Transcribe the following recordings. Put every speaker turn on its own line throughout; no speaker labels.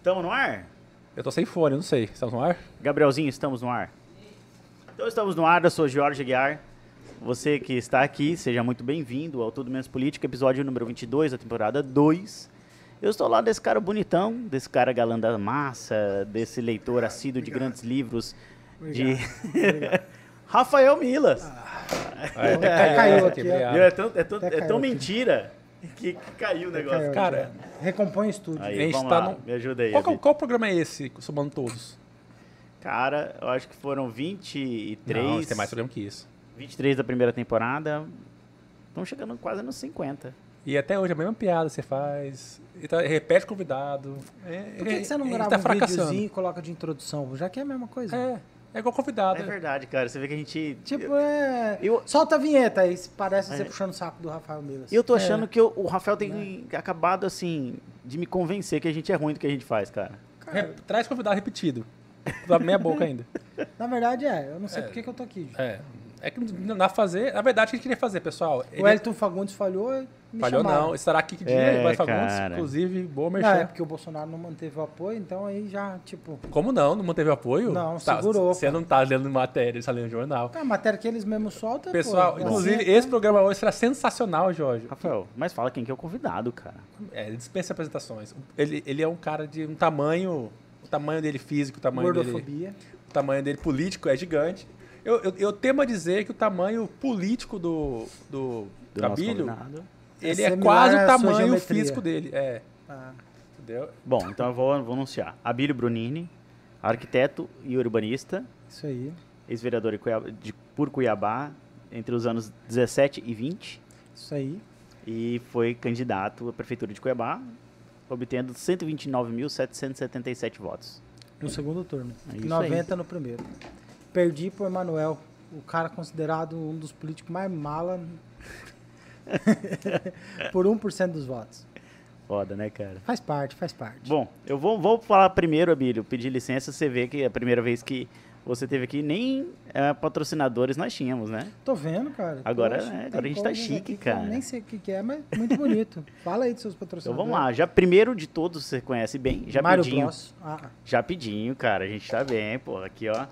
Estamos no ar?
Eu tô sem fone, não sei. Estamos no ar?
Gabrielzinho, estamos no ar? Então estamos no ar, eu sou Jorge Guiar. Você que está aqui, seja muito bem-vindo ao Tudo Menos Política, episódio número 22 da temporada 2. Eu estou lá desse cara bonitão, desse cara galã da massa, desse leitor assíduo de grandes livros, de Rafael Milas.
Até
caiu
essa
aqui,
obrigado.
Meu, é, tão, é tão-
Ah, Até
é
caiu
tão
aqui.
mentira que, que caiu o negócio.
Caiu,
Cara,
Recompõe o estúdio.
Aí,
a gente
vamos
tá
lá,
no-
me ajuda aí.
Qual, que é o-
Abi.
qual programa é esse, somando todos?
Cara, eu acho que foram 23.
Não,
é
tem mais programa que isso.
23 da primeira temporada. Estão chegando quase nos 50.
E até hoje é a mesma piada você faz. E tá- repete o convidado. É,
Por que,
é-
que você não
é-
grava
tá
um
fracassando.
videozinho e coloca de introdução? Já que é a mesma coisa.
É, é igual convidado.
É verdade, cara. Você vê que a gente.
Tipo, é...
eu-
Solta a vinheta aí, se parece
É.
você puxando o saco do Rafael Milas.
E eu tô achando que eu- o Rafael tem acabado, assim, de me convencer que a gente é ruim do que a gente faz, cara.
Re- Traz convidado repetido. Da meia boca ainda.
Na verdade, é. Eu não sei por que, que eu tô aqui. gente.
É. É que não dá pra fazer. Na verdade, o que a gente queria fazer, pessoal?
O Elton Fagundes falhou e
É,
me
falhou,
chamaram.
não. Estará aqui que dia?
É,
vai Fagundes,
cara.
inclusive, boa
Não,
merchan.
é porque o Bolsonaro não manteve o apoio, então aí já, tipo...
Como não? Não manteve o apoio?
Não,
Tá,
segurou,
Você não tá lendo matéria, você tá lendo jornal.
A matéria que eles mesmos soltam,
Pessoal,
pô,
inclusive,
assim,
esse programa hoje será sensacional, Jorge.
Rafael, mas fala quem que é o convidado, cara.
É, ele dispensa apresentações. Ele, ele é um cara de um tamanho. O tamanho dele físico, o tamanho dele.
Gordofobia.
O tamanho dele político é gigante. Eu, eu, eu temo a dizer que o tamanho político do, do,
Do nosso
Cabilho,
convidado.
É
ele é,
similar
quase o
à sua
tamanho
geometria.
físico dele. É.
Ah,
Entendeu?
Bom, então eu vou, vou anunciar. Abílio Brunini, arquiteto e urbanista,
isso aí.
ex-vereador de Cuiabá- de- por Cuiabá entre os anos 17 e 20.
Isso aí.
e foi candidato à prefeitura de Cuiabá, obtendo 129.777 votos.
No segundo turno.
É isso
90 no primeiro. Perdi pro Emanuel, o cara considerado um dos políticos mais mala por 1% dos votos.
Foda, né, cara?
Faz parte, faz parte.
Bom, eu vou, vou falar primeiro, Abílio, pedir licença, você vê que é a primeira vez que você teve aqui, nem eh, patrocinadores nós tínhamos, né?
Tô vendo, cara.
Agora,
Poxa,
né,
tem
agora a gente tá
coisas
chique,
aqui que
cara.
Eu nem sei o que, que é, mas muito bonito. Fala aí dos seus
Então
patrocinadores.
vamos lá, já primeiro de todos você conhece bem, já
Mário
pedinho.
Bros. Ah,
Já pedinho, cara, a gente tá bem, pô, aqui ó.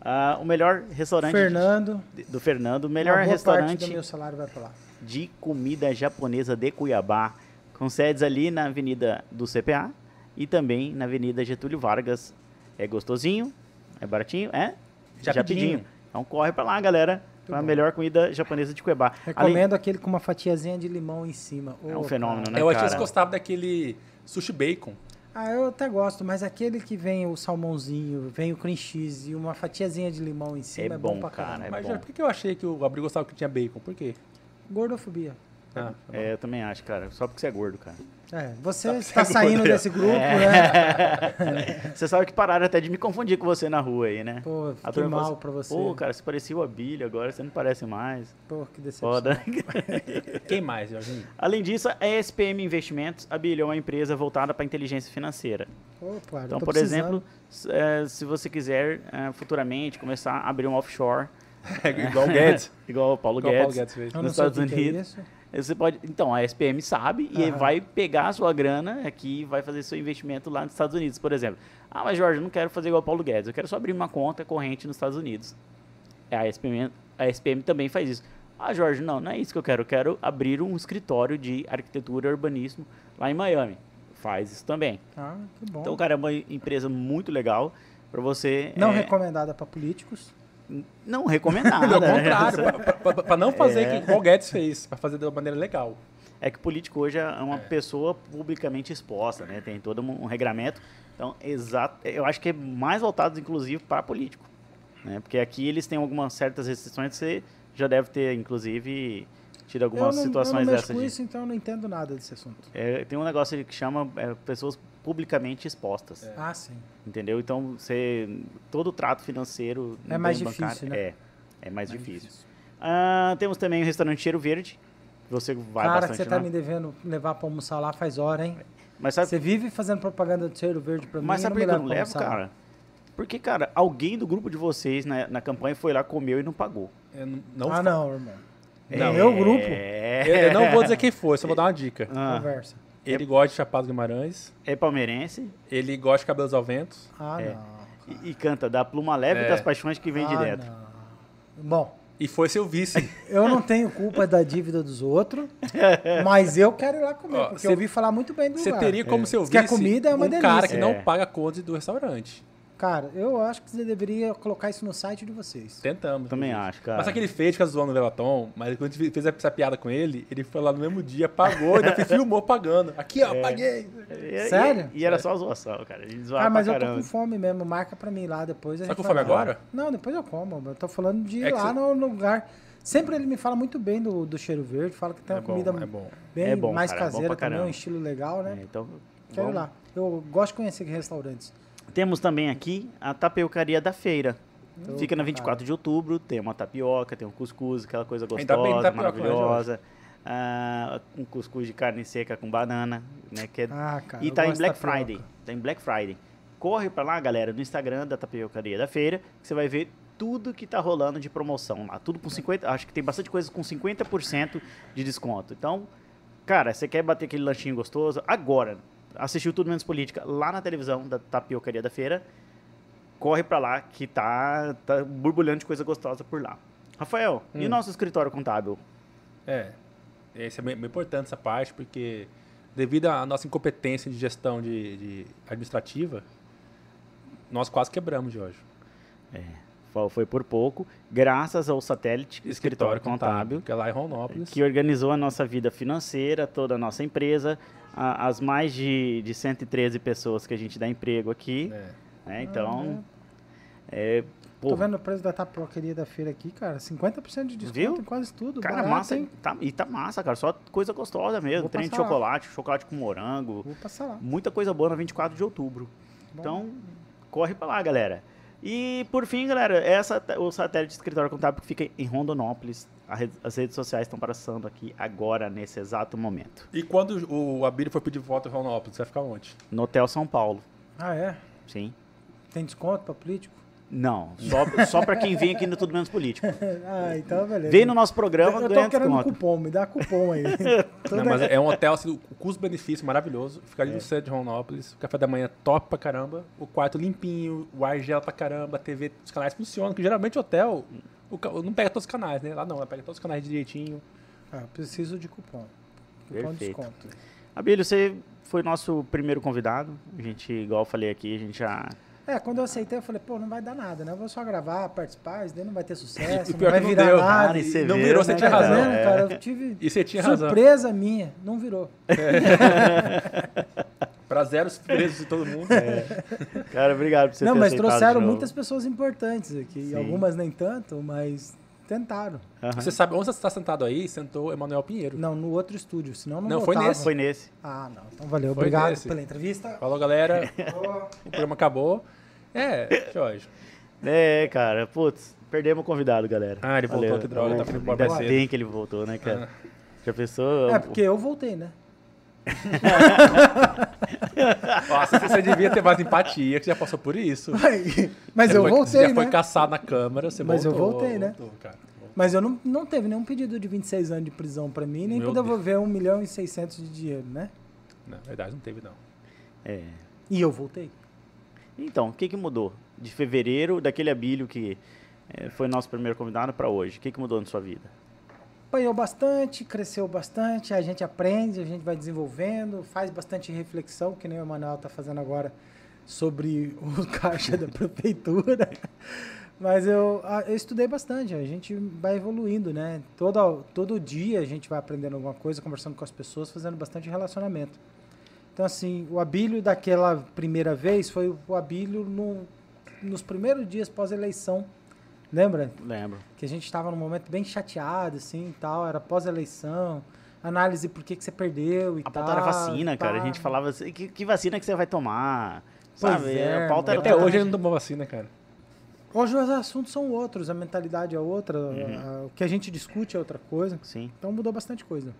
Ah, o melhor restaurante
Fernando.
de- do Fernando, o
uma
melhor
boa Parte
restaurante
do meu salário vai pra lá.
de comida japonesa de Cuiabá, com sedes ali na Avenida do CPA e também na Avenida Getúlio Vargas. É gostosinho, é baratinho, é
Já pedinho.
Então corre pra lá, galera, pra
bom.
melhor comida japonesa de Cuiabá.
Recomendo aquele com uma fatiazinha de limão em cima.
Além, é
Ô,
um
cara.
fenômeno, né,
eu achei que você
cara?
gostava daquele sushi bacon.
Ah, eu até gosto, mas aquele que vem o salmãozinho, vem o cream cheese e uma fatiazinha de limão em cima é, bom, pra caramba.
É
Mas
bom.
Jorge, por que que eu achei que o Gabriel gostava que tinha bacon? Por quê?
Gordofobia.
Ah,
É, eu também acho, cara. Só porque você é gordo, cara.
É, você
Tá
está saindo desse grupo,
É.
né?
você sabe que pararam até de me confundir com você na rua aí, né?
Pô,
A turma
que
fala
mal
assim,
pra você.
Pô, cara, você parecia o Abílio agora, você não parece mais.
Pô, que decepção.
Foda.
Quem mais, Jorginho?
Além disso, a ESPM Investimentos, a Billy, é uma empresa voltada para inteligência financeira.
Pô, claro,
Então,
Tá
tô
por
precisando.
exemplo, s- eh, se você quiser eh, futuramente começar a abrir um offshore, né,
É igual o Guedes.
igual o Paulo
Igual o Paulo
Guedes,
Guedes fez.
Eu não
nos
sei o
Estados
que que é
Unidos,
isso.
você pode. Então, a SPM sabe e
Aham.
vai pegar a sua grana aqui e vai fazer seu investimento lá nos Estados Unidos, por exemplo. Ah, mas Jorge, eu não quero fazer igual o Paulo Guedes, eu quero só abrir uma conta corrente nos Estados Unidos. É, A SPM, a SPM também faz isso. Ah, Jorge, não, não é isso que eu quero. Eu quero abrir um escritório de arquitetura e urbanismo lá em Miami. Faz isso também.
Ah, que bom.
Então, cara, é uma empresa muito legal para você.
não
é,
recomendada pra políticos.
não recomendada.
Pelo
É.
né?
contrário, pra, pra- pra não fazer o que igual o Guedes fez, pra fazer de uma maneira legal.
É que político hoje é uma pessoa publicamente exposta, né? Tem todo um, um regramento. Então, exato. Eu acho que é mais voltado, inclusive, para político. Né? Porque aqui eles têm algumas certas restrições que você já deve ter, inclusive, tido algumas
eu não,
situações
eu não mexo
dessas.
com
de-
isso, então eu não entendo nada desse assunto.
É, tem um negócio ali que chama é, pessoas publicamente expostas.
Ah, sim.
Entendeu? Então, você, todo o trato financeiro...
É
no
mais
banco bancário
difícil, né?
É, é mais, difícil. Ah, temos também o restaurante Cheiro Verde. que Você vai
cara,
bastante
você tá
lá.
me devendo levar pra almoçar lá faz hora, hein?
Mas sabe,
Você vive fazendo propaganda do cheiro verde pra mim.
mas
e
sabe por
não me
que eu não
leva pra
levo,
almoçar lá.
cara? Porque, cara, alguém do grupo de vocês na, na campanha foi lá, comeu e não pagou.
Eu n- não,
ah, não, irmão.
Não.
Meu grupo,
É.
Eu, eu não vou dizer quem foi, só vou dar uma dica.
Ah,
conversa.
Ele gosta de Chapado Guimarães.
É palmeirense
ele gosta de Cabelos ao Vento.
Ah,
É.
não.
e, e canta da pluma leve
É.
das paixões que vem
Ah,
direto.
não. Bom,
E foi seu vice.
eu não tenho culpa da dívida dos outros, mas eu quero ir lá comer,
Ó,
porque
cê-
eu ouvi falar muito bem do
Você
lugar.
teria como seu
Diz
vice
que a comida é uma
um cara que
delícia.
É.
não paga a conta do restaurante.
Cara, eu acho que você deveria colocar isso no site de vocês.
Tentamos.
Também
inclusive.
acho, cara.
Mas aquele fez fica zoando o Velaton, mas quando a gente fez essa piada com ele, ele foi lá no mesmo dia, pagou, ainda filmou pagando. Aqui,
É.
ó, paguei.
E- e-
Sério?
E,
É.
era só zoação, cara. Ele zoava
Ah, mas
pra
eu tô
caramba.
com fome mesmo. Marca pra mim lá depois. a
Tá
gente
com
vai
fome
lá.
agora?
Não, depois eu como. Eu tô falando de ir
É que
lá
cê-
no no lugar. Sempre ele me fala muito bem do, do cheiro verde, fala que tem
É
uma
bom,
comida
é bom.
bem
É bom,
mais
cara, é bom
caseira
pra
também, um
caramba.
estilo legal,
É,
né?
então,
Quero ir
vamos-
lá. Eu gosto de conhecer restaurantes.
Temos também aqui a tapiocaria da feira. Fica na 24 de outubro, tem uma tapioca, tem um cuscuz, aquela coisa
Ainda
gostosa,
bem que tapioca
maravilhosa. Ah, um cuscuz de carne seca com banana, né? Que é
Ah, cara.
e
eu
tá em
gosto
Black
da tapioca.
Friday. Tá em Black Friday. Corre pra lá, galera, no Instagram da Tapiocaria da Feira, que você vai ver tudo que tá rolando de promoção lá. Tudo com 50%. Acho que tem bastante coisa com 50% de desconto. Então, cara, você quer bater aquele lanchinho gostoso? Agora, assistiu Tudo Menos Política lá na televisão da Tapiocaria da Feira. Corre pra lá que tá, tá borbulhando de coisa gostosa por lá. Rafael,
Hum.
e o nosso escritório contábil?
É. Esse é bem, bem importante essa parte, porque devido à nossa incompetência de gestão de, de administrativa, nós quase quebramos, Jorge.
Foi- Foi por pouco, graças ao satélite escritório contábil.
que é lá em Ronópolis.
que organizou a nossa vida financeira, toda a nossa empresa, a- as mais de, de 113 pessoas que a gente dá emprego aqui.
É.
né? Então, é,
Tô
pô,
vendo o preço da tapioqueria da feira aqui, cara. 50% de desconto
Viu?
em quase tudo.
cara,
Barato,
massa.
hein?
tá- e tá massa, cara. Só coisa gostosa mesmo.
Vou
Trem de
passar lá.
chocolate, chocolate com morango.
Vou passar lá.
Muita coisa boa na 24 de outubro. Então, corre pra lá, galera. E, por fim, galera, essa, o satélite escritório contábil que fica em Rondonópolis. A rede- as redes sociais estão passando aqui agora, nesse exato momento.
E quando o Abílio for pedir voto em Ronópolis, vai ficar onde?
No Hotel São Paulo,
Ah, é?
sim.
Tem desconto pra político?
Não, só, só para quem vem aqui no Tudo Menos Político.
ah, então beleza.
Vem no nosso programa,
Eu
ganha
tô querendo um
desconto.
cupom, me dá cupom aí. Toda-
Não, mas é um hotel, assim, o custo-benefício maravilhoso. Fica
É.
ali no centro de Ronópolis, o café da manhã top pra caramba, o quarto limpinho, o ar gela pra caramba, a TV, os canais funcionam, porque geralmente hotel o ca- não pega todos os canais, né? Lá não, lá pega todos os canais direitinho.
Ah, eu preciso de cupom. Cupom de
Perfeito.
desconto.
Abílio, você foi nosso primeiro convidado. A gente, igual eu falei aqui, a gente já.
É, quando eu aceitei, eu falei, pô, não vai dar nada, né? Eu vou só gravar, participar, isso daí não vai ter sucesso,
o
não
pior
vai
que não
virar
deu.
nada.
Cara, e você
não
vê,
virou,
né,
você tinha
Tá
razão.
vendo, cara?
É.
Eu tive
E você tinha razão.
surpresa minha, não virou.
Pra zero surpresas de todo mundo.
Cara, obrigado por você
não,
ter
mas
aceitado
trouxeram
de novo.
muitas pessoas importantes aqui,
Sim.
algumas nem tanto, mas tentaram.
Aham.
Você sabe onde você está sentado aí? Sentou Emanuel Pinheiro.
Não, no outro estúdio, senão não
Não, foi
voltava.
nesse.
Foi nesse.
Ah, não, então valeu,
Foi
obrigado
nesse.
pela entrevista.
Falou, galera. o programa acabou. É, Jorge.
É, cara, putz, perdemos o convidado, galera.
Ah, ele voltou, que droga, tá
Ainda
indo embora mais cedo.
bem que ele voltou, né, cara? Já pensou?
Ah.
Então,
É, porque eu voltei, né?
Nossa, você devia ter mais empatia, que já passou por isso.
Mas eu
É, Foi-
voltei,
já
né?
foi caçado na câmara, você
Mas eu
voltou,
voltei, né?
voltou, cara.
Mas eu não, não teve nenhum pedido de 26 anos de prisão pra mim, nem
Meu
pra devolver 1 milhão e 600 de dinheiro, né?
Na verdade, não teve, não.
É.
E eu voltei.
Então, o que, que mudou de fevereiro, daquele Abílio que eh, foi nosso primeiro convidado, pra hoje? O que, que mudou na sua vida?
Apanhou bastante, cresceu bastante, a gente aprende, a gente vai desenvolvendo, faz bastante reflexão, que nem o Emanuel tá fazendo agora sobre o caixa da prefeitura. Mas eu, a- eu estudei bastante, a gente vai evoluindo, né? Todo, todo dia a gente vai aprendendo alguma coisa, conversando com as pessoas, fazendo bastante relacionamento. Então, assim, o Abílio daquela primeira vez foi o Abílio no, nos primeiros dias pós-eleição. Lembra?
Lembro.
que a gente estava num momento bem chateado, assim, e tal, era pós-eleição, análise por que, que você perdeu e tal.
Apontaram a vacina, cara. A
pá.
gente falava assim, que, que vacina que você vai tomar?
tá. Pois
Sabe?
é,
a pauta
mano.
era
Até hoje ele não tomou vacina, cara.
Hoje os assuntos são outros, a mentalidade é outra,
Uhum.
a- o que a gente discute é outra coisa.
Sim.
Então mudou bastante coisa.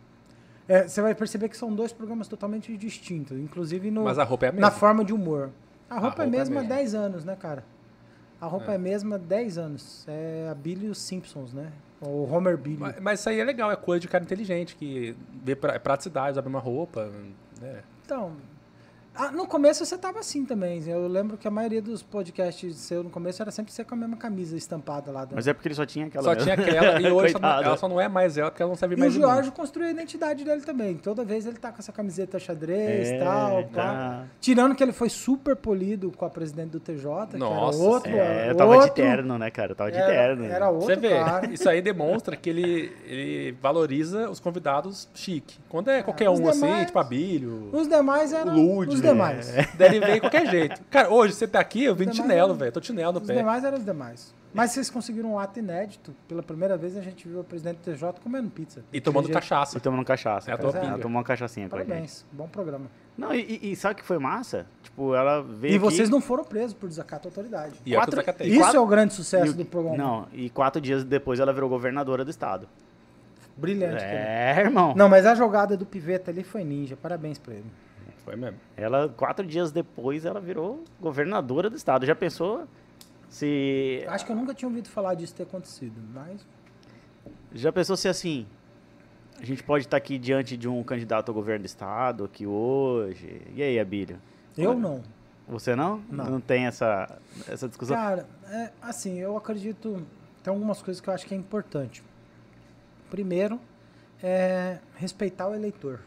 É, você vai perceber que são dois programas totalmente distintos, inclusive no,
Mas a roupa é a mesma.
na forma de humor. A roupa,
roupa é
é
a
mesma há
mesma.
10 anos, né, cara? A roupa é, a mesma há 10 anos. É a Billy e os Simpsons, né? O Homer Billy.
Mas, mas isso aí é legal, é coisa de cara inteligente, que vê pra, é praticidade, usa a mesma roupa. Né?
Então, ah, no começo você tava assim também. Eu lembro que a maioria dos podcasts seu no começo era sempre você com a mesma camisa estampada lá dentro.
Mas é porque ele só tinha aquela.
Só
mesmo.
tinha aquela e hoje só não-
Coitado.
ela só não é mais ela, porque ela não serve
E o
mais de mim.
Jorge é construiu a identidade dele também. Toda vez ele tá com essa camiseta xadrez e
É,
tal.
tá.
Pá. Tirando que ele foi super polido com a presidente do TJ, que
Nossa,
era outro.
É, eu
outro,
tava de terno, né, cara? Eu tava de terno.
Era, era outro
Você vê,
cara.
isso aí demonstra que ele, ele valoriza os convidados chique. Quando é qualquer
os
um assim,
demais-
tipo Abílio,
Os demais eram
Lude,
os demais.
É.
deve ver de qualquer jeito. Cara, hoje você tá aqui, eu vim de
demais
chinelo,
não.
velho. Tô de chinelo no
Os
pé.
demais eram os demais. Mas vocês conseguiram um ato inédito. Pela primeira vez a gente viu o presidente do TJ comendo pizza.
E tomando
Daquele jeito.
cachaça.
E tomando cachaça.
É a
cara.
tua
Ela
pinga.
tomou uma cachaçinha com a gente.
Parabéns, bom programa.
Não, e, e- e sabe o que foi massa? Tipo, ela veio.
E
aqui-
vocês não foram presos por desacato à autoridade.
E é o que eu
Quatro-
sacatei.
Isso
quatro-
é o grande
e o-
sucesso do programa.
Não, e quatro dias depois ela virou governadora do estado.
Brilhante. cara.
É, irmão.
Não, mas a jogada do Piveta ali foi ninja. Parabéns pra ele.
Foi mesmo.
Ela, quatro dias depois, ela virou governadora do estado. Já pensou se.
Acho que eu nunca tinha ouvido falar disso ter acontecido, mas
Já pensou se assim. A gente pode estar aqui diante de um candidato ao governo do estado aqui hoje. E aí, Abílio?
eu
Olha.
não.
Você não?
Não.
tem essa, essa discussão?
Cara, é, assim, eu acredito. Tem algumas coisas que eu acho que é importante. Primeiro, é respeitar o eleitor.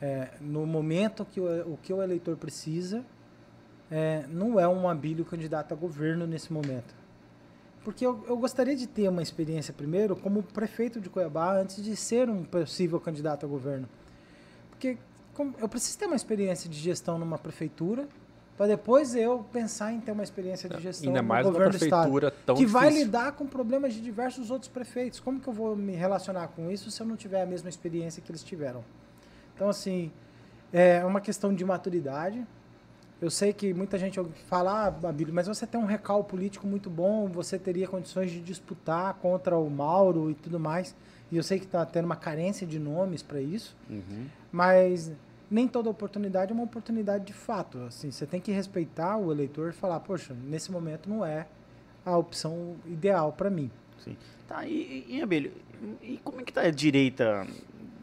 É, no momento que o, o que o eleitor precisa, é, não é um abílio candidato a governo nesse momento. Porque eu, eu gostaria de ter uma experiência primeiro como prefeito de Cuiabá antes de ser um possível candidato a governo. Porque como- eu preciso ter uma experiência de gestão numa prefeitura para depois eu pensar em ter uma experiência de gestão
É, Ainda
no
mais numa
governo do estado
prefeitura tão
que vai
difícil.
lidar com problemas de diversos outros prefeitos. Como que eu vou me relacionar com isso se eu não tiver a mesma experiência que eles tiveram? Então, assim, é uma questão de maturidade. Eu sei que muita gente fala, ah, Babílio, mas você tem um recal político muito bom, você teria condições de disputar contra o Mauro e tudo mais. E eu sei que está tendo uma carência de nomes para isso
Uhum.
mas nem toda oportunidade é uma oportunidade de fato. Assim, você tem que respeitar o eleitor e falar, poxa, nesse momento não é a opção ideal para mim.
Sim. Tá, e, e- e Abelho, e como é que tá a direita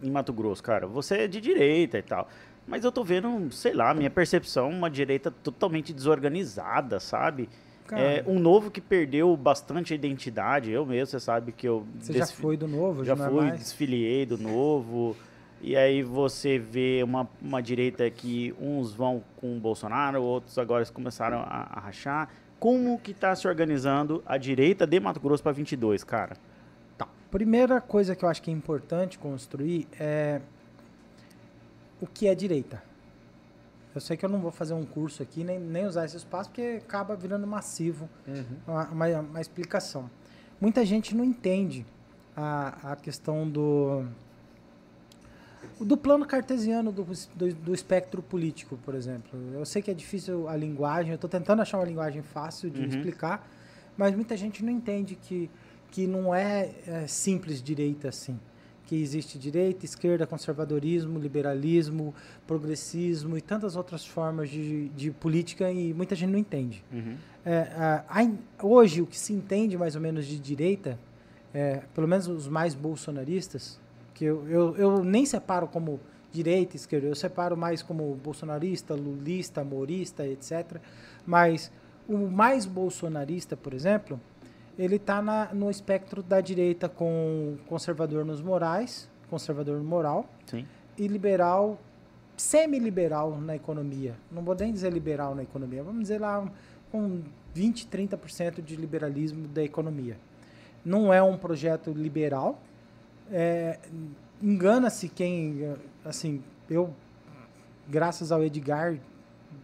em Mato Grosso, cara? Você é de direita e tal. Mas eu tô vendo, sei lá, minha percepção, uma direita totalmente desorganizada, sabe?
Cara.
É, um novo que perdeu bastante a identidade. Eu mesmo, você sabe que eu.
Você já
desfi-
foi do novo,
Já
já, não é
fui,
mais.
desfiliei do novo. E aí você vê uma, uma direita que uns vão com o Bolsonaro, outros agora começaram a, a rachar. Como que tá se organizando a direita de Mato Grosso para 22, cara?
Primeira coisa que eu acho que é importante construir é o que é direita. Eu sei que eu não vou fazer um curso aqui, nem, nem usar esse espaço, porque acaba virando massivo
Uhum.
uma, uma, uma explicação. Muita gente não entende a, a questão do, do plano cartesiano do, do, do espectro político, por exemplo. Eu sei que é difícil a linguagem, eu estou tentando achar uma linguagem fácil de
Uhum.
explicar, mas muita gente não entende que, que não é, é simples direita assim. Que existe direita, esquerda, conservadorismo, liberalismo, progressismo e tantas outras formas de, de política e muita gente não entende.
Uhum.
É, a- a in- hoje, o que se entende mais ou menos de direita, é, pelo menos os mais bolsonaristas, que eu, eu, eu nem separo como direita e esquerda, eu separo mais como bolsonarista, lulista, morista, etc. Mas o mais bolsonarista, por exemplo, ele está no espectro da direita com conservador nos morais, conservador moral,
Sim.
e liberal, semi-liberal na economia. Não vou nem dizer liberal na economia, vamos dizer lá um, com 20, 30% de liberalismo da economia. Não é um projeto liberal. É, Engana-se quem, eh, assim, eu, graças ao Edgar,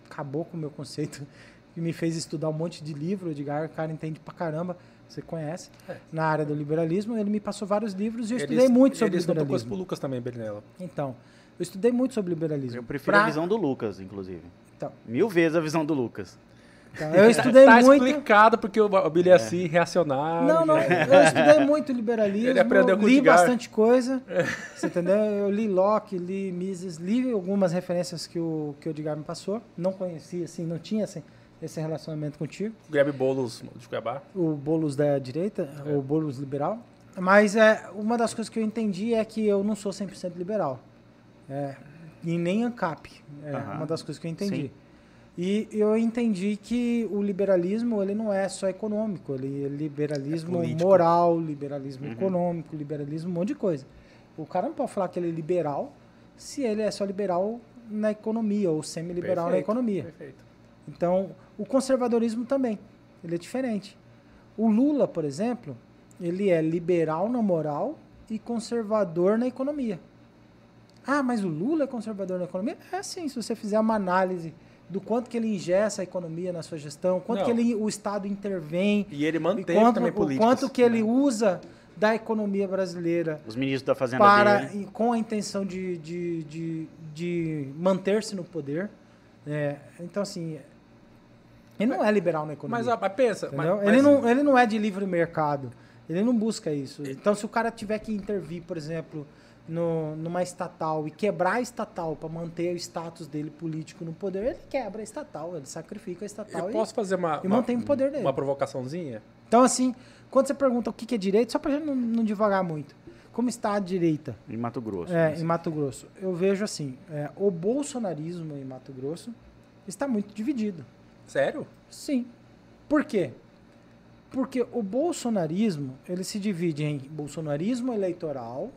acabou com o meu conceito e me fez estudar um monte de livro. O Edgar, o cara entende pra caramba, você conhece, na área do liberalismo. Ele me passou vários livros e eu estudei muito sobre
Ele estudou coisa
liberalismo.
pro Lucas também, Berinella.
Então, eu estudei muito sobre liberalismo.
Eu prefiro
Pra-
a visão do Lucas, inclusive.
Então,
Mil vezes a visão do Lucas.
então, eu estudei
tá
muito.
explicado porque o Billy é assim, reacionário.
Não, não, eu estudei muito liberalismo.
Ele aprendeu com o
li
Edgar.
bastante coisa. Você entendeu? Eu li Locke, li Mises, li algumas referências que o, que o Edgar me passou. Não conhecia, assim, não tinha assim, esse relacionamento contigo.
Grab bolos de Cuiabá.
O Boulos da direita, o Boulos liberal. Mas é, uma das coisas que eu entendi é que eu não sou 100% liberal. É, e nem ANCAP. É
Aham.
uma das coisas que eu entendi.
Sim.
E eu entendi que o liberalismo ele não é só econômico, ele é liberalismo
político.
moral, liberalismo econômico, liberalismo um monte de coisa. O cara não pode falar que ele é liberal se ele é só liberal na economia ou semi-liberal na
Perfeito,
economia.
Perfeito.
Então, o conservadorismo também, ele é diferente. O Lula, por exemplo, ele é liberal na moral e conservador na economia. Ah, mas o Lula é conservador na economia? É sim, se você fizer uma análise do quanto que ele ingessa a economia na sua gestão, quanto
Não.
que ele, o Estado intervém,
E ele
e
manteve
quanto,
também
o
políticas. né?
quanto que ele usa da economia brasileira
Os ministros da Fazenda
para
dele. né?
e com a intenção de, de, de, de manter-se no poder. É, então, assim, ele não é liberal na economia.
Mas, ah, mas pensa. Mas,
entendeu?
mas-
ele, não, ele não é de livre mercado. Ele não busca isso. Então, se o cara tiver que intervir, por exemplo, no, numa estatal e quebrar a estatal para manter o status dele político no poder, ele quebra a estatal, ele sacrifica a estatal
Eu
e,
posso fazer uma,
e
uma,
mantém o poder dele.
uma provocaçãozinha?
Então, assim, quando você pergunta o que que é direito, só para gente não, não devagar muito, como está a direita?
Em Mato Grosso.
É,
né?
em Mato Grosso. Eu vejo assim, é, o bolsonarismo em Mato Grosso está muito dividido.
Sério?
Sim. Por quê? Porque o bolsonarismo, ele se divide em bolsonarismo eleitoral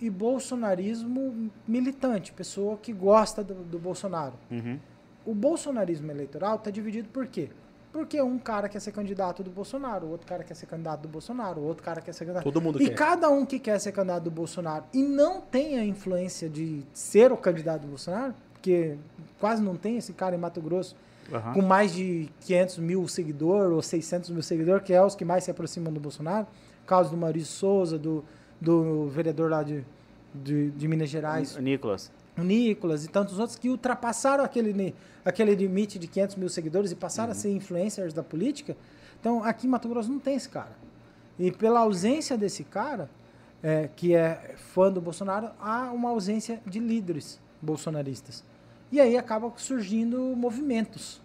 e bolsonarismo militante, pessoa que gosta do, do Bolsonaro.
Uhum.
O bolsonarismo eleitoral está dividido por quê? Porque um cara quer ser candidato do Bolsonaro, outro cara quer ser candidato do Bolsonaro, outro cara quer ser candidato
Todo mundo
e
quer.
cada um que quer ser candidato do Bolsonaro e não tem a influência de ser o candidato do Bolsonaro, porque quase não tem esse cara em Mato Grosso
Aham.
com mais de 500 mil seguidores ou 600 mil seguidores, que é os que mais se aproximam do Bolsonaro. Caso do Maurício Souza, do, do vereador lá de, de, de Minas Gerais,
Nicolas.
o Nicolas e tantos outros que ultrapassaram aquele, ni- aquele limite de 500 mil seguidores e passaram a ser influencers da política. Então, aqui em Mato Grosso não tem esse cara. E pela ausência desse cara, é, que é fã do Bolsonaro, há uma ausência de líderes bolsonaristas. E aí acaba surgindo movimentos.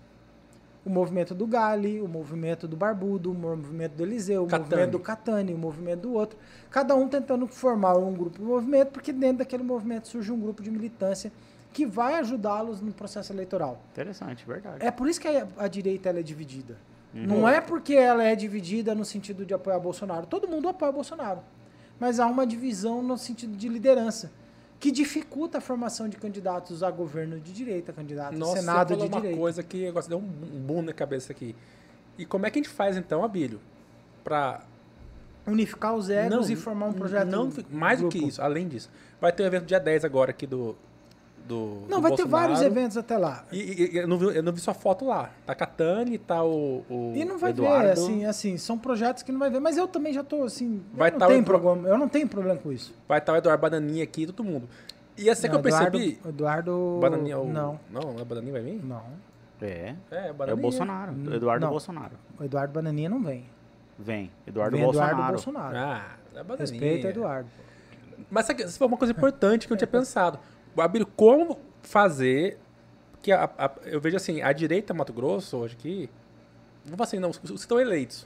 O movimento do Gali, o movimento do Barbudo, o movimento do Eliseu, o
Catani.
movimento do Catani, o movimento do outro. Cada um tentando formar um grupo de movimento, porque dentro daquele movimento surge um grupo de militância que vai ajudá-los no processo eleitoral.
Interessante, verdade.
É por isso que a, a direita ela é dividida.
Uhum.
Não é porque ela é dividida no sentido de apoiar Bolsonaro. Todo mundo apoia Bolsonaro. Mas há uma divisão no sentido de liderança, que dificulta a formação de candidatos a governo de direita, candidato a
Nossa,
Senado
você falou
de
uma
direita.
coisa que agora você deu um boom na cabeça aqui. E como é que a gente faz então, Abílio? Pra
Unificar os egos e formar um projeto.
Não,
grupo.
mais do que isso, além disso. Vai ter um evento dia 10 agora aqui do. do
Não,
do
vai ter
Bolsonaro.
vários eventos até lá.
E, e- e eu, não vi, eu não vi sua foto lá. Tá Catani, tá o. o
E não vai
Eduardo.
ver, assim, assim, são projetos que não vai ver. Mas eu também já tô assim.
Vai
eu, não
tá o
tenho
Edu-
problema, eu não tenho problema com isso.
Vai estar o Eduardo Bananinha aqui, todo mundo. E assim que
Não,
eu percebi.
Eduardo. Eduardo...
Bananinha é o.
Não,
Não, o Bananinha vai vir?
não.
É.
É,
É o
Bananinha.
Bolsonaro. Eduardo
Hum, Não.
Bolsonaro.
O Eduardo Bananinha não vem.
Vem. Eduardo
vem
Bolsonaro.
Eduardo Bolsonaro.
Ah, é Bananinha.
Respeita Eduardo.
Mas sabe, isso foi uma coisa importante que eu não tinha pensado. Abílio, como fazer que a- a- eu vejo assim, a direita Mato Grosso hoje aqui, vou falar assim, não, os os que estão eleitos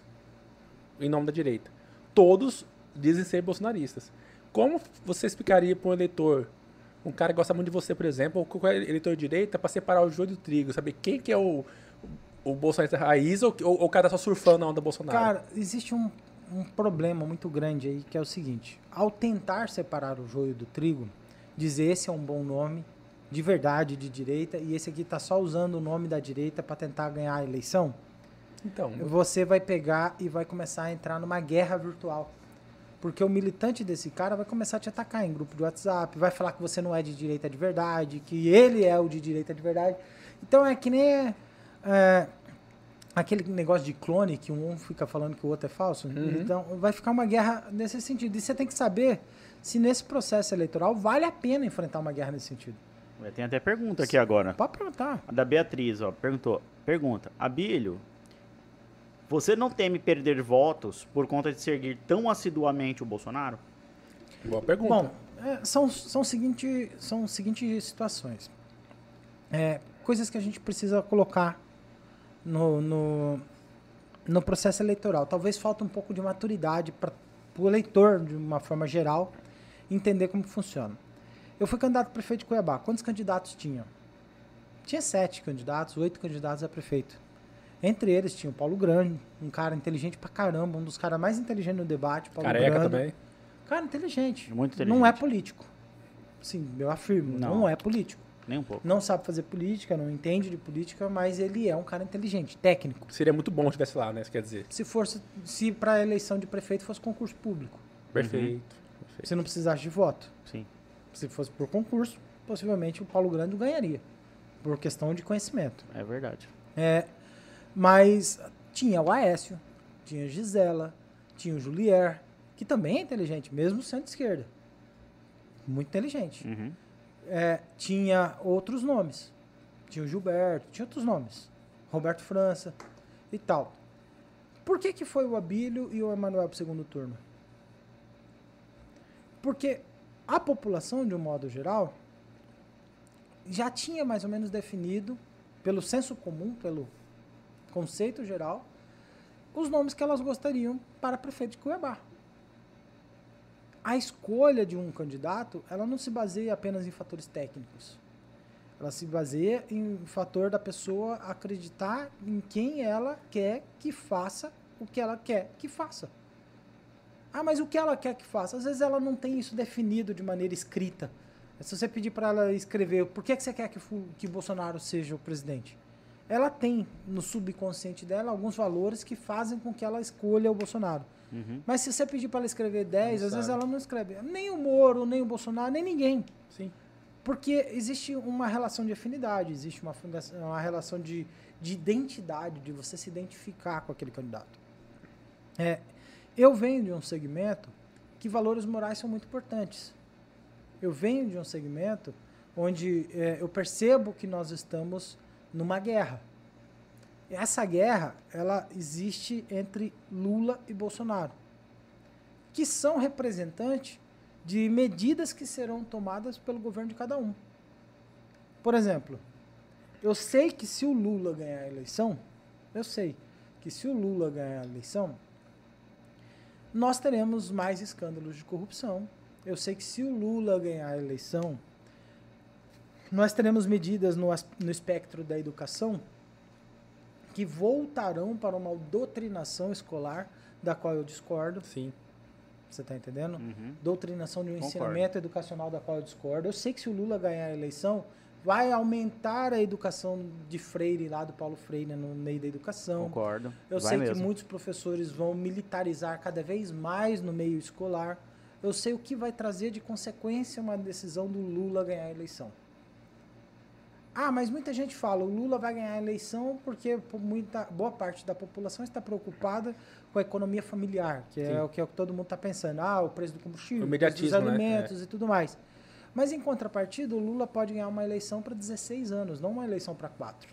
em nome da direita, todos dizem ser bolsonaristas. Como você explicaria para um eleitor, um cara que gosta muito de você, por exemplo, ou qualquer eleitor de direita, para separar o joio do trigo, saber quem que é o, o bolsonarista raiz ou, ou, ou o cara tá só surfando na onda Bolsonaro?
Cara, existe um, um problema muito grande aí que é o seguinte: ao tentar separar o joio do trigo, dizer esse é um bom nome, de verdade, de direita, e esse aqui tá só usando o nome da direita para tentar ganhar a eleição,
então,
você vai pegar e vai começar a entrar numa guerra virtual. Porque o militante desse cara vai começar a te atacar em grupo de WhatsApp, vai falar que você não é de direita de verdade, que ele é o de direita de verdade. Então é que nem é, aquele negócio de clone que um fica falando que o outro é falso. Então vai ficar uma guerra nesse sentido. E você tem que saber se nesse processo eleitoral vale a pena enfrentar uma guerra nesse sentido.
É, Tem até pergunta aqui agora.
Pode perguntar.
A da Beatriz, ó, perguntou. Pergunta. Abílio, você não teme perder votos por conta de seguir tão assiduamente o Bolsonaro?
boa pergunta.
Bom, é, são, são, seguinte, são seguintes situações. É, coisas que a gente precisa colocar no, no, no processo eleitoral. Talvez falta um pouco de maturidade para o eleitor, de uma forma geral, entender como funciona. Eu fui candidato a prefeito de Cuiabá. Quantos candidatos tinham? Tinha sete candidatos, oito candidatos a prefeito. Entre eles tinha o Paulo Grande, um cara inteligente pra caramba, um dos caras mais inteligentes no debate. Paulo
Careca
Grande.
também.
Cara inteligente.
Muito
Não é
inteligente.
político. Sim, eu afirmo,
Não.
não é político.
Nem um pouco.
Não sabe fazer política, não entende de política, mas ele é um cara inteligente, técnico.
Seria muito bom se estivesse lá, né? Isso quer dizer.
Se fosse, se para eleição de prefeito fosse concurso público,
Uhum. Perfeito. perfeito.
se não precisasse de voto,
Sim.
se fosse por concurso, possivelmente o Paulo Grande ganharia, por questão de conhecimento.
É verdade.
É, mas tinha o Aécio, tinha a Gisela, tinha o Julier, que também é inteligente, mesmo sendo de esquerda. Muito inteligente.
Uhum.
É, tinha outros nomes. Tinha o Gilberto, tinha outros nomes. Roberto França e tal. Por que, que foi o Abílio e o Emanuel para segundo turno? Porque a população, de um modo geral, já tinha mais ou menos definido, pelo senso comum, pelo conceito geral, os nomes que elas gostariam para prefeito de Cuiabá a escolha de um candidato, ela não se baseia apenas em fatores técnicos. Ela se baseia em fator da pessoa acreditar em quem ela quer que faça o que ela quer que faça. Ah, mas o que ela quer que faça? Às vezes ela não tem isso definido de maneira escrita. Se você pedir para ela escrever por que, que você quer que, fu- que Bolsonaro seja o presidente, ela tem no subconsciente dela alguns valores que fazem com que ela escolha o Bolsonaro.
Uhum.
Mas se você pedir para ela escrever 10,
Não
às vezes
sabe.
ela não escreve. Nem o Moro, nem o Bolsonaro, nem ninguém.
Sim.
Porque existe uma relação de afinidade, existe uma, fundação, uma relação de, de identidade, de você se identificar com aquele candidato. É, eu venho de um segmento que valores morais são muito importantes. Eu venho de um segmento onde é, eu percebo que nós estamos numa guerra. Essa guerra, ela existe entre Lula e Bolsonaro, que são representantes de medidas que serão tomadas pelo governo de cada um. Por exemplo, eu sei que se o Lula ganhar a eleição, eu sei que se o Lula ganhar a eleição, nós teremos mais escândalos de corrupção. Eu sei que se o Lula ganhar a eleição, nós teremos medidas no, as- no espectro da educação que voltarão para uma doutrinação escolar da qual eu discordo.
Sim.
Você está entendendo?
Uhum.
doutrinação de um
Concordo.
ensinamento educacional da qual eu discordo. Eu sei que se o Lula ganhar a eleição, vai aumentar a educação de Freire lá do Paulo Freire no meio da educação.
Concordo.
Então, Eu
Vai
sei que
mesmo.
muitos professores vão militarizar cada vez mais no meio escolar. Eu sei o que vai trazer de consequência uma decisão do Lula ganhar a eleição. Ah, mas muita gente fala, o Lula vai ganhar a eleição porque po- muita, boa parte da população está preocupada com a economia familiar, que
Sim.
é o que, é o que todo mundo está pensando. Ah, o preço do combustível,
O
o preço dos
imediatismo, né?
alimentos e tudo mais. Mas, em contrapartida, o Lula pode ganhar uma eleição para 16 anos, não uma eleição para 4.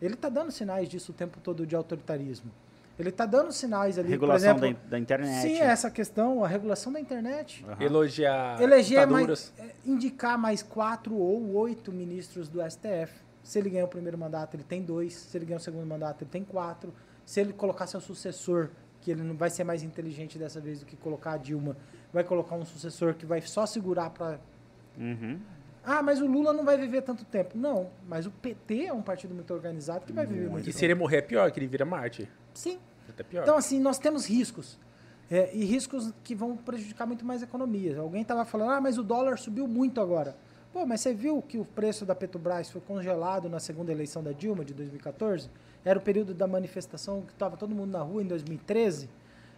Ele está dando sinais disso o tempo todo de autoritarismo. Ele está dando sinais ali,
Regulação
por exemplo...
da, da internet. É.
Sim, é essa questão, a regulação da internet.
Aham.
Elogiar
Eleger mais,
ditaduras.
eh, indicar mais quatro ou oito ministros do STF. Se ele ganhar o primeiro mandato, ele tem dois. Se ele ganhar o segundo mandato, ele tem quatro. Se ele colocar seu sucessor, que ele não vai ser mais inteligente dessa vez do que colocar a Dilma, vai colocar um sucessor que vai só segurar para é.
Uhum.
ah, mas o Lula não vai viver tanto tempo. Não, mas o PT é um partido muito organizado que vai viver muito,
E
tempo.
se ele morrer é pior, que ele vira Marte.
Sim.
Até pior.
Então, assim, nós temos riscos. É, e riscos que vão prejudicar muito mais a economia. Alguém estava falando, ah, mas o dólar subiu muito agora. Pô, mas você viu que o preço da Petrobras foi congelado na segunda eleição da Dilma de 2014? Era o período da manifestação que estava todo mundo na rua em 2013.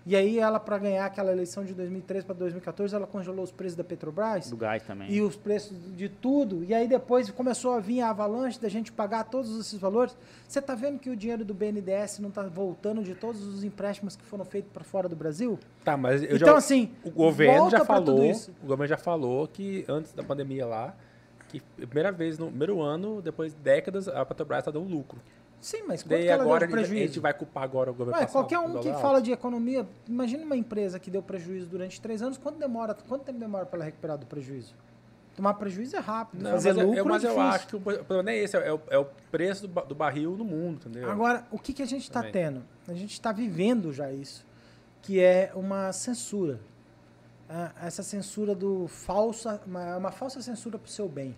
E aí ela, para ganhar aquela eleição de 2013 para 2014, ela congelou os preços da Petrobras
Do gás também.
e os preços de tudo. E aí depois começou a vir a avalanche da gente pagar todos esses valores. Você está vendo que o dinheiro do BNDES não está voltando de todos os empréstimos que foram feitos para fora do Brasil?
Tá, mas eu
então,
já,
assim,
o governo já
volta pra
falou,
tudo isso.
o governo já falou que antes da pandemia lá, que a primeira vez no primeiro ano, depois de décadas, a Petrobras tá dando lucro.
Sim, mas quanto
Daí
que ela
agora
deu de
a gente- a gente
prejuízo?
vai culpar agora o governo
Ué,
passado,
qualquer
o
um que
dólar
fala
alto.
de economia, imagina uma empresa que deu prejuízo durante três anos, quanto demora, quanto tempo demora para ela recuperar do prejuízo? Tomar prejuízo é rápido.
Não,
fazer
mas, eu-
lucro
eu, mas
é
eu
difícil.
acho que o pro- o problema é esse, é o, é o preço do, ba- do barril no mundo, entendeu?
Agora, o que, que a gente está
Também.
tendo? A gente está vivendo já isso, que é uma censura. Ah, Essa censura do falsa, uma, uma falsa censura para o seu bem,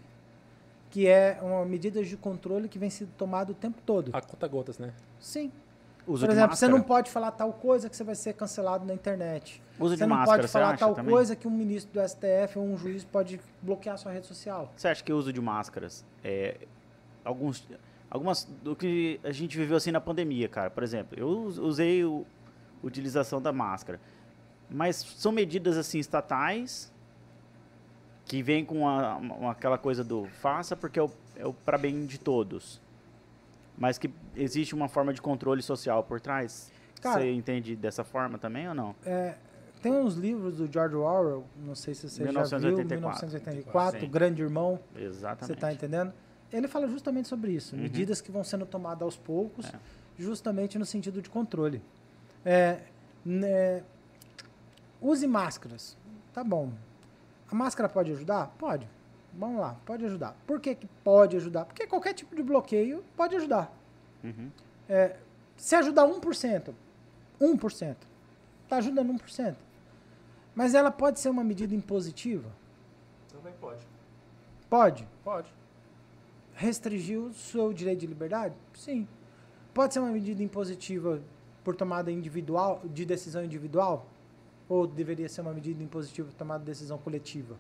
que é uma medida de controle que vem sendo tomada o tempo todo.
A conta gotas, né?
Sim.
Ah, Uso
Por
de
exemplo, você
máscara.
não pode falar tal coisa que você vai ser cancelado na internet.
Uso de
você não
máscara,
pode
você
falar
acha
tal
também?
coisa que um ministro do STF ou um juiz pode bloquear sua rede social.
Você acha que o uso de máscaras é alguns algumas do que a gente viveu assim na pandemia, cara? Por exemplo, eu us- usei o utilização da máscara, mas são medidas assim estatais que vêm com a- uma- aquela coisa do faça porque é o, é o para bem de todos, mas que existe uma forma de controle social por trás.
Cara-
Você entende dessa forma também ou não?
Tem uns livros do George Orwell, não sei se você já viu,
1984.
1984,
Sim.
Grande Irmão. É. Você tá
Exatamente. Uhum.
está entendendo? Ele fala justamente sobre isso. Medidas que vão sendo tomadas aos poucos,
É.
justamente no sentido de controle. É, né, use máscaras. Tá bom. A máscara pode ajudar? Pode. Vamos lá, pode ajudar. Por que, que pode ajudar? Porque qualquer tipo de bloqueio pode ajudar. É,
Uhum.
Se ajudar 1%, 1%, está tá ajudando 1%. Mas ela pode ser uma medida impositiva?
Também pode.
Pode.
Pode.
restringiu o seu direito de liberdade? Sim. Pode ser uma medida impositiva por tomada individual, de decisão individual? Ou deveria ser uma medida impositiva por tomada de decisão coletiva?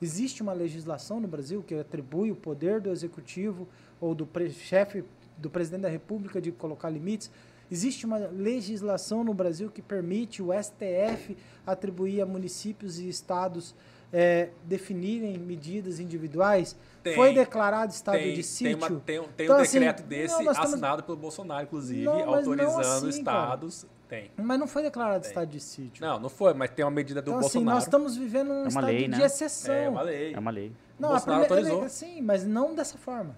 Existe uma legislação no Brasil que atribui o poder do executivo ou do pre- chefe do presidente da República de colocar limites? Existe uma legislação no Brasil que permite o STF atribuir a municípios e estados eh, definirem medidas individuais?
Tem.
Foi declarado estado
tem,
de
tem,
sítio?
uma- tem um- tem
Então,
um
assim,
decreto
não,
desse
nós estamos-
assinado pelo Bolsonaro, inclusive,
Não, mas não
autorizando
assim,
estados. Tem.
Mas não foi declarado
Tem.
estado de sítio.
Não, não foi, mas tem uma medida do
então, assim,
Bolsonaro.
nós estamos vivendo um
uma
estado
lei,
de
né?
exceção.
É uma lei.
É uma lei.
Não, a
Bolsonaro
primeira, ele-
autorizou.
sim, mas não dessa forma.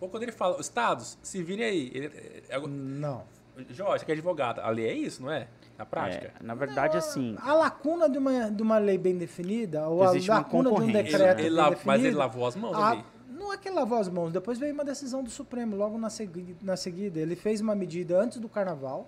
Ou quando ele fala, estados, se virem aí. Ele- é- é-
Não.
Jorge, que é advogado, a lei é isso, não é? Na prática.
É, na verdade, assim,
A lacuna de uma, de uma lei bem definida, ou
Existe
a
uma
lacuna de um
concorrência,
Ele-
decreto
ele
bem
la- mas ele
definido,
lavou as mãos
a-
ali.
não é que ele lavou as mãos, depois veio uma decisão do Supremo, logo na, segui- na seguida. Ele fez uma medida antes do carnaval,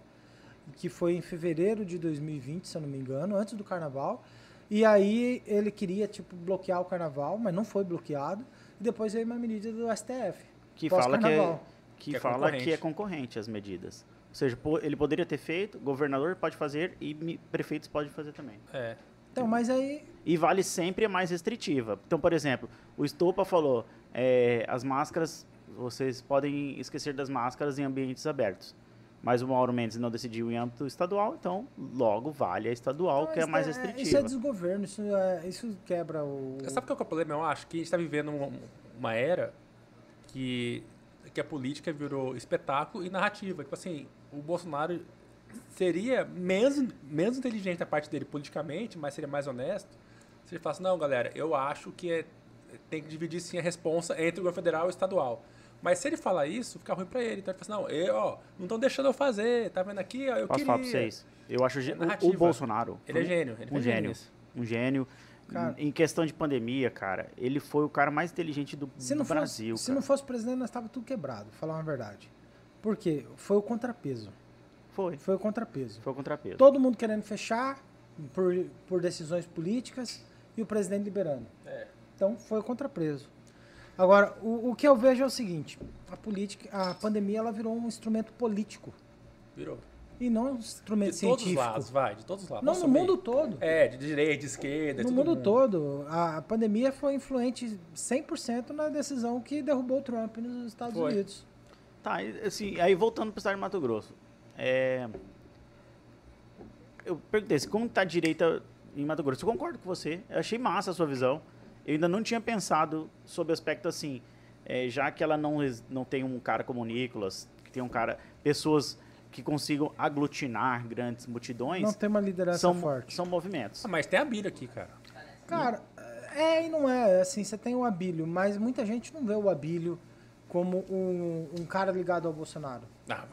que foi em fevereiro de 2020, se eu não me engano, antes do carnaval. E aí ele queria, tipo, bloquear o carnaval, mas não foi bloqueado. E depois veio uma medida do STF.
que fala que é,
pós-carnaval.
que
Que é
fala
concorrente.
que é concorrente as medidas. Ou seja, po- ele poderia ter feito, governador pode fazer e mi- prefeitos podem fazer também.
É.
Então, mas aí
E vale sempre a mais restritiva. Então, por exemplo, o Estopa falou, é, as máscaras, vocês podem esquecer das máscaras em ambientes abertos. Mas o Mauro Mendes não decidiu em âmbito estadual, então logo vale a estadual, que é a
Mas
mais
Isso
restritiva.
é desgoverno, isso, é- isso quebra o.
Sabe qual que é o problema? Eu acho que a gente está vivendo uma, uma era que, que a política virou espetáculo e narrativa. Tipo assim, o Bolsonaro seria menos, menos inteligente a parte dele politicamente, mas seria mais honesto se ele falasse, não, galera, eu acho que é, tem que dividir sim a responsa entre o governo federal e o estadual. Mas se ele falar isso, fica ruim pra ele. Então ele fala assim, não, eu, ó, não estão deixando eu fazer, tá vendo aqui? Ó, eu
Posso
queria.
falar pra vocês? Eu acho gen- o,
É narrativa.
o Bolsonaro.
Ele é
um-
gênio, ele
um
foi gênio
gênio.
nisso.
Um gênio.
Cara.
Em questão de pandemia, cara, ele foi o cara mais inteligente do
se não
Brasil.
fosse, se
cara.
não fosse o presidente, nós estávamos tudo quebrado, falar uma verdade. Por quê? Foi o contrapeso.
Foi.
Foi o contrapeso.
Foi o contrapeso.
Todo mundo querendo fechar por, por decisões políticas e o presidente liberando.
É.
Então foi o contrapeso. Agora, o, o que eu vejo é o seguinte: a política, a pandemia ela virou um instrumento político
Virou.
e não um
De
instrumento
todos os
científico.
lados, vai, de todos os lados.
não,
Vamos
no
assumir.
mundo todo.
É, de direita, de esquerda,
No
todo
mundo
mundo.
todo, a pandemia foi influente 100% na decisão que derrubou o Trump nos Estados
Foi.
Unidos.
Tá, e, assim, aí voltando pro estado de Mato Grosso. É... Eu perguntei assim, como tá a direita em Mato Grosso? Eu concordo com você, eu achei massa a sua visão. Eu ainda não tinha pensado sobre o aspecto assim, é, já que ela não, ex- não tem um cara como o Nicolas, que tem um cara, pessoas que consigam aglutinar grandes multidões,
Não tem uma liderança
são,
forte.
são movimentos.
Ah, mas tem a Bíblia aqui, cara.
Cara, é e não é. Assim, você tem o Abílio, mas muita gente não vê o Abílio como um, um cara ligado ao Bolsonaro.
Ah,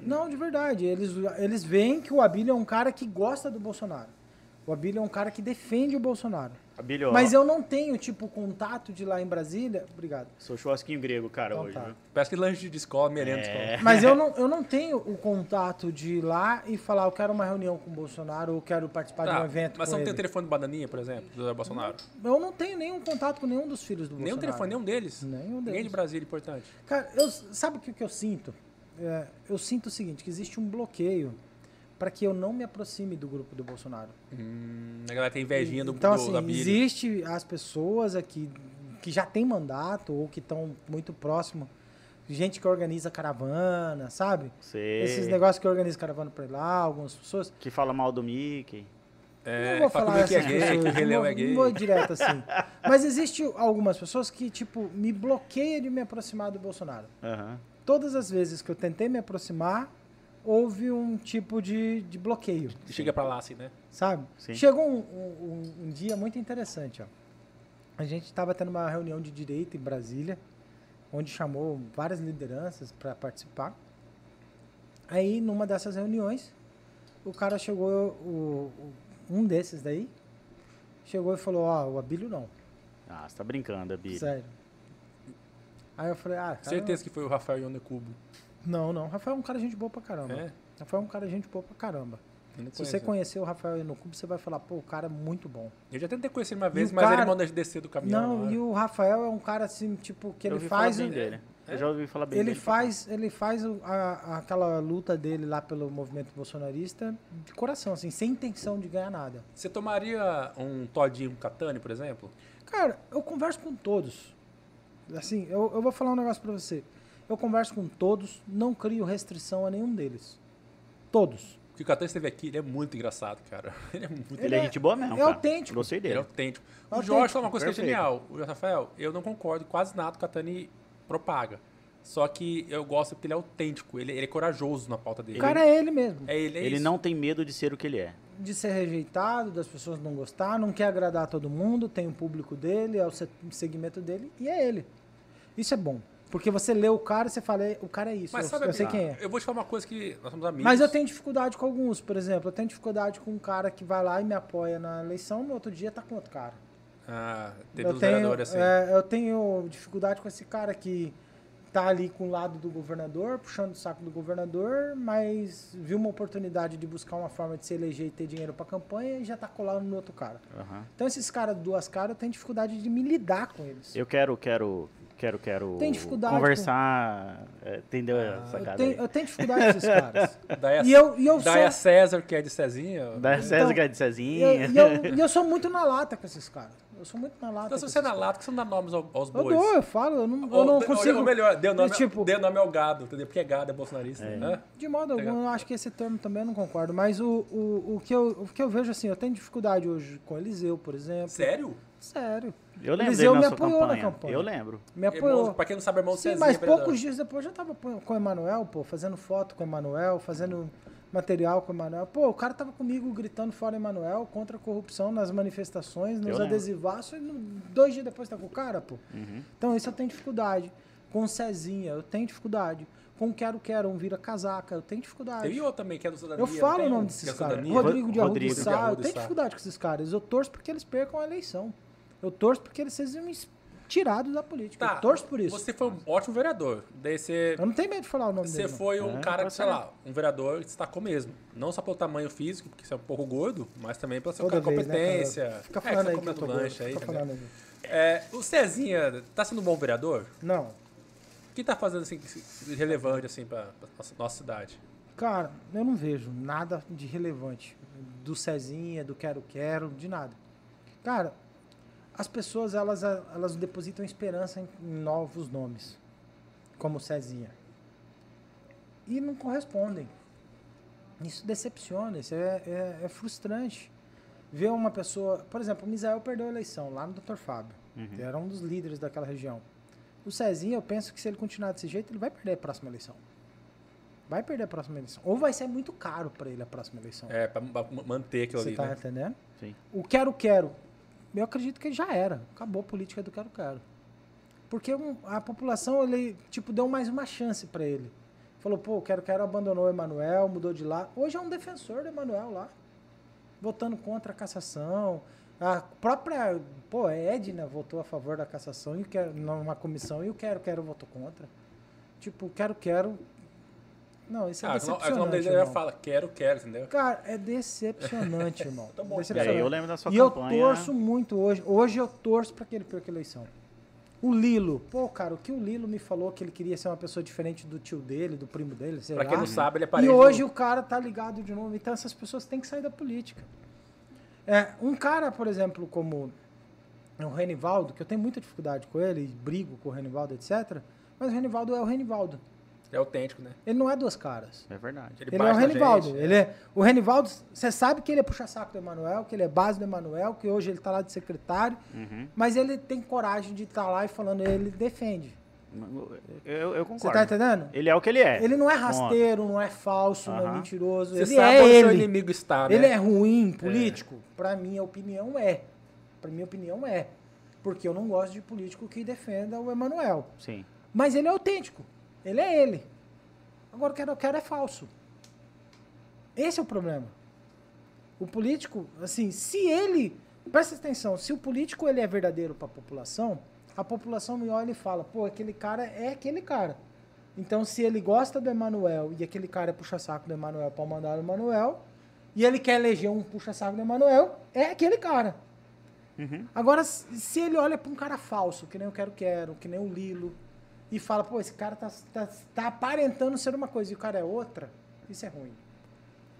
Não, de verdade. Eles, eles veem que o Abílio é um cara que gosta do Bolsonaro. O Abílio é um cara que defende o Bolsonaro.
Abílio,
Mas
Mas
eu não tenho, tipo, contato de lá em Brasília. Obrigado.
Sou churrasquinho grego, cara,
Então
hoje.
tá.
viu?
Parece que lanche de escola, merenda de
É.
escola.
Mas eu não, eu não tenho o contato de ir lá e falar, eu quero uma reunião com o Bolsonaro ou quero participar de
Tá,
um evento
mas
com
você não tem o
ele.
telefone do Bananinha, por exemplo, do Jair Bolsonaro?
Eu não tenho nenhum contato com nenhum dos filhos do
Nem o
Bolsonaro.
telefone, nenhum deles.
Nenhum
Ninguém de
deles.
Brasília, importante.
Cara, eu, sabe o que, que eu sinto? É, eu sinto o seguinte, que existe um bloqueio para que eu não me aproxime do grupo do Bolsonaro.
Hum, a galera tem invejinha do,
então,
do
assim,
da Bíblia.
existe as pessoas aqui que já tem mandato ou que estão muito próximo, gente que organiza caravana, sabe?
É.
Sei.
Esses negócios que organiza caravana para ir lá, algumas pessoas.
Que fala mal do Mickey.
É,
não vou
fala
falar
que é
essas
gay,
pessoas,
que o Rei Leão
não,
é gay.
não vou direto assim. Mas existe algumas pessoas que, tipo, me bloqueiam de me aproximar do Bolsonaro.
Aham.
Todas as vezes que eu tentei me aproximar, houve um tipo de, de bloqueio,
Chega pra lá, assim, né?
sabe?
Sim.
Chegou um, um- um- um dia muito interessante, ó. A gente estava tendo uma reunião de direita em Brasília, onde chamou várias lideranças para participar. Aí, numa dessas reuniões, o cara chegou, o- o- um desses daí, chegou e falou, ó, o Abílio não,
Ah, você tá brincando, Abílio.
sério. Aí eu falei, ah, cara,
Certeza que foi o Rafael Yone Cubo.
não, não, Rafael é um cara gente boa pra caramba.
É?
Rafael é um cara gente boa pra caramba.
Eu não
Se você
é.
conheço.
conhecer o Rafael Enocubo, você vai falar, pô, o cara é muito bom.
Eu já tentei conhecer ele uma vez,
o
mas ele
cara-
manda descer do caminhão.
não,
lá.
e o Rafael é um cara assim, tipo, que
é Eu
ele
ouvi
faz.
falar
o-
bem dele.
É?
Eu já ouvi falar bem
Ele
dele.
faz, ele faz o- a- a- aquela luta dele lá pelo movimento bolsonarista de coração, assim, sem intenção de ganhar nada.
Você tomaria um todinho com Catane, por exemplo?
Cara, eu converso com todos. Assim, eu, eu vou falar um negócio pra você. Eu converso com todos, não crio restrição a nenhum deles. Todos.
Porque o Catane esteve aqui, ele é muito engraçado, cara. Ele é muito
Ele é gente boa mesmo,
é
cara.
autêntico.
Gostei
Ele é
dele.
autêntico. O
Autêntico,
Jorge falou uma coisa que é
perfeito.
genial. O Rafael, eu não concordo quase nada com o Catani propaga. Só que eu gosto porque ele é autêntico, ele, ele é corajoso na pauta dele.
O cara é ele mesmo.
é ele, é
Ele
isso.
não tem medo de ser o que ele é.
de ser rejeitado, das pessoas não gostar, não quer agradar a todo mundo, tem o público dele, é o se- segmento dele e é ele. Isso é bom. Porque você lê o cara e você fala, "É, o cara é isso,
Mas
eu,
sabe,
eu sei
amigo,
quem é.
Eu vou te falar uma coisa que nós somos amigos.
Mas eu tenho dificuldade com alguns, por exemplo. Eu tenho dificuldade com um cara que vai lá e me apoia na eleição, no outro dia tá com outro cara.
Ah, teve
eu,
uns
tenho,
vereadores assim.
é, eu tenho dificuldade com esse cara que tá ali com o lado do governador, puxando o saco do governador, mas viu uma oportunidade de buscar uma forma de se eleger e ter dinheiro pra campanha e já tá colado no outro cara.
Aham.
Então esses caras duas caras eu tenho dificuldade de me lidar com eles.
Eu quero, quero, quero, quero
Tem dificuldade Ah,
conversar, é, entendeu essa
Eu
cara
tenho, eu tenho dificuldade com esses caras.
Daí a-
é, E eu, e eu sou.
Daí a César, que é de Cezinha.
Da César
Então,
que é de
E
Cezinha.
eu, e eu- e eu sou muito na lata com esses caras. Eu sou muito na lata.
Então, se
com
você é
esses
na lata, por que você não dá nomes ao- aos
caras. Eu
bois?
dou, eu falo, eu não,
Ou-
eu não
ou-
consigo.
Ou melhor, deu nome,
E, tipo,
deu nome ao gado, entendeu? Porque é gado, é bolsonarista. né?
De modo
Tá
algum, eu acho que esse termo também eu não concordo. Mas o, o, o, que eu, o que eu vejo assim, eu tenho dificuldade hoje com Eliseu, por exemplo.
Sério?
Sério.
Eu lembro
Eliseu
dele na
me
sua
apoiou na
campanha.
campanha.
Eu lembro.
Me
Irmão,
apoiou.
pra quem não sabe, irmão do
Sim,
Cezinha.
mas
é vereador.
poucos dias depois eu já tava com com o Emanuel, pô, fazendo foto com o Emanuel, fazendo material com o Emanuel. Pô, o cara tava comigo gritando fora Emanuel, contra a corrupção nas manifestações, nos
lembro.
adesivaços, e no- dois dias depois tá com o cara, pô.
Uhum.
Então isso eu tenho dificuldade. Com o Cezinha, eu tenho dificuldade. Com o Quero Quero, um vira casaca, eu tenho dificuldade.
Tem outro também, que é do Cidadania.
Eu falo o nome
que é
desses
do
caras.
Cidadania?
Rodrigo de Arruda
Rodrigo
e
de
Sá. Eu
Arruda e
tenho
Sá.
dificuldade com esses caras. Eu torço porque eles percam a eleição. Eu torço porque eles sejam tirados da política.
Tá,
Eu torço por isso.
Você foi um ótimo vereador. Daí você,
Eu não tenho medo de falar o nome
você
dele. não.
foi um
É,
cara que,
pode
sei
ser.
lá, um vereador que destacou mesmo. Não só pelo tamanho físico, porque você é um pouco gordo, mas também pela sua
Toda vez, né, cara?
competência.
Fica
é, que
falando
você
aí que eu
comendo
tô gordo,
lanche aí. né?
Fica
entendeu?
falando aí.
É, o Cezinha tá sendo um bom vereador?
Não.
O que tá fazendo assim, de relevante assim, pra, pra nossa, nossa cidade?
Cara, eu não vejo nada de relevante. Do Cezinha, do Quero Quero, de nada. Cara, as pessoas, elas, elas depositam esperança em em novos nomes. Como Cezinha. E não correspondem. Isso decepciona, isso é, é, é frustrante. Ver uma pessoa... Por exemplo, o Misael perdeu a eleição lá no Dr. Fábio. Ele era um dos líderes daquela região. O Cezinha, eu penso que se ele continuar desse jeito, ele vai perder a próxima eleição. Vai perder a próxima eleição. Ou vai ser muito caro para ele a próxima eleição.
É, pra, pra manter aquilo
Você
ali,
tá
né?
entendendo?
Sim.
O quero, quero. Eu acredito que já era. Acabou a política do quero, quero. Porque um- a população, ele, tipo, deu mais uma chance para ele. Falou, pô, o quero, quero abandonou o Emanuel, mudou de lá. Hoje é um defensor do Emanuel lá. Votando contra a cassação, A própria, pô, a Edna votou a favor da cassação e o quero numa comissão e o quero quero votou contra. Tipo, quero quero Não, isso é
Ah, o nome-
decepcionante.
o nome dele já
irmão.
fala, quero, quero, entendeu?
Cara, é decepcionante, irmão.
Tá bom,
decepcionante.
É, eu lembro da sua
e
campanha.
eu torço muito hoje. Hoje eu torço pra que ele perca a eleição. O Lilo. Pô, cara, o que o Lilo me falou que ele queria ser uma pessoa diferente do tio dele, do primo dele, sei
Pra
lá.
quem não sabe, ele é
E
aparece.
hoje o cara tá ligado de novo. Então essas pessoas têm que sair da política. É, um cara, por exemplo, como é o Renivaldo, que eu tenho muita dificuldade com ele, e brigo com o Renivaldo, etc. Mas o Renivaldo é o Renivaldo.
É autêntico, né?
Ele não é duas caras.
É verdade.
Ele, é o
bate na
Renivaldo.
gente,
ele é, o Renivaldo, você sabe que ele é puxa-saco do Emanuel, que ele é base do Emanuel, que hoje ele tá lá de secretário,
Uhum.
mas ele tem coragem de estar lá e falando, ele defende.
Eu, eu
Você tá
concordo.
entendendo?
ele é o que ele é.
Ele não é
Ponto.
rasteiro, não é falso, não é
Aham.
mentiroso.
Você
ele
sabe
é
onde seu
ele.
inimigo está, né? É.
Ele é ruim político? Pra minha opinião é. Pra minha opinião é. Porque eu não gosto de político que defenda o Emanuel.
Sim.
Mas ele é autêntico. Ele é ele. Agora o que eu quero é falso. Esse é o problema. O político, assim, se ele. Presta atenção, se o político ele é verdadeiro para a população, a população me olha e fala: pô, aquele cara é aquele cara. Então, se ele gosta do Emanuel e aquele cara puxa saco do Emanuel para mandar o Emanuel, e ele quer eleger um puxa saco do Emanuel, é aquele cara.
Uhum,
Agora, se se ele olha pra um cara falso, que nem o Quero Quero, que nem o Lilo, e fala, pô, esse cara tá, tá, tá aparentando ser uma coisa e o cara é outra, isso é ruim.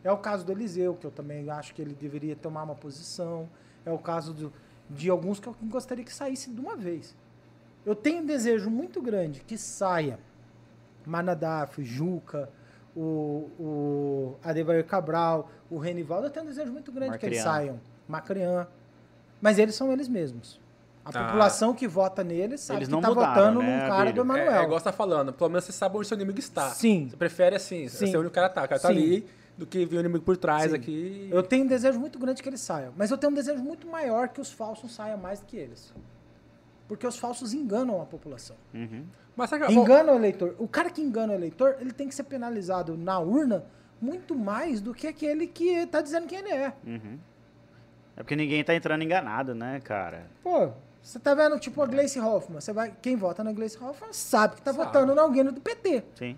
É o caso do Eliseu, que eu também acho que ele deveria tomar uma posição. É o caso do- de alguns que eu gostaria que saísse de uma vez. Eu tenho um desejo muito grande que saia Manadaf, Juca, o, o Adebayo Cabral, o Renivaldo. Eu tenho um desejo muito grande que eles
Marcrian.
saiam. Macrian. Mas eles são eles mesmos. A
Ah.
população que vota neles sabe
Eles
que
não
tá
mudaram,
votando
né,
num cara
Abílio?
do Emanuel.
É, é igual você tá falando, pelo menos você sabe onde seu inimigo está.
Sim.
Você prefere assim,
Sim.
ser onde o cara tá. O cara tá
Sim.
ali, do que ver o inimigo por trás
Sim.
aqui.
Eu tenho um desejo muito grande que eles saiam. Mas eu tenho um desejo muito maior que os falsos saiam mais do que eles. Porque os falsos enganam a população.
Uhum.
Mas será que é bom,
Engana o eleitor. O cara que engana o eleitor, ele tem que ser penalizado na urna muito mais do que aquele que tá dizendo quem ele é.
Uhum. É porque ninguém tá entrando enganado, né, cara?
Pô, você tá vendo, tipo, a Gleice Hoffmann. Você vai, quem vota na Gleice Hoffmann sabe que tá
Sabe.
votando em alguém do PT.
Sim.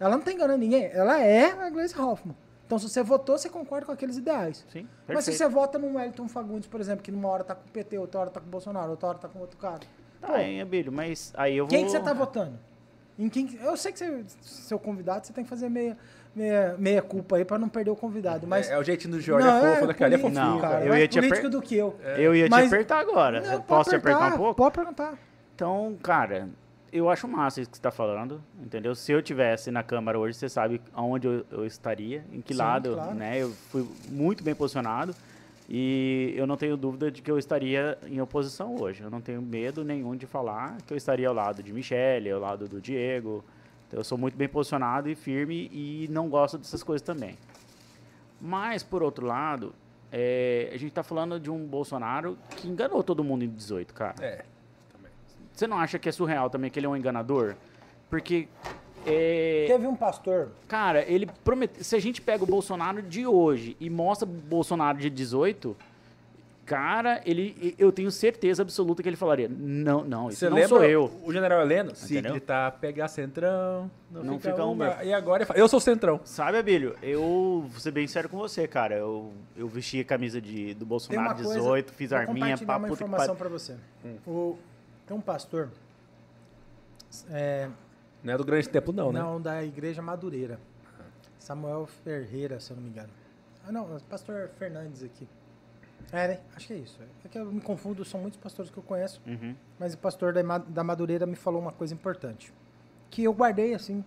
Ela não tá enganando ninguém. Ela é a Gleice Hoffmann. Então, se você votou, você concorda com aqueles ideais.
Sim.
Mas se
perfeito.
você vota num Wellington Fagundes, por exemplo, que numa hora tá com o PT, outra hora tá com o Bolsonaro, outra hora tá com outro cara. Pô,
Tá, hein, Abílio, mas aí eu vou...
Quem que você tá votando? Em quem que- Eu sei que você, seu convidado, você tem que fazer meia, meia, meia culpa aí pra não perder o convidado, mas...
É, é o jeitinho do Jorge, é fofo, né, cara? Ele é
político,
fofinho,
Não,
cara.
eu
é
ia te aper-
político do que eu.
É.
Eu ia
Mas-
te apertar agora.
Não,
Posso te
pode
apertar um pouco?
Pode perguntar.
Então, cara, eu acho massa isso que você tá falando, entendeu? Se eu tivesse na Câmara hoje, você sabe aonde eu, eu estaria, em que
Sim,
lado,
claro.
né? Eu fui muito bem posicionado e eu não tenho dúvida de que eu estaria em oposição hoje. Eu não tenho medo nenhum de falar que eu estaria ao lado de Michele, ao lado do Diego. Então, eu sou muito bem posicionado e firme e não gosto dessas coisas também. Mas, por outro lado, é, a gente tá falando de um Bolsonaro que enganou todo mundo em 18, cara.
É, também.
Você não acha que é surreal também que ele é um enganador? Porque, é,
Teve um pastor...
cara, ele prometeu. Se a gente pega o Bolsonaro de hoje e mostra o Bolsonaro de 18, cara, ele, eu tenho certeza absoluta que ele falaria: não, não, isso
Você
não
lembra
sou eu.
o general Heleno? Se
Entendeu?
gritar, pegar centrão, não,
Não
fica,
fica
um.
uma.
E agora ele fala, eu sou o centrão.
Sabe, Abílio, eu vou ser bem sério com você, cara. Eu, eu vesti a camisa de, do
Tem uma
Bolsonaro
coisa,
18, fiz
vou
arminha,
compartilhar
papo
uma
puta que
informação
pariu. Hum.
pra você. O, tem um pastor... É,
Não é do grande tempo, não, né?
Não, da Igreja Madureira. Samuel Ferreira, se eu não me engano. Ah, não, é pastor Fernandes aqui. É, né? Acho que é isso. É que eu me confundo, são muitos pastores que eu conheço,
Uhum.
mas o pastor da Ma- da Madureira me falou uma coisa importante, que eu guardei assim,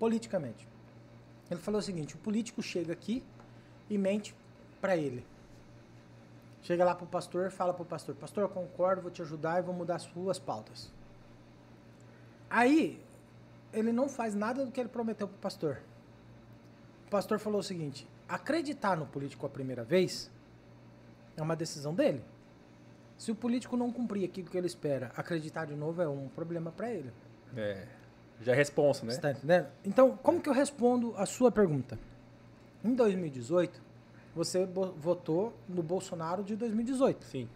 politicamente. Ele falou o seguinte: o político chega aqui e mente pra ele. Chega lá pro pastor, fala pro pastor: Pastor, eu concordo, vou te ajudar e vou mudar as suas pautas. Aí, ele não faz nada do que ele prometeu pro pastor. O pastor falou o seguinte: acreditar no político a primeira vez é uma decisão dele. Se o político não cumprir aquilo que ele espera, acreditar de novo é um problema pra ele.
É. Já é responsa, né?
Você tá entendendo? Então, como que eu respondo a sua pergunta? Em 2018, Você bo- votou no Bolsonaro de 2018.
Sim.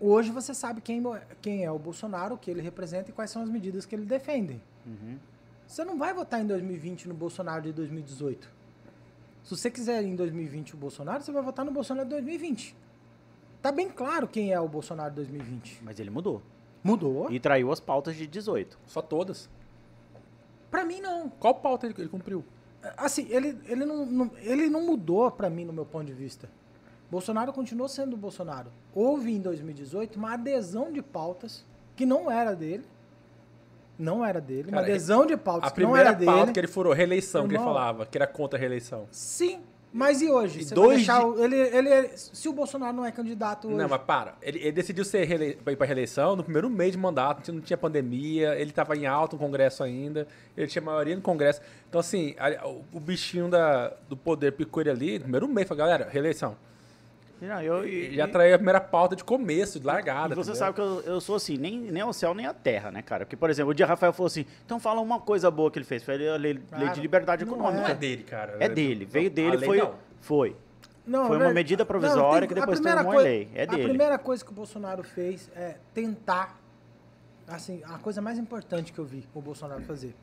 Hoje você sabe quem, mo- quem é o Bolsonaro, o que ele representa e quais são as medidas que ele defende.
Uhum.
Você não vai votar em 2020 no Bolsonaro de 2018. Se você quiser em 2020 o Bolsonaro, você vai votar no Bolsonaro de 2020. Tá bem claro quem é o Bolsonaro de 2020.
Mas ele mudou.
Mudou?
E traiu as pautas de 18.
Só todas.
Pra mim, não.
Qual pauta ele, ele cumpriu?
Assim, ele, ele, não, não- ele não mudou pra mim, no meu ponto de vista. Bolsonaro continuou sendo o Bolsonaro. Houve em 2018 uma adesão de pautas que não era dele. Não era dele. uma
Cara, é
adesão de pautas
A
que não era
primeira
dele.
pauta que ele furou, reeleição, que ele
Irmão.
falava, que era contra a reeleição.
Sim, mas e hoje?
E
Você
dois
vai deixar
de-
o- ele, ele, se o Bolsonaro não é candidato hoje,
Não, mas para. Ele, ele decidiu ser reele... pra ir pra reeleição no primeiro mês de mandato, tinha- não tinha pandemia, ele tava em alta no Congresso ainda, ele tinha maioria no Congresso. Então, assim, a- o, o bichinho da, do poder picou ele ali, no primeiro mês, falou, galera, reeleição.
Não, eu, e,
Ele já traiu a primeira pauta de começo, de largada.
e você
entendeu?
sabe que eu, eu sou assim, nem, nem o céu nem a terra, né, cara? Porque, por exemplo, o dia Rafael falou assim, então fala uma coisa boa que ele fez. Foi a lei, lei de
Cara,
liberdade
não
econômica.
Não é
É
dele, cara.
dele, veio
Não,
dele,
a lei
foi...
não.
Foi.
Não,
Foi
né?
uma medida provisória que
a
depois
primeira
transformou em
coi-
lei. É dele.
A primeira coisa que o Bolsonaro fez é tentar, assim, a coisa mais importante que eu vi o Bolsonaro fazer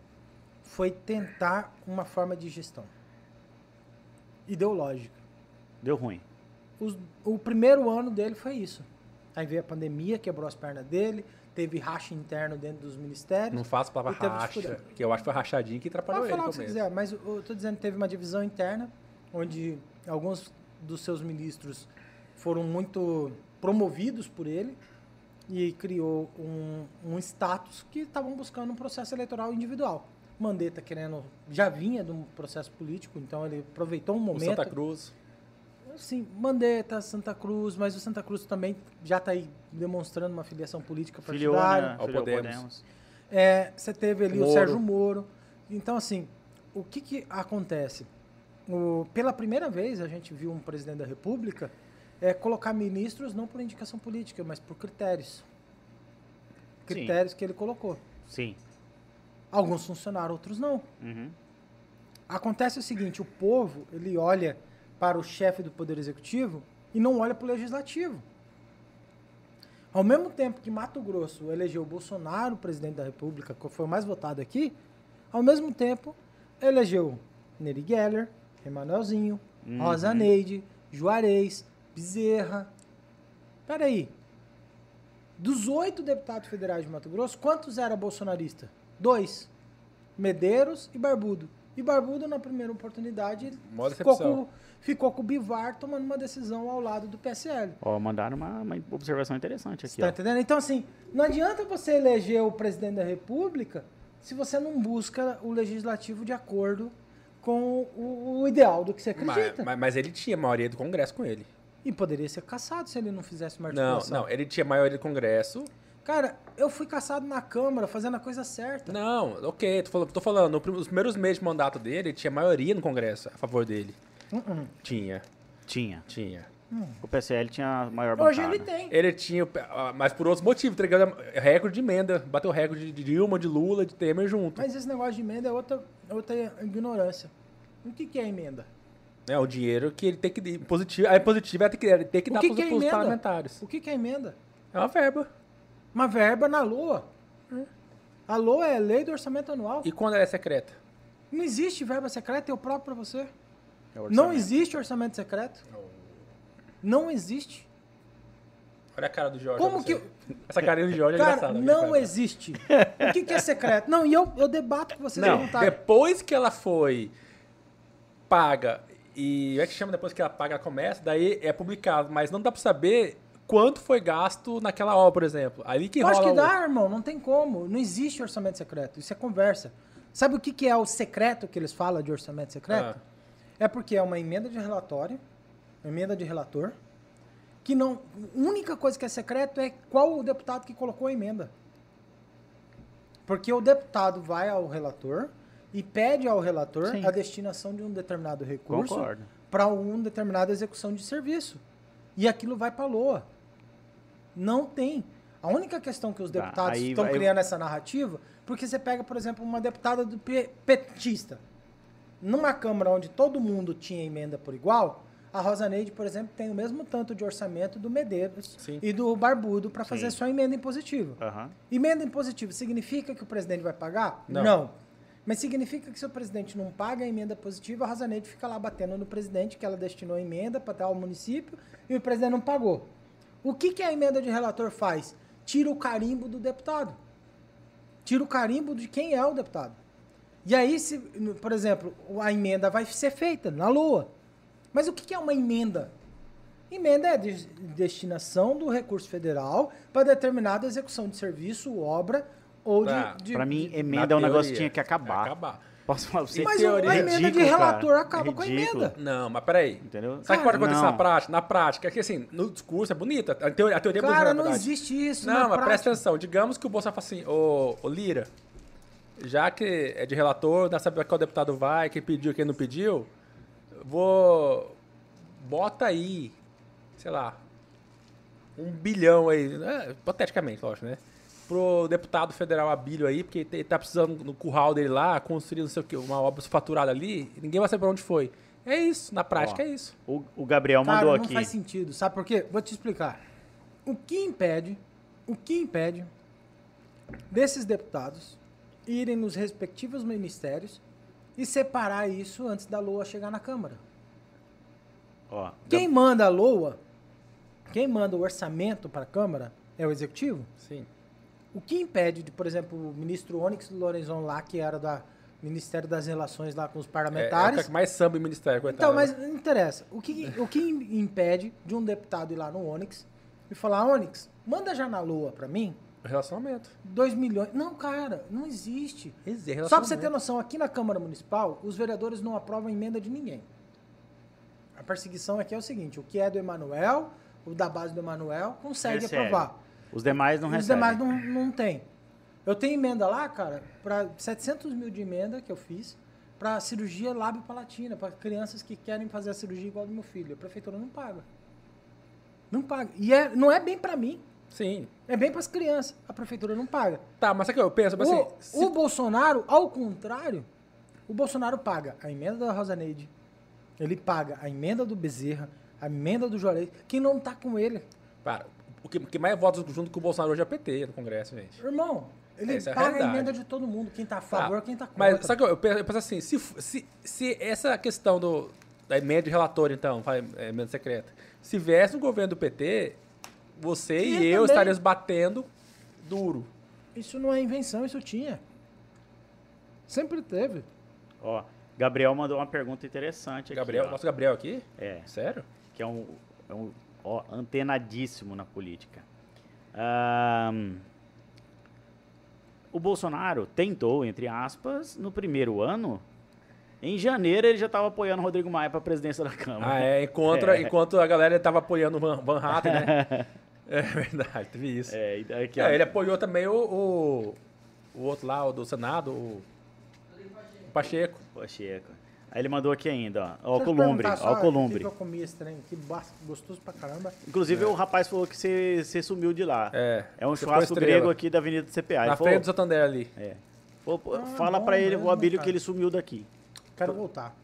foi tentar uma forma de gestão ideológica.
Deu ruim.
Os- o primeiro ano dele foi isso. Aí veio a pandemia, quebrou as pernas dele, teve racha interno dentro dos ministérios.
Não faço palavra
E teve
racha,
dificuldade.
que eu acho que foi rachadinho que
Pode
atrapalhou ele.
falar o
no
que você
começo.
quiser, mas eu- eu tô dizendo que teve uma divisão interna, onde alguns dos seus ministros foram muito promovidos por ele e criou um, um status que estavam buscando um processo eleitoral individual. Mandetta querendo já vinha de um processo político, então ele aproveitou um
O Santa
momento.
Cruz.
Sim, Mandetta, Santa Cruz, mas o Santa Cruz também já está aí demonstrando uma filiação política
Filiou,
partidária.
né?
Ao
Filiou
Podemos.
É, você teve ali
Moro.
o Sérgio Moro. Então, assim, o que, que acontece? O- pela primeira vez a gente viu um presidente da República é, colocar ministros não por indicação política, mas por critérios. Critérios que ele colocou.
Sim.
Alguns funcionaram, outros não.
Uhum.
Acontece o seguinte, o povo, ele olha para o chefe do Poder Executivo e não olha para o Legislativo. Ao mesmo tempo que Mato Grosso elegeu o Bolsonaro presidente da República, que foi o mais votado aqui, ao mesmo tempo elegeu Nery Geller, Emanuelzinho, Rosa Neide, Juarez, Bezerra. Peraí, dos oito deputados federais de Mato Grosso, quantos era bolsonarista? Dois. Medeiros e Barbudo. E Barbudo, na primeira oportunidade,
Mó
ficou
decepção.
com, ficou com o Bivar tomando uma decisão ao lado do PSL.
Ó, mandaram uma, uma observação interessante
Você
aqui,
tá
ó.
entendendo? Então, assim, não adianta você eleger o presidente da República se você não busca o legislativo de acordo com o, o ideal do que você
Mas,
acredita.
mas- mas ele tinha maioria do Congresso com ele.
E poderia ser caçado se ele não fizesse uma
Não,
articulação.
não, ele tinha maioria do Congresso.
Cara, eu fui caçado na Câmara fazendo a coisa certa.
Não, ok, tô falando, tô falando, no prim- os primeiros meses de mandato dele, ele tinha maioria no Congresso a favor dele.
Uh-uh.
Tinha,
Tinha.
tinha.
O PSL tinha a maior bancada.
Hoje ele tem.
Ele tinha, ah, mas por outros motivos, entregando recorde de emenda, bateu recorde de Dilma, de Lula, de Temer junto.
Mas esse negócio de emenda é outra, outra ignorância. O que, que é emenda?
É o dinheiro que ele tem que dar positivo, aí positivo é ter que, ele tem que
O
dar
que
pros,
que é
pros
emenda?
parlamentares.
O que, que é emenda?
É uma verba.
Uma verba na LOA. A LOA é lei do orçamento anual.
E quando ela é secreta?
Não existe verba secreta, eu próprio pra você.
É o
Não
orçamento. É
existe orçamento secreto. Não existe.
Olha a cara do Jorge.
Como
eu não sei.
que-
Essa carinha do Jorge é
Cara,
engraçada.
não
existe.
existe. O que, que é secreto? Não, e eu, eu debato com vocês à
Não,
vontade.
depois que ela foi paga e é que chama depois que ela paga ela começa, daí é publicado, mas não dá pra saber quanto foi gasto naquela obra, por exemplo. Ali que
Eu acho
rola
que
o-
dá, irmão. Não tem como. Não existe orçamento secreto. Isso é conversa. Sabe o que, que é o secreto que eles falam de orçamento secreto?
Ah.
É porque é uma emenda de relatório, uma emenda de relator, que não. A única coisa que é secreto é qual o deputado que colocou a emenda. Porque o deputado vai ao relator e pede ao relator
Sim.
a destinação de um determinado recurso
Concordo.
para uma determinada um execução de serviço. E aquilo vai para a LOA. Não tem. A única questão que os
Tá,
deputados
aí
estão
vai-
criando essa narrativa, porque você pega, por exemplo, uma deputada do P- petista. numa Câmara onde todo mundo tinha emenda por igual, a Rosaneide, por exemplo, tem o mesmo tanto de orçamento do Medeiros
Sim.
e do Barbudo para fazer
Sim.
só emenda impositiva.
Aham.
Emenda impositiva significa que o presidente vai pagar?
Não.
Mas significa que se o presidente não paga a emenda positiva, a Rosaneide fica lá batendo no presidente que ela destinou a emenda para tal município e o presidente não pagou. O que, que a emenda de relator faz? Tira o carimbo do deputado. Tira o carimbo de quem é o deputado. E aí, se, por exemplo, a emenda vai ser feita na lua. Mas o que que é uma emenda? Emenda é a des- destinação do recurso federal para determinada execução de serviço, obra ou de-
Tá,
de.
Pra mim,
de-
emenda
Na
é um negócio
teoria,
que tinha que acabar.
é acabar.
Posso falar pra você?
Mas
teoria,
a emenda de
Ridículo,
relator
cara.
acaba com a
Ridículo.
emenda.
Não, mas peraí.
Entendeu?
Sabe o que pode acontecer
Não.
na prática? Na prática, é que assim, no discurso é bonita. A teoria, a teoria é bonita, na
Cara, não é
verdade.
existe isso.
Não,
na
mas presta
prática.
atenção. Digamos que o Bolsonaro fala assim, ô, ô Lira, já que é de relator, dá saber qual deputado vai, quem pediu, quem não pediu, vou... Bota aí, sei lá, um bilhão aí, né? hipoteticamente, lógico, né? Pro deputado federal Abílio aí, porque ele tá precisando, no curral dele lá, construir não sei o quê, uma obra faturada ali, e ninguém vai saber pra onde foi. É isso, na prática
Ó.
é isso.
O, o Gabriel
Cara,
mandou
não
aqui.
faz sentido. Sabe por quê? Vou te explicar. O que impede, o que impede desses deputados irem nos respectivos ministérios e separar isso antes da LOA chegar na Câmara?
Ó,
Quem manda a LOA, quem manda o orçamento para a Câmara é o Executivo.
Sim.
O que impede de, por exemplo, o ministro Onyx Lorenzon lá, que era do Ministério das Relações lá com os
É, é
parlamentares,
o que mais samba em ministério, coitado.
então,
né?
mas não interessa. O que, o que im- impede de um deputado ir lá no Onyx e falar, Onyx, manda já na lua pra mim
Relacionamento.
2 milhões. Não, cara, não existe.
Existe,
Só pra você ter noção, aqui na Câmara Municipal, os vereadores não aprovam emenda de ninguém. A perseguição aqui é o seguinte, o que é do Emanuel, o da base do Emanuel, consegue
Recebe.
aprovar.
Os demais não
E os
recebem.
demais não, não tem. Eu tenho emenda lá, cara, para 700 mil de emenda que eu fiz para cirurgia lábio-palatina, para crianças que querem fazer a cirurgia igual do meu filho. A prefeitura não paga. Não paga. E é, não é bem para mim,
Sim.
é bem para as crianças. A prefeitura não paga. Tipo
Tá, mas sabe o que eu penso? Mas,
o,
assim, se-
o Bolsonaro, ao contrário, o Bolsonaro paga a emenda da Rosaneide, ele paga a emenda do Bezerra, a emenda do Juarez, quem não tá com ele.
Para, o que, o que mais vota junto com o Bolsonaro hoje é o PT no Congresso, gente.
Irmão, ele
Essa é a
paga a
realidade.
emenda de todo mundo, quem tá a favor,
Tá,
quem tá contra.
Mas sabe o que eu penso, eu penso assim, se, f- se, se essa questão do, da emenda de relatório, então, fala, é, emenda secreta, se viesse no governo do PT, você
Que
e eu
também-
estaríamos batendo duro.
Isso não é invenção, isso tinha. Sempre teve.
Ó, Gabriel mandou uma pergunta interessante aqui.
Gabriel,
ó.
nosso Gabriel aqui?
É.
Sério?
que é um, é um ó, antenadíssimo na política. Ahn, o Bolsonaro tentou, entre aspas, no primeiro ano. Em janeiro ele já estava apoiando o Rodrigo Maia para a presidência da Câmara.
Ah, é, enquanto,
É.
enquanto a galera tava apoiando o Van, Van Hatten, né? é verdade, teve isso.
É, e daí aqui, ó.
É, ele apoiou também o, o, o outro lá, o do Senado, o, o Pacheco.
Pacheco. Aí ele mandou aqui ainda, ó. Ó, o
Deixa eu te
Columbre,
perguntar
ó,
só
o Columbre.
Que eu comi esse trem, que ba- gostoso pra caramba.
Inclusive o rapaz falou que você sumiu de lá.
É.
um
Você
churrasco
ficou estrela.
grego aqui da Avenida do CPA. Ele
Na
falou,
frente do Santander ali.
é. Falou, pô,
Ah,
fala
bom
pra ele,
mesmo,
o Abílio,
cara.
que ele sumiu daqui.
Quero voltar.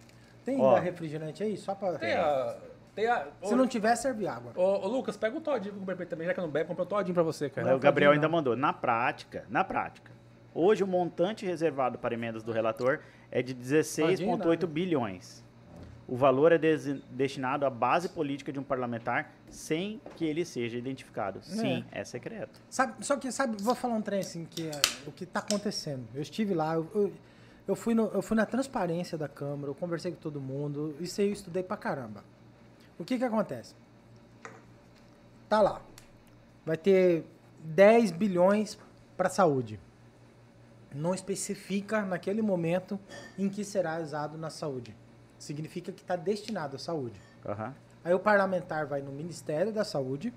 Tem
Ó.
ainda refrigerante aí? Só pra.
Tem a. Tem a.
Se
ô,
não tiver, serve água.
ô, ô, Lucas, pega um todinho pro bebê também, já que eu não bebo, compra um todinho pra você,
Aí
É,
cara.
o Gabriel
não.
ainda mandou. Na prática, na prática, hoje o montante reservado para emendas do relator é de 16,8
né?
bilhões. O valor é desi- destinado à base política de um parlamentar sem que ele seja identificado. Sim, é secreto.
Sabe- só que, sabe, vou falar um trem assim, que é o que tá acontecendo. Eu estive lá, eu, eu, eu fui no- eu fui na transparência da Câmara, eu conversei com todo mundo, isso aí eu estudei pra caramba. O que que acontece? Tá lá. Vai ter 10 bilhões pra saúde. Não especifica naquele momento em que será usado na saúde. Significa que está destinado à saúde.
Aham.
Aí o parlamentar vai no Ministério da Saúde,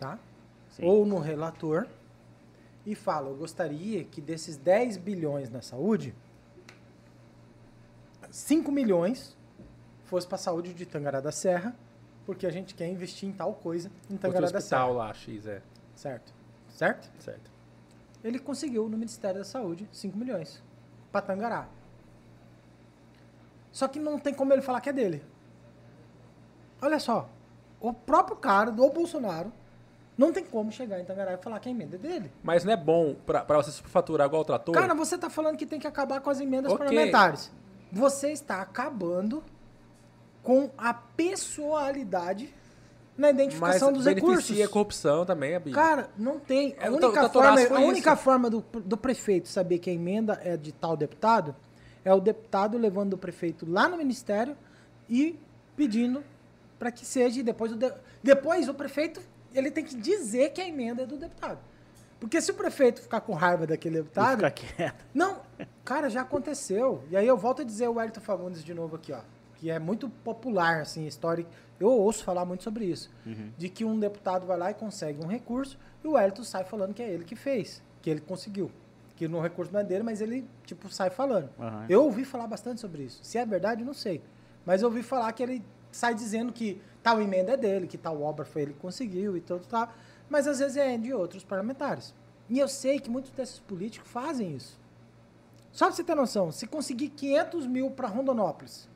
tá?
Sim.
Ou no relator e fala: "Eu gostaria que desses 10 bilhões na saúde, 5 milhões fosse para saúde de Tangará da Serra, porque a gente quer investir em tal coisa em
Outro
Tangará da
hospital
Serra".
lá, X, é.
Certo? Certo?
Certo.
Ele conseguiu no Ministério da Saúde 5 milhões para Tangará. Só que não tem como ele falar que é dele. Olha só, o próprio cara do Bolsonaro não tem como chegar em Tangará e falar que a emenda é dele.
Mas não é bom pra, pra você superfaturar igual o trator?
Cara, você está falando que tem que acabar com as emendas
Ok.
parlamentares. Você está acabando com a pessoalidade na
mas
identificação dos recursos.
beneficia a corrupção também, Abinho.
Cara, não tem. A
É, o
única
Tato Horácio
forma,
foi
a
isso.
única forma do, do prefeito saber que a emenda é de tal deputado é o deputado levando o prefeito lá no ministério e pedindo para que seja. e Depois o, de- depois o prefeito ele tem que dizer que a emenda é do deputado. Porque se o prefeito ficar com raiva daquele deputado,
Fica quieto.
não, cara, já aconteceu. E aí eu volto a dizer o Wellington Fagundes de novo aqui, ó. Que é muito popular, assim, histórico. Eu ouço falar muito sobre isso. De que um deputado vai lá e consegue um recurso e o Wellington sai falando que é ele que fez, que ele conseguiu. Que no recurso não é dele, mas ele, tipo, sai falando.
Aham.
Eu ouvi falar bastante sobre isso. Se é verdade, eu não sei. Mas eu ouvi falar que ele sai dizendo que tal emenda é dele, que tal obra foi ele que conseguiu e tudo tal. Mas às vezes é de outros parlamentares. E eu sei que muitos desses políticos fazem isso. Só pra você ter noção, se conseguir 500 mil pra Rondonópolis,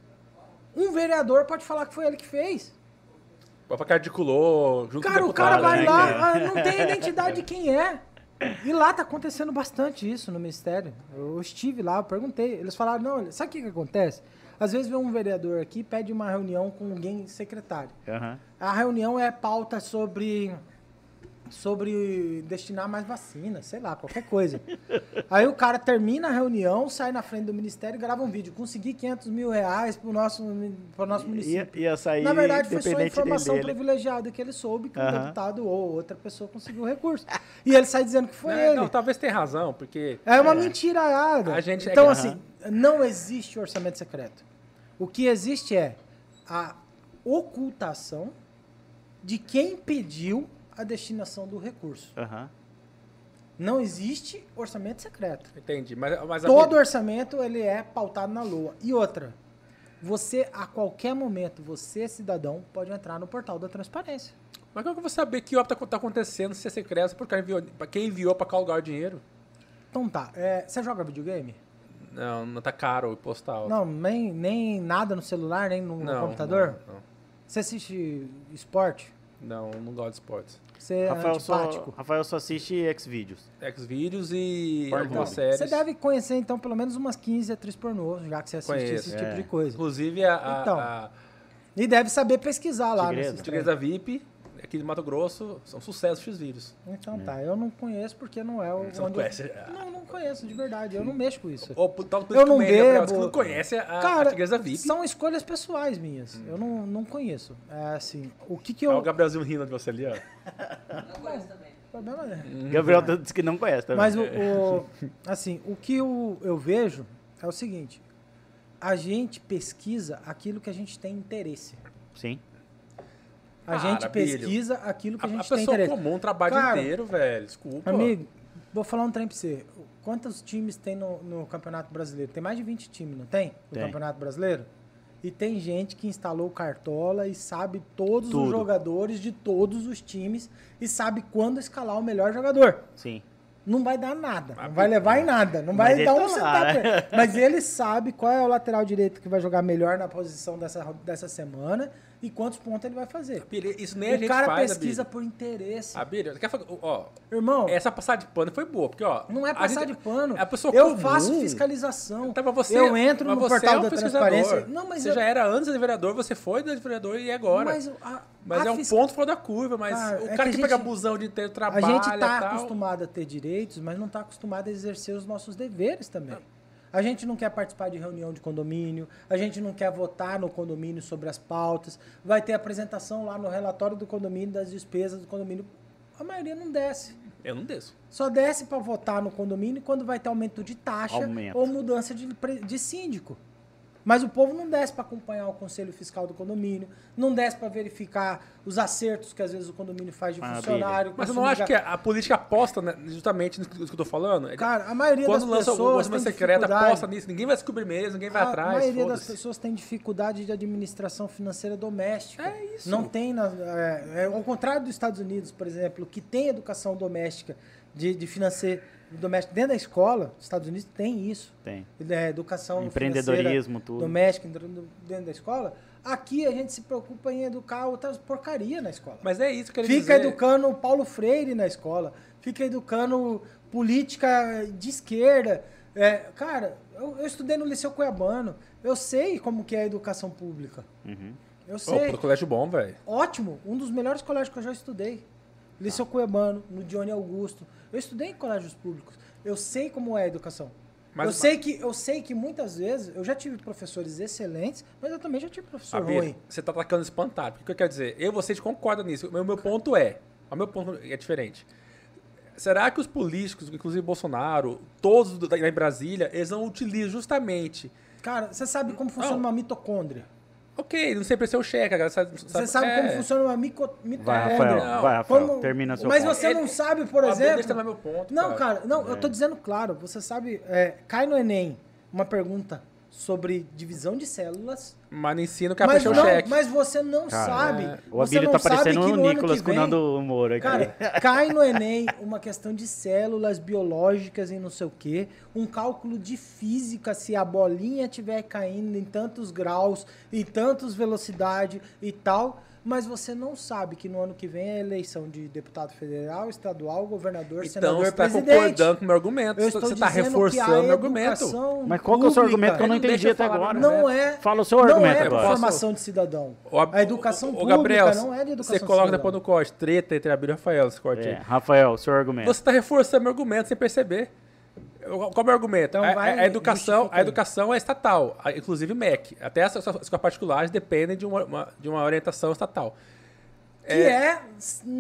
um vereador pode falar que foi ele que fez.
O cara articulou junto
Cara,
com
o cara vai
né,
lá,
cara?
ah, não tem identidade de quem é. E lá tá acontecendo bastante isso no Ministério. Eu estive lá, eu perguntei. Eles falaram, não, olha, sabe o que, que acontece? Às vezes vem um vereador aqui e pede uma reunião com alguém secretário.
Aham.
A reunião é pauta sobre sobre destinar mais vacina, sei lá, qualquer coisa. Aí o cara termina a reunião, sai na frente do ministério e grava um vídeo. Consegui 500 mil reais pro nosso, pro nosso
Ia,
município.
ia sair
Na verdade, foi só
independente
informação
dele.
privilegiada que ele soube que um
Aham.
deputado ou outra pessoa conseguiu o recurso. E ele sai dizendo que foi
Não, então, tá
ele.
não, talvez tenha razão, porque
É uma mentirada.
A gente é
então,
que-
assim, não existe orçamento secreto. O que existe é a ocultação de quem pediu a destinação do recurso.
Aham.
Não existe orçamento secreto.
Entendi, mas, mas
Todo orçamento ele é pautado na lua. E outra, você a qualquer momento, você cidadão pode entrar no portal da transparência.
Mas como que eu vou saber que obra tá acontecendo se é secreto? Porque quem enviou, pra quem enviou pra qual lugar o dinheiro?
Então tá, é, você joga videogame?
Não, não tá caro o postal.
Não, nem, nem nada no celular, nem no
Não,
computador?
Não,
Você assiste esporte?
não, não, não gosto de esportes.
Você é
Rafael, só,
antipático?
Rafael só assiste X-Videos.
Xvideos e
Pornhub.
algumas
Você
séries.
Você deve conhecer, então, pelo menos umas 15 atrizes pornô, já que você assiste
Conheço,
esse tipo
é.
de coisa.
Inclusive a, a,
Então.
a
E deve saber pesquisar lá.
Tigresa.
nesses trem.
Tigresa VIP, aqui de Mato Grosso, são sucesso Xvideos.
Então tá, eu não conheço porque não é o.
Você não
onde eu-
conhece? ah.
Não, não conheço, de verdade. Eu não mexo com isso.
Ou por- tal por isso
Eu
tá que
não
o Meire Gabriel disse que
bebo.
não conhece a, é a
Cara,
Tigresa VIP.
são escolhas pessoais minhas.
Hum.
Eu não, não conheço. É assim, o que que
Ah,
eu...
o Gabrielzinho rindo de você ali, ó.
O problema é...
Hum,
Gabriel disse que não conhece também.
Mas o, o- assim, o que eu, eu vejo é o seguinte: a gente pesquisa aquilo que a gente tem interesse.
Sim.
Cara,
A gente
Bilho,
pesquisa aquilo que
A, a
a, gente tem
pessoa
interesse.
comum trabalha o dia
Cara,
inteiro, velho. Desculpa.
Amigo, vou falar um trem pra você. Quantos times tem no, no Campeonato Brasileiro? Tem mais de 20 times, não tem? No
Tem.
Campeonato Brasileiro? E tem gente que instalou o Cartola e sabe todos os
Tudo.
jogadores de todos os times e sabe quando escalar o melhor jogador.
Sim.
não vai dar nada. Não vai levar em nada. Não vai
ele
dar
tá
um
lá,
centavo.
né?
Mas ele sabe qual é o lateral direito que vai jogar melhor na posição dessa, dessa semana e quantos pontos ele vai fazer.
Abílio, isso nem a
O
gente
cara
faz,
pesquisa
Abílio.
por interesse.
Abílio, você quer falar... Ó,
Irmão,
essa passada de pano foi boa, porque, ó...
não é
a
passar
gente-
de pano.
A pessoa
eu
comum,
faço fiscalização.
Tá, mas você,
eu entro
mas
no
você é
portal
um
da
pesquisador.
transparência. Não, mas
você
eu-
já era antes de vereador, você foi de vereador e é agora.
Mas,
Mas,
a- a
é um
fis-
ponto fora da curva, mas
Cara,
o
é
cara
que a
que, pega
gente-
abusão o dia inteiro
A
trabalha
gente está
e tal.
acostumado a ter direitos, mas não está acostumado a exercer os nossos deveres também. A gente não quer participar de reunião de condomínio, a gente não quer votar no condomínio sobre as pautas, vai ter apresentação lá no relatório do condomínio das despesas do condomínio. A maioria não desce.
Eu não desço.
Só desce para votar no condomínio quando vai ter aumento de taxa
Aumento.
ou mudança de, pre- de síndico. Mas o povo não desce para acompanhar o conselho fiscal do condomínio, não desce para verificar os acertos que às vezes o condomínio faz de
Maravilha.
funcionário.
Mas eu
consumo
não
de
acho
ga-
que é- a, a política aposta né, justamente nisso que eu tô falando. É-
Cara, a maioria
Quando
das
lança
pessoas.
o orçamento
tem
secreto,
dificuldade.
aposta nisso. Ninguém vai descobrir mesmo, ninguém vai
a
atrás.
maioria das
foda-se.
pessoas tem dificuldade de administração financeira doméstica.
É isso.
Não tem. na- é, é ao contrário dos Estados Unidos, por exemplo, que tem educação doméstica de, de financeira. do doméstico dentro da escola, nos Estados Unidos tem isso.
Tem.
É, educação
Empreendedorismo, tudo.
doméstica dentro dentro da escola. Aqui a gente se preocupa em educar outras porcaria na escola.
Mas é isso que ele
Fica
dizer.
educando o Paulo Freire na escola. Fica educando política de esquerda. É, cara, eu, eu estudei no Liceu Cuiabano. Eu sei como que é a educação pública. Eu
Pô,
sei.
Uhum. pro colégio bom, velho.
Ótimo, um dos melhores colégios que eu já estudei. Liceu Cuiabano, no Johnny Augusto. Eu estudei em colégios públicos. Eu sei como é a educação.
Mas-
eu, sei que, eu sei que muitas vezes eu já tive professores excelentes, mas eu também já tive professor
Abir,
ruim.
você tá atacando espantado. O que eu quero dizer? Eu e vocês concordam nisso. O meu, meu ponto é. O meu ponto é diferente. Será que os políticos, inclusive Bolsonaro, todos do- da- em Brasília, eles não utilizam justamente.
Cara, você sabe como funciona
Não.
uma mitocôndria.
Ok, não sempre é o cheque, a galera sabe,
Você sabe
é.
como funciona uma mico- mitocôndria.
Vai, Rafael.
Não,
vai, Rafael.
Como-
Termina seu
É, Mas
ponto.
você não
Ele-
sabe, por
Abel,
exemplo.
deixa eu dar meu ponto,
não,
cara.
cara, não,
É.
eu tô dizendo claro, você sabe, é, cai no Enem uma pergunta sobre divisão de células.
Mas no ensino que
Mas,
apareceu o
não,
cheque.
mas você não
Cara,
sabe.
é.
O
você
Abílio
não
tá
sabe
parecendo
que
o
no ano
Nicolas
que
com o
vem-
Nando Moro aqui.
Cara, cai no Enem uma questão de células biológicas e não sei o quê, um cálculo de física se a bolinha estiver caindo em tantos graus, em tantos velocidade e tal, mas você não sabe que no ano que vem é eleição de deputado federal, estadual, governador,
Então
senador,
você tá
presidente.
concordando com o meu argumento.
Eu
Você
estou
você tá
dizendo que a
reforçando o meu argumento.
educação
Mas qual que é o seu
pública
argumento que eu não
Não deixa
entendi
eu
até
falar,
agora?
não.
não é.
Fala o seu
não
argumento
é
agora.
formação de cidadão.
O Ab-
a educação
o- o- o
pública
Gabriel,
não é de educação
Você coloca
de cidadão.
depois no corte, treta entre Abílio e Rafael, esse corte
É,
aí.
Rafael, seu argumento.
Você tá reforçando meu argumento sem perceber. Eu- Qual é o meu argumento?
Então
a,
vai,
a- a educação,
justifica aí.
a educação é estatal, a- inclusive MEC. Até as as escolas particulares dependem de uma, uma- de uma orientação estatal.
Que é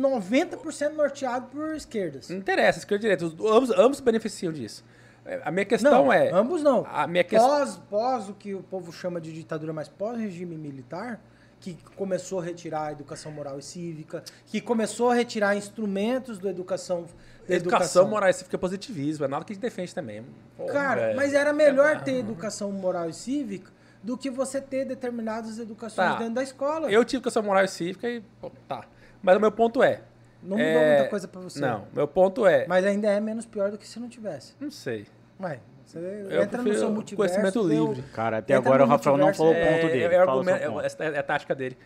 90% norteado por esquerdas.
Não interessa, esquerda e direita. os- Ambos, ambos beneficiam disso. É, A minha questão
não,
é.
ambos não.
A minha questão-
Pós, pós o que o povo chama de ditadura, mas pós-regime militar, que começou a retirar a educação moral e cívica, que começou a retirar instrumentos da educação. Da
Educação, moral e cívica é positivismo, é nada que a gente defende também. Pô, é.
Cara,
velho. uhum.
mas era melhor ter educação moral e cívica do que você ter determinadas educações
Tá.
dentro da escola.
Eu tive educação moral e cívica e. pô, tá. Mas o meu ponto é.
Não mudou
é,
muita coisa pra você.
Não, meu ponto é.
Mas ainda é menos pior do que se não tivesse.
Não sei.
Ué, você
Eu
entra no
prefiro
seu multiverso.
conhecimento
vê o-
livre.
Cara, até
entra
agora
no
o Rafael não falou
multiverso,
o
É,
ponto dele.
é, é
Fala o seu
argumento- é,
ponto.
essa é a tática dele.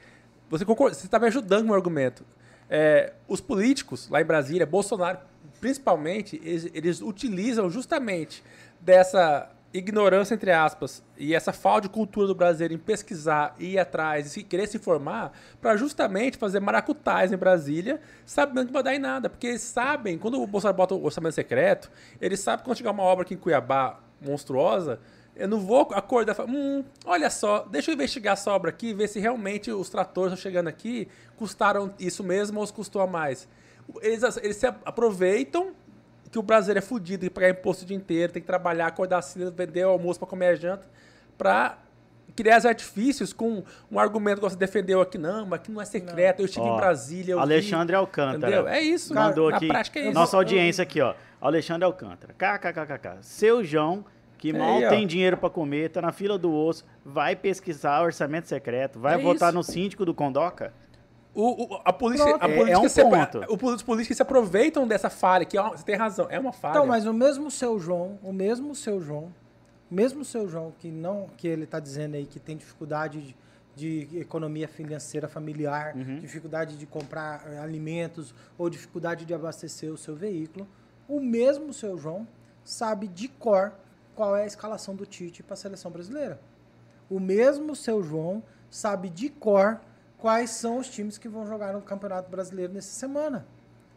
Você concorda, você está me ajudando com o meu argumento. É, os políticos lá em Brasília, Bolsonaro principalmente, eles, eles utilizam justamente dessa ignorância, entre aspas, e essa falta de cultura do brasileiro em pesquisar, ir atrás, e se- querer se informar, para justamente fazer maracutais em Brasília, sabendo que não vai dar em nada. Porque eles sabem, quando o Bolsonaro bota o orçamento secreto, ele sabe que quando chegar uma obra aqui em Cuiabá monstruosa, eu não vou acordar e falar, hum, olha só, deixa eu investigar essa obra aqui, ver se realmente os tratores que estão chegando aqui custaram isso mesmo ou se custou a mais. Eles, eles se aproveitam que o brasileiro é fudido, tem que pagar imposto o dia inteiro, tem que trabalhar, acordar cedo, vender o almoço para comer a janta, para criar os artifícios com um argumento que você defendeu aqui, não, mas aqui não é secreto, eu estive
Ó,
em Brasília, eu vi.
Alexandre Alcântara.
Entendeu? É isso,
Mandou
na
aqui.
prática é isso.
Nossa audiência aqui, ó. Alexandre Alcântara. KKKKK. Seu João, que mal
Aí, ó.
tem dinheiro pra comer, tá na fila do osso, vai pesquisar orçamento secreto, vai
É
votar
isso.
no síndico do Condoca?
O, o- a polícia, a
Pronto. É- é
política
um
se-
ponto.
o poli- os políticos se aproveitam dessa falha, que é uma- você tem razão, é uma falha.
Então, mas o mesmo seu João, o mesmo seu João, o mesmo seu João que não que ele tá dizendo aí que tem dificuldade de, de economia financeira familiar, dificuldade de comprar eh, alimentos ou dificuldade de abastecer o seu veículo, o mesmo seu João sabe de cor qual é a escalação do Tite para a seleção brasileira. O mesmo seu João sabe de cor quais são os times que vão jogar no Campeonato Brasileiro nessa semana.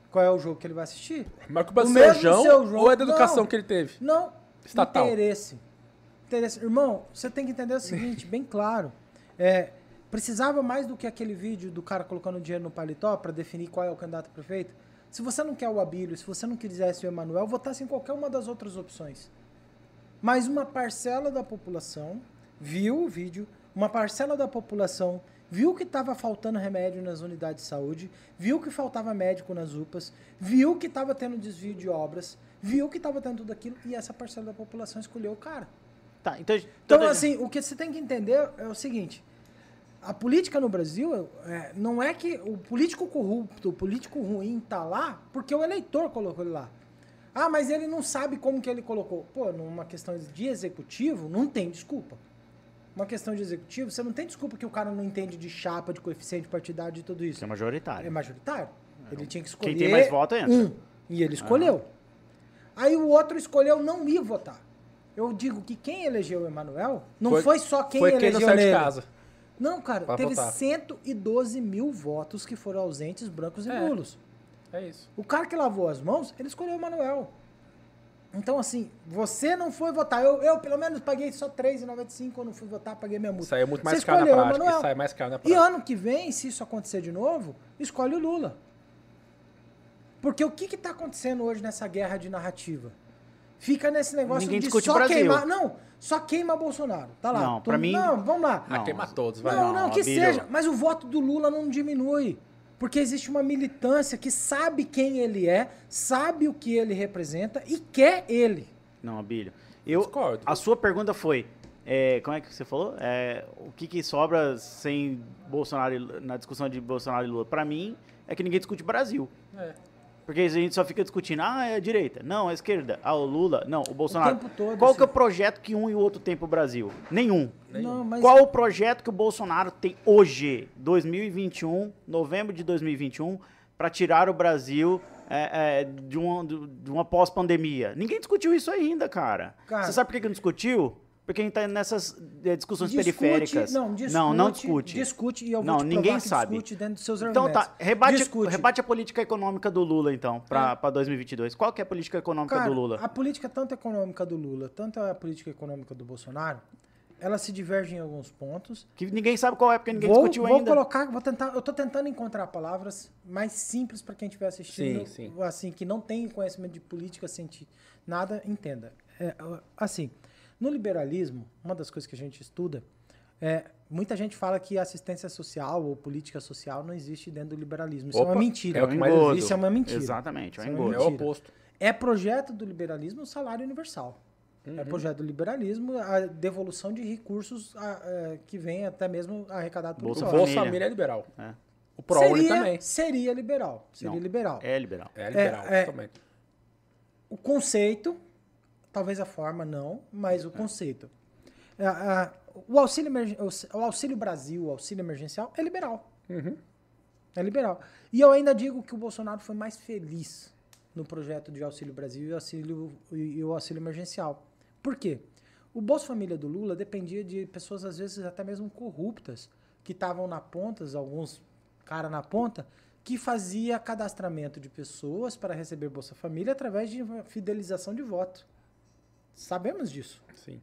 Qual é o jogo que ele vai assistir?
Mas a culpa é
O
do seu
mesmo
João,
seu João-
ou é da educação
Não.
que ele teve?
Não.
Estatal.
Interesse. Interesse. Irmão, você tem que entender o seguinte, bem claro. É, precisava mais do que aquele vídeo do cara colocando dinheiro no paletó para definir qual é o candidato a prefeito? Se você não quer o Abílio, se você não quisesse o Emanuel, votasse em qualquer uma das outras opções. Mas uma parcela da população viu o vídeo, uma parcela da população viu que estava faltando remédio nas unidades de saúde, viu que faltava médico nas UPAs, viu que estava tendo desvio de obras, viu que estava tendo tudo aquilo e essa parcela da população escolheu o cara.
Tá, então.
Então, assim, o que você tem que entender é o seguinte: a política no Brasil é, não é que o político corrupto, o político ruim tá lá porque o eleitor colocou ele lá. Ah, mas ele não sabe como que ele colocou. Pô, numa questão de executivo, não tem desculpa. Uma questão de executivo, você não tem desculpa que o cara não entende de chapa, de coeficiente partidário, de tudo isso.
é majoritário.
É majoritário. Ele tinha que escolher
Quem tem mais voto entra.
um. E ele escolheu. Aí o outro escolheu não ir votar. Eu digo que quem elegeu o Emanuel não foi, só quem
foi quem
elegeu
não saiu de
nele.
casa.
Não, cara,
Pra
teve
votar.
112 mil votos que foram ausentes, brancos e
É.
nulos.
É isso.
O cara que lavou as mãos, ele escolheu o Manuel. Então, assim, você não foi votar. Eu, eu pelo menos, paguei só R$3,95 quando fui votar, paguei minha multa.
Saiu muito
Você
mais caro na
escolheu o
prática.
Emanuel.
Sai mais caro na
E
prática.
ano que vem, se isso acontecer de novo, escolhe o Lula. Porque o que está acontecendo hoje nessa guerra de narrativa? Fica nesse negócio
Ninguém
de
discute o
só
Brasil.
queimar. Não, só queima Bolsonaro. Tá lá.
Não,
Tu-
pra mim-
Não, vamos lá.
Ah,
Não.
queima todos, vai.
Não, não,
não,
que
Abílio.
seja. Mas o voto do Lula não diminui. Porque existe uma militância que sabe quem ele é, sabe o que ele representa e quer ele.
Não, Abílio. Eu,
Discordo.
A sua pergunta foi, é, como é que você falou? É, o que, que sobra sem Bolsonaro e Lu- na discussão de Bolsonaro e Lula? Pra mim, é que ninguém discute Brasil.
É.
Porque a gente só fica discutindo, ah, é a direita, não, é a esquerda, ah, o Lula, não, o Bolsonaro.
tempo todo,
Qual que é o
assim.
projeto que um e o outro tem pro Brasil? Nenhum.
Não, mas
Qual o projeto que o Bolsonaro tem hoje, 2021, novembro de 2021, para um, tirar o Brasil é, é, de uma, do- de uma pós-pandemia? Ninguém discutiu isso ainda, cara.
Cara-
Você sabe por que que não discutiu? Porque a gente tá nessas é, discussões periféricas.
Não, discute,
não, não discute.
Discute e eu vou
Não,
te provar
ninguém
que
sabe.
discute dentro dos seus
Então
argumentos.
tá, rebate,
Discute. É.
rebate a política econômica do Lula, então, para 2022. Qual que é a política econômica
Cara,
do Lula?
a política tanto econômica do Lula, tanto a política econômica do Bolsonaro, elas se divergem em alguns pontos.
Que ninguém sabe qual é, porque ninguém
Vou,
discutiu
vou
ainda.
colocar, vou tentar, eu tô tentando encontrar palavras mais simples para quem estiver assistindo,
Sim,
assim, que não tem conhecimento de política, senti nada, entenda. É, assim, no liberalismo, uma das coisas que a gente estuda é, muita gente fala que assistência social ou política social não existe dentro do liberalismo. Isso é
Opa,
uma mentira.
é o que mais
Engodo.
existe.
Isso é uma mentira.
Exatamente, é um
Isso é uma
engodo.
É o oposto.
É projeto do liberalismo o salário universal.
Uhum.
É projeto do liberalismo a devolução de recursos a- a- que vem até mesmo arrecadado pelo
Bolsa
O
Só.
usuário.
Bolsa Família é liberal.
É.
O ProUni
seria,
também.
Seria liberal. Seria
Não,
liberal.
É liberal.
É liberal
é.
também.
O conceito, talvez a forma não, mas o conceito. É, é, o, auxílio, emergen- o auxílio Brasil, o auxílio emergencial, é liberal.
Uhum,
É liberal. E eu ainda digo que o Bolsonaro foi mais feliz no projeto de Auxílio Brasil e o auxílio, e o auxílio emergencial. Por quê? O Bolsa Família do Lula dependia de pessoas, às vezes, até mesmo corruptas, que estavam na ponta, alguns cara na ponta, que fazia cadastramento de pessoas para receber Bolsa Família através de fidelização de voto. Sabemos disso.
Sim.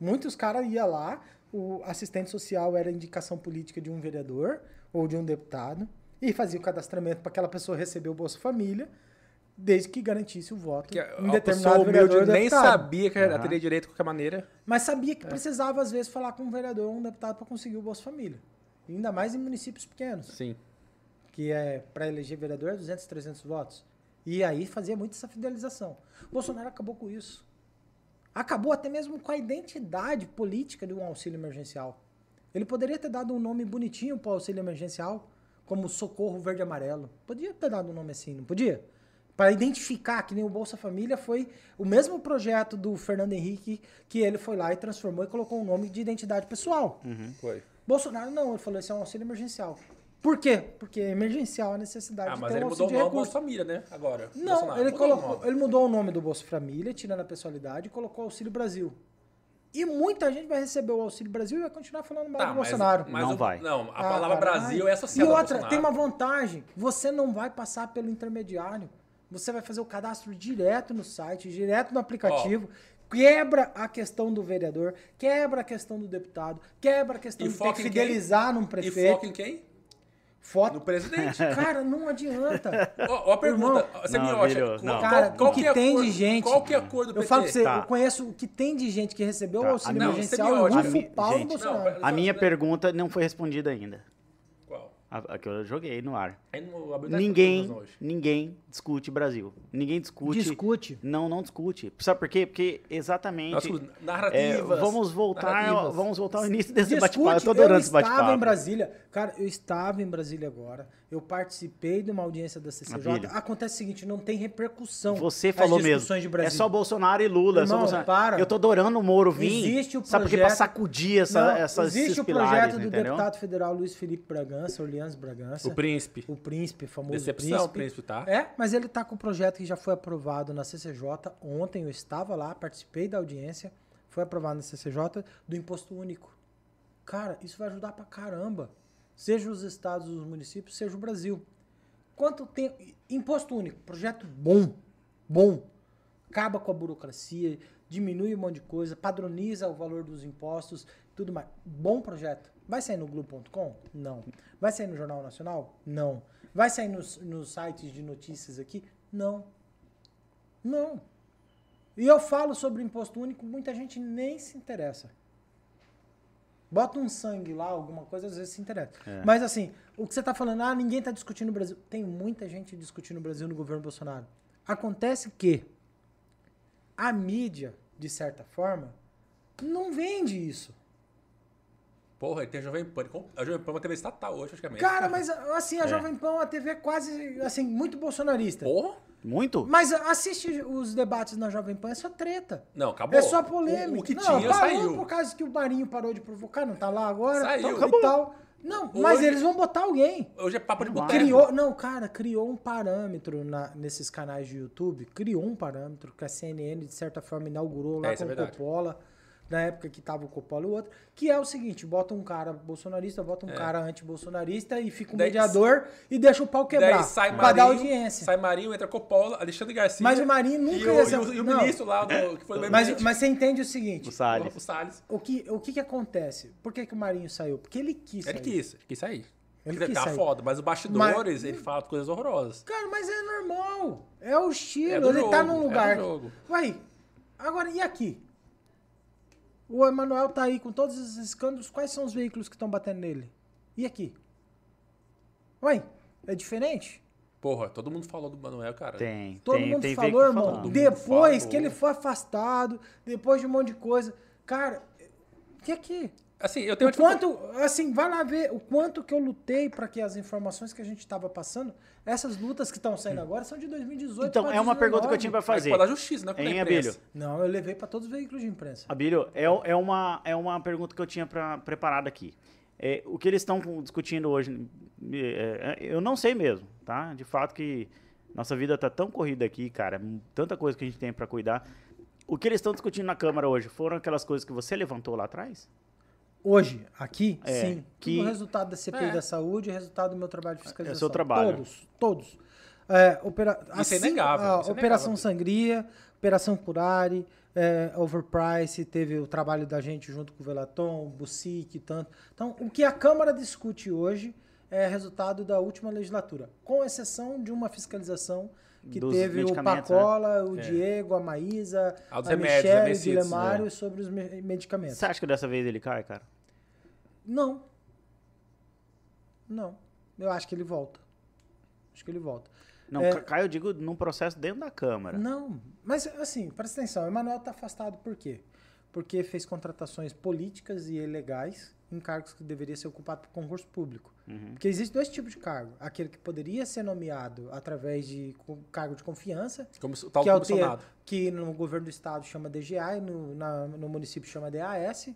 Muitos caras iam lá, o assistente social era indicação política de um vereador ou de um deputado, e fazia o cadastramento para aquela pessoa receber o Bolsa Família, desde que garantisse o voto
Que
em
a pessoa
Um determinado vereador ou
humilde nem É.
deputado.
sabia que ela
Aham.
teria direito de qualquer maneira.
Mas sabia que precisava, às vezes, falar com um vereador ou um deputado para conseguir o Bolsa Família. Ainda mais em municípios pequenos,
Sim.
que é para eleger vereador é 200, 300 votos. E aí fazia muito essa fidelização. Bolsonaro acabou com isso. Acabou até mesmo com a identidade política de um auxílio emergencial. Ele poderia ter dado um nome bonitinho para o auxílio emergencial, como Socorro Verde Amarelo. Podia ter dado um nome assim, não podia? Para identificar que nem o Bolsa Família foi o mesmo projeto do Fernando Henrique que ele foi lá e transformou e colocou um nome de identidade pessoal.
Uhum.
Foi.
Bolsonaro não, ele falou isso é um auxílio emergencial. Por quê? Porque emergencial é a necessidade
Ah,
de
mas
ter
ele
um
mudou
auxílio
o
de
nome
recurso.
Bolsa Família, né? Agora.
Não,
Bolsonaro.
ele,
Mudou o
colocou,
nome.
ele tá mudou o nome do Bolsa Família, tirando a pessoalidade, e colocou Auxílio Brasil. E muita gente vai receber o Auxílio Brasil e vai continuar falando mal
Tá,
do
mas-
Bolsonaro.
mas
Não
o-
vai.
Não, a
Ah,
palavra
caralho.
Brasil é
E
associada ao
outra,
Bolsonaro.
tem uma vantagem. Você não vai passar pelo intermediário. Você vai fazer o cadastro direto no site, direto no aplicativo. Quebra a questão do vereador, quebra a questão do deputado, quebra a questão
E
de ter
foca
que
em quem?
fidelizar num
E
prefeito.
foca em quem?
Foto.
No presidente.
Cara, não adianta.
Ó, ó a pergunta,
Irmão.
ó, você
Não,
me acha.
Emílio, não.
Cara, o que
é a
tem
cor-
de gente-
Qual que é a cor do
Eu
PT?
falo pra você,
Tá.
eu conheço o que tem de gente que recebeu
Tá,
o auxílio
não,
emergencial e
semiótica.
rufa o pau no
Gente,
Bolsonaro.
não,
A minha
Exato, né?
pergunta não foi respondida ainda.
Qual?
A, a que eu joguei no ar.
Aí não abriu dez
Ninguém,
perguntas hoje.
ninguém discute Brasil. Ninguém discute.
Discute.
Não, não discute. Sabe por quê? Porque
Nós
exatamente.
discutimos
é,
narrativas.
vamos voltar,
narrativas.
vamos voltar ao início desse
Discute,
bate-papo. Eu tô
eu
adorando esse
estava em
bate-papo.
Brasília. Cara, eu estava em Brasília agora. Eu participei de uma audiência da CCJ.
Maravilha.
Acontece o seguinte, não tem repercussão.
Você
as
falou mesmo.
discussões De Brasil.
É só Bolsonaro e Lula. é só
Irmão,
Bolsonaro.
para.
Eu tô adorando o Moro vir.
Existe o
Sabe por quê? Pra
projeto-
sacudir essa,
Não,
essas
Existe
esses
o
pilares,
projeto do
entendeu?
deputado federal Luiz Felipe Bragança, Orleans Bragança.
O príncipe.
O príncipe, o famoso
Decepção,
príncipe.
príncipe, tá?
É, mas ele tá com o projeto que já foi aprovado na CCJ. Ontem eu estava lá, participei da audiência, foi aprovado na CCJ do imposto único. Cara, isso vai ajudar pra caramba. Seja os estados, os municípios, seja o Brasil. Quanto tempo. Imposto único, projeto bom. Bom. Acaba com a burocracia, diminui um monte de coisa, padroniza o valor dos impostos, tudo mais. Bom projeto. Vai sair no Globo.com? Não. Vai sair no Jornal Nacional? Não. Vai sair nos, nos sites de notícias aqui? Não. Não. E eu falo sobre imposto único, muita gente nem se interessa. Bota um sangue lá, alguma coisa, às vezes se interessa. Mas assim, o que você tá falando, ah, ninguém tá discutindo o Brasil. Tem muita gente discutindo o Brasil no governo Bolsonaro. Acontece que a mídia, de certa forma, não vende isso.
Porra, tem a Jovem Pan. Com- A Jovem Pan é uma TV estatal hoje, praticamente.
Cara, mas assim, a Jovem Pan, a TV é quase, assim, muito bolsonarista.
Porra?
Muito?
Mas assiste os debates na Jovem Pan, é só treta.
Não, acabou.
É só polêmica.
O, o que
não,
tinha
parou
saiu.
por causa que o Marinho parou de provocar, não tá lá agora.
Saiu.
e
Acabou.
tal. Não, mas
Hoje-
eles vão botar alguém.
Hoje é papo de
Não,
boteco.
Criou, não, cara, criou um parâmetro na- nesses canais de YouTube, criou um parâmetro que a CNN, de certa forma, inaugurou lá
É, isso
com
é
o
verdade.
Coppola, na época que tava o Coppola e o outro, que é o seguinte, bota um cara bolsonarista, bota um cara anti-bolsonarista e fica um
É. Daí-
mediador e deixa o pau quebrar
Daí sai
pra
Marinho,
dar audiência.
Sai Marinho, entra Coppola, Alexandre Garcia.
Mas o Marinho nunca
e
ia
o,
ser-
e o, e o
não.
ministro lá, do, que foi do
Mas,
Emergente,
mas você entende o seguinte,
O Salles.
O Salles.
o que, o que que acontece? Por que que o Marinho saiu? Porque ele quis
Ele
sair.
quis, ele quis sair.
Ele
Quer dizer,
quis
tá
sair.
foda, mas os bastidores, ele fala coisas horrorosas.
Cara, mas é normal. É o estilo.
É do
ele
jogo,
tá
é
num
do
lugar.
jogo.
Vai. Agora, e aqui? O Emanuel tá aí com todos esses escândalos. Quais são os veículos que estão batendo nele? E aqui? Ué, é diferente?
Porra, todo mundo falou do Manuel, cara.
Tem.
Todo
tem,
mundo
tem
falou,
veículo
irmão.
falando.
mundo
Depois
falou.
que ele foi afastado, depois de um monte de coisa. Cara, e é aqui?
Assim, eu tenho
O
uma dificu-
quanto, assim, vai lá ver o quanto que eu lutei pra que as informações que a gente tava passando, essas lutas que estão saindo agora são de 2018.
Hum. Então,
pra
é uma pergunta que eu
2019.
tinha pra
Mas
fazer.
pode dar justiça, né? com a
Hein,
imprensa.
Abílio?
Não, eu levei pra todos os veículos de imprensa.
Abílio, é, é uma, é uma pergunta que eu tinha pra, preparada aqui. É, o que eles estão discutindo hoje, é, é, eu não sei mesmo, tá? De fato que nossa vida tá tão corrida aqui, cara, m- tanta coisa que a gente tem pra cuidar. O que eles estão discutindo na Câmara hoje foram aquelas coisas que você levantou lá atrás?
Hoje, aqui,
É,
sim.
que-
O resultado da CPI
É.
da saúde, o resultado do meu trabalho de fiscalização.
É seu trabalho.
Todos, todos. É, opera...
Isso é inegável,
a
isso é
Operação
inegável.
Sangria, Operação Curare, é, Overprice, teve o trabalho da gente junto com o Velaton, Bucic e tanto. Então, o que a Câmara discute hoje é resultado da última legislatura, com exceção de uma fiscalização que
Dos
teve o
medicamentos, né?
Pacola, o
É.
Diego, a Maísa,
Ah, dos
a
remédios,
Michelle, o
remecidos, né?
Dilemário sobre os me- medicamentos.
Você acha que dessa vez ele cai, cara?
Não. Não. Eu acho que ele volta. Acho que ele volta.
Não,
É.
ca- cai eu digo num processo dentro da Câmara.
Não, mas assim, presta atenção, o Emanuel tá afastado por quê? Porque fez contratações políticas e ilegais em cargos que deveria ser ocupado por concurso público. Porque existe dois tipos de cargo. Aquele que poderia ser nomeado através de co- cargo de confiança,
Como se- tal
que, é o
como
T-
Bolsonaro.
que no governo do estado chama DGA e no, na- no município chama DAS.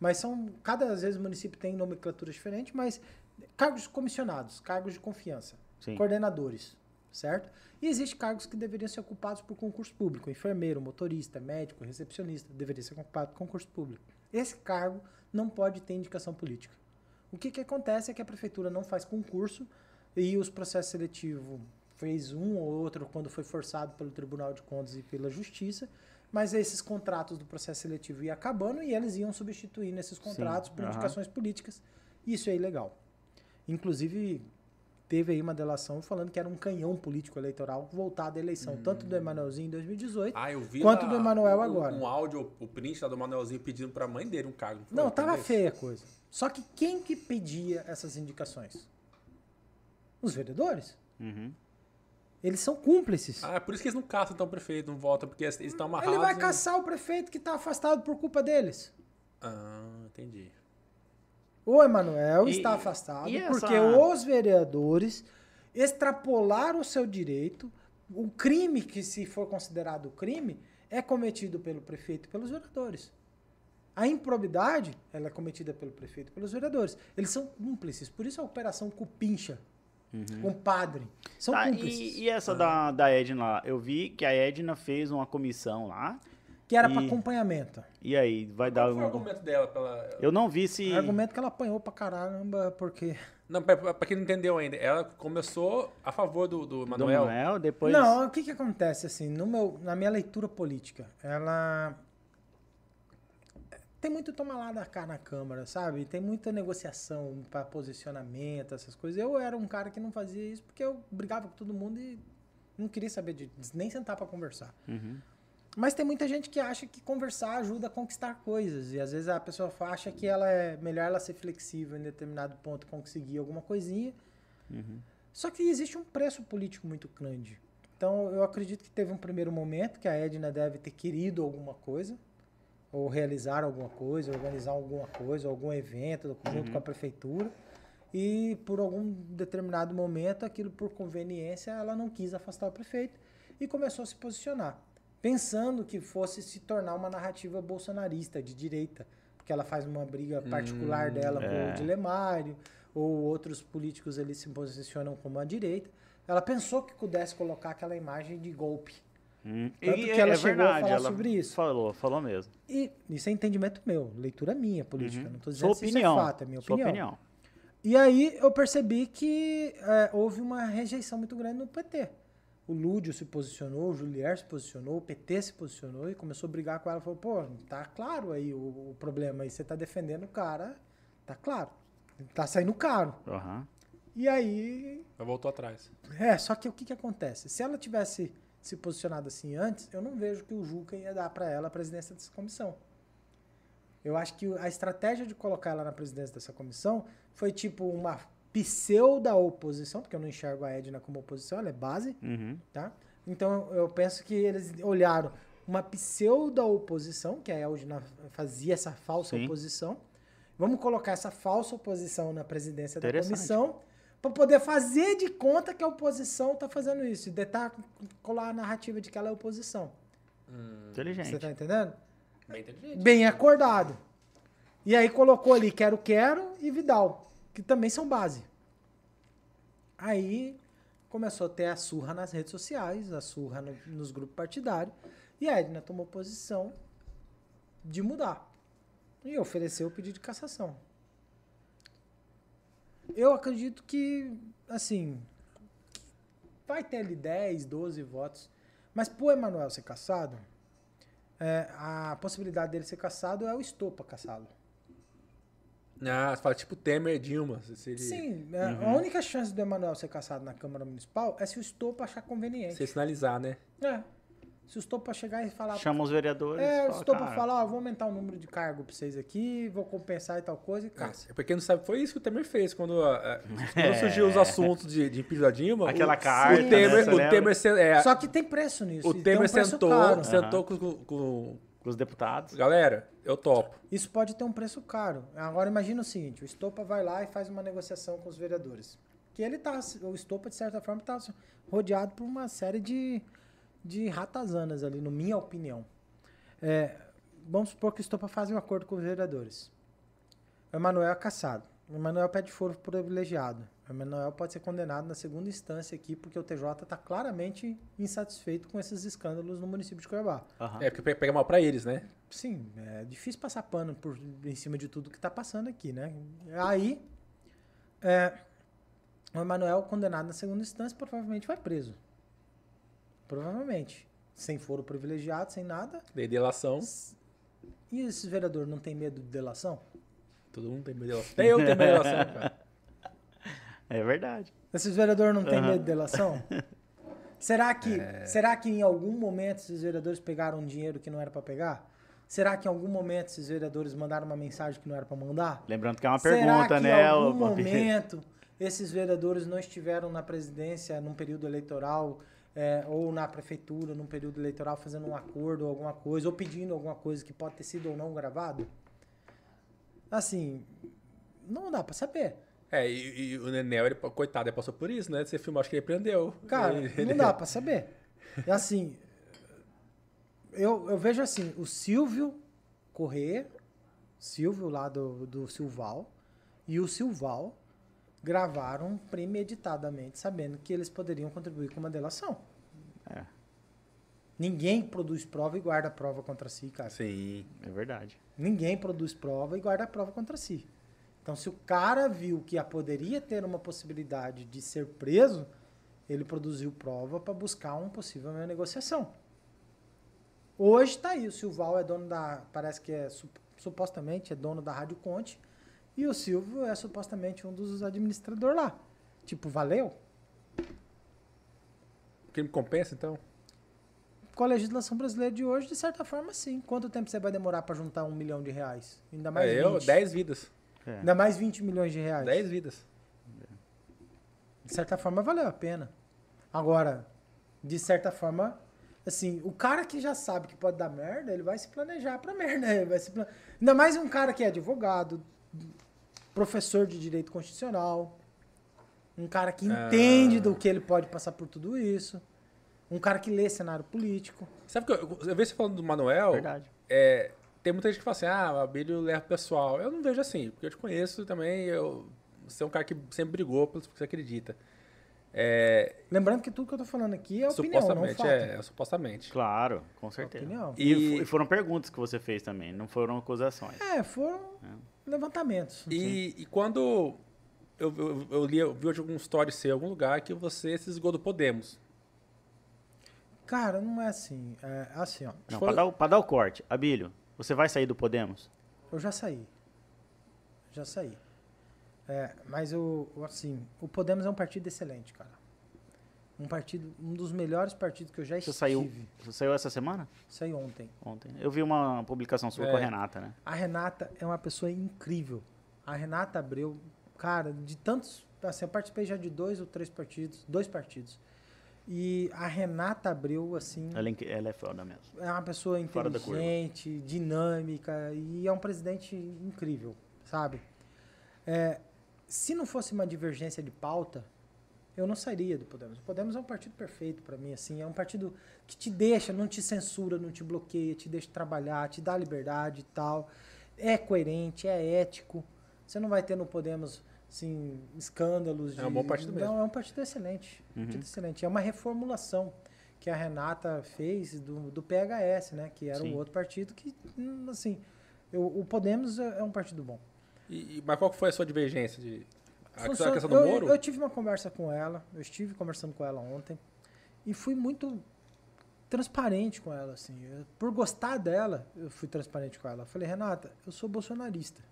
Mas são. Cada às vezes o município tem nomenclatura diferente, mas cargos comissionados, cargos de confiança,
Sim.
coordenadores, certo? E existem cargos que deveriam ser ocupados por concurso público: enfermeiro, motorista, médico, recepcionista, deveria ser ocupado por concurso público. Esse cargo não pode ter indicação política. O que, que acontece é que a prefeitura não faz concurso e os processos seletivos fez um ou outro quando foi forçado pelo Tribunal de Contas e pela Justiça, mas esses contratos do processo seletivo iam acabando e eles iam substituindo esses contratos por
aham.
indicações políticas. Isso é ilegal. Inclusive, teve aí uma delação falando que era um canhão político eleitoral voltado à eleição, tanto do Emanuelzinho em 2018.
Hum. Ah, eu vi
Quanto
lá
do Emanuel
um-
agora?
Um áudio, o print lá do Manuelzinho pedindo pra mãe dele um cargo. foi?
Não, tava
Entendeu?
feia a coisa. Só que quem que pedia essas indicações? Os vereadores.
Uhum.
Eles são cúmplices.
Ah, é por isso que eles não caçam então o prefeito, não votam, porque eles eles estão amarrados.
Ele vai
em-
tá caçar o prefeito que está afastado por culpa deles.
Ah, entendi.
O Emanuel
E-
está afastado
e essa-
porque os vereadores extrapolaram o seu direito. O crime que se for considerado crime é cometido pelo prefeito e pelos vereadores. A improbidade ela é cometida pelo prefeito e pelos vereadores. Eles são cúmplices. Por isso a operação Cupincha, compadre. São
Uhum. Tá,
cúmplices.
e, e essa da, da Edna lá? Eu vi que a Edna fez uma comissão lá.
Que era para
e-
acompanhamento.
E aí, vai dar um-
Qual foi o
algum.
argumento dela? pra ela-
Eu não vi se.
Argumento que ela apanhou pra caramba, porque.
Não, pra, pra quem não entendeu ainda, ela começou a favor do, do
do
Manuel.
Manuel, depois.
Não, o que que acontece assim, no meu, na minha leitura política, ela tem muito tomar lá da cá na Câmara, sabe? Tem muita negociação para posicionamento, essas coisas. Eu era um cara que não fazia isso porque eu brigava com todo mundo e não queria saber de nem sentar para conversar.
Uhum.
Mas tem muita gente que acha que conversar ajuda a conquistar coisas. E às vezes a pessoa fa- acha que ela é melhor ela ser flexível em determinado ponto, conseguir alguma coisinha. Só que existe um preço político muito grande. Então eu acredito que teve um primeiro momento que a Edna deve ter querido alguma coisa, ou realizar alguma coisa, organizar alguma coisa, algum evento junto com a prefeitura. E por algum determinado momento, aquilo por conveniência, ela não quis afastar o prefeito e começou a se posicionar, pensando que fosse se tornar uma narrativa bolsonarista de direita, porque ela faz uma briga particular dela com o Dilemário, ou outros políticos ali se posicionam como a direita. Ela pensou que pudesse colocar aquela imagem de golpe.
Hum.
Tanto
E-
que
é-
ela
é
chegou a
verdade,
falar
ela
sobre isso.
Falou, falou mesmo.
E isso é entendimento meu, leitura minha política. Não estou
Uhum. Sua
dizendo se
opinião.
isso é fato, é minha
Sua
opinião.
opinião.
E aí eu percebi que é, houve uma rejeição muito grande no PT. O Lúdio se posicionou, o Julier se posicionou, o PT se posicionou e começou a brigar com ela. Falou, pô, tá claro aí o, o problema aí, você tá defendendo o cara, tá claro, tá saindo caro.
Aham.
E aí
Ela voltou atrás.
é, só que o que, que acontece? Se ela tivesse se posicionado assim antes, eu não vejo que o Juca ia dar para ela a presidência dessa comissão. Eu acho que a estratégia de colocar ela na presidência dessa comissão foi tipo uma pseudo oposição, porque eu não enxergo a Edna como oposição, ela é base,
Uhum.
tá? Então eu penso que eles olharam uma pseudo oposição, que a Edna fazia essa falsa
Sim.
oposição. Vamos colocar essa falsa oposição na presidência da
Interessante.
comissão para poder fazer de conta que a oposição está fazendo isso, e tentar colar a narrativa de que ela é oposição. Você
Inteligente.
tá entendendo?
Bem inteligente.
Bem acordado. E aí colocou ali Quero Quero e Vidal, que também são base. Aí começou a ter a surra nas redes sociais, a surra no- nos grupos partidários, e a Edna tomou posição de mudar. E ofereceu o pedido de cassação. Eu acredito que, assim, vai ter ali 10, 12 votos. Mas pro Emanuel ser cassado, é, a possibilidade dele ser cassado é o Estopa caçá-lo.
Ah, você fala tipo Temer Dilma. Se ele,
Sim, é, a
Uhum.
única chance do Emanuel ser cassado na Câmara Municipal é se o Estopa achar conveniente.
Se ele sinalizar, né?
É. Se o Estopa chegar e falar.
Chama os vereadores.
é,
e
o
fala,
Estopa
cara,
falar, ó, vou aumentar o número de cargo pra vocês aqui, vou compensar e tal coisa e caça.
É, pra quem não sabe, foi isso que o Temer fez quando, ah, ah, quando surgiu os assuntos de, de impeachment da Dilma.
É. Aquela
o,
carta,
O
né,
Temer,
você
o
lembra?
Temer, se- é,
Só que tem preço nisso.
o
e tem
Temer
um preço
sentou, é.
caro.
sentou com, com-
Com os deputados.
Galera, eu topo.
Isso pode ter um preço caro. Agora imagina o seguinte, o Estopa vai lá e faz uma negociação com os vereadores. Que ele tá, o Estopa, de certa forma, está rodeado por uma série de, de ratazanas ali, na minha opinião. É, vamos supor que o Estopa faz um acordo com os vereadores. O Emanuel é caçado. O Emanuel pede foro privilegiado. O Emanuel pode ser condenado na segunda instância aqui, porque o TJ está claramente insatisfeito com esses escândalos no município de Cuiabá.
Aham.
É porque pe- pega mal pra eles, né?
Sim, é difícil passar pano por, em cima de tudo que tá passando aqui, né? Aí, é, o Emanuel, condenado na segunda instância, provavelmente vai preso. Provavelmente. Sem foro privilegiado, sem nada.
De delação.
E esse vereador não tem medo de delação?
Todo mundo tem medo de delação. Até eu tenho medo de delação, cara.
É verdade.
Esses vereadores não têm
Aham.
medo de delação? Será que, será que em algum momento esses vereadores pegaram um dinheiro que não era para pegar? Será que em algum momento esses vereadores mandaram uma mensagem que não era para mandar?
Lembrando que é uma
Será
pergunta,
que
né?
Em algum
ô, Papi?
momento esses vereadores não estiveram na presidência num período eleitoral é, ou na prefeitura num período eleitoral fazendo um acordo ou alguma coisa ou pedindo alguma coisa que pode ter sido ou não gravado? Assim, não dá pra saber.
É, e, e o Nenel, ele, coitado, ele passou por isso, né? Você filmou, acho que ele prendeu.
Cara,
Ele- ele-
não dá pra saber. É assim, eu, eu vejo assim, o Silvio Corrêa, Silvio lá do, do Silval, e o Silval gravaram premeditadamente, sabendo que eles poderiam contribuir com uma delação.
É.
Ninguém produz prova e guarda prova contra si, cara.
Sim.
É verdade.
Ninguém produz prova e guarda a prova contra si. Então, se o cara viu que a poderia ter uma possibilidade de ser preso, ele produziu prova para buscar uma possível negociação. Hoje está aí, o Silval é dono da, parece que é sup- supostamente é dono da Rádio Conte, e o Silvio é supostamente um dos administradores lá. Tipo, valeu?
Porque me compensa, então?
Com a legislação brasileira de hoje, de certa forma, sim. Quanto tempo você vai demorar para juntar um milhão de reais? Ainda mais
É, eu,
20.
10 vidas.
É.
Ainda mais 20 milhões de reais.
10 vidas.
De certa forma, valeu a pena. Agora, de certa forma, assim, o cara que já sabe que pode dar merda, ele vai se planejar pra merda. Ele vai se plane- Ainda mais um cara que é advogado, professor de direito constitucional, um cara que
Ah.
entende do que ele pode passar por tudo isso, um cara que lê cenário político.
Sabe que eu, eu vejo você falando do Manuel.
Verdade.
é, tem muita gente que fala assim, ah, o Abílio leva o pessoal. Eu não vejo assim, porque eu te conheço também, eu, você é um cara que sempre brigou pelo que você acredita. É,
Lembrando que tudo que eu tô falando aqui é opinião, não
supostamente,
fato.
é, é, supostamente.
Claro, com certeza.
Opinião.
E,
E-
fo- e foram perguntas que você fez também, não foram acusações.
É, foram levantamentos.
É. E, e quando eu, eu, eu li, eu vi hoje algum story seu em algum lugar que você se esgou do Podemos.
Cara, não é assim. É assim, ó.
Não,
Foi-
pra, dar, o- pra dar o corte. Abílio, você vai sair do Podemos?
Eu já saí. Já saí. É, mas eu, eu, assim, o Podemos é um partido excelente, cara. Um partido, um dos melhores partidos que eu já
Você
estive.
saiu, você saiu essa semana?
Saí ontem.
Ontem. Eu vi uma publicação sua
É.
com a Renata, né?
A Renata é uma pessoa incrível. A Renata Abreu, cara, de tantos. Assim, eu participei já de dois ou três partidos, dois partidos. E a Renata Abreu, assim.
Ela, é inc- ela é foda mesmo.
é uma pessoa
Fora da curva.
inteligente, dinâmica e é um presidente incrível, sabe? É, se não fosse uma divergência de pauta, eu não sairia do Podemos. O Podemos é um partido perfeito para mim, assim, é um partido que te deixa, não te censura, não te bloqueia, te deixa trabalhar, te dá liberdade e tal. É coerente, é ético. Você não vai ter no Podemos assim, escândalos de
É um bom partido mesmo. Uhum.
Não, é um partido excelente. um Partido excelente. É uma reformulação que a Renata fez do, do PHS, né? Que era
Sim.
o outro partido que, hum, assim, eu- o Podemos é é um partido bom.
E, e- mas qual que foi a sua divergência? De, a, questão- é a
Funciona-
questão do
eu,
Moro?
eu tive uma conversa com ela, eu estive conversando com ela ontem e fui muito transparente com ela, assim. Eu- por gostar dela, eu fui transparente com ela. Eu falei, Renata, eu sou bolsonarista.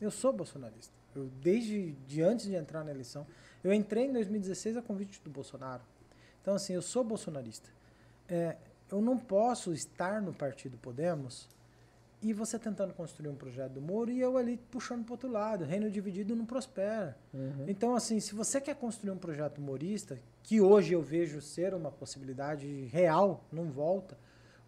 Eu sou bolsonarista. Eu, desde de antes de entrar na eleição, eu entrei em 2016 a convite do Bolsonaro. Então, assim, eu sou bolsonarista. É, eu não posso estar no partido Podemos e você tentando construir um projeto do Moro e eu ali puxando para outro lado. Reino dividido não prospera.
Uhum.
Então, assim, se você quer construir um projeto humorista, que hoje eu vejo ser uma possibilidade real, não volta,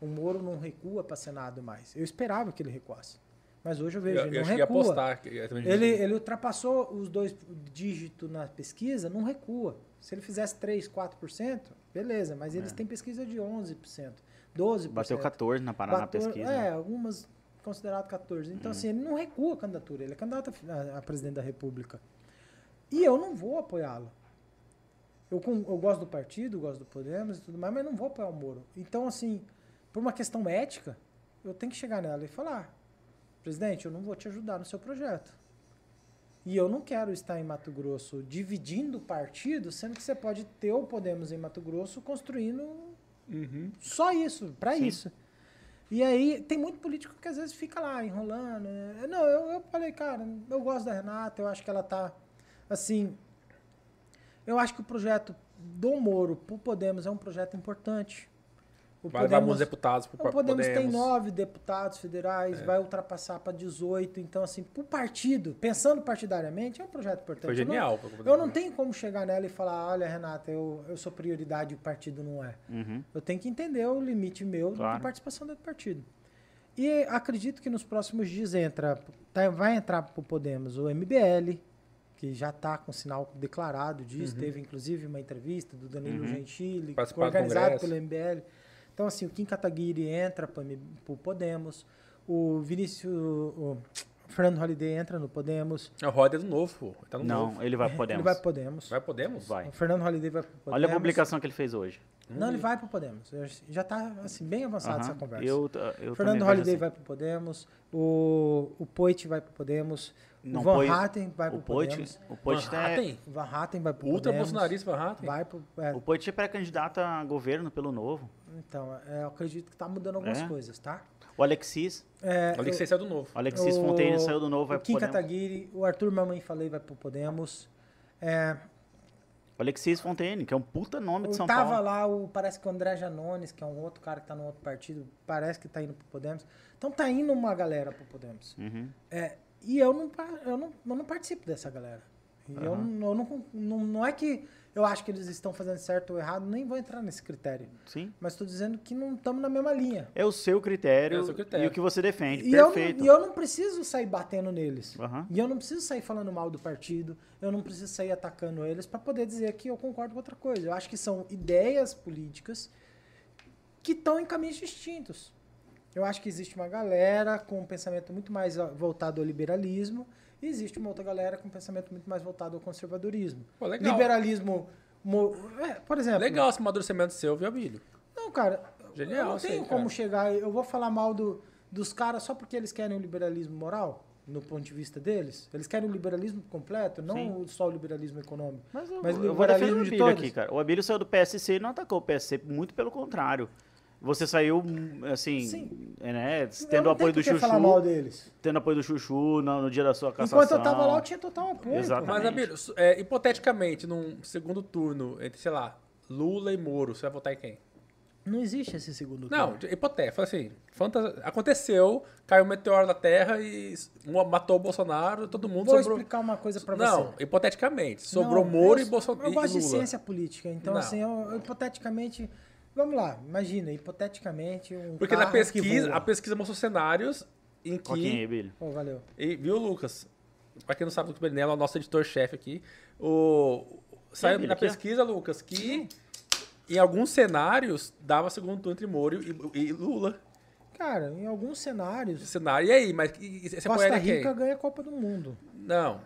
o Moro não recua para Senado mais. Eu esperava que ele recuasse. Mas hoje eu vejo,
eu,
ele
eu
não
cheguei a
recua.
postar. que- eu também-
Ele, ele ultrapassou os dois dígitos na pesquisa, não recua. Se ele fizesse 3, 4%, beleza, mas eles têm pesquisa de 11%, 12%.
Bateu 14 na Paraná
Bator-
Pesquisa. Uhum.
É,
né?
algumas considerado 14. Então, assim, ele não recua a candidatura, ele é candidato a fi- a, a presidente da República. E eu não vou apoiá-lo. Eu, com- eu gosto do partido, gosto do Podemos e tudo mais, mas não vou apoiar o Moro. Então, assim, por uma questão ética, eu tenho que chegar nela e falar: presidente, eu não vou te ajudar no seu projeto. E eu não quero estar em Mato Grosso dividindo o partido, sendo que você pode ter o Podemos em Mato Grosso construindo
Uhum.
só isso, pra
Sim.
isso. E aí, tem muito político que às vezes fica lá enrolando. né? Não, eu, eu falei, cara, eu gosto da Renata, eu acho que ela tá. Assim. Eu acho que o projeto do Moro pro Podemos é um projeto importante. O
Vai levar alguns deputados pro
o Podemos, tem
Podemos. É.
nove deputados federais, vai ultrapassar para 18. Então, assim, pro partido, pensando partidariamente, é um projeto importante.
Foi
Eu não-
genial.
eu não tenho como chegar nela e falar, olha, Renata, eu, eu sou prioridade e o partido não é.
Uhum.
Eu tenho que entender o limite meu de
Claro.
participação dentro do partido. E acredito que nos próximos dias entra, tá- vai entrar para o Podemos o MBL, que já está com sinal declarado
Uhum.
disso. Teve inclusive uma entrevista do Danilo Gentili,
Participar do
organizado
Congresso.
pelo MBL. Então, assim, o Kim Kataguiri entra para o Podemos, o Vinícius. O Fernando Holliday entra no Podemos.
É o Roder do novo, pô. Tá no
Não,
novo.
ele vai pro Podemos.
Ele vai pro Podemos.
Vai, podemos?
Vai.
O Fernando Holliday vai pro Podemos.
Olha a publicação que ele fez hoje.
Não, ele vai pro Podemos. Eu- Já está assim, bem avançada
Aham.
essa conversa.
Eu, t- eu também
Fernando
vejo
Holliday
assim.
vai pro Podemos, o, o Poit vai pro Podemos,
Não,
o Van
pois-
Hatten vai pro
O Poit,
Podemos,
o Poit
Van
é,
Hatten?
o Van Hatten vai pro
Ultra
Podemos,
bolsonarista Van Hatten?
vai pro... é,
o Poit é pré-candidato a governo pelo Novo.
então, é, eu acredito que tá mudando algumas
É?
coisas, tá?
O Alexis,
É,
Olha que você saiu do novo.
o Alexis Fontaine saiu do Novo, vai
o
pro
Kim
Podemos.
Kataguiri, o Arthur Mamãe Falei vai pro Podemos, é,
O Alexis Fontaine, que é um puta nome de São
tava
Paulo.
lá o parece que o André Janones, que é um outro cara que tá no outro partido, parece que tá indo pro Podemos. Então tá indo uma galera pro Podemos.
Uhum.
É, e eu não, pa- eu, não, eu não participo dessa galera. E eu, não, eu não, con- não, não é que eu acho que eles estão fazendo certo ou errado, nem vou entrar nesse critério.
Sim.
Mas tô dizendo que não estamos na mesma linha.
É o seu critério,
É o seu critério.
e o que você defende.
E eu, não,
Perfeito.
e eu não preciso sair batendo neles.
Aham.
E eu não preciso sair falando mal do partido. Eu não preciso sair atacando eles para poder dizer que eu concordo com outra coisa. Eu acho que são ideias políticas que estão em caminhos distintos. Eu acho que existe uma galera com um pensamento muito mais ah, voltado ao liberalismo e existe uma outra galera com um pensamento muito mais voltado ao conservadorismo.
Pô, legal.
Liberalismo, mo- é, por exemplo.
Legal esse amadurecimento seu, viu, Abílio?
Não, cara,
Genial
eu não
isso
tenho
aí,
como
cara.
chegar. Eu vou falar mal do- dos caras só porque eles querem o liberalismo moral, no ponto de vista deles. Eles querem o liberalismo completo, não
Sim.
só o liberalismo econômico.
Mas eu,
Mas
eu vou defender o
liberalismo de
Abílio
todos.
aqui, cara. O Abílio saiu do PSC e não atacou o PSC, muito pelo contrário. Você saiu, assim,
Sim.
é, né,
Eu
tendo o
não tenho
apoio do
por que falar mal
Chuchu,
deles.
tendo apoio do Chuchu no, no dia da sua cassação.
Enquanto eu tava lá, eu tinha total apoio. pô.
Exatamente.
Mas, Abílio, su- é, hipoteticamente, num segundo turno, entre, sei lá, Lula e Moro, você vai votar em quem?
Não existe esse segundo
Não,
turno.
de- hipotético, assim, fanta- aconteceu, caiu um meteoro na Terra e s- um matou o Bolsonaro, todo mundo
Vou
sobrou...
explicar uma coisa pra você.
Não, hipoteticamente,
Não,
sobrou Moro
eu-
e Bolsonaro
Eu gosto
e
de
Lula.
ciência política, então
Não.
assim, eu, eu hipoteticamente. Vamos lá, imagina, hipoteticamente. Um
Porque na
carro que
pesquisa,
voa.
a pesquisa mostrou cenários em que...
Coquinha, Abílio.
Pô, valeu.
E viu, Lucas? Pra quem não sabe, o Lucas Belinello é o nosso editor-chefe aqui. O... Saiu
ele
na
aqui, ó.
pesquisa, Lucas, que em alguns cenários dava segundo turno entre Moro e, e Lula.
Cara, em alguns cenários,
Cenário. E aí, mas e- e você põe
Costa
ele quem?
Rica ganha a Copa do Mundo.
Não.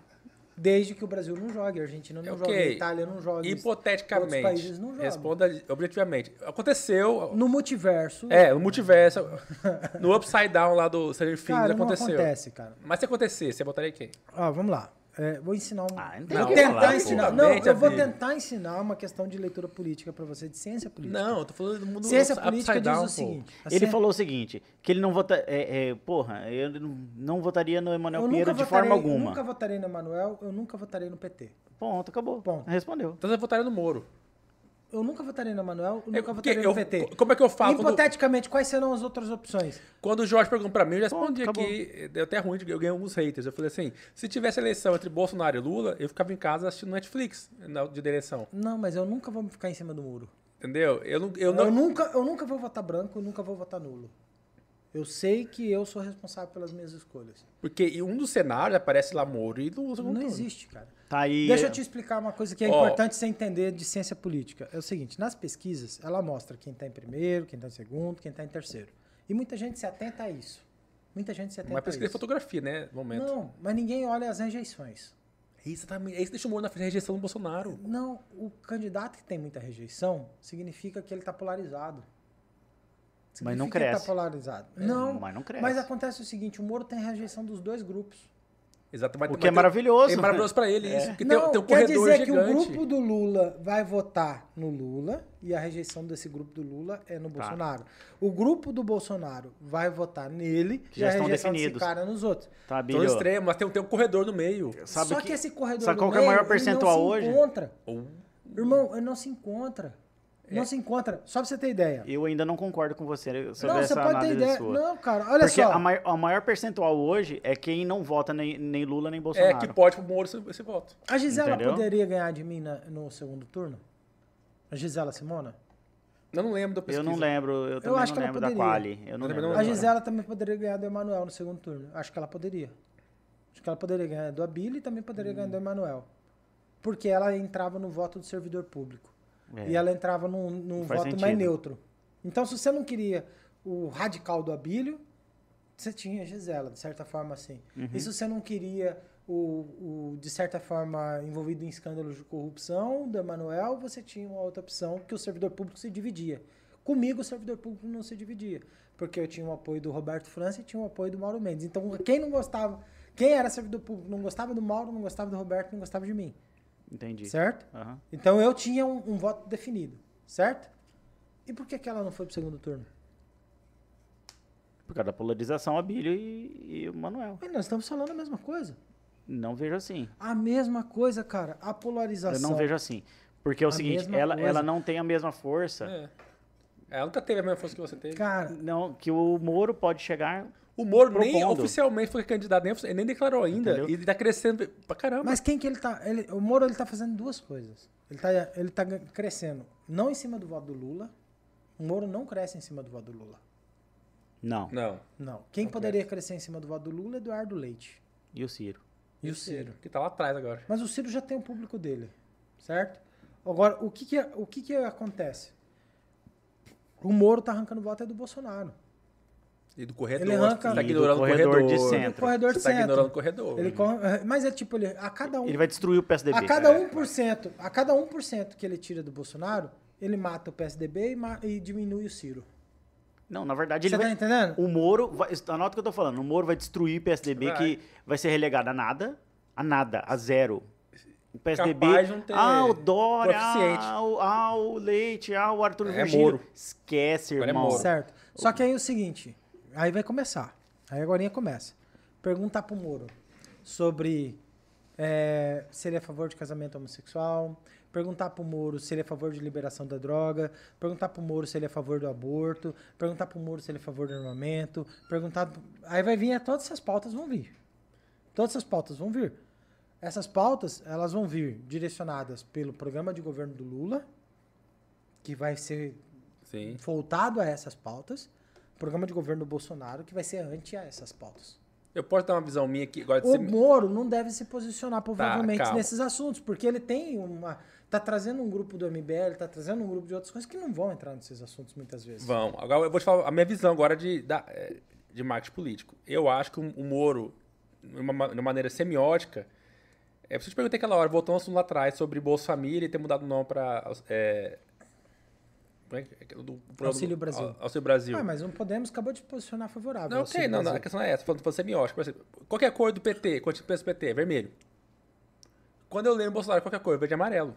Desde que o Brasil não jogue, a Argentina não
Ok.
jogue, a Itália não jogue. outros
Hipoteticamente.
países não jogam.
Responda objetivamente. Aconteceu.
No multiverso,
É, no multiverso. no upside down lá do Stranger Things
cara, não
aconteceu.
acontece, cara.
Mas se acontecer, você botaria quem?
Ó, vamos lá. É, vou ensinar um.
Ah, não tem
vou
que
tentar
falar,
ensinar.
pô.
Não, eu vou
Amigo.
tentar ensinar uma questão de leitura política pra você, de ciência política.
Não, eu tô falando do mundo
ciência
upside
política diz
down,
o
pô.
seguinte. a
Ele
ciência-
falou o seguinte, que ele não vota, é, é, porra, ele não, não votaria no
né,
eu
Emanuel
nunca
Pinheiro de
votarei-
forma
Eu
alguma.
nunca votarei no Emanuel, eu nunca votarei no PT.
Ponto, acabou.
Ponto.
Respondeu.
Então você votaria no Moro.
Eu nunca votarei no Emanuel, eu nunca
É, porque
votarei no
eu-
PT.
Como é que eu falo? Quando-
Hipoteticamente, quais serão as outras opções?
Quando o Jorge perguntou pra mim, eu já respondi
Pronto,
aqui, deu até ruim, eu ganhei alguns haters. Eu falei assim, se tivesse eleição entre Bolsonaro e Lula, eu ficava em casa assistindo Netflix na- de direção,
Não, mas eu nunca vou ficar em cima do muro.
entendeu? Eu não... Eu
Eu,
não...
nunca, eu nunca vou votar branco, eu nunca vou votar nulo. Eu sei que eu sou responsável pelas minhas escolhas.
Porque em um dos cenários aparece lá Moro e Lula.
Não existe, cara.
Tá aí.
Deixa eu te explicar uma coisa que é
Ó.
importante você entender de ciência política. É o seguinte, nas pesquisas, ela mostra quem está em primeiro, quem está em segundo, quem está em terceiro. E muita gente se atenta a isso. Muita gente se atenta
Mas pesquisa de
a isso.
fotografia, né? No momento.
Não, mas ninguém olha as rejeições.
Isso, tá, isso deixa o Moro na frente da rejeição do Bolsonaro.
Não, o candidato que tem muita rejeição significa que ele está polarizado.
Mas não
Significa que ele tá
cresce.
polarizado. Não,
é, mas não cresce.
Mas acontece o seguinte, o Moro tem rejeição dos dois grupos.
Exato. mas-
O
mas
que é
tem-
maravilhoso.
É maravilhoso pra ele, isso. Porque tem,
não,
tem um
quer
corredor
dizer que o
gigante.
grupo do Lula vai votar no Lula e a rejeição desse grupo do Lula é
Tá.
no Bolsonaro. O grupo do Bolsonaro vai votar nele
Que já
e a
estão
rejeição
definidos.
desse cara é nos outros.
Tá,
Todo
Abílio.
extremo, mas tem, um- tem um corredor no meio.
Sabe
Só
que-
que, esse corredor
sabe
do
qual que é o
meio,
maior
ele não
percentual
se
hoje?
encontra.
Ou-
Irmão, ele não se encontra. Não
É.
se encontra. Só pra você ter ideia.
Eu ainda não concordo com você né, sobre
Não,
essa
você pode ter
análise
ideia.
sua.
Não, cara, olha
Porque
só.
a, mai- a maior percentual hoje é quem não vota nem, nem Lula nem
É,
Bolsonaro.
que pode pro Moro esse, esse voto.
A Gisela
Entendeu?
poderia ganhar de mim na- no segundo turno? A Gisela Simona?
Eu não lembro da pesquisa.
Eu não lembro, eu também
acho
não
que ela
lembro da
poderia.
Quali. Eu não
também
lembro.
não
A
agora.
Gisela também poderia ganhar do Emanuel no segundo turno. Acho que ela poderia. Acho que ela poderia ganhar do Abílio e também poderia ganhar do Emanuel. Porque ela entrava no voto do servidor público.
É.
E ela entrava num, num
faz
um voto mais
sentido.
neutro. Então, se você não queria o radical do Abílio, você tinha a Gisela, de certa forma assim.
Uhum.
E se você não queria o, o, de certa forma, envolvido em escândalos de corrupção do Emanuel, você tinha uma outra opção que o servidor público se dividia. Comigo, o servidor público não se dividia, porque eu tinha o apoio do Roberto França e tinha o apoio do Mauro Mendes. Então, quem não gostava, quem era servidor público, não gostava do Mauro, não gostava do Roberto, não gostava de mim,
Entendi.
certo?
Aham.
Então eu tinha um, um voto definido, certo? E por que, que ela não foi pro segundo turno?
Por causa da polarização, Abílio e, e o Manuel.
Mas nós estamos falando a mesma coisa.
Não vejo assim.
A mesma coisa, cara. A
Eu
polarização.
não vejo assim. Porque é o
A
seguinte,
mesma
ela,
coisa.
ela não tem a mesma força
É. Ela nunca teve a mesma força que você teve.
Cara,
não, que o Moro pode chegar.
O Moro nem
Propondo.
oficialmente foi candidato, nem, ofici- ele nem declarou ainda.
Entendeu?
E ele tá crescendo pra caramba.
mas quem que ele tá. ele- o Moro ele tá fazendo duas coisas. Ele tá, ele tá gan- crescendo. Não em cima do voto do Lula. O Moro não cresce em cima do voto do Lula.
Não.
Não.
Não. Quem poderia crescer em cima do voto do Lula é Eduardo Leite.
E o Ciro?
E o Ciro.
Que tá lá atrás agora.
Mas o Ciro já tem o público dele, certo? Agora, o que que, o que, que acontece? O Moro tá arrancando voto é do Bolsonaro.
E do corredor.
Ele arranca-
você tá
E do
ignorando o
corredor
corredor.
de
No
centro. Entra.
é corredor
Você
de
tá
centro.
ignorando o corredor.
Ele corre- mas é tipo, ele, a cada um,
Uhum. Ele vai é. destruir o PSDB.
a cada 1%, a cada 1% que ele tira do Bolsonaro, ele mata o PSDB e, ma- e diminui o Ciro.
Não, na verdade,
Você
ele
tá
vai.
entendendo?
O Moro. Vai, anota o que eu tô falando. O Moro vai destruir o PSDB,
Vai.
que vai ser relegado a nada. A nada, a zero. O PSDB.
Capaz de não ter
ah, o Dória.
coeficiente.
Ah, o, ah, o Leite. Ah, o Arthur
É
Virgílio.
Moro.
Esquece,
Agora é
irmão.
Moro.
Certo. Só que aí é o seguinte, aí vai começar. Aí agora começa. Perguntar pro Moro sobre é, se ele é a favor de casamento homossexual, perguntar pro Moro se ele é a favor de liberação da droga, perguntar pro Moro se ele é a favor do aborto, perguntar pro Moro se ele é a favor do armamento, perguntar... Aí vai vir, todas essas pautas vão vir. Todas essas pautas vão vir. Essas pautas, elas vão vir direcionadas pelo programa de governo do Lula, que vai ser
Sim.
voltado a essas pautas, o programa de governo do Bolsonaro que vai ser anti a essas pautas.
Eu posso dar uma visão minha aqui? Agora de
O
ser...
Moro não deve se posicionar provavelmente
Tá, calma.
nesses assuntos, porque ele tem uma tá trazendo um grupo do MBL, tá trazendo um grupo de outras coisas que não vão entrar nesses assuntos muitas vezes.
Vão. Agora eu vou te falar a minha visão agora de, da- eh, de marketing político. Eu acho que o o Moro, de uma, ma- de uma maneira semiótica, é, preciso te perguntei aquela hora, voltou um assunto lá atrás sobre Bolsa Família e ter mudado o nome é, para. é
Auxílio Brasil.
Auxílio Brasil.
Ah, mas não podemos acabou de posicionar
Não,
favorável. assim, ao
ok,
Ciro
não, não, a
Brasil.
questão é essa, falando, falando semiótica. Por exemplo, qual que é a cor do PT? Quanto pensa PT? Vermelho. Quando eu lembro Bolsonaro, qual que é a cor? Verde e amarelo.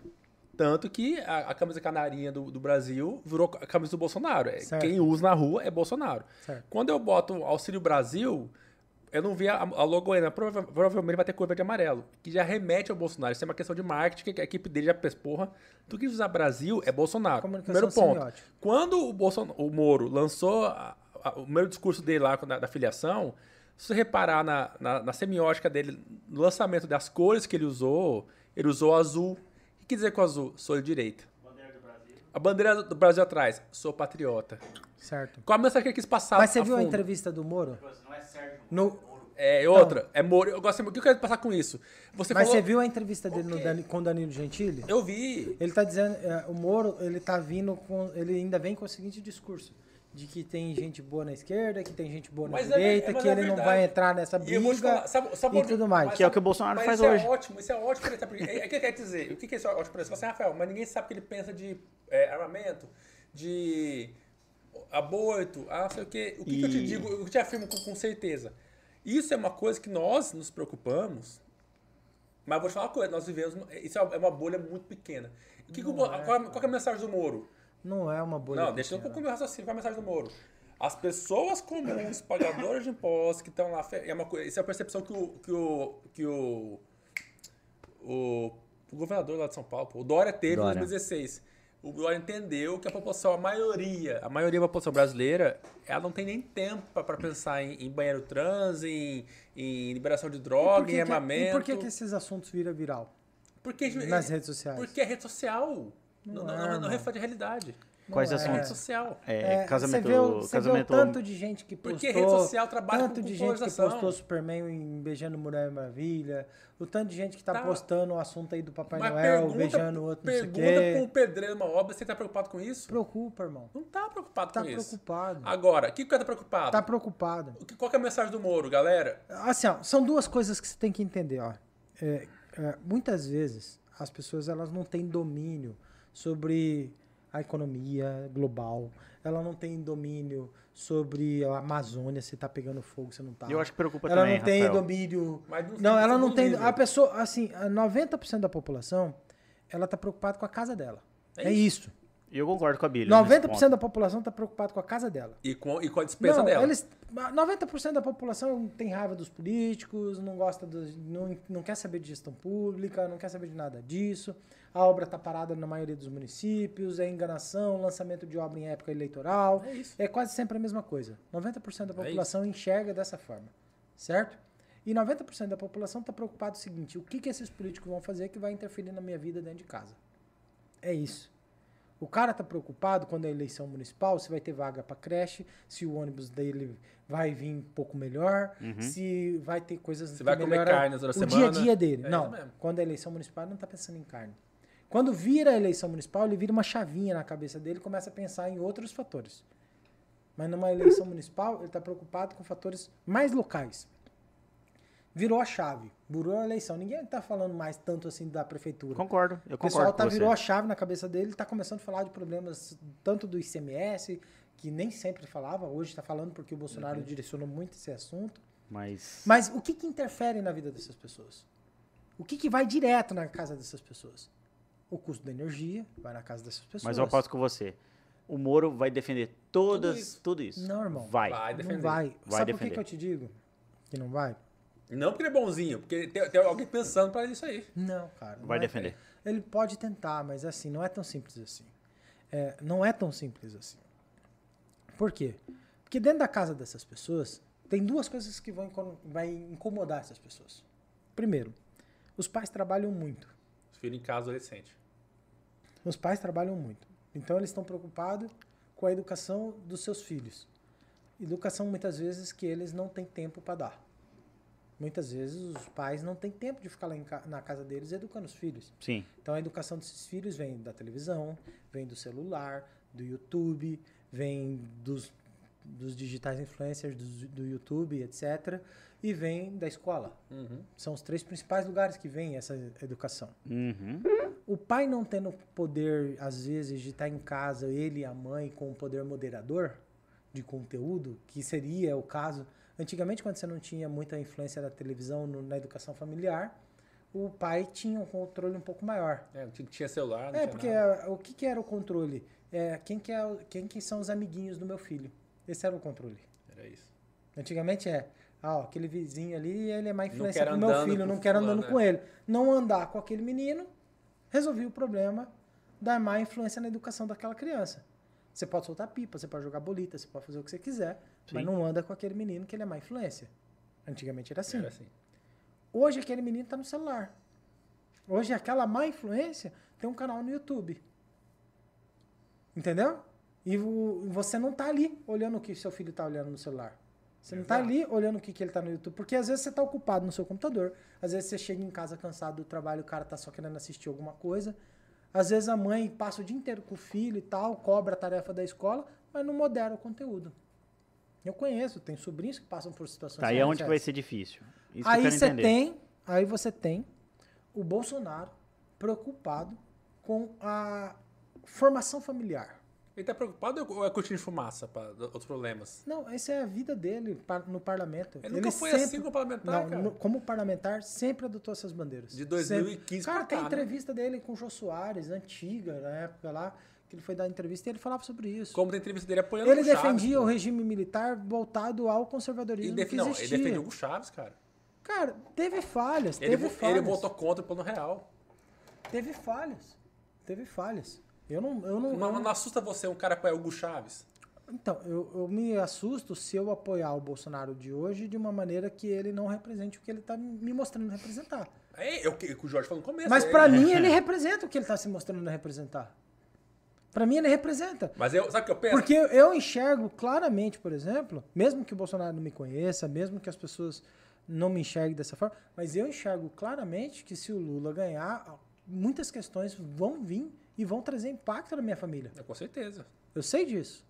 Tanto que a, a camisa canarinha do, do Brasil virou a camisa do Bolsonaro. É,
Certo.
Quem usa na rua é Bolsonaro.
Certo.
Quando eu boto Auxílio Brasil, eu não vi a, a Logoena. Prova- provavelmente vai ter cor verde e amarelo, que já remete ao Bolsonaro. Isso é uma questão de marketing, que a equipe dele já pensa, porra, tu quis usar Brasil, é Bolsonaro.
Comunicação
Primeiro ponto.
semiótica.
Quando o, Bolson- o Moro lançou a- a- o primeiro discurso dele lá da, da filiação, se você reparar na, na- na semiótica dele, no lançamento das cores que ele usou, ele usou azul. O que quer dizer com azul? Sou direita. A bandeira do Brasil atrás, sou patriota.
Certo.
Qual a mensagem que ele quis passar?
Mas você viu a
Tá, fundo?
entrevista do Moro? No-
É, e outra. É Moro. Eu gosto muito. O que eu quero passar com isso? Você
mas
falou.
você viu a entrevista dele no
Ok.
Dani- com o Danilo Gentili?
Eu vi.
Ele tá dizendo, é, o Moro, ele tá vindo com, ele ainda vem com o seguinte discurso, de que tem gente boa na esquerda, que tem gente boa na
Mas é
direita,
ver- mas
que
é
ele não
verdade.
vai entrar nessa
E eu vou te
briga
falar, sabe- sabe
e
onde-
tudo mais.
mas
Que é o
sabe-
que o Bolsonaro
mas
faz
isso
hoje.
É ótimo, isso é ótimo pra ele tá- porque- é- é O que quer dizer? O que que é isso ótimo pra ele? Você fala assim, Rafael, mas ninguém sabe o que ele pensa de é, armamento, de aborto, ah, não sei o quê. O que, que eu te
E-
digo, eu te afirmo com, com certeza. Isso é uma coisa que nós nos preocupamos, mas eu vou te falar uma coisa, nós vivemos. Isso é uma bolha muito pequena. O que que o Bo- qual, é- qual que é a mensagem do Moro?
Não é uma bolha.
Não, deixa eu
pequena.
concluir o raciocínio com a mensagem do Moro. As pessoas comuns, pagadoras de impostos, que estão lá. fe- É uma coisa, isso é a percepção que o. que o. que o. o, o governador lá de São Paulo, pô, o Dória teve
Dória.
em 2016. O Dória entendeu que a população, a maioria, a maioria da população brasileira, ela não tem nem tempo para pensar em, em banheiro trans, em, em liberação de droga,
que
em
que-
armamento.
e por que, que esses assuntos viram viral?
Porque- é,
nas redes sociais?
Porque é rede social.
Não
Não,
é,
não- não
mano.
reflete a realidade.
Quais
é.
Rede
assuntos?
social.
É,
É,
casamento,
você vê, o- você vê o
casamento
tanto de gente que postou.
Porque rede social trabalha com
tanto de gente que
popularização.
postou Superman em beijando Mulher Maravilha, o tanto de gente que tá,
Tá.
postando o assunto aí do Papai Noel, beijando o outro, não sei o
pergunta com o
quê.
pedreiro numa obra, você tá preocupado com isso?
Preocupa, irmão.
Não tá preocupado
Tá
com isso.
preocupado.
Agora, o que que o cara tá preocupado?
Tá preocupado.
O que- Qual que é a mensagem do Moro, galera?
Assim, ó, são duas coisas que você tem que entender, ó. É, é, muitas vezes as pessoas elas não têm domínio sobre a economia global. Ela não tem domínio sobre a Amazônia, se tá pegando fogo, se não tá.
Eu acho que preocupa
ela
também,
não tem
Rafael.
domínio.
Mas não
não,
tem
ela não
todo
tem.
mundo.
A pessoa, assim, a 90% da população, ela tá preocupada com a casa dela.
É
É isso.
E eu concordo com a Bíblia. nesse
90%
ponto.
da população tá preocupada com a casa dela.
E com, e com a despesa dela.
Eles, 90% da população tem raiva dos políticos, não gosta dos, não, não quer saber de gestão pública, não quer saber de nada disso. A obra está parada na maioria dos municípios, é enganação, lançamento de obra em época eleitoral.
É isso. É
É quase sempre a mesma coisa. 90% da população enxerga dessa forma, certo? E 90% da população está preocupado com o seguinte: o que, que esses políticos vão fazer que vai interferir na minha vida dentro de casa? É isso. O cara tá preocupado quando é eleição municipal, se vai ter vaga para creche, se o ônibus dele vai vir um pouco melhor, se vai ter coisas
Uhum. Se vai comer carne
o
durante a
dia a
semana.
dia dele.
É
não,
isso mesmo.
quando é eleição municipal ele não tá pensando em carne. Quando vira a eleição municipal, ele vira uma chavinha na cabeça dele e começa a pensar em outros fatores. Mas numa eleição municipal, ele tá preocupado com fatores mais locais. Virou a chave, virou a eleição. Ninguém tá falando mais tanto assim da prefeitura.
Concordo, eu
O pessoal
concordo
tá,
com você.
virou a chave na cabeça dele, tá começando a falar de problemas tanto do ICMS, que nem sempre falava, hoje tá falando porque o
Uhum.
Bolsonaro direcionou muito esse assunto.
Mas,
Mas o que que interfere na vida dessas pessoas? O que que vai direto na casa dessas pessoas? O custo da energia vai na casa dessas pessoas.
mas eu aposto com você. O Moro vai defender todas, tudo isso.
isso.
Não, irmão.
Vai.
Vai
Não
defender.
vai.
Vai
Sabe por que
defender.
que eu te digo que não vai?
Não porque ele é bonzinho, porque tem, tem alguém pensando pra isso aí.
Não, cara. não
Vai
é-
defender.
Ele pode tentar, mas assim, não é tão simples assim. É, não é tão simples assim. Por quê? Porque dentro da casa dessas pessoas, tem duas coisas que vão inco- vai incomodar essas pessoas. Primeiro, os pais trabalham muito.
Os filhos em casa, adolescente.
Os pais trabalham muito. Então eles estão preocupados com a educação dos seus filhos. Educação muitas vezes que eles não têm tempo para dar. Muitas vezes os pais não têm tempo de ficar lá em ca- na casa deles educando os filhos.
Sim.
Então a educação desses filhos vem da televisão, vem do celular, do YouTube, vem dos, dos digitais influencers do, do YouTube, etc. E vem da escola.
Uhum.
São os três principais lugares que vem essa educação.
Uhum.
O pai não tendo poder, às vezes, de estar em casa, ele e a mãe, com o poder moderador de conteúdo, que seria o caso. Antigamente, quando você não tinha muita influência da televisão no- na educação familiar, o pai tinha um controle um pouco maior.
É, não tinha- tinha celular, não
É,
tinha
porque
nada.
ah, o que, que era o controle? É, quem, que é, o- quem que são os amiguinhos do meu filho? Esse era o controle.
Era isso.
Antigamente é, ah, ó, aquele vizinho ali, ele é má influência
quero
pro meu
andando
filho,
com
não quero andando
fulano, é.
com ele. Não andar com aquele menino, resolvi o problema da má influência na educação daquela criança. Você pode soltar pipa, você pode jogar bolita, você pode fazer o que você quiser, mas
Sim.
não anda com aquele menino que ele é má influência. Antigamente era assim.
Era assim.
Hoje aquele menino tá no celular. Hoje aquela má influência tem um canal no YouTube. Entendeu? E vo- você não tá ali olhando o que seu filho tá olhando no celular. Você não tá
Exato.
ali olhando o que, que ele tá no YouTube. Porque às vezes você tá ocupado no seu computador. Às vezes você chega em casa cansado do trabalho, o cara tá só querendo assistir alguma coisa. Às vezes a mãe passa o dia inteiro com o filho e tal, cobra a tarefa da escola, mas não modera o conteúdo. Eu conheço, tem sobrinhos que passam por situações
Tá, aí é onde
semelhantes a
que vai
essa
ser difícil. Isso que eu
aí
quero
você
entender.
tem, aí você tem o Bolsonaro preocupado com a formação familiar.
Ele tá preocupado ou é cortina de fumaça para outros problemas?
Não, essa é a vida dele par- no parlamento.
Ele nunca foi assim como parlamentar,
não,
cara.
no- como parlamentar sempre adotou essas bandeiras.
De 2015
Sempre. Cara,
pra
tem
cá, né?
entrevista dele com o Jô Soares, antiga, na época lá, que ele foi dar entrevista e ele falava sobre isso.
Como tem entrevista dele apoiando
ele
o Chaves.
defendia
pô.
o regime militar voltado ao conservadorismo
ele
que
def... Não, ele
existia.
defendeu o Chaves, cara.
Cara, teve falhas,
Ele,
teve
vo-
falhas.
ele votou contra o plano real.
Teve falhas. Teve falhas. Eu não. Eu não,
Não,
eu-
não assusta você um cara apoiar o Hugo Chaves.
Então, eu, eu me assusto se eu apoiar o Bolsonaro de hoje de uma maneira que ele não represente o que ele tá me mostrando representar.
É, é o que o Jorge falou no começo.
Mas
é-
pra mim, ele representa o que ele tá se mostrando representar. Pra mim ele representa.
É. Mas eu, sabe o que eu penso?
Porque eu- eu enxergo claramente, por exemplo, mesmo que o Bolsonaro não me conheça, mesmo que as pessoas não me enxerguem dessa forma, mas eu enxergo claramente que se o Lula ganhar, muitas questões vão vir e vão trazer impacto na minha família.
É, Com certeza.
Eu sei disso.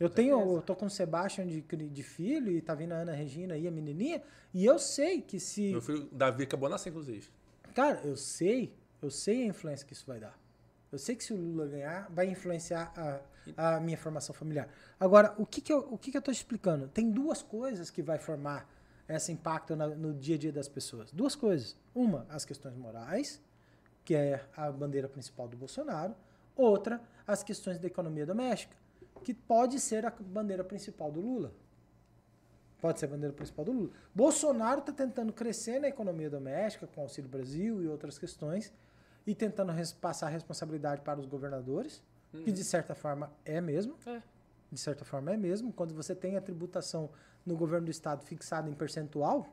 Eu tenho,
certeza.
eu tô com o Sebastian de, cri- de filho e tá vindo a Ana Regina aí, a menininha, e eu sei que se
Meu filho, o Davi acabou de nascer, inclusive.
Cara, eu sei, eu sei a influência que isso vai dar. Eu sei que se o Lula ganhar, vai influenciar a, a minha formação familiar. Agora, o que que eu, o que que eu tô explicando? Tem duas coisas que vai formar esse impacto na- no dia a dia das pessoas. Duas coisas. Uma, as questões morais, que é a bandeira principal do Bolsonaro. Outra, as questões da economia doméstica, que pode ser a bandeira principal do Lula. Pode ser a bandeira principal do Lula. Bolsonaro está tentando crescer na economia doméstica, com o Auxílio Brasil e outras questões, e tentando res- passar a responsabilidade para os governadores, que de certa forma é mesmo.
É.
De certa forma é mesmo. Quando você tem a tributação no governo do estado fixada em percentual,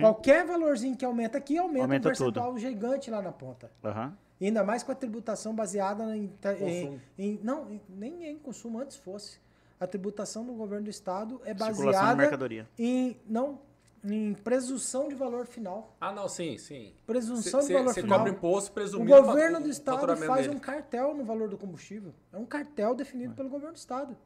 qualquer valorzinho que aumenta aqui aumenta,
Aumenta
um percentual gigante lá na ponta.
Aham.
E Ainda mais com a tributação baseada em. ta- em,
Consumo.
em- não, em- nem em consumo, antes fosse. A tributação do governo do estado é
Circulação de
baseada
mercadoria.
em. Não, em presunção de valor final.
Ah, não, sim, sim.
Presunção de valor
Você
final.
cobra imposto
o
presumindo
governo
fatu-
do estado
faturamento
faz
dele.
um cartel no valor do combustível. É um cartel definido pelo governo do estado.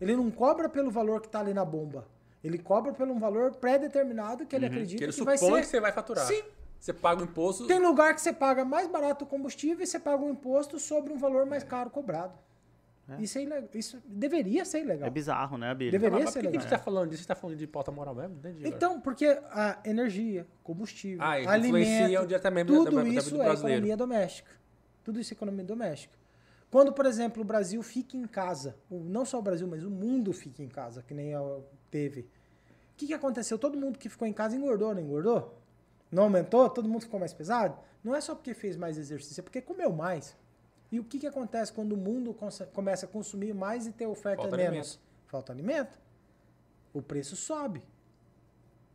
Ele não cobra pelo valor que está ali na bomba. Ele cobra pelo um valor pré-determinado que ele acredita
Uhum. Que
que,
ele
vai
supõe
ser.
que você vai faturar.
Sim.
Você paga o imposto. Ah,
Tem lugar que você paga mais barato o combustível e você paga um imposto sobre um valor mais caro cobrado. Isso, é ilegal. Isso deveria ser ilegal.
É bizarro, né, Billy?
Deveria
mas por
ser
que que a
legal.
gente tá falando disso? A gente tá falando de pauta moral mesmo? Não Entendi. agora.
então, porque a energia, combustível,
Ah, e influenciam
alimento,
diretamente na- na-
tudo
na vida do
isso é
brasileiro.
economia doméstica. Tudo isso é economia doméstica. Quando, por exemplo, o Brasil fica em casa, o- não só o Brasil, mas o mundo fica em casa, que nem a- teve. O que, que aconteceu? Todo mundo que ficou em casa engordou, não engordou? Não aumentou? Todo mundo ficou mais pesado? Não é só porque fez mais exercício, é porque comeu mais. E o que, que acontece quando o mundo consa- começa a consumir mais e ter oferta
Falta
menos? Falta alimento. O preço sobe.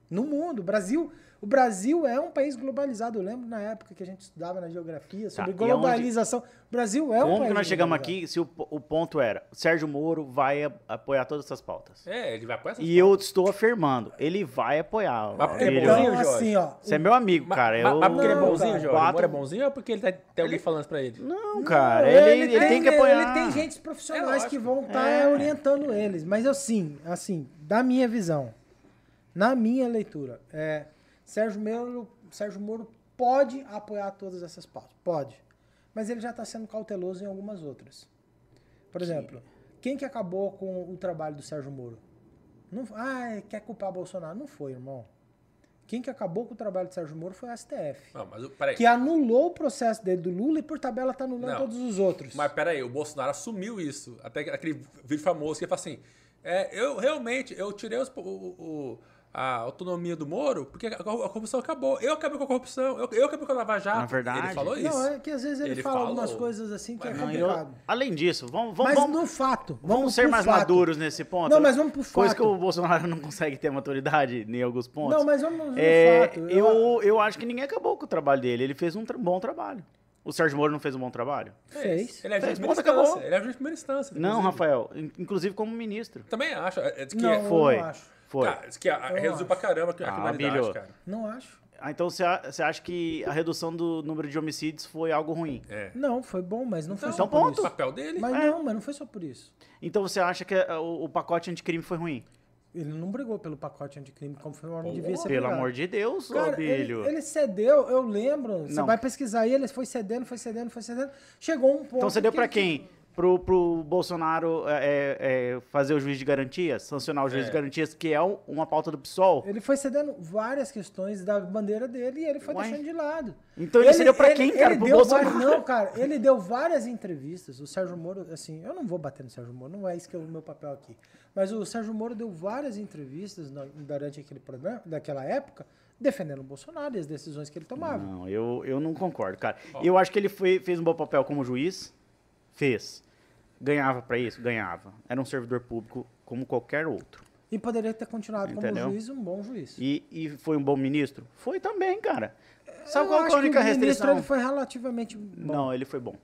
No mundo. O Brasil, o Brasil é um país globalizado. Eu lembro na época que a gente estudava na geografia sobre
Tá, e
globalização. O Brasil é um país.
Como que nós chegamos
globalizado.
aqui se o, po- o ponto era Sérgio Moro vai a- apoiar todas essas pautas?
É, ele vai apoiar essas
E eu estou afirmando, ele vai apoiar.
Mas porque é
Ele-
bonzinho,
Então,
Jorge?
assim, ó.
Você é meu amigo,
Ma-
cara.
ma-
eu
mas porque ele é
Não,
bonzinho,
cara.
Jorge?
bato-
O Moro é bonzinho ou porque ele tá, tem alguém falando isso pra ele?
Não, cara, ele, ele tem, que apoiar.
Ele tem gente profissionais
É
que
lógico.
vão estar orientando eles. Mas assim, assim, da minha visão, na minha leitura, é, Sérgio, Melo, Sérgio Moro pode apoiar todas essas pautas. Pode. Mas ele já está sendo cauteloso em algumas outras. Por exemplo, quem que acabou com o trabalho do Sérgio Moro? Não, ah, quer culpar Bolsonaro? Não foi, irmão. Quem que acabou com o trabalho do Sérgio Moro foi o STF.
Não, mas o- peraí.
Que anulou o processo dele do Lula e por tabela tá anulando
Não.
todos os outros.
Mas peraí, o Bolsonaro assumiu isso. Até que- aquele vídeo famoso que ele fala assim: é, eu realmente, eu tirei os- o- o- o- a autonomia do Moro porque a, a corrupção acabou. Eu acabei com a corrupção, eu, eu acabei com a Lava Jato.
Na verdade.
Ele falou isso.
Não, é que às vezes ele,
Ele
fala
falou.
algumas coisas assim que é
Não, eu-
complicado.
além disso, vamos, vamos,
Mas
vamos,
no fato. Vamos,
vamos ser
pro
mais
fato.
maduros nesse ponto.
Não, mas vamos pro
Coisa
fato.
que o Bolsonaro não consegue ter maturidade em alguns pontos.
Não, mas vamos no
É,
fato.
eu, eu acho que ninguém acabou com o trabalho dele. Ele fez um tra- bom trabalho. O Sérgio Moro não fez um bom trabalho?
Fez.
Ele é juiz
Fez,
de primeira
ponto, acabou.
instância. Ele é juiz de primeira instância.
Não,
inclusive.
Rafael. in- Inclusive como ministro.
Também acho. É, é, diz que
Não, eu
Foi.
acho.
Foi. Ah,
Cara, diz que a- a-
Eu
reduziu pra
acho.
caramba é a criminalidade,
Abílio.
cara.
Não acho.
Ah, então você a- você acha que a redução do número de homicídios foi algo ruim?
É.
Não, foi bom, mas não foi só
então
por
ponto. É.
O
isso.
papel dele.
Mas não, mas não foi só por isso.
Então você acha que ah, o, o pacote anticrime foi ruim?
Ele não brigou pelo pacote anticrime, como foi uma devia ser
Pelo
brigado.
amor de Deus, ô
Cara, ele,
Abílio.
ele cedeu, eu lembro. Você
Não.
vai pesquisar aí, ele foi cedendo, foi cedendo, foi cedendo. Chegou um ponto.
Então você deu
que
pra
ele-
quem? Pro, pro Bolsonaro é, é, é, fazer o juiz de garantias? Sancionar o juiz
É.
de garantias, que é um- uma pauta do PSOL?
Ele foi cedendo várias questões da bandeira dele e ele foi
Ué.
deixando de lado.
Então ele cedeu pra quem, cara?
Ele
Pro
deu
Bolsonaro?
várias- não, cara, ele deu várias entrevistas. O Sérgio Moro, assim, eu não vou bater no Sérgio Moro, não é isso que é o meu papel aqui. Mas o Sérgio Moro deu várias entrevistas na- durante aquele programa, daquela época, defendendo o Bolsonaro e as decisões que ele tomava.
Não, eu, eu não concordo, cara. Eu acho que ele foi- fez um bom papel como juiz. Fez. Ganhava pra isso? Ganhava. Era um servidor público como qualquer outro.
E poderia ter continuado
Entendeu?
como juiz, um bom juiz.
E, e foi um bom ministro? Foi também, cara. Sabe
Eu
qual que
acho
é a única
que o ministro
restrição?
ele foi relativamente bom.
Não, ele foi bom.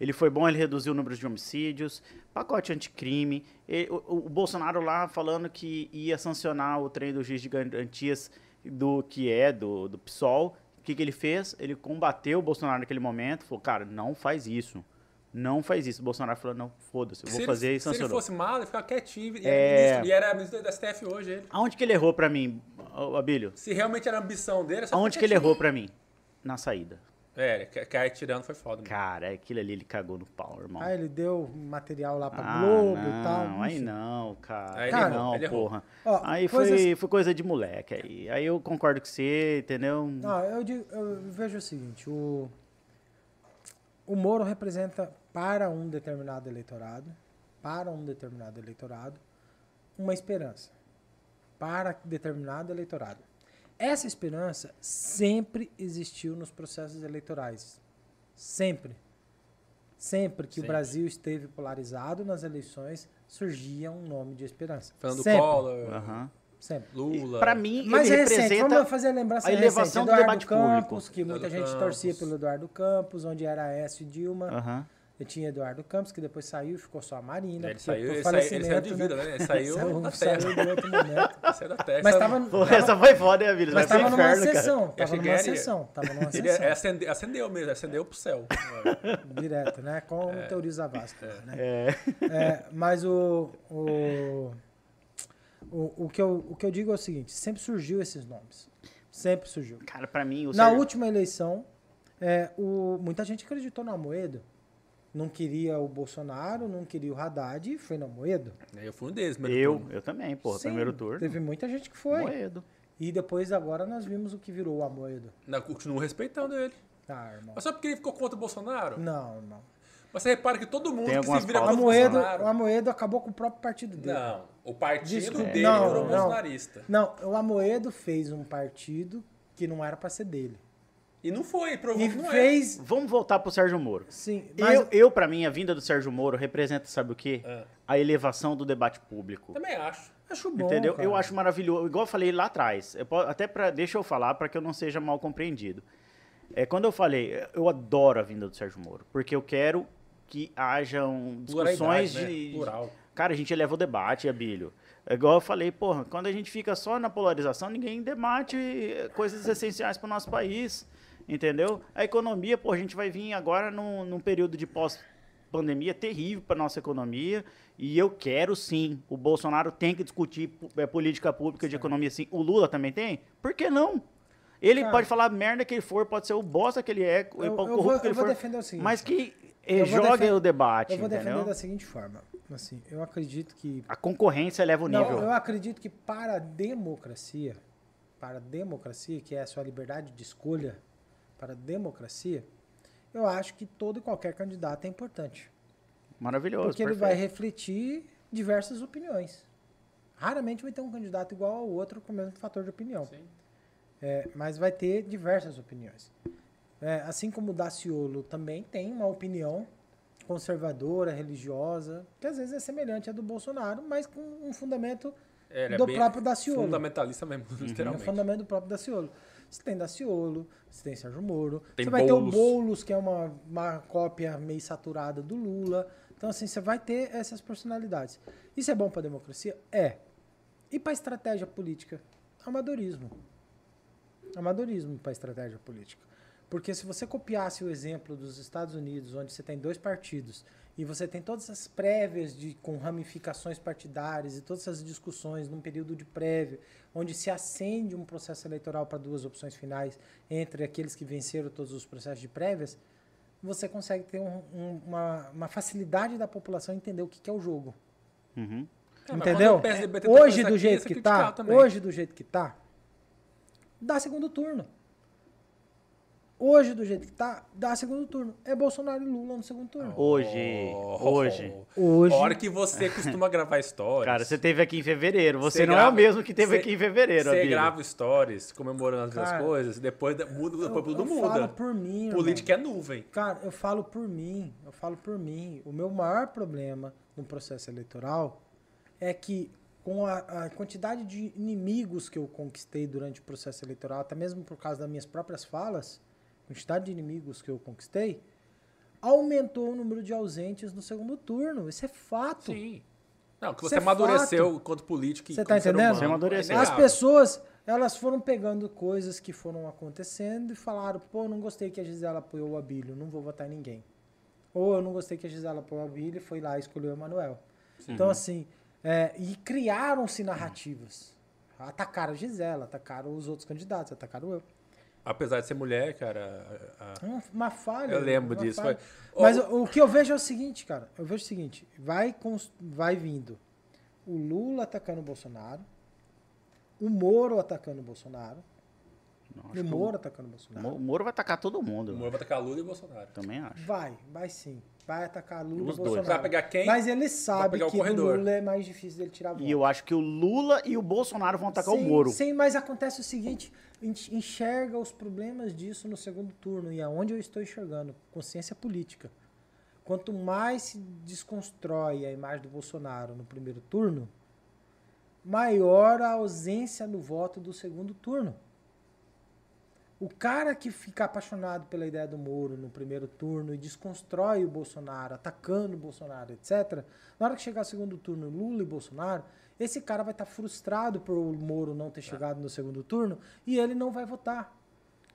Ele foi bom, ele reduziu o número de homicídios, pacote anticrime. E, o, o Bolsonaro lá falando que ia sancionar o trem do juiz de garantias do que é, do, do PSOL. O que, que ele fez? Ele combateu o Bolsonaro naquele momento, falou, cara, não faz isso. Não faz isso. O Bolsonaro falou, não, foda-se, eu vou
se
fazer
ele,
e
Se ele
sancionou.
fosse mal, ele ficava quietinho e era,
É.
ministro, e era ministro da STF hoje. Ele.
Aonde que ele errou pra mim, ô, Abílio?
Se realmente era a ambição dele, só
Aonde que
ficava
ele errou pra mim? Na saída.
quietinho. É, que- que aí tirando foi foda. mano.
Cara, aquilo ali ele cagou no pau, irmão.
Ah, ele deu material lá pra
Ah,
Globo
não,
e tal.
Aí
enfim.
não, cara.
Aí ele
Cara,
errou,
não,
ele errou.
porra.
Ó,
aí foi,
coisas-
foi coisa de moleque. Aí, aí eu concordo com você, entendeu?
Não, eu, digo- eu vejo o seguinte, o, o Moro representa para um determinado eleitorado, para um determinado eleitorado, uma esperança. Para determinado eleitorado. Essa esperança sempre existiu nos processos eleitorais. Sempre. Sempre que
Sempre.
o Brasil esteve polarizado nas eleições, surgia um nome de esperança.
Fernando
sempre,
Collor,
Aham.
Sempre.
Lula.
Pra mim,
Mas
ele
é recente,
representa
vamos fazer a lembrança
a elevação
recente.
do
Eduardo
debate
Campos,
público.
que muita
Eduardo
gente
Campos.
torcia pelo Eduardo Campos, onde era Aécio Dilma.
Aham.
Eu tinha Eduardo Campos, que depois saiu e ficou só a Marina.
É, Ele
porque
saiu,
por
ele, saiu, ele saiu de
falecimento,
vida, né? Ele saiu da
assim Saiu, saiu
terra.
de outro momento.
Ele saiu da terra.
Mas
Saiu-
tava,
Pô,
tava-
essa foi foda, hein, Abílio? Vai
mas tava
pro
numa
inferno, cara.
sessão.
Eu
Tava
achei que
numa
era-
sessão. Tava numa
Ele
sessão.
acende- acendeu mesmo, acendeu pro céu.
Direto, né? Com o Teori Zavascki,
É.
né?
É.
É, mas o, o, o, o que eu, o que eu digo é o seguinte, sempre surgiu esses nomes. Sempre surgiu.
Cara, pra mim, o
Na
Sérgio-
última eleição, é, o- muita gente acreditou no Amoedo. Não queria o Bolsonaro, não queria o Haddad e foi no Amoedo.
Eu fui um deles, meu
Eu, eu também, porra.
Sim,
primeiro turno.
Teve muita gente que foi.
Moedo.
E depois agora nós vimos o que virou o Amoedo.
Não, continuo respeitando ele.
Ah, irmão.
Mas só porque ele ficou contra o Bolsonaro?
Não, não.
Mas você repara que todo mundo
Tem
que
algumas
se vira
pautas.
O
contra o
Amoedo,
Bolsonaro.
o Amoedo acabou com o próprio partido dele.
Não, o partido
Desculpa.
dele
Não,
virou
não.
bolsonarista.
Não, o Amoedo fez um partido que não era pra ser dele.
E não foi,
E
provavelmente não é.
fez.
Vamos voltar pro Sérgio Moro.
Sim, mas
Eu, eu, pra mim, a vinda do Sérgio Moro representa, sabe o quê?
Ah,
A elevação do debate público.
Também acho.
acho bom.
Entendeu?
cara.
Eu acho maravilhoso. Igual eu falei lá atrás. eu po- até para deixa eu falar para que eu não seja mal compreendido. É quando eu falei, eh, eu adoro a vinda do Sérgio Moro, porque eu quero que hajam discussões
Pluralidade, né?
de
Plural.
Cara, a gente eleva o debate, Abílio. É Igual eu falei, porra, quando a gente fica só na polarização, ninguém debate eh, coisas essenciais para o nosso país, entendeu? A economia, pô, a gente vai vir agora num, num período de pós-pandemia terrível para nossa economia, e eu quero sim, o Bolsonaro tem que discutir po- eh, política pública de economia sim, o Lula também tem? Por que não? Ele
Cara.
pode falar a merda que ele for, pode ser o bosta que ele é, o
Eu- eu
corrupto
vou-
que ele
eu vou
for,
defender o seguinte.
mas que eh,
Eu vou
jogue
defen-
o debate,
Eu vou defender
entendeu?
da seguinte forma. Assim, eu acredito que
A concorrência eleva o
Não,
nível.
eu acredito que para a democracia, para a democracia, que é a sua liberdade de escolha, para a democracia, eu acho que todo e qualquer candidato é importante.
Maravilhoso.
Porque ele
perfeito.
vai refletir diversas opiniões. Raramente vai ter um candidato igual ao outro com o mesmo fator de opinião.
Sim.
É, mas vai ter diversas opiniões. É, assim como o Daciolo também tem uma opinião conservadora, religiosa, que às vezes é semelhante à do Bolsonaro, mas com um fundamento
É, ele é
do
bem
próprio Daciolo.
Fundamentalista mesmo,
Uhum.
É o
literalmente.
fundamento do próprio Daciolo. Você tem Daciolo, você tem Sérgio Moro,
Tem
você vai ter o
Boulos.
Boulos, que é uma, uma cópia meio saturada do Lula. Então, assim, você vai ter essas personalidades. Isso é bom para a democracia? É. E para estratégia política? Amadorismo. Amadorismo para estratégia política. Porque se você copiasse o exemplo dos Estados Unidos, onde você tem dois partidos, e você tem todas essas prévias de, com ramificações partidárias e todas essas discussões num período de prévia, onde se acende um processo eleitoral para duas opções finais entre aqueles que venceram todos os processos de prévias, você consegue ter um- um- uma, uma facilidade da população entender o que, que é o jogo.
Uhum.
É, mas quando
Entendeu?
o PSDB tentou fazer
Hoje,
isso
do
aqui,
jeito
você
que
criticava
tá,
também.
hoje, do jeito que tá, dá segundo turno. Hoje, do jeito que tá, dá segundo turno. É Bolsonaro e Lula no segundo turno.
Hoje.
Oh,
hoje.
Hoje.
A hora que você costuma gravar histórias.
Cara, você teve aqui em fevereiro. Você
Cê
não é
grava-
o mesmo que teve
cê-
aqui em fevereiro,
Você
Abílio.
grava stories comemorando as
Cara,
mesmas coisas, depois da- muda,
eu,
depois tudo
eu
muda.
falo por mim, irmão.
Política é nuvem.
Cara, eu falo por mim, eu falo por mim. O meu maior problema no processo eleitoral é que com a, a quantidade de inimigos que eu conquistei durante o processo eleitoral, até mesmo por causa das minhas próprias falas, quantidade de inimigos que eu conquistei, aumentou o número de ausentes no segundo turno. Isso é fato.
Sim. Não, que
Isso
você
é
amadureceu enquanto político e
Você
como
tá
ser
entendendo?
humano.
Você amadureceu.
É
As
inegável.
pessoas, elas foram pegando coisas que foram acontecendo e falaram, pô, não gostei que a Gisela apoiou o Abílio, não vou votar em ninguém. Ou eu não gostei que a Gisela apoiou o Abílio e foi lá e escolheu o Emanuel. Então, assim, é, e criaram-se narrativas. Atacaram a Gisela, atacaram os outros candidatos, atacaram eu.
Apesar de ser mulher, cara, a- a-
Uma- Uma falha.
Eu lembro
uma
disso,
falha.
foi-
Mas o, o que eu vejo é o seguinte, cara. Eu vejo o seguinte. Vai, cons- vai vindo o Lula atacando o Bolsonaro, o Moro atacando o Bolsonaro,
Não,
o
acho que
Moro atacando o Bolsonaro.
O Moro vai atacar todo mundo.
o Moro vai atacar Lula e o
Tá
Bolsonaro.
Também acho.
Vai, vai sim. Vai atacar Lula
Os
e
dois.
Bolsonaro.
Vai pegar quem?
Mas ele sabe
pegar o
que o
corredor.
Lula é mais difícil dele tirar voto.
E eu acho que o Lula e o Bolsonaro vão atacar
sim,
o Moro.
Sim, mas acontece o seguinte, en- enxerga os problemas disso no segundo turno e aonde eu estou enxergando, consciência política. Quanto mais se desconstrói a imagem do Bolsonaro no primeiro turno, maior a ausência no voto do segundo turno. O cara que fica apaixonado pela ideia do Moro no primeiro turno e desconstrói o Bolsonaro, atacando o Bolsonaro, etc., na hora que chegar o segundo turno, Lula e Bolsonaro, esse cara vai estar frustrado por o Moro não ter chegado no segundo turno e ele não vai votar.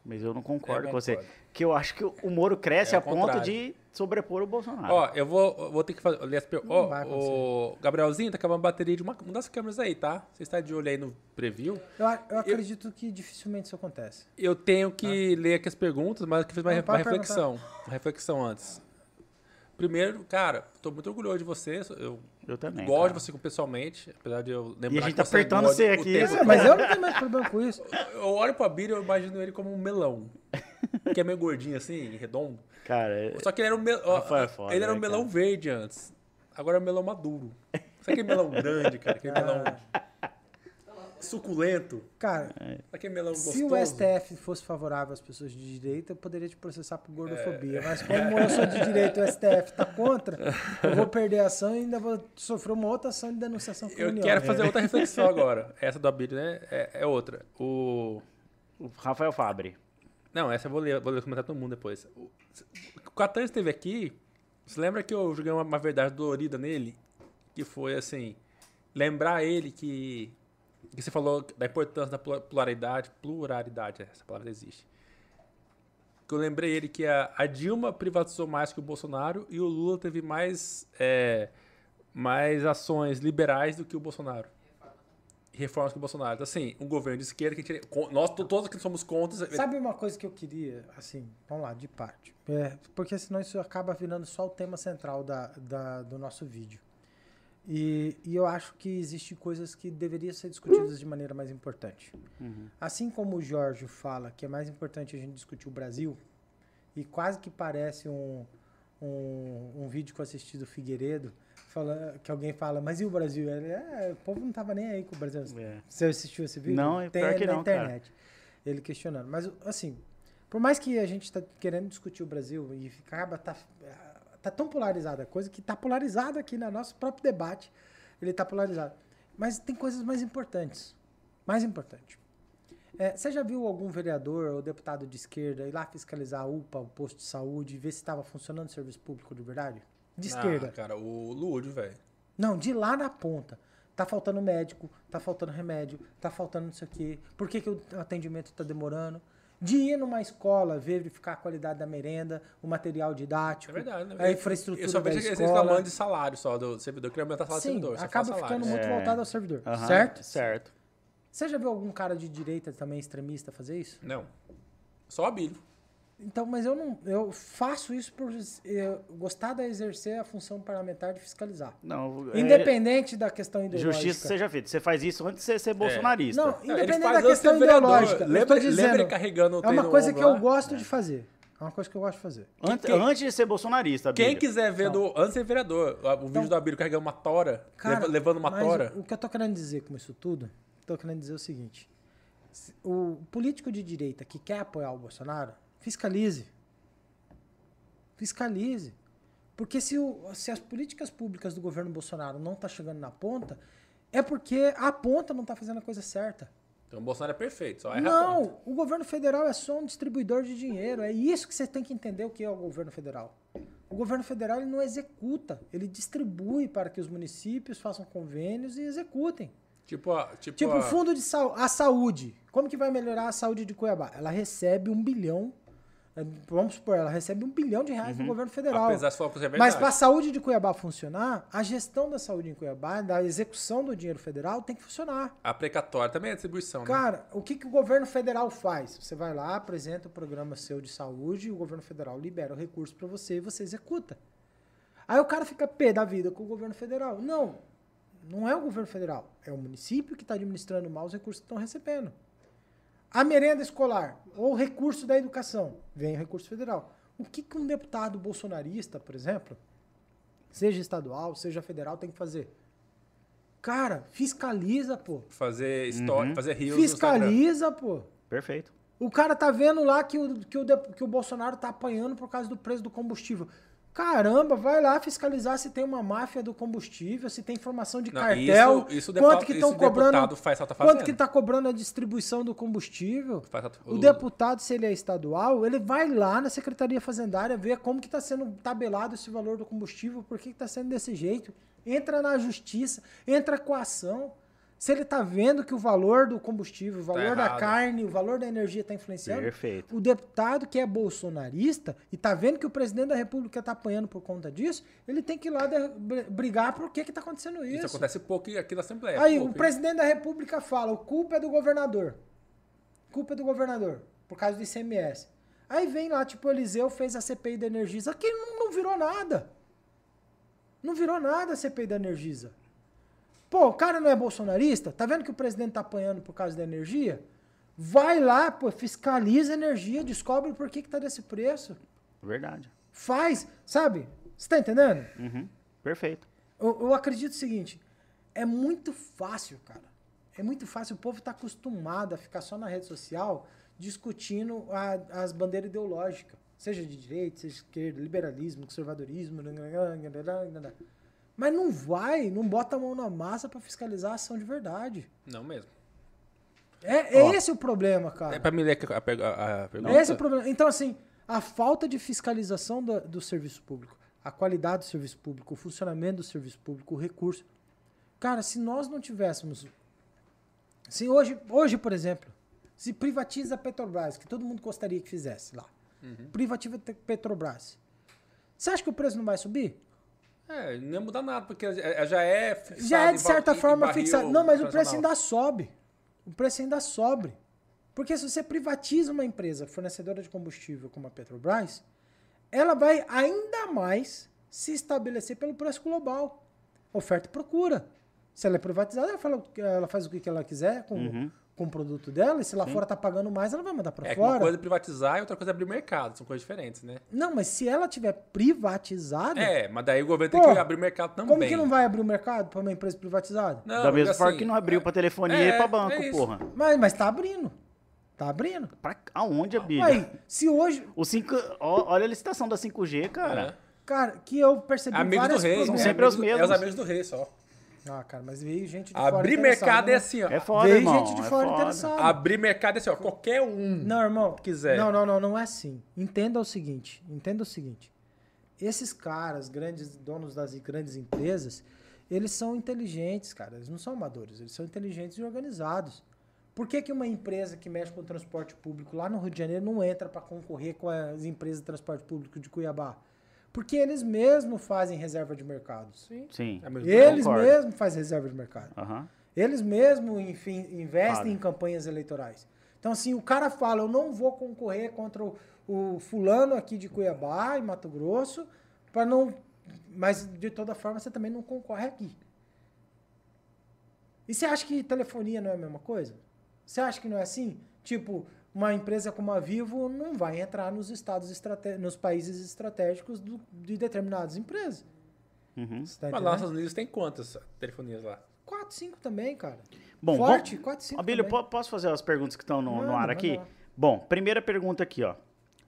Mas eu não concordo
Eu
com você.
concordo.
Que eu acho que o Moro cresce
É
a
o
ponto
contrário.
de sobrepor o Bolsonaro.
Ó, eu vou, eu vou ter que fazer. Ler as per...
Não
Ó,
vai
o Gabrielzinho tá acabando a bateria de uma, uma das câmeras aí, tá? Você está de olho aí no preview.
Eu, a- eu acredito que dificilmente isso acontece.
Eu tenho
Tá.
que ler aqui as perguntas, mas eu fiz uma,
Não,
re- uma
pode
reflexão. Uma reflexão antes. Primeiro, cara, tô muito orgulhoso de você. Eu
Eu também.
gosto
É, cara.
de você pessoalmente, apesar de eu lembrar
E a gente
que
tá
você é
apertando
gordo
você
o
aqui. né? é
tempo
Isso,
É,
todo.
mas eu não tenho mais problema com isso.
Eu olho pro Abílio e eu imagino ele como um melão. Que é meio gordinho assim, redondo.
Cara, é,
Só que ele era um melão.
Rafael é foda,
ele era um
né,
melão verde antes. Agora é um melão maduro. Sabe aquele melão grande, cara? Aquele melão
Ah.
suculento.
Cara,
Sabe aquele melão
se
gostoso?
o STF fosse favorável às pessoas de direita, eu poderia te processar por
É.
gordofobia. Mas como eu sou de direita e o STF tá contra, eu vou perder a ação e ainda vou sofrer uma outra ação de denunciação
Eu
criminal.
quero fazer outra reflexão agora. Essa do Abílio, né? É, é outra. O...
o Rafael Fabre.
Não, essa eu vou ler, vou ler o comentário todo mundo depois. O, o Catan esteve aqui. Você lembra que eu joguei uma, uma verdade dolorida nele? Que foi assim. Lembrar ele que. Que você falou da importância da plu- pluralidade. Pluralidade, é, essa palavra existe. Que eu lembrei ele que a, a Dilma privatizou mais que o Bolsonaro e o Lula teve mais. é, mais ações liberais do que o Bolsonaro. Reformas que o Bolsonaro. Então, assim, um governo de esquerda que. tira- con- Nós to- todos que somos contra.
Sabe uma coisa que eu queria, assim, vamos lá, de parte. É, porque senão isso acaba virando só o tema central da, da- do nosso vídeo. E, e eu acho que existem coisas que deveriam ser discutidas de maneira mais importante. Assim como o Jorge fala que é mais importante a gente discutir o Brasil, e quase que parece um, um, um vídeo que eu assisti do Figueiredo, fala, que alguém fala, mas e o Brasil? Ele, "É, o povo não tava nem aí com o Brasil.
É.
Você assistiu esse vídeo?
Não, é pior
ele
que
na
não, cara.
internet. Ele questionando. Mas, assim, por mais que a gente está querendo discutir o Brasil e acaba tá, tá tão polarizada a coisa que tá polarizada aqui no nosso próprio debate. Ele tá polarizado. Mas tem coisas mais importantes. Mais importante. É, você já viu algum vereador ou deputado de esquerda ir lá fiscalizar a UPA, o posto de saúde, e ver se estava funcionando o serviço público de verdade? De esquerda.
Ah, cara, o Lúdio, velho.
Não, de lá na ponta. Tá faltando médico, tá faltando remédio, tá faltando não sei o quê. Por que, que o atendimento tá demorando? De ir numa escola, verificar a qualidade da merenda, o material didático,
É verdade, né?
a infraestrutura
Eu só
da
vejo que eles
escola.
reclamando de salário só do servidor. Queria aumentar o salário
Sim,
do servidor. Só
acaba
fala salário.
ficando muito
É.
voltado ao servidor,
Aham.
certo?
Certo.
Você já viu algum cara de direita também extremista fazer isso?
Não. Só Abílio.
Então, mas eu não, eu faço isso por eu gostar de exercer a função parlamentar de fiscalizar,
Não, é,
independente da questão ideológica.
justiça seja feita. Você faz isso antes de você ser
É.
bolsonarista.
Não,
Ele faz
independente da
antes
questão
de ser vereador.
ideológica. eu
Lembra,
tô dizendo,
lembra ele carregando o
é
trem
uma
no
coisa
ombro
que eu
lá?
gosto de fazer. É uma coisa que eu gosto de fazer.
Antes,
quem-
antes de ser bolsonarista,
Quem
Bíblia.
quiser ver do, antes de ser vereador, o vídeo do Abílio carregando uma tora,
Então, Cara,
leva- levando uma
mas
tora.
O, o que eu tô querendo dizer com isso tudo, tô querendo dizer o seguinte. Se- O político de direita que quer apoiar o Bolsonaro, fiscalize. Fiscalize. Porque se, o- se as políticas públicas do governo Bolsonaro não tá chegando na ponta, é porque a ponta não tá fazendo a coisa certa.
Então o Bolsonaro é perfeito, só erra a ponta.
Não, o governo federal é só um distribuidor de dinheiro. É isso que você tem que entender o que é o governo federal. O governo federal ele não executa, ele distribui para que os municípios façam convênios e executem.
Tipo, a- tipo,
Tipo,
a-
o fundo de saúde, a saúde. Como que vai melhorar a saúde de Cuiabá? Ela recebe um bilhão. eh, Vamos supor, ela recebe um bilhão de reais do governo federal.
Uhum. Apesar de falar que é verdade.
Mas para a saúde de Cuiabá funcionar, a gestão da saúde em Cuiabá, da execução do dinheiro federal, tem que funcionar.
A precatória também é distribuição, né?
Cara, o que, que o governo federal faz? Você vai lá, apresenta o programa seu de saúde, o governo federal libera o recurso para você e você executa. Aí o cara fica pé da vida com o governo federal. Não, não é o governo federal, é o município que está administrando mal os recursos que estão recebendo. A merenda escolar, ou o recurso da educação, vem o recurso federal. O que, que um deputado bolsonarista, por exemplo, seja estadual, seja federal, tem que fazer? Cara, fiscaliza, pô.
Fazer história, fazer rios
Fiscaliza, pô.
Perfeito.
O cara tá vendo lá que o, que, o, de- que o Bolsonaro tá apanhando por causa do preço do combustível. Caramba, vai lá fiscalizar se tem uma máfia do combustível, se tem formação de
Não,
cartel,
isso- isso o depa-
quanto que estão
isso o deputado
cobrando,
faz, só tá
quanto
fazendo.
que tá cobrando a distribuição do combustível.
Faz, só tá-
O deputado, se ele é estadual, ele vai lá na Secretaria Fazendária ver como que está sendo tabelado esse valor do combustível, por que está sendo desse jeito. Entra na justiça, entra com a ação. Se ele está vendo que o valor do combustível, o valor da
errado.
carne, o valor da energia está influenciando,
Perfeito.
o deputado que é bolsonarista e está vendo que o presidente da República está apanhando por conta disso, ele tem que ir lá de- br- brigar por que está acontecendo isso.
Isso acontece pouco aqui na Assembleia.
Aí,
pouco,
o presidente da República fala: o culpa é do governador. Culpa é do governador, por causa do ICMS. Aí vem lá, tipo, o Eliseu fez a CPI da Energisa, que não, não virou nada. Não virou nada a CPI da Energisa. Pô, o cara não é bolsonarista? Tá vendo que o presidente tá apanhando por causa da energia? Vai lá, pô, fiscaliza a energia, descobre por que, que tá desse preço.
Verdade.
Faz, sabe? Você tá entendendo?
Uhum. Perfeito.
Eu, eu acredito o seguinte: é muito fácil, cara. É muito fácil. O povo tá acostumado a ficar só na rede social discutindo a- as bandeiras ideológicas. Seja de direita, seja de esquerda, liberalismo, conservadorismo. né, nã, nã, nã, nã, nã, nã, nã. né, Mas não vai, não bota a mão na massa pra fiscalizar a ação de verdade.
Não mesmo.
É, é
Ó.
esse o problema, cara.
É pra me ler a, pe- a- a pergunta.
É Esse é o problema. Então, assim, a falta de fiscalização da- do, serviço público, a qualidade do serviço público, o funcionamento do serviço público, o recurso. Cara, se nós não tivéssemos. Se hoje, hoje por exemplo, se privatiza a Petrobras, que todo mundo gostaria que fizesse lá. Privativa te- Petrobras. Você acha que o preço não vai subir?
É, não ia mudar nada, porque é- é- já é fixado.
Já é,
em
de
bar-
certa
em
forma,
barril
fixado. Não, mas o preço
internacional.
ainda sobe. O preço ainda sobe. Porque se você privatiza uma empresa fornecedora de combustível como a Petrobras, ela vai ainda mais se estabelecer pelo preço global. Oferta e procura. Se ela é privatizada, ela, fala o que- ela faz o que ela quiser com, com o produto dela, e se lá fora tá pagando mais, ela vai mandar para
Uhum. É que uma
fora.
coisa é privatizar e outra coisa é abrir mercado. São coisas diferentes, né?
Não, mas se ela tiver privatizada,
É, mas daí o governo
Pô,
tem que abrir mercado também.
como que não vai abrir o mercado para uma empresa privatizada?
Não,
da mesma
assim,
forma que não abriu pra telefonia
é,
e pra banco,
é isso.
porra.
Mas, mas tá abrindo. Tá abrindo.
Pra aonde,
Aí,
Abílio?
se hoje.
O 5, ó, olha a licitação da 5G, cara.
Cara, que eu percebi
é, Amigos do
várias
rei.
São
coisas. né?
sempre os
amigos do- É os
mesmos.
amigos do rei só.
Ah, cara, mas veio gente de fora.
Abrir
interessada,
mercado
né?
é assim, ó.
É foda,
veio
irmão.
gente de
é
fora
foda.
interessada.
Abrir mercado é assim, ó. Qualquer um.
Não, irmão.
quiser.
Não, não, não, não é assim. Entenda o seguinte. Entenda o seguinte. Esses caras, grandes donos das grandes empresas, eles são inteligentes, cara. Eles não são amadores, eles são inteligentes e organizados. Por que, que uma empresa que mexe com o transporte público lá no Rio de Janeiro não entra para concorrer com as empresas de transporte público de Cuiabá? Porque eles mesmos fazem reserva de mercado. Sim.
Sim.
É Amigos do rei.
Eles
Concordo.
mesmos fazem reserva de mercado.
Aham.
Eles mesmos, enfim, investem
Claro.
em campanhas eleitorais. Então, assim, o cara fala, eu não vou concorrer contra o, o fulano aqui de Cuiabá, em Mato Grosso, para não... Mas, de toda forma, você também não concorre aqui. E você acha que telefonia não é a mesma coisa? Você acha que não é assim? Tipo, uma empresa como a Vivo não vai entrar nos estados estrate... nos países estratégicos do- de determinadas empresas.
Uhum.
Você tá
Mas lá nos
entendendo?
Estados Unidos tem quantas telefonias lá?
4, 5 também, cara.
Bom,
Forte,
bom-
4, 5
Abílio,
também.
po- posso fazer as perguntas que estão no, no
Manda,
ar
manda
aqui?
lá.
Bom, primeira pergunta aqui, ó.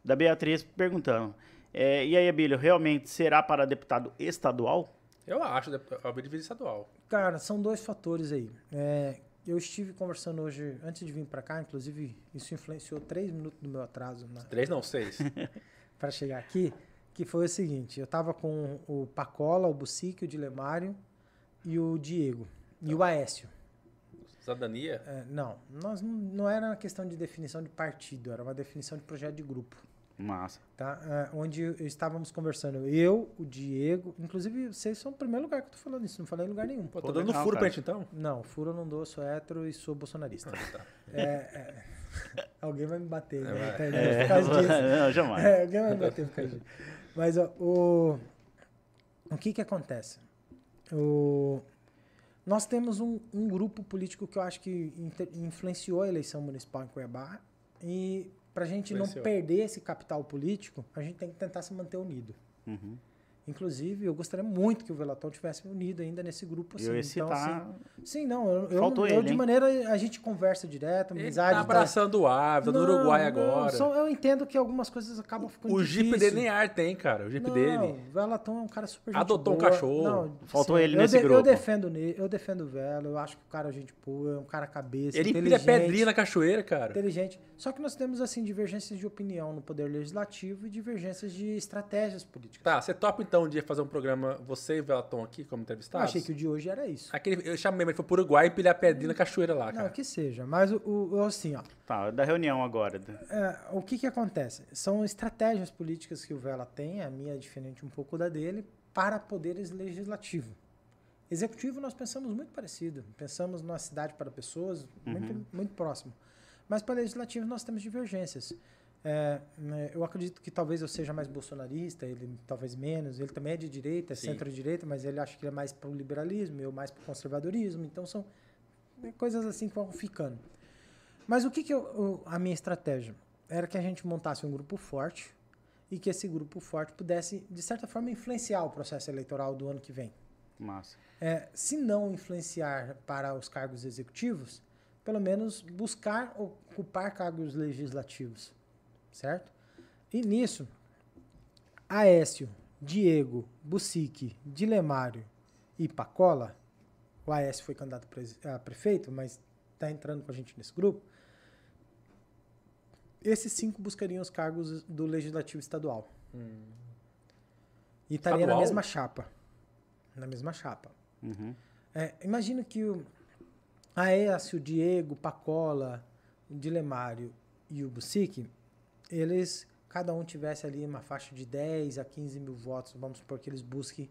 Da Beatriz perguntando. É, e aí, Abílio, realmente será para deputado estadual?
Eu acho, deve- abrir divisão estadual.
Cara, são dois fatores aí. É, eu estive conversando hoje, antes de vir pra cá, inclusive isso influenciou três minutos do meu atraso
Três não, seis.
para chegar aqui, que foi o seguinte: eu tava com o Pacola, o Bucique, o Dilemário e o Diego. E o Aécio.
Cidadania?
É, não, nós não, não era uma questão de definição de partido, era uma definição de projeto de grupo.
Massa.
Tá? Ah, onde eu- estávamos conversando, eu, o Diego, inclusive vocês são o primeiro lugar que eu tô falando isso, não falei em lugar nenhum.
Pô,
Pô,
tá dando
legal,
furo
cara.
pra gente então?
Não, furo eu não dou, sou hétero e sou bolsonarista. É, é, alguém vai me bater né, na internet
É,
por causa disso.
não, jamais.
É, alguém vai me bater por causa disso. Mas ó, o, o que que acontece? O, nós temos um, um grupo político que eu acho que inter- influenciou a eleição municipal em Cuiabá e para a gente
Influenciou.
não perder esse capital político, a gente tem que tentar se manter unido.
Uhum.
Inclusive, eu gostaria muito que o Velatão tivesse unido ainda nesse grupo. Assim.
Eu ia
então,
citar.
assim, Sim, não, eu, eu,
Faltou
eu,
ele,
de
hein?
maneira a gente conversa direto,
Ele
amizade.
tá
e tal.
abraçando o Ávila, tá no
Não,
Uruguai
não,
agora.
só eu entendo que algumas coisas acabam ficando
O Jeep
difícil.
dele nem ar tem, cara. O Jeep
não,
dele.
O Velaton é um cara super gente
Adotou um
boa.
cachorro.
Não,
Faltou ele
eu
nesse
de-
grupo.
Eu defendo ne- eu defendo o Velo, eu acho que o cara é gente boa, é um cara cabeça,
Ele empilha
inteligente.
pedrinha na cachoeira, cara.
Inteligente. Só que nós temos, assim, divergências de opinião no poder legislativo e divergências de estratégias políticas.
Tá, você topa então um dia fazer um programa, você e o Velaton aqui, como
Eu
entrevistados?
achei que o de hoje era isso.
Aquele, eu chamei, mas ele foi pro Uruguai e pilhar pedrinha na cachoeira lá,
Não,
cara.
que seja. Mas o, o- assim, ó.
Tá, da reunião agora.
é, o que que acontece? São estratégias políticas que o Vela tem, a minha é diferente um pouco da dele, para poderes legislativo. Executivo nós pensamos muito parecido, pensamos numa cidade para pessoas, muito, muito próximo. Mas para legislativo nós temos divergências. É, né, eu acredito que talvez eu seja mais bolsonarista, ele talvez menos, ele também é de direita, é
Sim.
centro-direita, mas ele acha que ele é mais para o liberalismo, eu mais para o conservadorismo, então são né, coisas assim que vão ficando. Mas o que, que eu, eu- a minha estratégia? Era que a gente montasse um grupo forte e que esse grupo forte pudesse, de certa forma, influenciar o processo eleitoral do ano que vem.
Massa.
É, se não influenciar para os cargos executivos, pelo menos buscar ocupar cargos legislativos, certo? E nisso, Aécio, Diego, Bucique, Dilemário e Pacola, o Aécio foi candidato a presi- a prefeito, mas está entrando com a gente nesse grupo, esses cinco buscariam os cargos do Legislativo Estadual. E estaria na
Estadual?
mesma chapa. Na mesma chapa.
Uhum.
É, imagino que o Aécio, o Diego, o Pacola, o Dilemário e o Bucique, eles, cada um tivesse ali uma faixa de 10 a 15 mil votos, vamos supor que eles busquem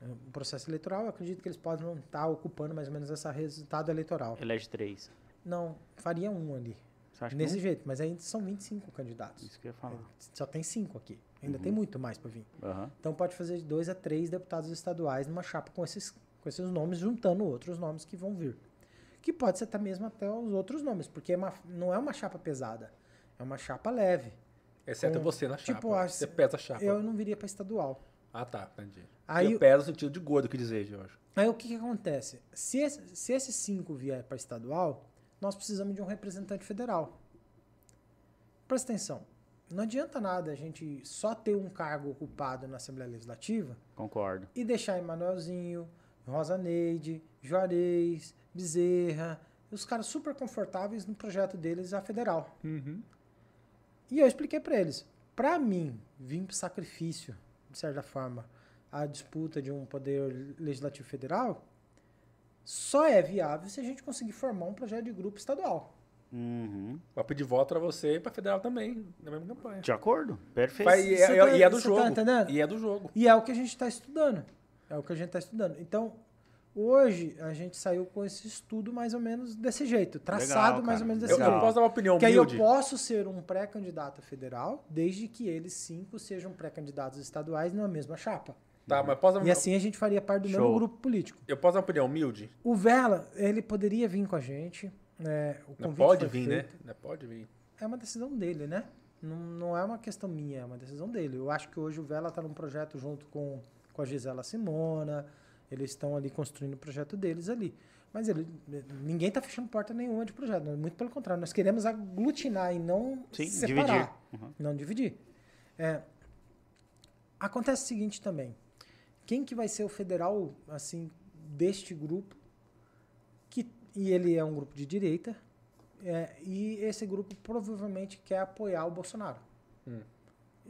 eh, um processo eleitoral, eu acredito que eles podem estar ocupando mais ou menos esse resultado eleitoral.
Elege três.
Não, faria um ali,
Você acha
nesse
que
jeito, mas ainda são 25 candidatos.
não? Isso Ah. Uhum. que eu ia falar. Uhum.
Só tem cinco aqui, ainda tem muito mais para vir.
Aham.
Então pode fazer de dois a três deputados estaduais numa chapa com esses, com esses nomes, juntando outros nomes que vão vir. Que pode ser até mesmo até os outros nomes, porque é uma- não é uma chapa pesada, é uma chapa leve.
Exceto
Com-
você na chapa.
tipo, acho-
Você pesa a chapa.
Eu não viria para estadual.
Ah, tá, entendi.
Aí-
eu peso no sentido de gordo que dizer, Jorge.
Aí o que, que acontece? Se, esse- se esses cinco vier para estadual, nós precisamos de um representante federal. Presta atenção. Não adianta nada a gente só ter um cargo ocupado na Assembleia Legislativa
Concordo.
e deixar Emanuelzinho, Rosa Neide, Juarez, Bezerra, os caras super confortáveis no projeto deles a federal. E eu expliquei para eles, para mim, vim pro sacrifício, de certa forma, a disputa de um poder legislativo federal só é viável se a gente conseguir formar um projeto de grupo estadual.
Uhum.
Vai pedir voto pra você e pra federal também, na mesma campanha.
De acordo? Perfeito.
Vai- e,
Tipo, Você
é,
tá-
e é do
você tá
jogo.
entendendo?
e é do jogo.
E é o que a gente está estudando. É o que a gente está estudando. Então, hoje a gente saiu com esse estudo mais ou menos desse jeito, traçado mais
cara.
ou menos
Eu,
desse
eu
Legal.
jeito.
posso dar uma opinião
assim, Que aí eu
humilde.
posso ser um pré-candidato federal, desde que eles cinco sejam pré-candidatos estaduais na mesma chapa.
Tá, mas posso dar uma...
E assim a gente faria parte do
Show.
mesmo grupo político.
Eu posso dar uma opinião humilde?
O Vela, ele poderia vir com a gente. né, o
Não
convite
pode
foi
vir,
feito.
né? Não pode vir.
É uma decisão dele, né? Não, não é uma questão minha, é uma decisão dele. Eu acho que hoje o Vela está num projeto junto com, com a Gisela Simona. Eles estão ali construindo o projeto deles ali. Mas ele, ninguém está fechando porta nenhuma de projeto. né? Muito pelo contrário, nós queremos aglutinar e não
Sim,
separar.
dividir. Uhum.
Não dividir. É, acontece o seguinte também. Quem que vai ser o federal, assim, deste grupo? Que, e ele é um grupo de direita. é, e esse grupo provavelmente quer apoiar o Bolsonaro.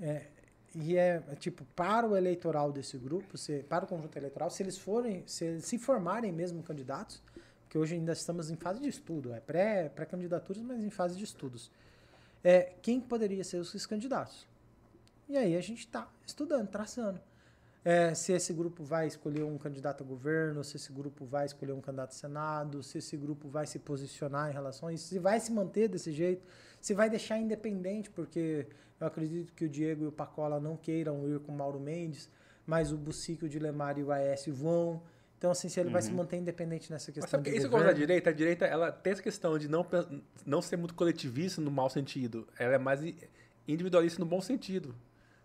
É, e é tipo para o eleitoral desse grupo, se, para o conjunto eleitoral, se eles forem, se eles se formarem mesmo candidatos, porque hoje ainda estamos em fase de estudo, é pré pré candidaturas, mas em fase de estudos. É, quem poderia ser os candidatos? E aí a gente está estudando, traçando. É, se esse grupo vai escolher um candidato a governo, se esse grupo vai escolher um candidato a Senado, se esse grupo vai se posicionar em relação a isso, se vai se manter desse jeito, se vai deixar independente, porque eu acredito que o Diego e o Pacola não queiram ir com o Mauro Mendes, mas o Bucique, o Dilemar e o Aécio vão. Então, assim, se ele vai se manter independente nessa questão.
Uhum. Mas sabe
de
que isso que eu gosto
governo,
da direita? A direita ela tem essa questão de não, pe- não ser muito coletivista no mau sentido. Ela é mais i- individualista no bom sentido.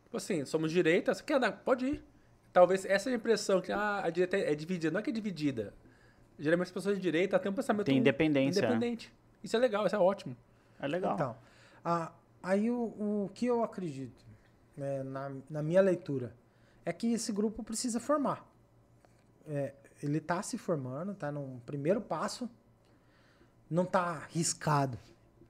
Tipo assim, somos direita, você quer andar? Pode ir. Talvez essa é a impressão que ah, a direita é dividida. Não é que é dividida. Geralmente as pessoas de direita têm um pensamento
Tem independência, né?
independente. Isso é legal, isso é ótimo.
É legal.
Então, a- aí o, o que eu acredito, né, na, na minha leitura, é que esse grupo precisa formar. É, ele está se formando, está num primeiro passo, não está arriscado.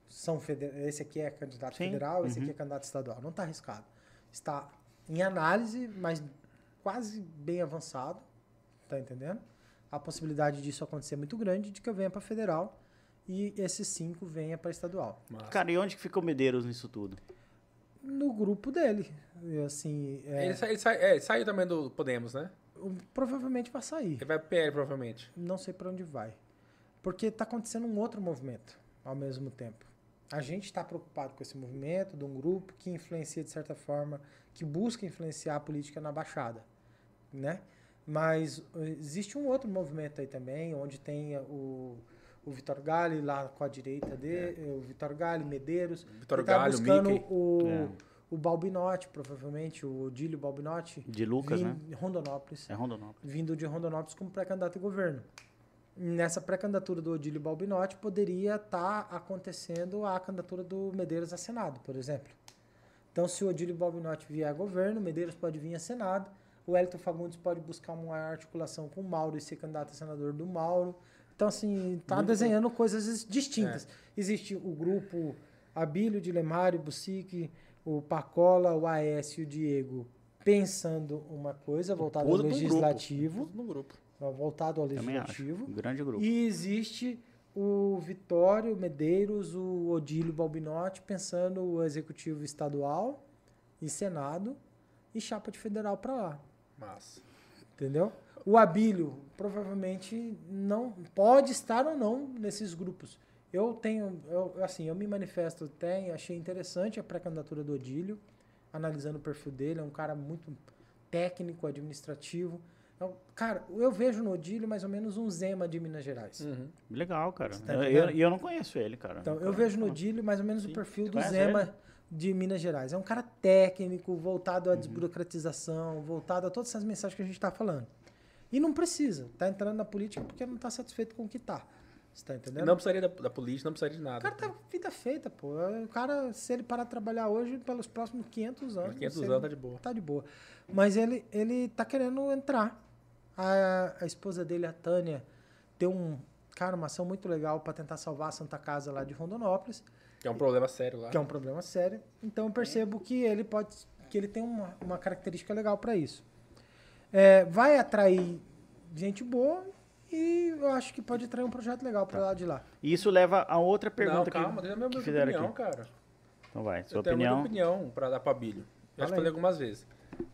São feder... Esse aqui é candidato
Sim, Uhum.
federal, esse aqui é candidato estadual. Não está arriscado. Está em análise, mas quase bem avançado. Tá entendendo? A possibilidade disso acontecer é muito grande de que eu venha para federal e esses cinco venha para estadual
Mas
Cara, e onde que fica o Medeiros nisso tudo?
no grupo dele. E, Assim, é,
ele, sa- ele sa- é, ele saiu também do Podemos, né?
o- provavelmente vai sair.
Ele vai pro PL, provavelmente.
Não sei para onde vai. Porque está acontecendo um outro movimento ao mesmo tempo. A gente está preocupado com esse movimento de um grupo que influencia de certa forma, que busca influenciar a política na Baixada, né? Mas uh, existe um outro movimento aí também, onde tem o, o Vitor Gale lá com a direita dele, o Vitor Gale, Medeiros,
Vitor
que tá
Gale, o
buscando
Mickey.
o,
É.
o Balbinotti, provavelmente, o Odílio Balbinotti.
De Lucas, né?
Em Rondonópolis.
É Rondonópolis.
Vindo de Rondonópolis como pré-candidato ao governo. Nessa pré-candidatura do Odílio Balbinotti, poderia estar acontecendo a candidatura do Medeiros a Senado, por exemplo. Então, se o Odílio Balbinotti vier a governo, o Medeiros pode vir a Senado, o Hélito Fagundes pode buscar uma articulação com o Mauro e ser candidato a senador do Mauro. Então, assim, está desenhando coisas
É.
distintas. Existe o grupo Abílio de Lemário, Bucique, o Pacola, o Aécio e o Diego pensando uma coisa voltada ao
Puta de um grupo.
legislativo,
Puta de um grupo.
voltado ao
Também acho.
legislativo.
Um grande grupo.
E existe o Vitório Medeiros, o Odílio Balbinotti, pensando o executivo estadual e Senado e chapa de federal para lá,
Massa.
entendeu? O Abílio provavelmente não pode estar ou não nesses grupos. Eu tenho, eu, assim, eu me manifesto até, e achei interessante a pré-candidatura do Odílio, analisando o perfil dele, é um cara muito técnico, administrativo. Eu- cara, eu vejo no Odílio mais ou menos um Zema de Minas Gerais.
Uhum.
Legal, cara.
Você tá
Eu- eu,
entendendo?
eu não conheço ele, cara.
Então,
Nunca-
eu vejo no
nunca-
Dílio mais ou menos
Sim.
o perfil
Tu
do
conhece
Zema de Minas Gerais. É um cara técnico, voltado à
Uhum.
desburocratização, voltado a todas essas mensagens que a gente está falando. E não precisa, tá entrando na política porque não está satisfeito com o que está. Você tá entendendo?
Não é precisaria da, da política, não precisaria de
O
nada.
cara tá com vida feita, pô. O cara, se ele parar de trabalhar hoje, pelos próximos 500 anos.
500
se
anos
ele-
tá de boa.
Tá de boa. Mas ele, ele tá querendo entrar. A, a esposa dele, a Tânia, deu um. Cara, uma ação muito legal para tentar salvar a Santa Casa lá de Rondonópolis
Que é um problema sério lá.
que é um problema sério. Então eu percebo que ele pode, que ele tem uma, uma característica legal para isso. É, vai atrair gente boa e eu acho que pode atrair um projeto legal para
Tá.
lá de lá.
E Isso leva a outra pergunta
não, calma,
que,
deixa a minha
que
minha
fizeram
opinião,
aqui.
cara.
Então vai, sua
eu tenho muita
opinião.
opinião pra dar pra Bilho. Eu já
Fala aí.
falei algumas vezes.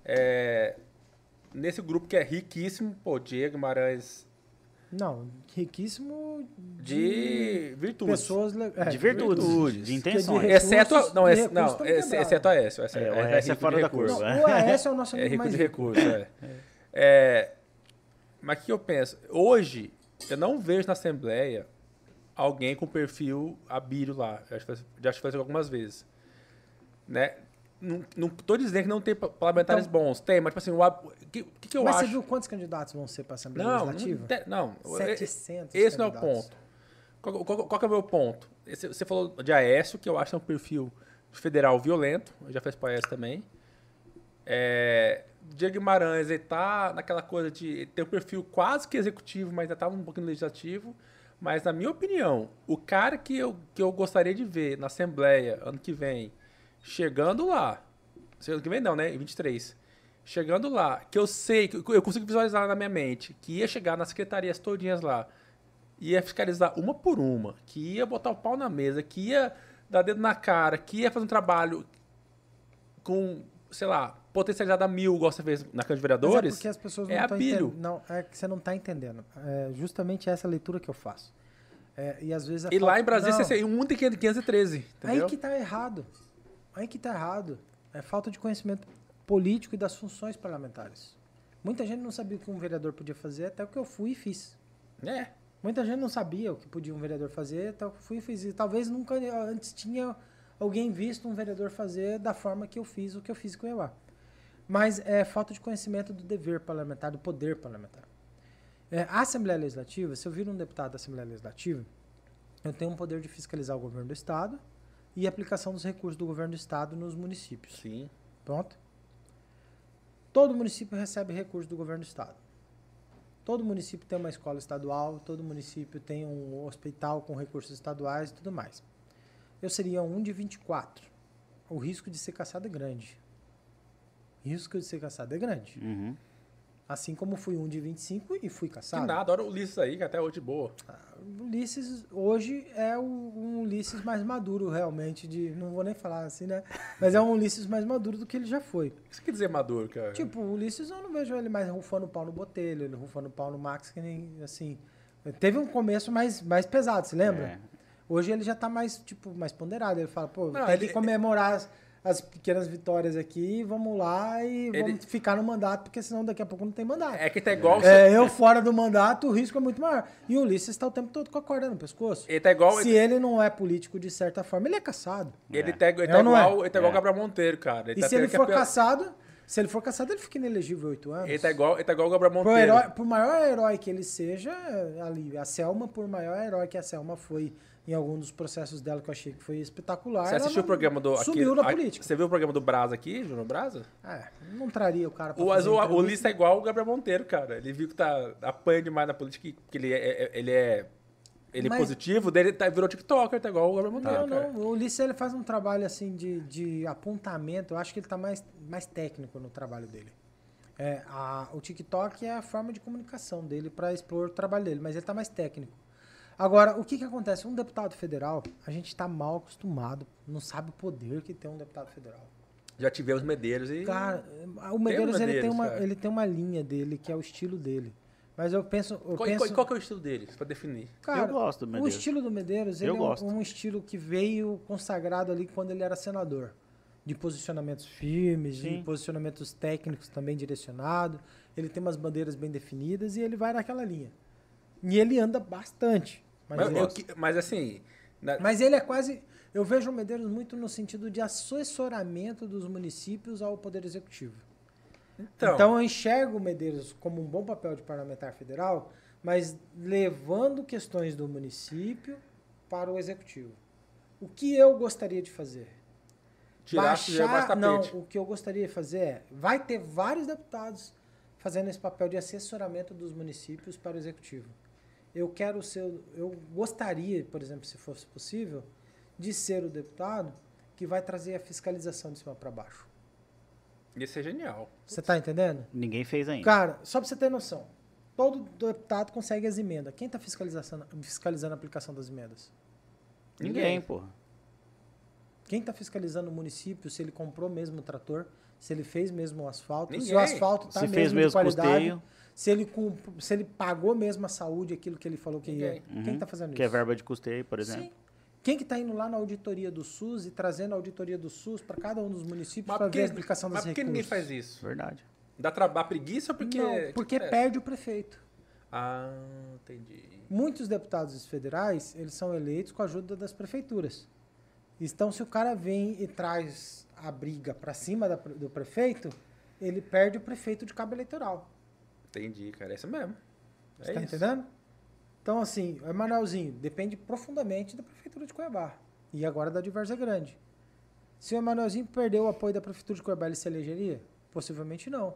É, nesse grupo que é riquíssimo, pô, Diego Guimarães,
Não, riquíssimo de,
de
Hum.
virtudes.
pessoas le- é,
De virtudes,
virtudes.
de
Que
intenções.
é de
Exceto,
Recursos-
não,
de
ex,
recursos
não
tamo
ex,
quebrado.
exceto a Aécio. Essa,
É, o
é,
Aécio é
rico
fora
de
da
recurso.
curva.
Não, o Aécio é o nosso
É
amigo
rico
mais
de
rico.
recurso, é. É, Mas o que eu penso? Hoje, eu não vejo na Assembleia alguém com perfil abílio lá. Eu acho que eu já acho que eu falei isso algumas vezes. Né? Não, não tô dizendo que não tem pa- parlamentares bons. Tem, mas tipo assim, o ab- que, que, que eu
Então Mas você
acho?
viu quantos candidatos vão ser para a Assembleia
Não,
Legislativa?
não, tem- não. é,
700
Esse não é o
candidatos.
ponto. Qual, qual- qual que é o meu ponto? Esse- você falou de Aécio, que eu acho que é um perfil federal violento. Eu já fiz para Aécio também. É, Diego Guimarães, ele tá naquela coisa de ele tem um perfil quase que executivo, mas ainda estava um pouquinho legislativo. Mas, na minha opinião, o cara que eu, que eu gostaria de ver na Assembleia ano que vem, chegando lá, Ano que vem não, né? Em 23. Chegando lá, que eu sei, que eu consigo visualizar na minha mente, que ia chegar nas secretarias todinhas lá, ia fiscalizar uma por uma, que ia botar o pau na mesa, que ia dar dedo na cara, que ia fazer um trabalho com, sei lá, potencializado a mil, igual você fez na Câmara de
Mas
Vereadores.
É porque as pessoas
é
não estão
apilho.
entendendo. Não, é que você não está entendendo. É justamente essa leitura que eu faço. É, e às vezes a
E lá
falta-
em Brasília
Não,
você tem 1 de 513, entendeu?
Aí que tá errado. Aí que tá errado. É falta de conhecimento político e das funções parlamentares. Muita gente não sabia o que um vereador podia fazer até o que eu fui e fiz.
É.
Muita gente não sabia o que podia um vereador fazer até o que eu fui e fiz. E talvez nunca eh, antes tinha alguém visto um vereador fazer da forma que eu fiz o que eu fiz com o Iauá. Mas é falta de conhecimento do dever parlamentar, do poder parlamentar. É, a Assembleia Legislativa, se eu vir um deputado da Assembleia Legislativa, eu tenho um poder de fiscalizar o governo do Estado e a aplicação dos recursos do governo do Estado nos municípios.
Sim.
Pronto? Todo município recebe recurso do governo do Estado. Todo município tem uma escola estadual, todo município tem um hospital com recursos estaduais e tudo mais. Eu seria um de 24. O risco de ser caçado é grande. Risco de ser caçado é grande.
Uhum.
Assim como fui um de 25 e fui
Que
caçado.
nada, adoro o Ulisses aí, que até hoje boa.
O Ulisses hoje é o- um Ulisses mais maduro realmente de, não vou nem falar assim, né? Mas é um Ulisses mais maduro do que ele já foi.
O que você quer dizer maduro, cara?
Tipo, o Ulisses eu não vejo ele mais rufando pau no Botelho, ele rufando pau no Max, que nem assim. Teve um começo mais, mais pesado, você lembra?
É.
Hoje ele já tá mais, tipo, mais ponderado. Ele fala, pô,
Não,
tem
ele- é
que comemorar as, as pequenas vitórias aqui, vamos lá e
Ele-
vamos ficar no mandato, porque senão daqui a pouco não tem mandato.
é que tá igual.
É, eu fora do mandato, o risco é muito maior. E o Ulisses está o tempo todo com a corda no pescoço.
Ele tá igual.
Se ele não é político de certa forma, ele é caçado.
Ele
É.
tá, ele
É
tá
ou não é?
igual, ele tá igual
É.
Gabriel Monteiro, cara.
E
tá
se ele
tendo que
for
apelar-
caçado, se ele for caçado, ele fica inelegível oito anos.
Ele tá igual, ele tá igual o Gabriel
Por,
Monteiro.
herói, por maior herói que ele seja, é, ali, a Selma, por maior herói que a Selma foi em algum dos processos dela que eu achei que foi espetacular.
Você
ela
assistiu
não-
o programa do.
Sumiu
aqui-
na
a-
política.
Você viu o programa do Brasa aqui, Júnior Brasa?
É, não traria o cara pra
O, mas
fazer
o, o
entrevista.
Ulisses tá igual o Gabriel Monteiro, cara. Ele viu que tá apanha demais na política, porque ele é. é- Ele é, ele é
Mas-
positivo, daí ele tá, virou TikToker, tá igual o Gabriel Monteiro,
Não,
cara.
não. O Ulisses ele faz um trabalho assim de, de apontamento. Eu acho que ele tá mais, mais técnico no trabalho dele. É, a- o TikTok é a forma de comunicação dele para expor o trabalho dele, mas ele tá mais técnico. Agora, o que que acontece? Um deputado federal, a gente tá mal acostumado, não sabe o poder que tem um deputado federal.
Já tivemos Medeiros e.
Cara, o Medeiros, ele, tem
Medeiros,
uma,
um cara.
ele tem uma linha dele, que é o estilo dele. Mas eu penso... Eu
qual,
penso
qual- qual que é o estilo deles, pra definir?
cara,
Eu gosto do Medeiros.
O estilo do Medeiros, ele
Eu
é um-
gosto.
um estilo que veio consagrado ali quando ele era senador. De posicionamentos firmes, de
Sim.
posicionamentos técnicos também direcionado. Ele tem umas bandeiras bem definidas e ele vai naquela linha. E ele anda bastante. Mas,
Mas,
eu
eu
gosto.
que- mas assim. na-
Mas ele é quase. Eu vejo o Medeiros muito no sentido de assessoramento dos municípios ao Poder Executivo. Então, eu enxergo o Medeiros como um bom papel de parlamentar federal, mas levando questões do município para o executivo. O que eu gostaria de fazer?
tirar sujeira mais
não,
tapete.
o que eu gostaria de fazer é, vai ter vários deputados fazendo esse papel de assessoramento dos municípios para o executivo. Eu quero ser, o- eu gostaria, por exemplo, se fosse possível, de ser o deputado que vai trazer a fiscalização de cima para baixo.
Isso é genial.
Você está entendendo?
Ninguém fez ainda.
Cara, só pra você ter noção. Todo deputado consegue as emendas. Quem tá fiscalizando, fiscalizando a aplicação das emendas?
Ninguém, porra.
Quem tá fiscalizando o município se ele comprou mesmo o trator, se ele fez mesmo o asfalto, se
Ninguém.
o asfalto
Se
tá mesmo
fez
de
mesmo
qualidade, tá
custeio.
se ele cumpr- se ele pagou mesmo a saúde aquilo que ele falou que ia.
Ninguém.
Quem tá fazendo
Que é
isso?
verba de custeio, por exemplo.
Sim. Quem que tá indo lá na auditoria do SUS e trazendo a auditoria do SUS para cada um dos municípios
Mas
para
por que
ver a aplicação
mas
das
por
recursos?
que ninguém faz isso?
Verdade.
Dá trabalho preguiça ou porque.
Não, porque
é.
perde o prefeito.
Ah, entendi.
Muitos deputados federais, eles são eleitos com a ajuda das prefeituras. Então, se o cara vem e traz a briga para cima da pre- do prefeito, ele perde o prefeito de cabo eleitoral.
Entendi, cara. É isso mesmo. É
Você tá
isso.
entendendo? Então, assim, o Emanuelzinho depende profundamente da prefeitura de Cuiabá. E agora da Diversa Grande. Se o Emanuelzinho perdeu o apoio da prefeitura de Cuiabá, ele se elegeria? Possivelmente não.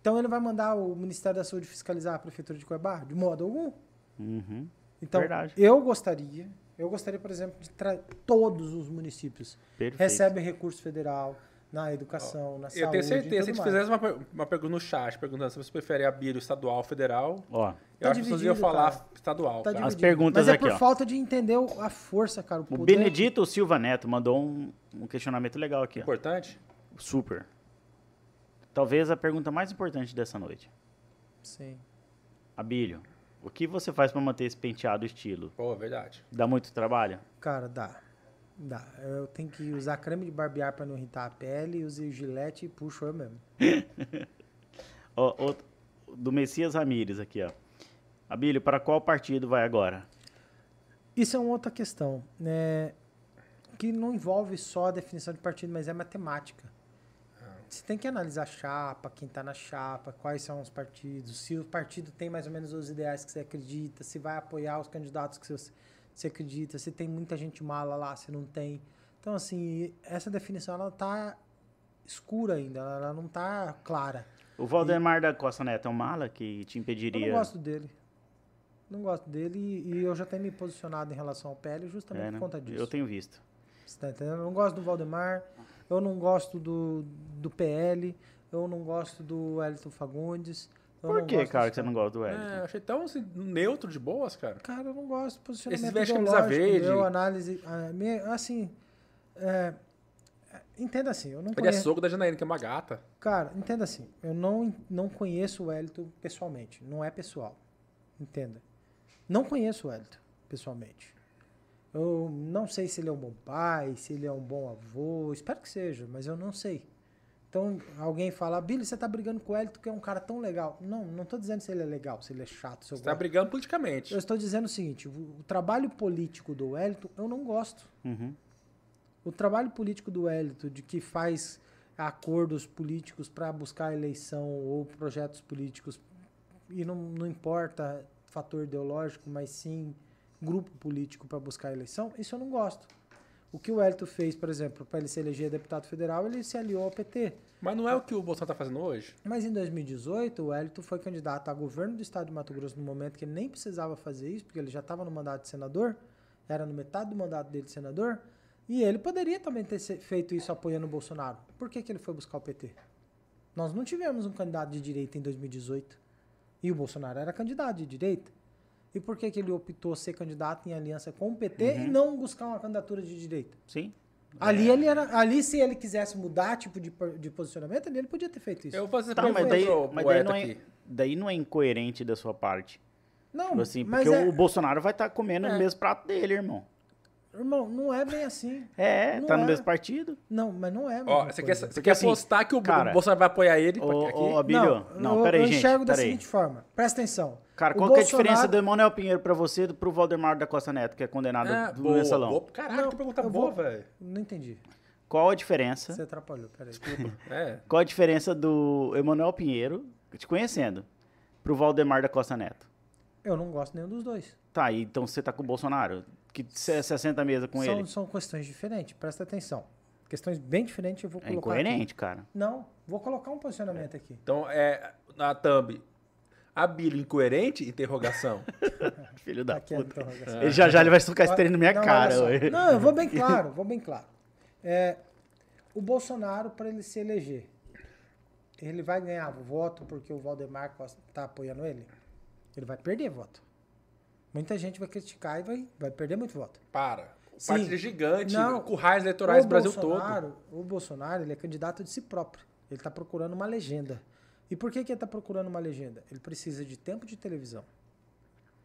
Então, ele vai mandar o Ministério da Saúde fiscalizar a prefeitura de Cuiabá? De modo algum.
Uhum.
Então,
Verdade.
eu gostaria, eu gostaria, por exemplo, de tra- todos os municípios
Perfeito.
recebem recurso federal, na educação, na saúde.
Eu tenho
em tudo
certeza, se a gente
mais.
fizesse uma, per- uma pergunta no chat, perguntando se você prefere abrir o estadual ou federal,
Ó,
eu acho que as pessoas iam
Tá dividido,
falar
cara.
estadual.
Tá
cara.
As
dividido.
perguntas
Mas é
aqui,
por
ó.
falta de entender o- a força, cara. O
o
poder.
Benedito Silva Neto mandou um, um questionamento legal aqui. ó.
Importante?
Super. Talvez a pergunta mais importante dessa noite.
Sim.
Abílio, o que você faz para manter esse penteado estilo?
Pô, verdade.
Dá muito trabalho?
Cara, dá. Dá. Eu tenho que usar creme de barbear pra não irritar a pele, uso o gilete e puxo eu mesmo.
Ó, outro- do Messias Ramírez aqui, ó. Abílio, para qual partido vai agora?
Isso é uma outra questão, né? Que não envolve só a definição de partido, mas é matemática.
Ah.
Você tem que analisar a chapa, quem está na chapa, quais são os partidos, se o partido tem mais ou menos os ideais que você acredita, se vai apoiar os candidatos que você, você acredita, se tem muita gente mala lá, se não tem. Então, assim, essa definição ela tá escura ainda, ela ela não tá clara.
O Valdemar da Costa Neto é um mala que te
Eu
impediria.
não gosto dele. Não gosto dele e, e eu já tenho me posicionado em relação ao PL justamente
É, né?
por conta disso.
Eu tenho visto.
Você tá entendendo? Eu não gosto do Valdemar, eu não gosto do, do PL, eu não gosto do Elton Fagundes. eu
Por
não
que,
gosto
cara,
dos
que você não gosta do Wellington?
É, eu achei tão assim, neutro de boas, cara.
Cara, eu não gosto do posicionamento
Esses
é
vestem camisa
ideológico
verde.
meu, análise... a minha- assim, é, entenda assim, eu não
Ele é
conheço...
soco da Janaína, que é uma gata.
Cara, entenda assim, eu não, não conheço o Elton pessoalmente, não é pessoal, entenda. Não conheço o Elton pessoalmente. Eu não sei se ele é um bom pai, se ele é um bom avô, espero que seja, mas eu não sei. Então, alguém fala, Billy, você tá brigando com o Elton, que é um cara tão legal. Não, não tô dizendo se ele é legal, se ele é chato, se eu
Você tá
gosto.
brigando politicamente.
Eu estou dizendo o seguinte, o, o trabalho político do Elton, eu não gosto.
Uhum.
O trabalho político do Hélito, de que faz acordos políticos para buscar eleição ou projetos políticos, e não, não importa fator ideológico, mas sim grupo político para buscar eleição, isso eu não gosto. O que o Hélito fez, por exemplo, para ele se eleger deputado federal, ele se aliou ao PT.
Mas não é o que o Bolsonaro tá fazendo hoje?
Mas em 2018, o Hélito foi candidato a governo do estado de Mato Grosso no momento que ele nem precisava fazer isso, porque ele já estava no mandato de senador, era no metade do mandato dele de senador, e ele poderia também ter se- feito isso apoiando o Bolsonaro. Por que, que ele foi buscar o PT? Nós não tivemos um candidato de direita em 2018, e o Bolsonaro era candidato de direita. E por que, que ele optou ser candidato em aliança com o PT e não buscar uma candidatura de direita?
Sim.
Ali, ele era, ali, se ele quisesse mudar tipo de, por- de posicionamento, ele ele podia ter feito isso.
Eu vou fazer
Tá,
essa
mas
pergunta
daí,
pro
mas daí
poeta
não é,
aqui.
daí não é incoerente da sua parte.
Não,
Tipo assim,
mas
porque
é-
o Bolsonaro vai estar comendo
É.
no mesmo prato dele, irmão.
irmão, não é bem assim.
É,
Não
tá no
é.
mesmo partido.
Não, mas não é. a
Ó,
mesma
você quer,
coisa.
você
Porque
quer
assim,
apostar que o
cara,
Bolsonaro vai apoiar ele
Ô,
aqui?
ô, Abílio, não,
eu-
peraí,
eu
gente,
enxergo da
peraí.
seguinte forma. Presta atenção.
Cara,
O
qual que é a
Bolsonaro-
diferença do Emanuel Pinheiro pra você e pro Valdemar da Costa Neto, que é condenado
Ah,
do
boa,
mensalão?
boa. Caraca,
Não, tá
que pergunta
eu
boa,
vou-
velho.
Não entendi.
Qual a diferença?
Você atrapalhou, peraí.
É.
Qual a diferença do Emanuel Pinheiro, te conhecendo, pro Valdemar da Costa Neto?
Eu não gosto nenhum dos dois.
Tá, e então você tá com o Bolsonaro, que se- 60 mesa com
são,
ele.
são questões diferentes, presta atenção. Questões bem diferentes, eu vou
É
colocar.
incoerente, cara.
aqui. Não, vou colocar um posicionamento aqui.
Então, é, na thumb, Abílio incoerente? Interrogação.
Filho da
Aqui é a
puta.
interrogação.
Tá.
Ele já já ele vai socar esse
Olha-
treino na minha
não, olha
cara.
só.
ué.
Não, eu vou bem claro, vou bem claro. É, o Bolsonaro, para ele se eleger, ele vai ganhar voto porque o Valdemar está apoiando ele? Ele vai perder voto. Muita gente vai criticar e vai, vai perder muito voto.
Para.
Sim.
Partido é gigante,
Não.
currais eleitorais
O
do Brasil todo.
Bolsonaro, O Bolsonaro, ele é candidato de si próprio. Ele está procurando uma legenda. E por que, que ele está procurando uma legenda? Ele precisa de tempo de televisão.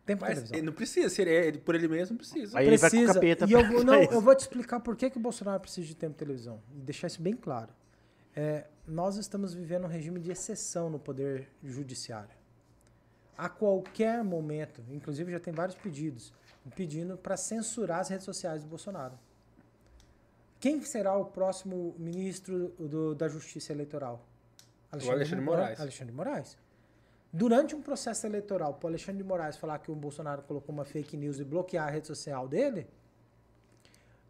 Tempo
Mas
de televisão.
ele não precisa, se ele, é- ele- por ele mesmo não precisa.
Aí ele vai com o capeta
E eu
pra
vou, não,
trás.
eu vou te explicar por que, que o Bolsonaro precisa de tempo de televisão. E deixar isso bem claro. É, nós estamos vivendo um regime de exceção no poder judiciário. A qualquer momento, inclusive já tem vários pedidos, pedindo para censurar as redes sociais do Bolsonaro. Quem será o próximo ministro do- da Justiça Eleitoral?
Alexandre
Mo-
Moraes.
Alexandre de Moraes. Durante um processo eleitoral, para Alexandre de Moraes falar que o Bolsonaro colocou uma fake news e bloquear a rede social dele,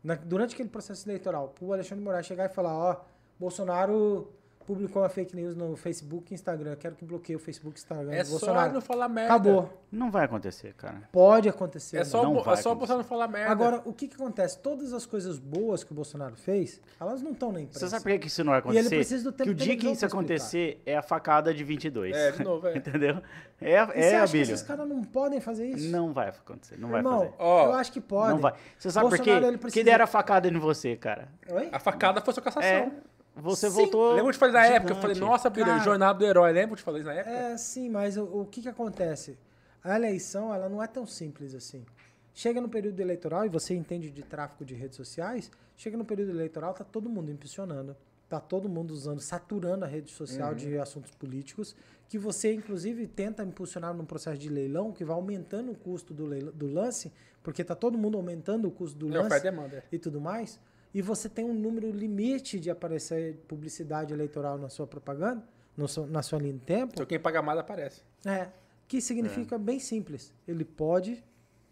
na- durante aquele processo eleitoral, para o Alexandre de Moraes chegar e falar, ó, Bolsonaro publicou uma fake news no Facebook e Instagram. Quero que bloqueie o Facebook e Instagram.
É
do
só
Bolsonaro.
não falar merda.
Acabou.
Não vai acontecer, cara.
Pode acontecer. né?
É só,
Não
o Bo-
vai
é só o
acontecer.
Bolsonaro falar merda.
Agora, o que, que acontece? Todas as coisas boas que o Bolsonaro fez, elas não estão na imprensa.
Você sabe por que que isso não vai
E ele
acontecer?
precisa do tempo
que o
de
dia que
televisão
isso
pra explicar.
acontecer é a facada de 22.
É, de novo, é.
Entendeu? É,
E você
é
acha que
abelha.
esses caras não podem fazer isso?
Não vai acontecer, não vai
Irmão,
fazer.
Ó,
eu acho que pode.
Não vai. Você sabe
Bolsonaro, ele
por quê?
precisa-
Que deram a facada em você, cara.
Oi?
A facada foi sua cassação.
É, você
Sim.
voltou.
Lembra que eu te falei na
gigante.
época? Eu falei, nossa, Pereira,
Cara.
jornada do herói. Lembra que eu te falei isso na época?
É, sim, mas o, o que, que acontece? A eleição ela não é tão simples assim. Chega no período eleitoral, e você entende de tráfico de redes sociais, chega no período eleitoral, tá todo mundo impulsionando, tá todo mundo usando, saturando a rede social de
Uhum.
assuntos políticos, que você, inclusive, tenta impulsionar num processo de leilão que vai aumentando o custo do, leilão- do lance, porque tá todo mundo aumentando o custo do
É oferta e
lance
demanda. é.
e tudo mais, e você tem um número limite de aparecer publicidade eleitoral na sua propaganda, no seu- na sua linha de tempo,
Então quem paga mais aparece.
é, que
É.
significa bem simples. Ele pode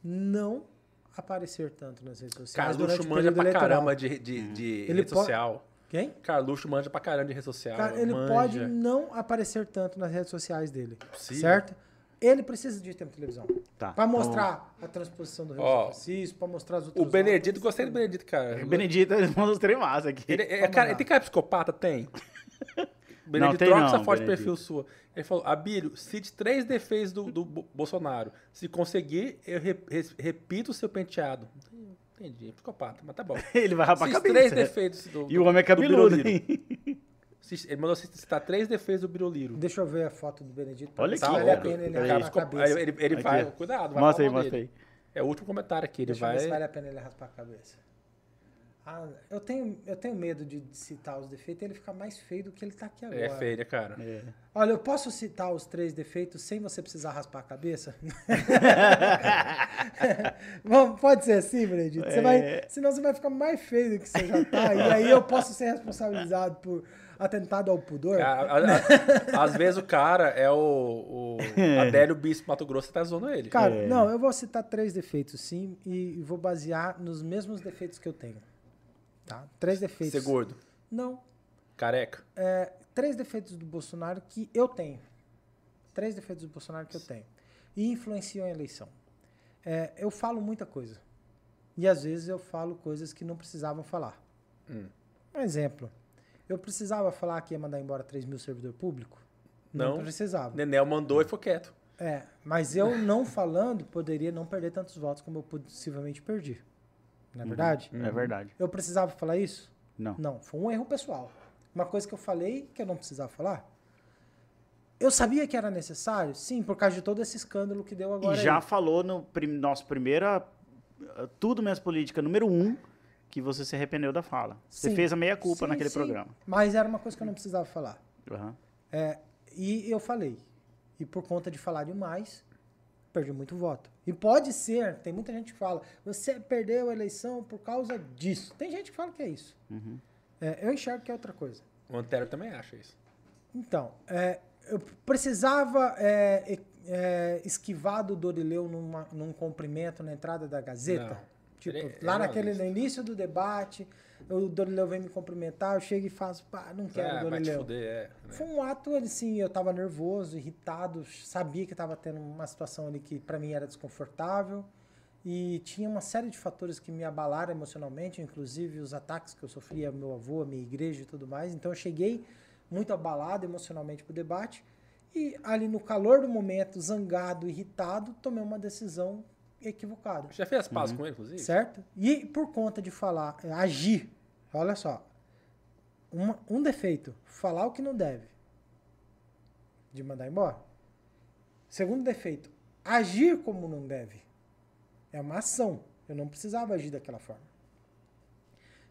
não aparecer tanto nas redes sociais. durante
Carluxo
o
manja
período
pra
eleitoral.
caramba de,
Uhum.
de, de
Ele
rede
po-
social.
Quem?
Carluxo manja pra caramba de rede social.
Cara, ele
manja.
pode não aparecer tanto nas redes sociais dele.
Possível.
Certo? Ele precisa de tempo de televisão.
Tá,
Pra
então-
mostrar a transposição do Rio
Ó,
São Francisco, pra mostrar as outras.
O Benedito,
obras.
gostei do Benedito,
É
cara.
Benedito, ele mandou os trem massa aqui.
Ele, é, cara, ele tem cara de psicopata? Tem. Benedito,
tem
troca
não,
essa foto de
Benedito.
perfil sua. Ele falou, Abílio, cite três defeitos do, do Bo- Bolsonaro. Se conseguir, eu re- re- repito o seu penteado. Entendi, é psicopata, mas tá bom.
Ele vai rapar a
Esses
cabeça.
três defeitos do,
E o homem é cabeludo.
Biroliro.
hein?
Cite- Ele mandou citar três defeitos do Biroliro.
Deixa eu ver a foto do Benedito. pra
Olha
ver
Tá
se
aqui,
vale a
cara.
pena ele
é
Peraí,
raspar a
Psico-
cabeça.
aí Ele, ele
Aqui, ó.
vai, cuidado, vai
Mostra aí,
falar mal
mostra
dele.
aí.
É o último comentário aqui, ele
Deixa eu ver se vale
vai...
a pena ele raspar a cabeça. Ah, eu tenho, eu tenho medo de citar os defeitos e ele ficar mais feio do que ele tá aqui agora.
É feio, né, cara?
Olha, eu posso citar os três defeitos sem você precisar raspar a cabeça?
É.
Vamos, pode ser assim, Benedito? Você vai, senão você vai ficar mais feio do que você já tá. e aí eu posso ser responsabilizado por atentado ao pudor.
A- a- a- às vezes o cara é o, o Adélio Bispo Mato Grosso, você tá zoando ele.
Cara, não, eu vou citar três defeitos, sim, e vou basear nos mesmos defeitos que eu tenho. Tá? Três defeitos.
Ser gordo,
Não,
careca.
é, três defeitos do Bolsonaro que eu tenho. Três defeitos do Bolsonaro que eu tenho. E influenciam a eleição. É, eu falo muita coisa. E às vezes eu falo coisas que não precisavam falar. Um exemplo. Eu precisava falar que ia mandar embora 3 mil servidor público?
Não.
precisava.
Nenel mandou e ficou quieto.
É, mas eu não falando poderia não perder tantos votos como eu possivelmente perdi. Não é verdade?
É verdade.
Eu precisava falar isso?
Não.
Não, foi um erro pessoal. Uma coisa que eu falei que eu não precisava falar. Eu sabia que era necessário, sim, por causa de todo esse escândalo que deu agora.
E já
aí.
falou no prim- nosso primeira uh, tudo menos política número um que você se arrependeu da fala. Você
Sim.
fez a meia culpa
Sim,
naquele
sim,
programa.
Mas era uma coisa que eu não precisava falar.
Aham.
É, e eu falei. E por conta de falar demais, perdi muito voto. E pode ser, tem muita gente que fala, você perdeu a eleição por causa disso. Tem gente que fala que é isso.
Uhum.
É, eu enxergo que é outra coisa.
O Antero também acha isso.
Então, é, eu precisava é, e- é, esquivar do Dorileu numa- num cumprimento na entrada da Gazeta.
Não.
Tipo,
Ele-
lá
ele é
naquele, no
analista.
início do debate, o Dorileu vem me cumprimentar, eu chego e faço, pá, não quero,
ah, vai te
Dorileu.
fuder, é. né?
Foi um ato, assim, eu tava nervoso, irritado, sabia que tava tendo uma situação ali que pra mim era desconfortável. E tinha uma série de fatores que me abalaram emocionalmente, inclusive os ataques que eu sofri ao meu avô, à minha igreja e tudo mais. Então eu cheguei muito abalado emocionalmente pro debate. E ali no calor do momento, zangado, irritado, tomei uma decisão equivocada.
Você já fez as pazes com ele, inclusive?
Uhum. Certo? E por conta de falar, é, agir, olha só, uma- um defeito, falar o que não deve, de mandar embora. Segundo defeito, agir como não deve. É uma ação. Eu não precisava agir daquela forma.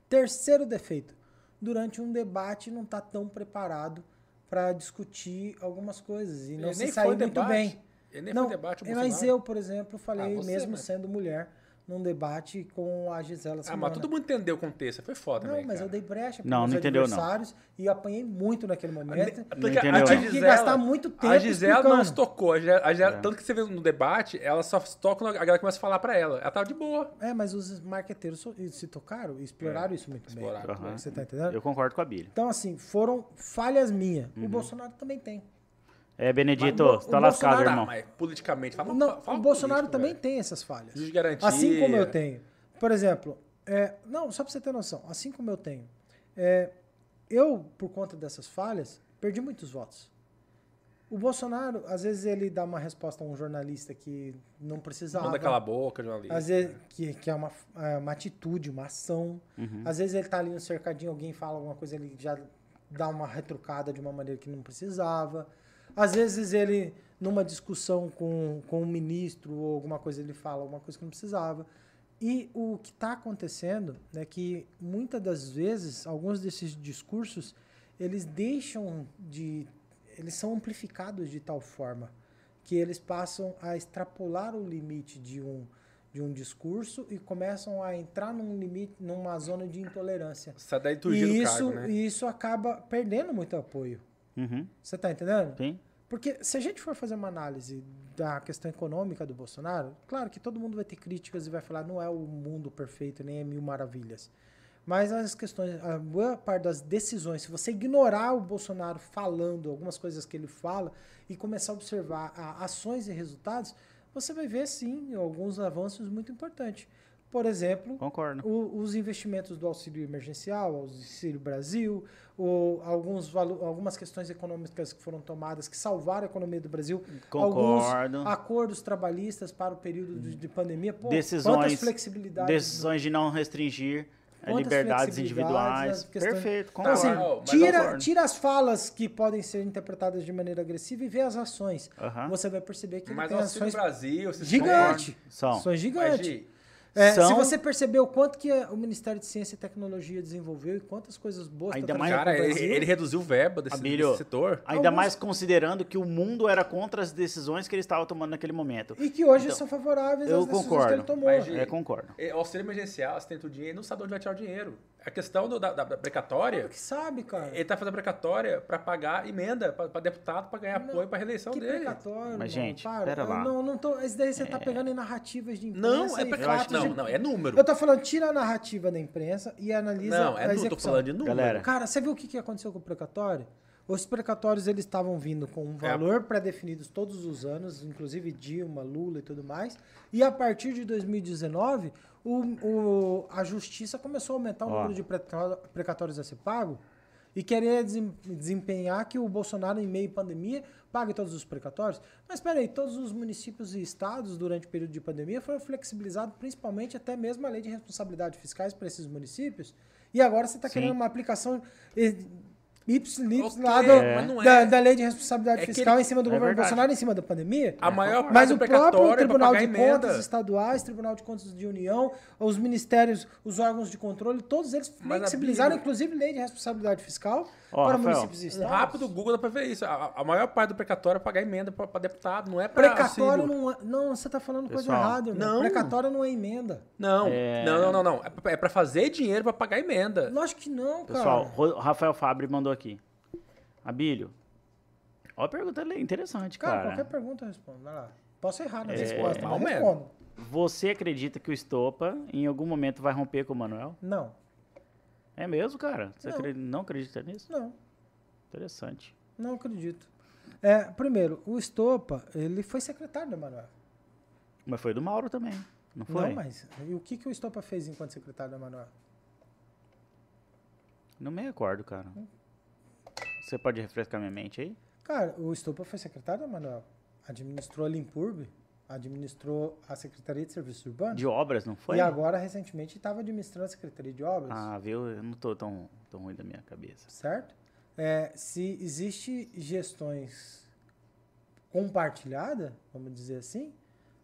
Terceiro defeito, durante um debate não está tão preparado para discutir algumas coisas e não
Ele
se
nem
sair
foi
muito
debate.
bem.
Ele nem
Não, é,
foi debate, o
mas
Bolsonaro.
eu, por exemplo, falei,
Ah, você,
mesmo
né?
sendo mulher, num debate com a Gisela
Ah,
Simona.
mas todo mundo entendeu o contexto. Foi foda
Não,
também,
mas eu
cara.
dei brecha para
Não,
meus
não entendeu, não.
adversários e apanhei muito naquele momento.
Não
Porque
entendeu, não.
Tive que gastar muito tempo
A Gisela não
explicando. É.
se tocou. A Gisela- a Gisela- Tanto que você vê no debate, ela só se toca quando a galera começa a falar pra ela. Ela tava de boa.
É, mas os marqueteiros so- se tocaram e exploraram isso muito
É, Exploraram.
bem.
Aham.
Você tá entendendo?
Ah, Eu Uhum. concordo com a Bíblia.
Então, assim, foram falhas minhas. O Bolsonaro também tem.
É, Benedito,
Mas o-
você tá
o
lascado,
Bolsonaro-
Tá,
irmão.
mas politicamente. Fala, um
Não,
fala- fala
o Bolsonaro
político,
também
velho.
tem essas falhas.
Juiz de garantia.
Assim como eu tenho. Por exemplo, é, não, só pra você ter noção, assim como eu tenho, é, eu, por conta dessas falhas, perdi muitos votos. O Bolsonaro, às vezes, ele dá uma resposta a um jornalista que não precisava.
Manda calar a boca, jornalista.
Às vezes, que, que é uma, é uma atitude, uma ação. Às vezes ele tá ali no cercadinho, alguém fala alguma coisa, ele já dá uma retrucada de uma maneira que não precisava. Às vezes ele, numa discussão com, com um ministro ou alguma coisa, ele fala alguma coisa que não precisava. E o que está acontecendo é que muitas das vezes, alguns desses discursos, eles deixam de. Eles são amplificados de tal forma que eles passam a extrapolar o limite de um, de um discurso e começam a entrar num limite, numa zona de intolerância.
Sai da liturgia
E
do
isso,
cargo, né?
e isso acaba perdendo muito apoio.
Uhum,
Você está entendendo?
sim.
Porque se a gente for fazer uma análise da questão econômica do Bolsonaro, claro que todo mundo vai ter críticas e vai falar não é o mundo perfeito, nem é mil maravilhas. Mas as questões, a boa parte das decisões, se você ignorar o Bolsonaro falando algumas coisas que ele fala e começar a observar a- ações e resultados, você vai ver sim alguns avanços muito importantes. Por exemplo,
Concordo.
o- os investimentos do auxílio emergencial, auxílio Brasil, o- alguns valo- algumas questões econômicas que foram tomadas que salvaram a economia do Brasil,
Concordo.
alguns acordos trabalhistas para o período de, de pandemia, Pô, quantas
Decisões-
flexibilidades,
Decisões de não restringir eh,
Quantas
liberdades
flexibilidades,
individuais.
as questões-
Perfeito,
Então,
concordo.
assim,
Concordo, Tá, mas
tira,
concordo.
tira as falas que podem ser interpretadas de maneira agressiva e vê as ações.
Aham.
Você vai perceber que ele
Mas
tem
o auxílio
ações
Brasil, vocês Então,
gigantes.
São.
Ações
Mas,
gigantes.
Gi,
É, Se
São-
você percebeu quanto que o Ministério de Ciência e Tecnologia desenvolveu e quantas coisas boas
Ainda
tá
mais-
trazendo pro
cara, ele,
Brasil,
ele reduziu o verba desse,
Abílio,
desse setor.
Ainda
Alguns-
mais considerando que o mundo era contra as decisões que ele estava tomando naquele momento.
e que hoje
Então,
são favoráveis
eu
às decisões que
concordo,
ele tomou.
mas,
É, concordo.
É, auxílio emergencial, você tem o dinheiro, não sabe de onde vai tirar o dinheiro. A questão do- da, da- da precatória,
Claro que sabe, cara.
ele tá fazendo precatória pra pagar emenda pra, pra deputado, pra ganhar apoio pra reeleição
que
dele.
precatório,
Mas,
mano,
gente,
para.
pera
Eu
lá.
Não, não tô, isso daí você tá pegando em narrativas de imprensa
É. Não, é
e
precatório.
fatos
Não,
de-
não, é número.
Eu tô falando, tira a narrativa da imprensa e analisa
Não,
a
é número, tô
execução.
falando de número.
Galera,
Cara, você viu o que, que aconteceu com o precatório? Os precatórios eles estavam vindo com
É.
um valor pré-definidos todos os anos, inclusive Dilma, Lula e tudo mais. E a partir de 2019, o, o- a justiça começou a aumentar o
Ó.
número de precató- precatórios a ser pago e querer desem- desempenhar que o Bolsonaro, em meio à pandemia, pague todos os precatórios. Mas peraí, todos os municípios e estados, durante o período de pandemia, foram flexibilizados, principalmente até mesmo a lei de responsabilidade fiscais para esses municípios. E agora você está
Sim.
querendo uma aplicação eh, ips, lips,
Ok,
lá do-
mas não é.
da, da lei de responsabilidade
É que
fiscal
ele-
em cima
É
do governo
verdade.
Bolsonaro, em cima da pandemia.
A maior parte
Mas
do
o
precatório
próprio
é pra
Tribunal
pagar
de
emenda.
Contas estaduais, Tribunal de Contas de União, os ministérios, os órgãos de controle, todos eles
Mas,
flexibilizaram,
Abílio-
inclusive, lei de responsabilidade fiscal
Ó,
para
Rafael,
municípios e
Um
estados.
rápido Google dá pra ver isso. A, a maior parte do precatório é pagar emenda pra, pra deputado, não é pra
Precatório
auxílio.
não é. Não, você está falando coisa
Pessoal,
errada, irmão.
não.
Precatório não é emenda.
Não,
É.
não, não, não, não. É pra- É pra fazer dinheiro pra pagar emenda.
Lógico que não, cara.
pessoal, Ro- Rafael Fabri mandou aqui. Abílio, ó a pergunta le- interessante,
cara,
cara.
qualquer pergunta eu respondo. Vai lá. Posso errar na
É,
resposta, mas
Maomé.
respondo.
Você acredita que o Estopa em algum momento vai romper com o Manuel?
Não,
É mesmo, cara? Você
Não.
acre- não acredita nisso?
não.
Interessante.
Não acredito. É, primeiro, o Estopa, ele foi secretário do Emanuel.
Mas foi do Mauro também, não foi?
Não, mas e o que, que o Estopa fez enquanto secretário do Emanuel?
Não me recordo, cara. Você pode refrescar minha mente aí?
Cara, o Estopa foi secretário do Emanuel. Administrou a Limpurb, administrou a Secretaria de Serviços Urbanos.
De obras, não foi?
E agora, recentemente, estava administrando a Secretaria de Obras.
Ah, viu? Eu não tô tão, tão ruim da minha cabeça.
certo? É, se existe gestões compartilhada, vamos dizer assim,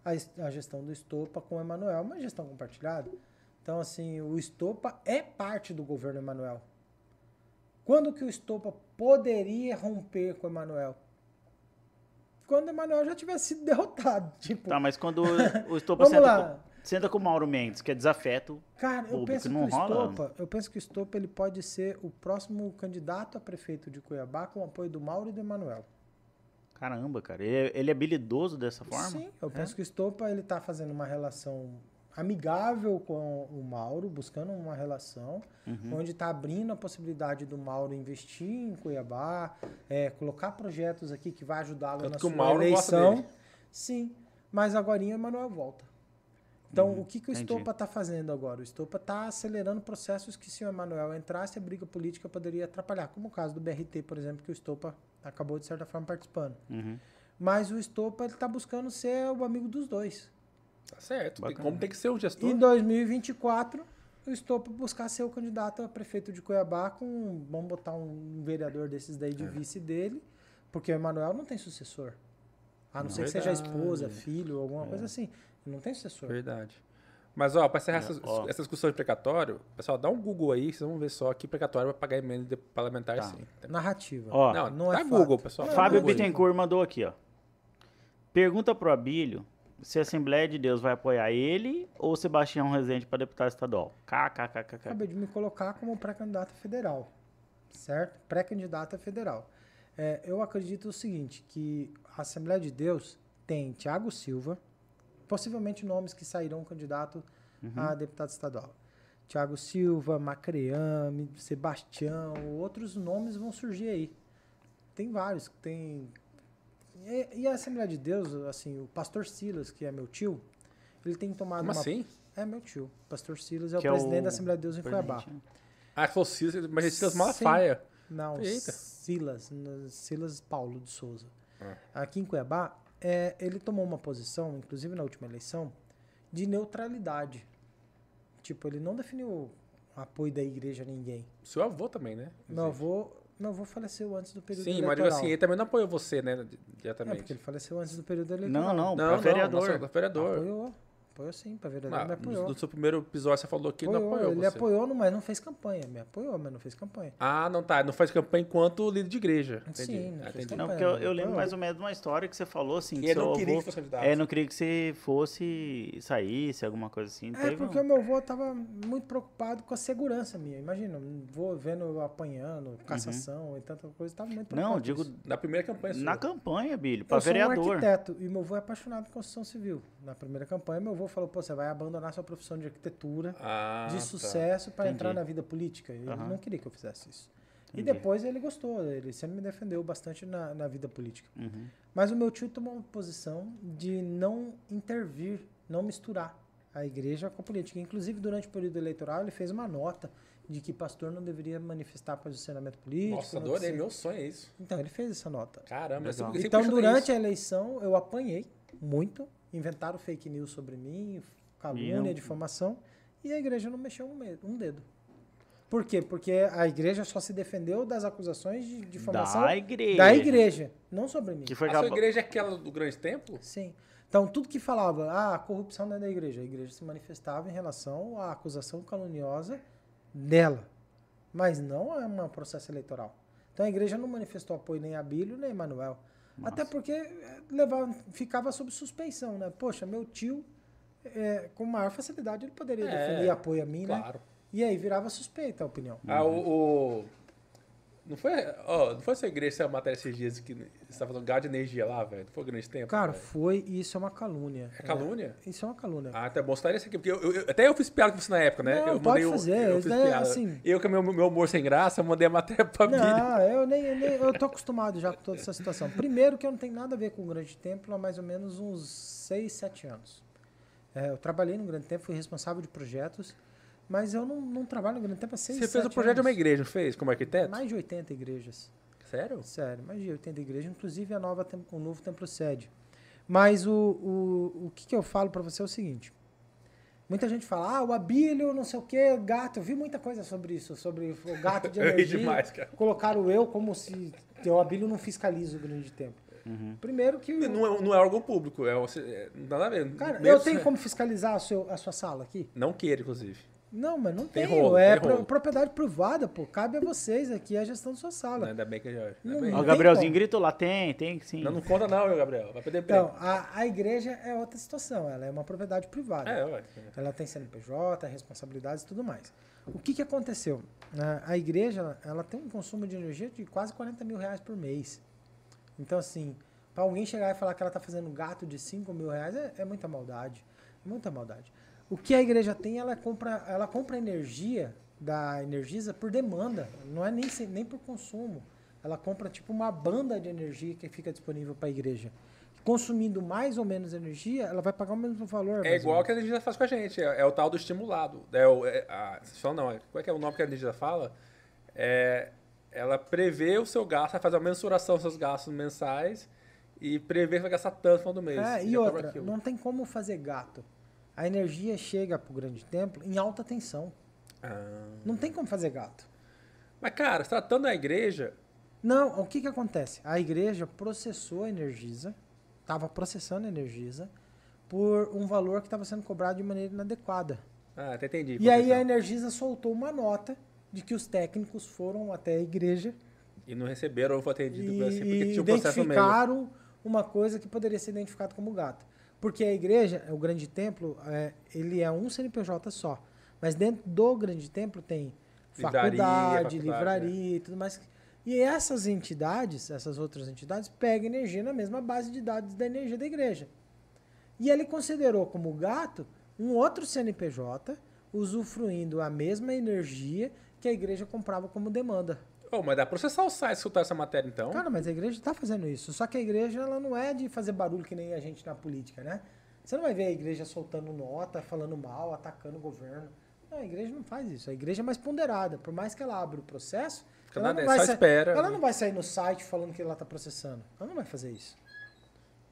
a, es- a gestão do Estopa com o Emanuel é uma gestão compartilhada. Então, assim, o Estopa é parte do governo Emanuel. Quando que o Estopa poderia romper com o Emanuel? Quando o Emanuel já tivesse sido derrotado. Tipo,
Tá, mas quando o Estopa
vamos
senta
lá.
com- Senta com o Mauro Mendes, que é desafeto.
Cara, eu
Pô,
penso que
porque não
o
rola.
Estopa, eu penso que o Estopa ele pode ser o próximo candidato a prefeito de Cuiabá com o apoio do Mauro e do Emanuel.
Caramba, cara. Ele é, ele é habilidoso dessa forma?
Sim,
É?
eu penso que o Estopa ele tá fazendo uma relação amigável com o Mauro, buscando uma relação
Uhum.
onde está abrindo a possibilidade do Mauro investir em Cuiabá, é, colocar projetos aqui que vai ajudá-lo
Tanto
na
que o
sua
Mauro gosta
eleição.
dele.
Sim, mas agora o Emanuel volta. Então,
Uhum.
o que, que o
entendi.
Estopa está fazendo agora? O Estopa está acelerando processos que, se o Emanuel entrasse, a briga política poderia atrapalhar, como o caso do BRT, por exemplo, que o Estopa acabou, de certa forma, participando.
Uhum.
Mas o Estopa está buscando ser o amigo dos dois.
Tá certo. Tem
Bacana.
como tem que ser o gestor.
Em 2024, o Estopa buscar ser o candidato a prefeito de Cuiabá com. Vamos botar um vereador desses daí de vice dele, porque o Emanuel não tem sucessor. A não ser que seja
Verdade.
esposa, filho, alguma coisa assim. Não tem sucessor.
Verdade. Mas, ó, pra encerrar
Não,
essas,
ó.
essas discussões de precatório, pessoal, dá um Google aí, vocês vão ver só que precatório vai pagar emenda de parlamentar
Tá.
sim.
Narrativa.
Ó,
Não,
não é
dá
fato.
Google, pessoal.
Não,
Fábio
não,
Google aí.
Bittencourt mandou aqui, ó. Pergunta pro Abílio se a Assembleia de Deus vai apoiar ele ou Sebastião Rezende para deputado estadual. KKKKK.
Acabei de me colocar como pré-candidata federal, certo? Pré-candidata federal. É, eu acredito o seguinte, que a Assembleia de Deus tem Tiago Silva, possivelmente nomes que sairão candidato a deputado estadual. Tiago Silva, Macreame, Sebastião, outros nomes vão surgir aí. Tem vários, tem... E, e a Assembleia de Deus, assim, o pastor Silas, que é meu tio, ele tem tomado
Como
uma...
assim?
É meu tio. Pastor Silas é
Que
o
é
presidente
o
da Assembleia de Deus em Cuiabá.
presidente, né?
Ah, falou Silas, mas é Silas
Sim.
Malafaia.
Não,
Eita.
Silas. n- Silas Paulo de Souza.
Ah.
Aqui em Cuiabá, é, ele tomou uma posição, inclusive na última eleição, de neutralidade. Tipo, ele não definiu apoio da igreja a ninguém.
Seu avô também, né?
Meu avô, meu avô faleceu antes do período
Sim, mas
é eleitoral.
digo assim, ele também não apoiou você, né, di-
É,
diretamente.
porque ele faleceu antes do período
Não,
eleitoral.
não,
Não,
pra
não,
vereador.
nossa, vereador.
Apoiou. Apoiou sim, pra vereador
Ah,
me apoiou.
no, no seu primeiro episódio você falou que ele não
Apoiou,
apoiou
ele
você.
apoiou, mas não fez campanha. Me apoiou, mas não fez campanha.
Ah, não tá. Não faz campanha enquanto líder de igreja. Entendi.
Sim, não
Ah,
fez
entendi.
campanha.
Não, porque eu,
Apoiou.
eu lembro mais ou menos de uma história que você falou assim.
Que ele
seu
não queria
avô-
que fosse candidato.
É, não queria que você fosse, saísse, alguma coisa assim.
É,
Teve
porque
um-
o meu avô tava muito preocupado com a segurança minha. Imagina, um vô vendo eu apanhando, cassação e tanta coisa, tava muito preocupado.
Uhum. Não, digo
com isso.
Na primeira campanha
na
sua.
campanha, Bílio, pra
Eu sou um
vereador.
arquiteto e meu avô é apaixonado por construção civil. Na primeira campanha, meu avô falou: pô, você vai abandonar sua profissão de arquitetura,
Ah,
de
tá.
sucesso, pra para
Entendi.
entrar na vida política. Ele
Aham.
não queria que eu fizesse isso.
Entendi.
E depois ele gostou, ele sempre me defendeu bastante na, na vida política.
Uhum.
Mas o meu tio tomou uma posição de não intervir, não misturar a igreja com a política. Inclusive, durante o período eleitoral, ele fez uma nota de que pastor não deveria manifestar posicionamento político.
Nossa,
não
adorei.
precisa-
Meu sonho é isso.
Então, ele fez essa nota.
Caramba,
Legal.
eu sempre, eu sempre
Então,
questionei
durante
isso.
a eleição, eu apanhei muito. Inventaram fake news sobre mim, calúnia,
Meu.
difamação. E a igreja não mexeu um, me- um dedo. Por quê? Porque a igreja só se defendeu das acusações de difamação
Da igreja.
da igreja, não sobre mim.
Que foi
A sua
acabou.
igreja é aquela do grande templo?
Sim. Então, tudo que falava, ah, a corrupção não é da igreja, a igreja se manifestava em relação à acusação caluniosa dela, mas não a um processo eleitoral. Então, a igreja não manifestou apoio nem a Bílio, nem a Emanuel. Até porque eh, levava, ficava sob suspeição, né? Poxa, meu tio, eh, com maior facilidade, ele poderia
É,
defender apoio a mim, né?
Claro.
E aí virava suspeita a opinião.
Uhum.
Ah, o, o- Não foi. Ó, não foi essa igreja essa matéria esses dias que você tava falando gado de energia lá, velho? Não foi o grande templo?
Cara,
velho?
foi, e isso é uma calúnia.
É calúnia?
Isso é uma calúnia.
Ah, tá bom. Você estaria isso aqui, porque eu, eu- até eu fiz piada com você na época, né?
Não,
eu
pode fazer,
Eu,
isso é assim.
eu com meu, meu humor sem graça, mandei a matéria pra Bíblia.
Não, eu nem, eu nem- eu tô acostumado já com toda essa situação. Primeiro que eu não tenho nada a ver com o Grande Templo há mais ou menos uns 6, 7 anos. É, eu trabalhei no Grande Templo, fui responsável de projetos, mas eu não, não trabalho no Grande Templo há 6,
Você fez o projeto de uma igreja, não fez? Como arquiteto?
Mais de 80 igrejas.
Sério?
Sério, mais de 80 igrejas, inclusive a nova, tem- o novo templo sede. Mas o, o, o que, que eu falo para você é o seguinte. Muita gente fala, ah, o abílio, não sei o quê, gato. Eu vi muita coisa sobre isso, sobre o gato de
Eu ri
energia.
demais, cara.
Colocaram eu como se o abílio não fiscaliza o grande templo.
Uhum.
Primeiro que... o-
Não é, não é órgão público, é, um- é, não dá nada a ver.
cara,
Meio
eu
que-
tenho como fiscalizar a, seu- a sua sala aqui?
Não queira, inclusive.
Não, mas não
Tem
tem.
rolo,
é
tem
pro-
rolo.
propriedade privada, pô. Cabe a vocês aqui a gestão da sua sala.
Ainda bem que eu já. ainda
Não,
bem.
Ó,
não.
O
Não,
Gabrielzinho
como.
gritou lá, tem, tem sim.
não conta não, eu, Gabriel. Vai perder emprego.
Então, a, a igreja é outra situação, ela é uma propriedade privada.
É, olha.
Ela tem CNPJ, responsabilidades e tudo mais. O que, que aconteceu? Na- A igreja ela tem um consumo de energia de quase 40 mil reais por mês. Então, assim, para alguém chegar e falar que ela está fazendo gato de 5 mil reais é, é muita maldade. É muita maldade. O que a igreja tem, ela compra, ela compra energia da Energisa por demanda, não é nem, se- nem por consumo. Ela compra tipo uma banda de energia que fica disponível para a igreja. Consumindo mais ou menos energia, ela vai pagar o mesmo valor. mais
É
ou
igual
menos.
que a Legenda faz com a gente, é, é o tal do estimulado. É o, é, a, vocês falam, não, é- qual é, que é o nome que a Legenda fala? É, ela prevê o seu gasto, ela faz a mensuração dos seus gastos mensais e prevê que vai gastar tanto no final do mês.
É, e
acaba
outra,
aquilo.
não tem como fazer gato. A energia chega pro grande templo em alta tensão.
Ah.
Não tem como fazer gato.
Mas, cara, se tratando a igreja,
Não, o que que acontece? A igreja processou a Energisa, estava processando a Energisa, por um valor que estava sendo cobrado de maneira inadequada.
ah, até entendi.
E aí né? a
Conceição.
Energisa soltou uma nota de que os técnicos foram até a igreja
E não receberam ou foi atendido
e,
assim, porque
e
tinha um processo no meio.
identificaram uma coisa que poderia ser identificada como gato. Porque a igreja, o grande templo, é, ele é um CNPJ só. Mas dentro do grande templo tem
Livraria,
faculdade,
faculdade,
livraria e tudo mais. E essas entidades, essas outras entidades, pegam energia na mesma base de dados da energia da igreja. E ele considerou como gato um outro CNPJ usufruindo a mesma energia que a igreja comprava como demanda.
Oh, mas dá pra processar o site escutar essa matéria, então.
Cara, mas a igreja tá fazendo isso. Só que a igreja ela não é de fazer barulho que nem a gente na política, né? Você não vai ver a igreja soltando nota, falando mal, atacando o governo. Não, a igreja não faz isso. A igreja é mais ponderada. Por mais que ela abra o processo,
Fica
ela
na-
não, vai
só
sa-
espera,
ela
né?
não vai sair no site falando que ela tá processando. Ela não vai fazer isso.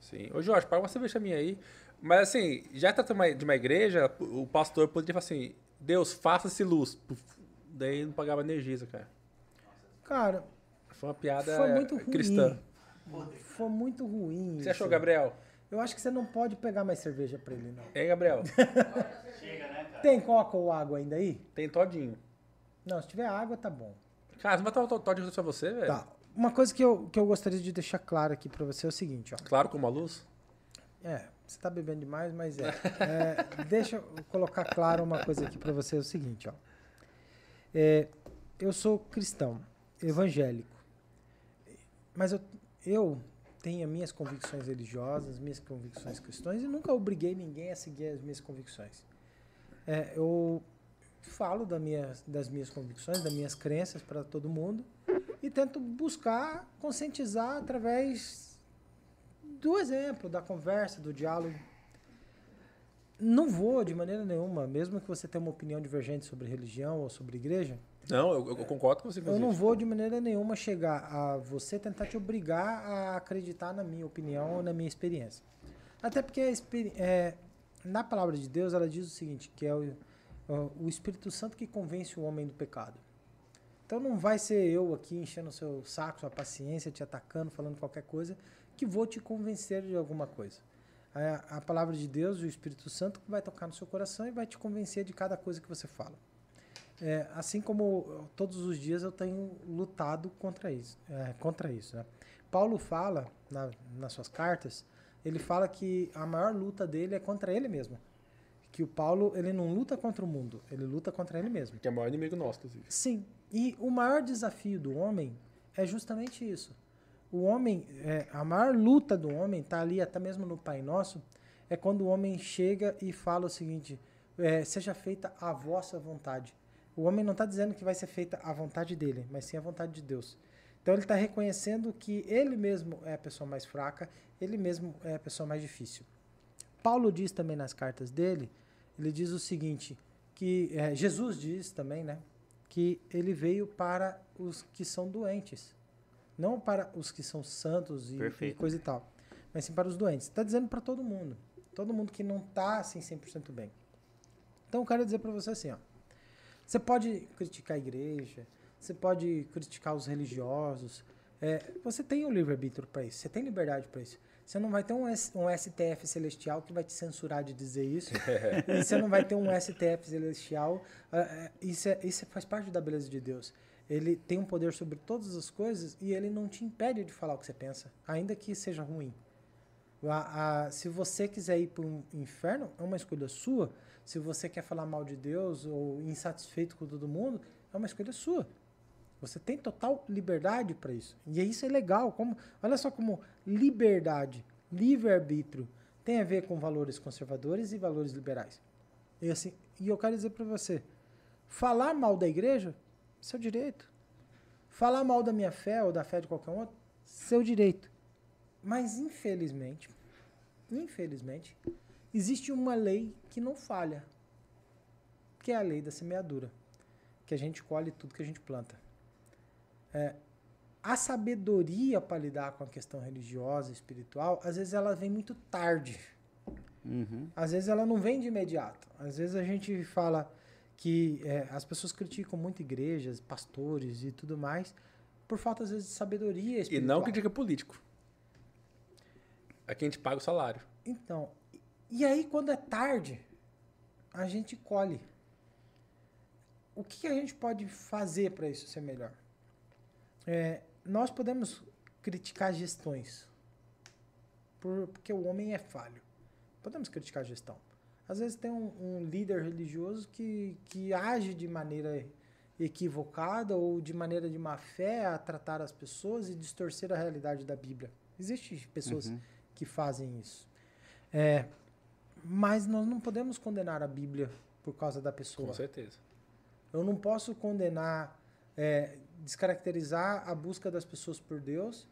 Sim. Ô, Jorge, paga uma cerveja minha aí. Mas, assim, já tratando uma- de uma igreja, o pastor poderia falar assim, Deus, faça-se luz. Puf. Daí não pagava energia, cara.
Cara,
Foi uma piada
foi muito ruim.
cristã.
Foi muito ruim.
O que você
isso.
achou, Gabriel?
Eu acho que você não pode pegar mais cerveja pra ele, não.
Hein, Gabriel?
Tem coca ou água ainda aí?
Tem todinho.
Não, se tiver água, tá bom.
Cara, você vai tomar o todinho pra você, velho?
Tá. Uma coisa que eu, que eu gostaria de deixar claro aqui pra você é o seguinte, ó.
Claro, como a luz.
É, você tá bebendo demais, mas é. É, deixa eu colocar claro uma coisa aqui pra você, é o seguinte, ó. É, eu sou cristão, evangélico, mas eu, eu tenho as minhas convicções religiosas, minhas convicções cristãs, e nunca obriguei ninguém a seguir as minhas convicções. É, eu falo da minha, das minhas convicções, das minhas crenças para todo mundo, e tento buscar conscientizar através do exemplo, da conversa, do diálogo. Não vou, de maneira nenhuma, mesmo que você tenha uma opinião divergente sobre religião ou sobre igreja,
Não, eu, eu concordo com você,
eu
inclusive.
não vou, de maneira nenhuma, chegar a você tentar te obrigar a acreditar na minha opinião ou na minha experiência. Até porque a experi- é, na palavra de Deus ela diz o seguinte, que é o, o Espírito Santo que convence o homem do pecado. Então não vai ser eu aqui enchendo o seu saco, sua paciência, te atacando, falando qualquer coisa, que vou te convencer de alguma coisa. É, A, a palavra de Deus, o Espírito Santo, que vai tocar no seu coração e vai te convencer de cada coisa que você fala. É, assim como eu- todos os dias eu tenho lutado contra isso, é, contra isso, né? Paulo fala na, nas suas cartas, ele fala que a maior luta dele é contra ele mesmo. Que o Paulo ele não luta contra o mundo, ele luta contra ele mesmo.
Que é o maior inimigo nosso, inclusive.
Sim, e o maior desafio do homem é justamente isso. O homem, é, a maior luta do homem está ali até mesmo no Pai Nosso, é quando o homem chega e fala o seguinte: é, seja feita a vossa vontade. O homem não está dizendo que vai ser feita a vontade dele, mas sim a vontade de Deus. Então ele está reconhecendo que ele mesmo é a pessoa mais fraca, ele mesmo é a pessoa mais difícil. Paulo diz também nas cartas dele, ele diz o seguinte, que é, Jesus diz também, né, que ele veio para os que são doentes, não para os que são santos e, e
Perfeito.
coisa e tal, mas sim para os doentes. Está dizendo para todo mundo, todo mundo que não está assim 100% bem. Então eu quero dizer para você assim, ó, você pode criticar a igreja, você pode criticar os religiosos, É, você tem o livre-arbítrio para isso, você tem liberdade para isso. Você não vai ter um, S- um STF celestial que vai te censurar de dizer isso. e você não vai ter um STF celestial. ah, ah, isso, é- isso faz parte da beleza de Deus. Ele tem um poder sobre todas as coisas e ele não te impede de falar o que você pensa, ainda que seja ruim. A- a- se você quiser ir para o inferno, é uma escolha sua. Se você quer falar mal de Deus ou insatisfeito com todo mundo, é uma escolha sua. Você tem total liberdade para isso. E isso é legal. Como, olha só como liberdade, livre-arbítrio, tem a ver com valores conservadores e valores liberais. E, assim, e eu quero dizer para você: falar mal da igreja, seu direito. Falar mal da minha fé ou da fé de qualquer um outro, seu direito. Mas, infelizmente, infelizmente, existe uma lei que não falha, que é a lei da semeadura, que a gente colhe tudo que a gente planta. É, a sabedoria para lidar com a questão religiosa, espiritual, às vezes ela vem muito tarde.
Uhum.
Às vezes ela não vem de imediato. Às vezes a gente fala que é, as pessoas criticam muito igrejas, pastores e tudo mais, por falta às vezes de sabedoria
E
espiritual.
não critica político. Aqui a gente paga o salário.
Então, e- e aí quando é tarde, a gente colhe. O que que a gente pode fazer para isso ser melhor? É, nós podemos criticar gestões, por- porque o homem é falho. Podemos criticar a gestão. Às vezes tem um, um líder religioso que, que age de maneira equivocada ou de maneira de má fé a tratar as pessoas e distorcer a realidade da Bíblia. Existem pessoas que fazem isso. É, mas nós não podemos condenar a Bíblia por causa da pessoa.
Com certeza.
Eu não posso condenar, é, descaracterizar a busca das pessoas por Deus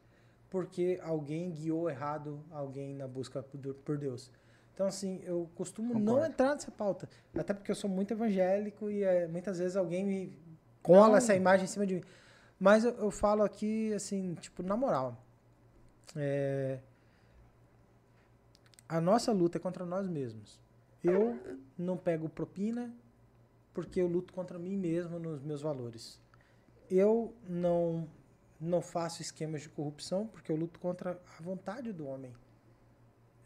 porque alguém guiou errado alguém na busca por- por Deus. Então, assim, eu costumo não entrar nessa pauta. Até porque eu sou muito evangélico e é, muitas vezes alguém me cola essa imagem em cima de mim. Mas eu, eu falo aqui, assim, tipo, na moral. É, a nossa luta é contra nós mesmos. Eu não pego propina, porque eu luto contra mim mesmo nos meus valores. Eu não não faço esquemas de corrupção porque eu luto contra a vontade do homem.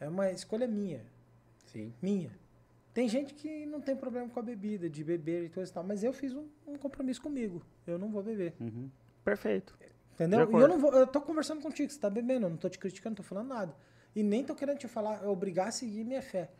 É uma escolha minha,
Sim.
minha. Tem gente que não tem problema com a bebida, de beber e coisa e tal, mas eu fiz um, um compromisso comigo. Eu não vou beber.
Uhum. Perfeito.
Entendeu?
De
E
acordo.
eu não vou, eu tô conversando contigo, você tá bebendo, eu não tô te criticando, não tô falando nada. E nem tô querendo te falar, obrigar a seguir minha fé.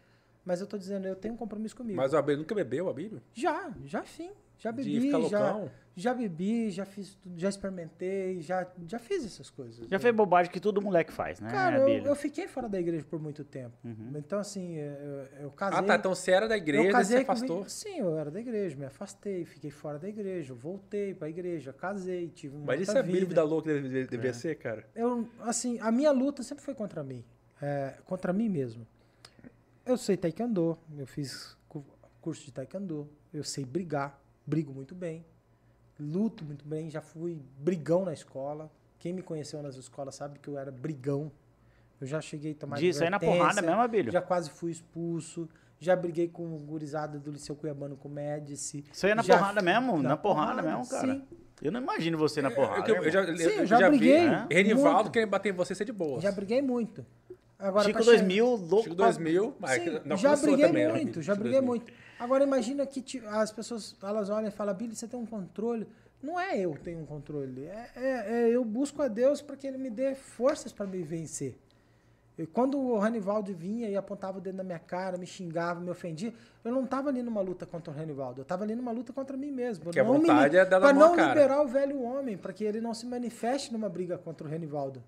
Mas eu tô dizendo, eu tenho um compromisso comigo.
Mas o Abílio nunca bebeu, o Abílio?
Já, já sim. Já
De
bebi,
ficar
já,
loucão?
já bebi, já fiz tudo, já experimentei, já, já fiz essas coisas. né?
Já fez bobagem que todo moleque faz, né,
Cara, eu,
Abílio? Uhum.
eu fiquei fora da igreja por muito tempo.
Hum?
Então, assim, eu, eu casei.
Ah, tá. Então você era da
eu
igreja,
casei
você
com-
afastou.
Sim, eu era da igreja, me afastei, fiquei fora da igreja, eu voltei pra igreja, casei, tive uma
Mas
outra
isso é Abílio
vida.
vida louca que deve-
É.
deveria ser, cara?
Eu, assim, a minha luta sempre foi contra mim. é, contra mim mesmo. Eu sei taekwondo, eu fiz cu- curso de taekwondo, eu sei brigar, brigo muito bem, luto muito bem, já fui brigão na escola. Quem me conheceu nas escolas sabe que eu era brigão. Eu já cheguei a tomar
Diz aí na porrada
advertência,
mesmo, Abílio.
Já quase fui expulso, já briguei com o gurizada do Liceu Cuiabano com o Médici.
Isso aí é na
já
porrada
fi-
mesmo? Na,
na
porrada,
porrada,
mesmo, cara.
sim.
Eu não imagino você na porrada.
Eu, eu já,
Sim, É, eu
eu
já
vi
briguei
né?
muito.
Renivaldo querendo bater em você, você é de boa.
Já briguei muito. Agora, tá
Chico
pra chegar-
2000, louco.
Chico
pra-
2000, mas
Sim,
Ah, não
já
começou
briguei
também, né,
muito,
Abílio?
já
Chico
briguei
2000.
muito. Agora imagina que ti- as pessoas elas olham e falam, Billy, você tem um controle. Não é eu que tenho um controle, é, é- é eu busco a Deus para que Ele me dê forças para me vencer. E quando o Ranivaldo vinha e apontava o dedo na minha cara, me xingava, me ofendia, eu não estava ali numa luta contra o Ranivaldo, eu estava ali numa luta contra mim mesmo.
Que a
Não me-
vontade é dar na
pra
mão à
não
cara.
liberar o velho homem, para que ele não se manifeste numa briga contra o Renivaldo.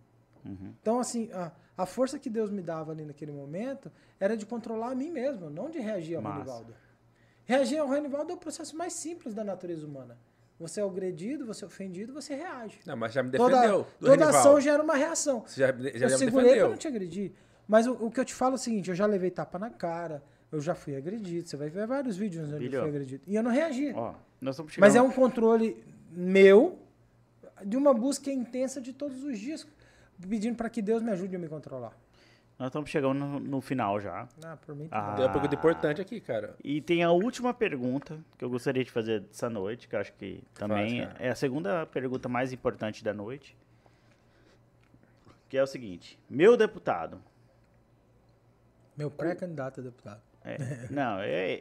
Então, assim, a, a força que Deus me dava ali naquele momento era de controlar a mim mesmo, não de reagir ao
Massa.
Renivaldo. Reagir ao Renivaldo é o processo mais simples da natureza humana. Você é agredido, você é ofendido, você reage.
Não, mas já me defendeu.
Toda,
do
toda
Renivaldo.
ação gera uma reação.
Você já, já,
eu
já me
segurei pra não
defendeu.
te agredir. Mas o, o que eu te falo é o seguinte, eu já levei tapa na cara, eu já fui agredido, você vai ver vários vídeos onde
Bilhão.
eu fui agredido. E eu não reagi.
Ó, nós estamos chegando.
Mas é um controle meu de uma busca intensa de todos os dias, pedindo para que Deus me ajude a me controlar. um-
Nós estamos chegando no, no final já.
Ah, por mim,
Ah.
tá bom.
Tem uma pergunta um importante aqui, cara.
E tem a última pergunta que eu gostaria de fazer dessa noite, que eu acho que também
Faz, cara.
é a segunda pergunta mais importante da noite. Que é o seguinte: meu deputado.
Meu pré-candidato a deputado.
É, não, é,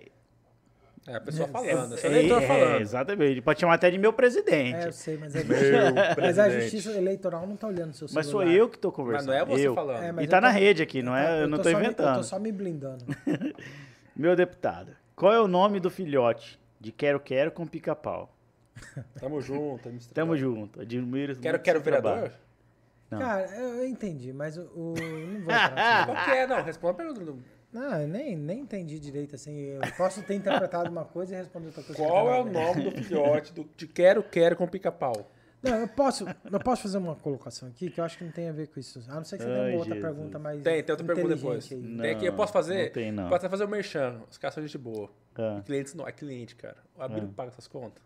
É a pessoa falando, é só
é,
leitor
é,
falando.
exatamente. Ele pode chamar até de meu
É, eu
presidente.
sei, mas é Mas a
presidente.
justiça eleitoral não tá olhando o seu celular.
mas sou eu que tô
Mas
conversando.
não é você
eu.
falando.
É, mas
E
eu
tá
tô-
na rede aqui, não é? Eu não tô
só me- eu
inventando.
tô só me blindando.
Meu deputado, qual é o nome do filhote de Quero Quero com pica-pau?
Tamo junto, Mr.
Tamo junto. Admiro muito
Então. Quero, quero
seu trabalho.
vereador?
Não.
Cara, eu eu entendi, mas o. o- não vou entrar
Qual que é? Não, responda a pergunta. do-
Não, eu nem, nem entendi direito, assim. Eu posso ter interpretado uma coisa e responder outra coisa.
Qual é o
completamente.
nome do filhote do, de Quero, Quero com pica-pau?
Não, eu posso, eu posso fazer uma colocação aqui que eu acho que não tem a ver com isso. A não ser que você tenha
Ai,
uma outra
Jesus.
pergunta mais
Tem, tem outra pergunta
inteligente
depois. Hum.
aí.
Não,
tem aqui, eu posso fazer?
não tem, não.
Posso até fazer o merchan. Os caras são gente boa.
Ah,
Clientes não, é cliente, cara. O Abílio paga essas contas.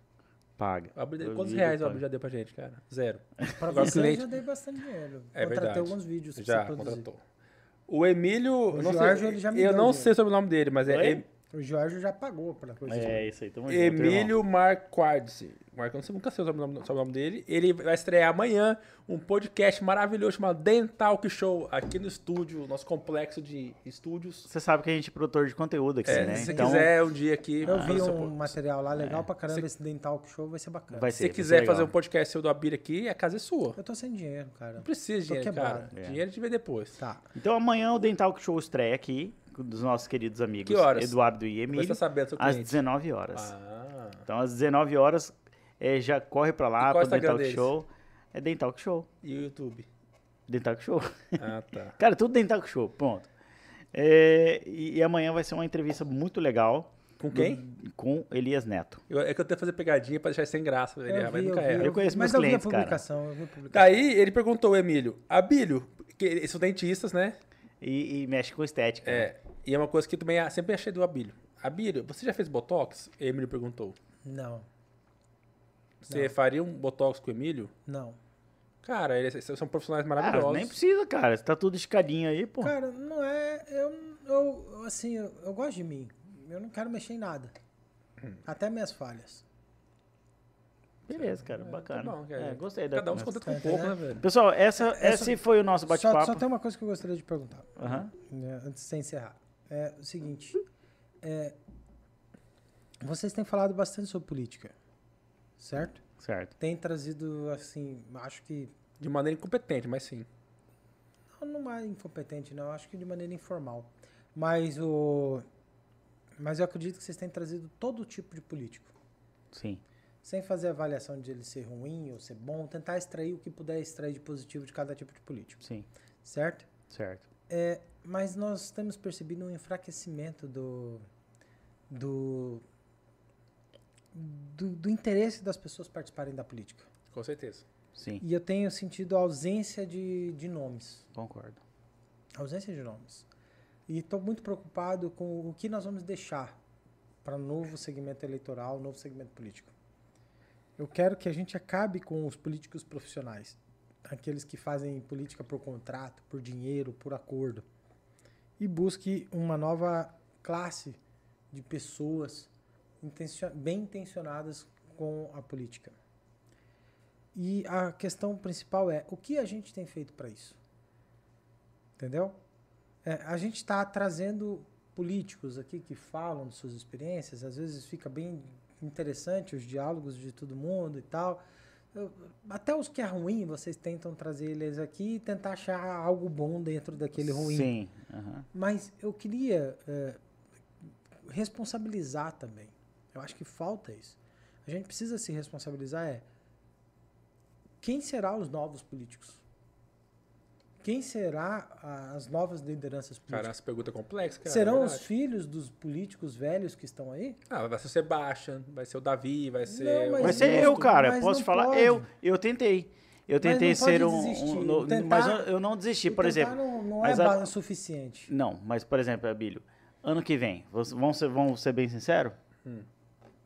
paga.
O Abílio-
É. Eu
quantos
vi,
reais o
paga.
Abílio já deu pra gente, cara? Zero.
Pra
Agora,
você, eu
cliente-
já dei bastante dinheiro.
É
Contratei
verdade.
alguns vídeos pra
Já,
você produzir.
contratou. O Emílio. eu não
Jorge,
sei,
ele já me
eu
deu
não
dinheiro.
sei sobre o nome dele, mas
Oi?
é Em-
O Jorge já pagou pra coisa.
É isso aí, tamo junto. irmão.
Emílio Marquardt. Marco, eu não sei- nunca sei o sobrenome, sobrenome dele. Ele vai estrear amanhã um podcast maravilhoso chamado Dental Que Show, aqui no estúdio, nosso complexo de estúdios.
Você sabe que a gente é produtor de conteúdo aqui,
É,
né?
Se você
então,
quiser um dia
é,
aqui.
Eu vi
fazer seu-
um material lá legal pra caramba. Esse dental show vai ser bacana.
vai
se
ser.
você
vai ser
quiser
legal.
fazer um podcast seu do Abir aqui, a casa é sua.
Eu tô sem dinheiro, cara.
Não precisa de
Tô
dinheiro,
quebrado.
cara.
É.
Dinheiro a gente vê depois.
Tá.
Então amanhã o Dental Show estreia aqui, dos nossos queridos amigos
Que horas?
Eduardo e
Você
Emílio,
tá sabendo seu
às
cliente.
19 horas.
Ah.
Então às 19 horas é, já corre pra
E
lá,
qual é
pro
o Instagram
Dental
deles?
Show. É Dental Show.
E o YouTube?
Dental Show.
Ah, tá.
Cara, tudo Dental Show, pronto. É, e, e amanhã vai ser uma entrevista muito legal.
Com
do-
quem?
com Elias Neto.
Eu- é que eu tento fazer pegadinha pra deixar sem graça, ele, mas nunca erra.
Eu conheço
mas
meus clientes,
eu vi
cara.
a publicação, eu vi a publicação.
Daí ele perguntou, Emílio, Abílio, que eles são dentistas, né?
E, e mexe com estética.
É. E é uma coisa que eu também ah, sempre achei do Abílio. Abílio, você já fez Botox? Emílio perguntou.
Não,
Você faria um Botox com o Emílio?
não.
Cara, eles são profissionais
Ah,
maravilhosos.
nem precisa, cara. Tá tudo esticadinho aí, pô.
Cara, não é. Eu, eu assim, eu, eu gosto de mim. Eu não quero mexer em nada.
Hum.
Até minhas falhas.
Beleza, cara. Bacana.
Tá bom, cara.
É, gostei da
Cada um se
conversa. É,
contenta com um pouco, né, velho?
Pessoal, essa, esse foi o nosso
Só,
bate-papo.
só tem uma coisa que eu gostaria de perguntar,
Aham.
né, antes de você encerrar. É o seguinte. é, vocês têm falado bastante sobre política, certo?
Certo.
Tem trazido, assim, acho que
é.
De maneira incompetente, mas sim.
Não, não é incompetente, não. Eu acho que de maneira informal. Mas o. Mas eu acredito que vocês têm trazido todo tipo de político.
Sim.
Sem fazer avaliação de ele ser ruim ou ser bom, tentar extrair o que puder extrair de positivo de cada tipo de político,
Sim.
certo?
Certo.
É, mas nós temos percebido um enfraquecimento do. do. Do, do interesse das pessoas participarem da política.
Com certeza.
Sim.
E eu tenho sentido a ausência de, de nomes.
Concordo.
ausência de nomes. E estou muito preocupado com o que nós vamos deixar para novo segmento eleitoral, novo segmento político. Eu quero que a gente acabe com os políticos profissionais, aqueles que fazem política por contrato, por dinheiro, por acordo, e busque uma nova classe de pessoas intencio- bem intencionadas com a política. E a questão principal é o que a gente tem feito para isso? Entendeu? É, a gente está trazendo políticos aqui que falam de suas experiências, às vezes fica bem interessante os diálogos de todo mundo e tal. Eu- Até os que é ruim, vocês tentam trazer eles aqui e tentar achar algo bom dentro daquele ruim.
Sim. aham.
Mas eu queria eh, responsabilizar também. Eu acho que falta isso. A gente precisa se responsabilizar é quem será os novos políticos? Quem será a- as novas lideranças
Cara,
políticas?
essa pergunta é complexa, cara.
Serão
é
os
verdade.
filhos dos políticos velhos que estão aí?
Ah, vai ser o Sebastian, vai ser o Davi, vai ser.
Não, mas
o-
Vai ser
justo,
é eu, cara.
mas
posso
não
falar?
pode.
Eu, eu tentei. Eu
Mas não
tentei
pode
ser um.
desistir,
um- no-
tentar-
mas eu, eu não desisti.
E
Por
tentar
exemplo,
Não, não é
mas a-
ba- suficiente.
Não, mas, por exemplo, Abílio, ano que vem, vos- vamos ser, vamos ser bem sinceros?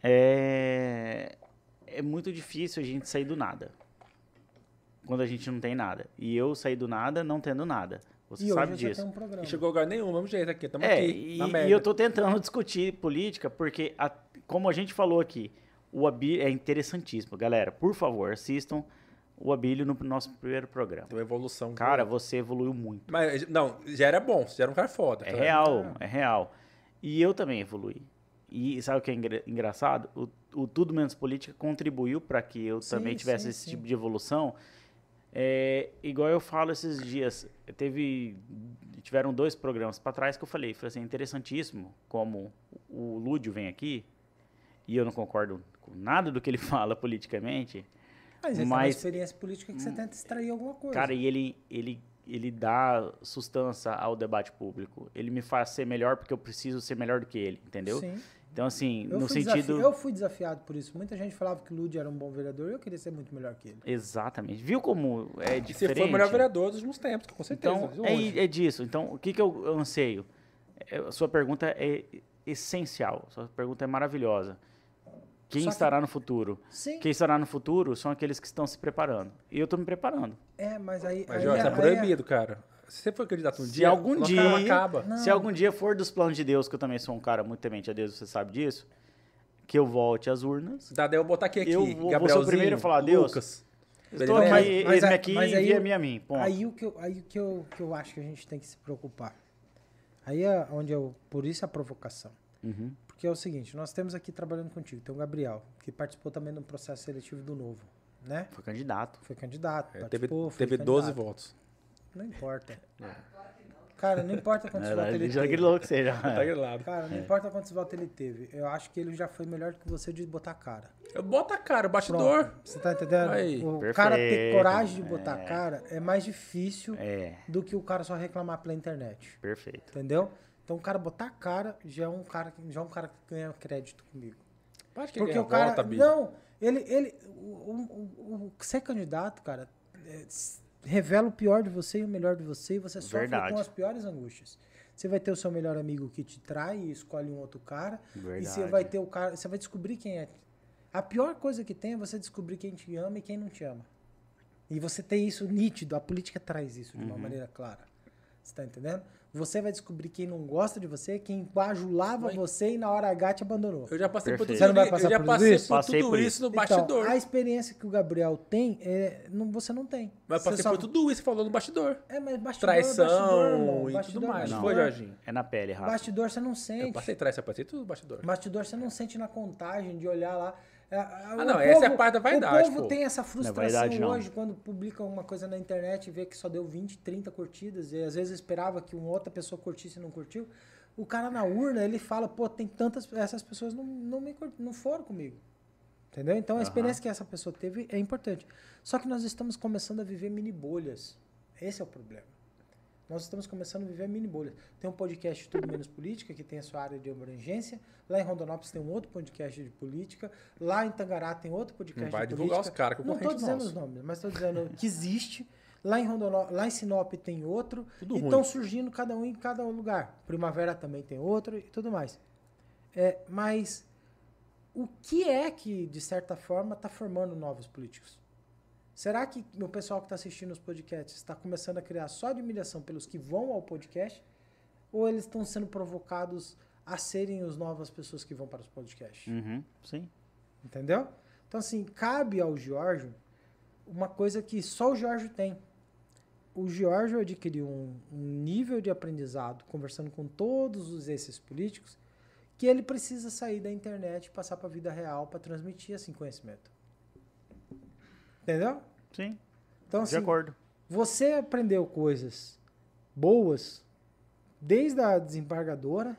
É, é muito difícil a gente sair do nada. Quando a gente não tem nada. E eu saí do nada não tendo nada. Você
e
sabe
hoje eu já
disso.
tenho um programa.
E chegou a lugar nenhum, mesmo jeito aqui. Estamos
É,
um aqui.
e,
na
e
merda.
eu tô tentando discutir política, porque, a- como a gente falou aqui, o Abi é interessantíssimo. Galera, por favor, assistam o o Abílio no nosso primeiro programa.
Tem uma evolução.
Cara, você evoluiu muito.
Mas, não, já era bom, você já era um cara foda.
É
tá?
real, é real. E eu também evolui. E sabe o que é engra- engraçado? O, o Tudo Menos Política contribuiu para que eu
Sim,
também tivesse
sim,
esse
sim.
tipo de evolução. É, igual eu falo esses dias, teve tiveram dois programas para trás que eu falei, foi assim, interessantíssimo como o Lúdio vem aqui e eu não concordo com nada do que ele fala politicamente.
Mas é uma
Mas- Hum,
experiência política que você tenta extrair alguma coisa.
Cara, e ele, ele, ele dá sustância ao debate público. Ele me faz ser melhor porque eu preciso ser melhor do que ele, entendeu?
Sim.
Então, assim,
Eu
no
fui desafi-
sentido.
Eu fui desafiado por isso. Muita gente falava que o Lud era um bom vereador e eu queria ser muito melhor que ele.
Exatamente. Viu como é
E
diferente?
você foi o melhor vereador dos últimos tempos, com certeza.
Então,
de longe.
é, é disso. Então, o que, que eu, eu anseio? É, a sua pergunta é essencial. Sua pergunta é maravilhosa. Quem
Só que-
estará no futuro?
Sim,
Quem estará no futuro são aqueles que estão se preparando. E eu estou me preparando.
é, mas aí...
Mas,
aí,
Jorge, tá
aí-
proibido, cara. Se você for candidato um
Se
dia,
algum
nosso
dia-
caramba acaba.
Não.
Se algum dia for dos planos de Deus, que eu também sou um cara muito temente a Deus, você sabe disso, que eu volte às urnas.
Dá daí eu botar aqui, aqui.
Eu vou- vou ser o
Gabrielzinho,
primeiro a falar, Deus.
Lucas.
Estou
Beleza.
aqui,
Mas- mas
eis-me
a-
aqui,
mas aí
envia-me
eu-
a mim. Ponto.
Aí o que, eu, aí o que, eu, que eu acho que a gente tem que se preocupar. Aí é onde eu... Por isso a provocação.
Uhum.
Porque é o seguinte, nós temos aqui trabalhando contigo, tem o Gabriel, que participou também do processo seletivo do Novo, né?
Foi candidato.
Foi candidato,
É, teve
participou, foi
teve 12
candidato.
votos. É.
Não importa. Cara, não importa quantos
É,
votos
ele
ele
já
teve.
grilou que você já.
Tá grilado.
Cara, não importa quantos votos ele teve. Eu acho que ele já foi melhor que você de botar a cara.
Eu boto a cara, o
Pronto.
bastidor.
Você tá entendendo?
Aí.
o
Perfeito. né?
cara ter coragem de botar a cara é mais difícil
É,
do que o cara só reclamar pela internet.
perfeito.
Entendeu? Então o cara botar a cara já é um cara, que- já é um cara que ganha crédito comigo.
Acho que é,
Porque
ganha
o cara.
voto, Bia.
não, ele. ele o, o, o- o ser candidato, cara, é, s- revela o pior de você e o melhor de você, e você sofre
Verdade.
com as piores angústias. Você vai ter o seu melhor amigo que te trai e escolhe um outro cara. E você
Verdade.
vai ter o cara. Você vai descobrir quem é. A pior coisa que tem é você descobrir quem te ama e quem não te ama. E você tem isso nítido, a política traz isso de uma maneira clara. Você tá entendendo? Você vai descobrir quem não gosta de você, quem bajulava
Mas-
você e na hora H te abandonou.
Eu já passei por
Perfeito.
tudo
Você
não vai
isso.
passar
Eu já
por
passei
isso?
por
Passei
tudo
por
isso
isso.
no
Então,
bastidor.
a experiência que o Gabriel tem, é, não, você não tem.
Mas
Você
passei
só-
por tudo isso, falou no bastidor.
É, mas bastidor, é
Traição
bastidor, irmão.
e
Bastidor
tudo
é
mais. Não
bastidor.
foi, Jorginho?
É na pele, Rafa.
Bastidor você não
Eu
sente.
passei traição, eu passei tudo no bastidor.
Bastidor você não sente na contagem de olhar lá. Ah,
não, essa é a parte da vaidade,
O povo
pô.
tem essa frustração
vaidade, não.
hoje quando publica uma coisa na internet e vê que só deu 20, 30 curtidas e às vezes esperava que uma outra pessoa curtisse e não curtiu. O cara na urna, ele fala, pô, tem tantas... Essas pessoas não, não, me, cur- não foram comigo. Entendeu? Então a
Aham.
experiência que essa pessoa teve é importante. Só que nós estamos começando a viver mini bolhas. Esse é o problema. Nós estamos começando a viver mini bolhas. Tem um podcast Tudo Menos Política, que tem a sua área de abrangência. Lá em Rondonópolis tem um outro podcast de política. Lá em Tangará tem outro podcast
Não vai
de
divulgar
política.
os caras,
Não estou
concorrente
dizendo
nosso.
os nomes, mas estou dizendo que existe. Lá em, Rondonó... Lá em Sinop tem outro.
Tudo
e
ruim.
estão surgindo cada um em cada lugar. Primavera também tem outro e tudo mais. É, mas o que é que, de certa forma, está formando novos políticos? Será que o pessoal que está assistindo os podcasts está começando a criar só admiração pelos que vão ao podcast? Ou eles estão sendo provocados a serem as novas pessoas que vão para os podcasts?
Uhum, sim.
Entendeu? Então, assim, cabe ao Giorgio uma coisa que só o Giorgio tem. O Giorgio adquiriu um, um nível de aprendizado conversando com todos os- esses políticos que ele precisa sair da internet e passar para a vida real para transmitir esse conhecimento. Entendeu?
Sim,
Então,
de
assim,
acordo.
você aprendeu coisas boas, desde a desembargadora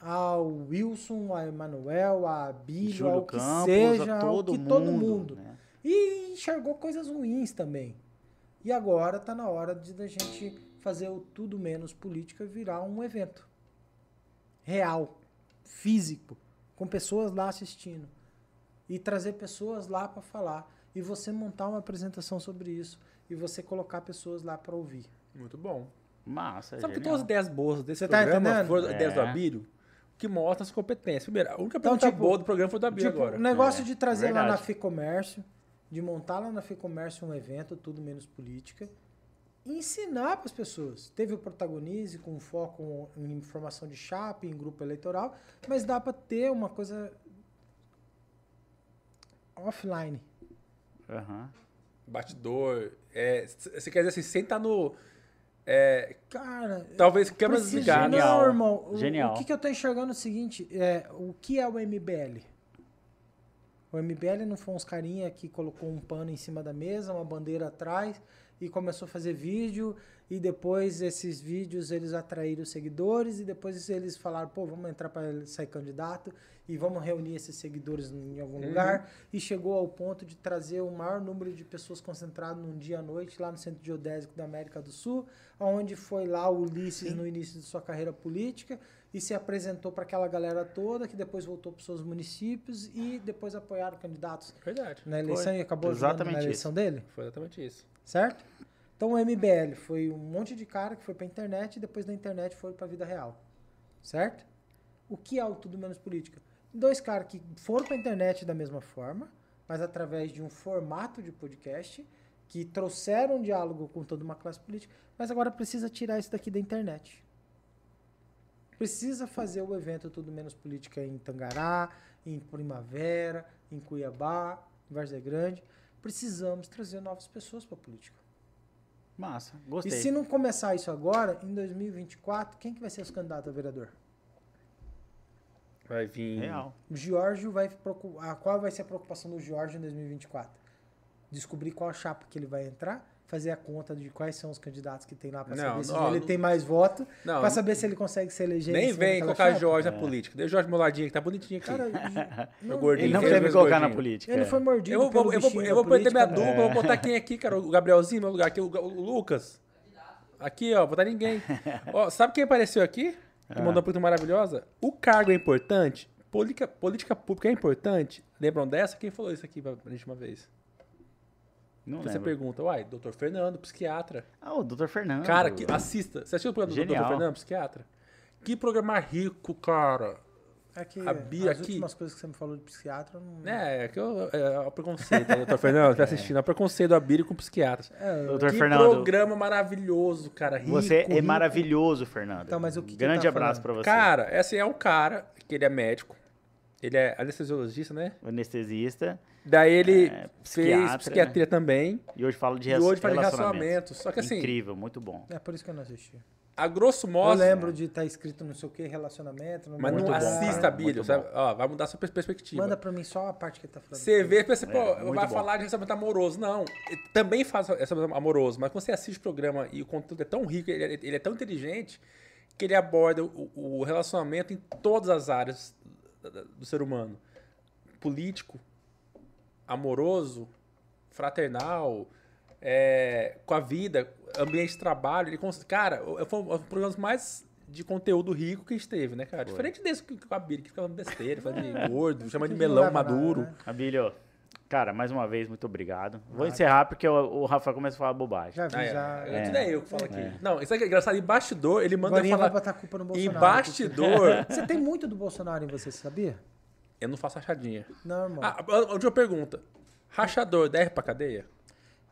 ao Wilson, a Emanuel, a Bíblia,
Júlio
ao que
Campos,
seja,
a
ao
todo
que
mundo.
todo mundo.
né?
E enxergou coisas ruins também. E agora tá na hora de da gente fazer o tudo menos política virar um evento real, físico, com pessoas lá assistindo e trazer pessoas lá para falar e você montar uma apresentação sobre isso e você colocar pessoas lá para ouvir.
Muito bom. É
Massa,
Sabe que
genial.
todas as ideias boas desse
Você tá
programa
entendendo?
foram ideias do
É.
Abílio que mostram as competências. Primeiro, a única
Então,
pergunta
tipo,
boa do programa foi do Abílio
Tipo,
agora.
o negócio
É,
de trazer lá na
verdade.
FEComércio, de montar lá na FEComércio um evento, tudo menos política, e ensinar para as pessoas. Teve o Protagonize com foco em formação de chapa, em grupo eleitoral, mas dá para ter uma coisa offline.
Aham.
Bastidor. É, c- você quer dizer assim, sem estar no. é,
Cara,
talvez câmeras
preciso-
ligadas.
Genial.
Não, irmão. O,
Genial.
o que, que eu tô enxergando é o seguinte: é, o que é o MBL? O MBL não foi uns carinha que colocou um pano em cima da mesa, uma bandeira atrás e começou a fazer vídeo e depois esses vídeos eles atraíram seguidores e depois eles falaram, pô, vamos entrar para sair candidato e vamos reunir esses seguidores em algum lugar e chegou ao ponto de trazer o maior número de pessoas concentrado num dia à noite lá no Centro Geodésico da América do Sul, onde foi lá o Ulisses no início de sua carreira política e se apresentou para aquela galera toda que depois voltou para os seus municípios e depois apoiaram candidatos
Verdade.
na eleição e acabou ajudando na
Exatamente
eleição dele,
Foi exatamente isso.
certo? Então o MBL foi um monte de cara que foi para internet e depois da internet foi para a vida real, certo? O que é o tudo menos política? Dois caras que foram para internet da mesma forma, mas através de um formato de podcast que trouxeram um diálogo com toda uma classe política, mas agora precisa tirar isso daqui da internet. Precisa fazer o evento Tudo Menos Política em Tangará, em Primavera, em Cuiabá, em Várzea Grande. Precisamos trazer novas pessoas para a política.
Massa, gostei.
E se não começar isso agora, em 2024, quem que vai ser os candidatos a vereador?
Vai vir.
Real.
O Giorgio vai procu- ah, qual vai ser a preocupação do Giorgio em 2024? Descobrir qual chapa que ele vai entrar, fazer a conta de quais são os candidatos que tem lá para
Não,
saber se
ó,
ele
não-
tem mais voto,
Não,
para saber se ele consegue se eleger. em
nem
cima
vem
daquela
colocar
chapa.
Jorge na política. Deu Jorge meu ladinho, que tá bonitinho aqui.
tá Cara,
meu
não-
gordinho.
Ele não
fez
quer me
meus
colocar na
gordinhos.
política. é.
ele foi mordido
Eu
pelo
vou, eu vou,
bichinho
eu
da
vou perder minha
política,
dupla,
né?
vou botar quem aqui, cara? O Gabrielzinho, meu lugar aqui, o, o Lucas. Aqui, ó, botar ninguém. ó, sabe quem apareceu aqui?
Ah.
Que mandou uma pergunta maravilhosa? O cargo é importante? Política, política pública é importante? Lembram dessa? Quem falou isso aqui pra pra gente uma vez?
Não
Você
lembro.
pergunta, uai, doutor Fernando, psiquiatra.
Ah, o Dr. Fernando.
Cara, que, assista. Você assistiu o programa do
Genial.
doutor Fernando, psiquiatra? Que programa rico, cara.
É que
A Bia
as
aqui-
últimas coisas que você me falou de psiquiatra, eu não...
É, é que eu, é, é o preconceito, né, doutor Fernando, tá assistindo. É o preconceito da Bíblia com o psiquiatra.
É,
Doutor
que
Fernando.
programa maravilhoso, cara. Rico,
Você é
rico.
maravilhoso, Fernando.
Então, mas o que que
Grande
tá
abraço pra
falando?
você.
Cara, esse é um cara que ele é médico. Ele é anestesiologista, né?
Anestesista.
Daí ele
É,
fez
psiquiatra,
psiquiatria também.
E hoje falo de
E hoje faz
relacionamento.
relacionamento. Só que assim,
Incrível, muito bom.
É por isso que eu não assisti.
a grosso
Eu
modo.
lembro de estar escrito não sei o que, relacionamento...
Mas
vou
não
Muito bom,
lembrar.
assista
cara,
a Bíblia,
muito
sabe? Ó, vai mudar sua pers- perspectiva.
Manda pra mim só a parte que ele tá falando.
Você vê e pensa, pô,
É, muito
vai
bom.
falar de relacionamento amoroso. Não, ele também faz relacionamento amoroso, mas quando você assiste o programa e o conteúdo é tão rico, ele, é- ele é tão inteligente, que ele aborda o, o relacionamento em todas as áreas da- da- do ser humano. Político, amoroso, fraternal, é, com a vida, ambiente de trabalho. Ele cons- cara, o- foi um, um dos programas mais de conteúdo rico que a gente teve, né, cara? Diferente desse que com a Bíblia, que fica falando besteira, falando de gordo, chamando de
que não
melão
leva nada,
maduro.
né?
Abílio, cara, mais uma vez, muito obrigado. Vou encerrar porque o, o Rafa começa a falar bobagem.
Já vi,
Ah, é.
já...
É. Tudo é eu que falo aqui. Não, isso aqui é engraçado. Em bastidor, ele manda
Agora
eu
ele vai
falar.
botar a culpa no
Em
Bolsonaro.
bastidor,
Você tem muito do Bolsonaro em você, você sabia?
eu não faço rachadinha.
Não, irmão.
Ah, a última pergunta. Rachador, 10 pra cadeia?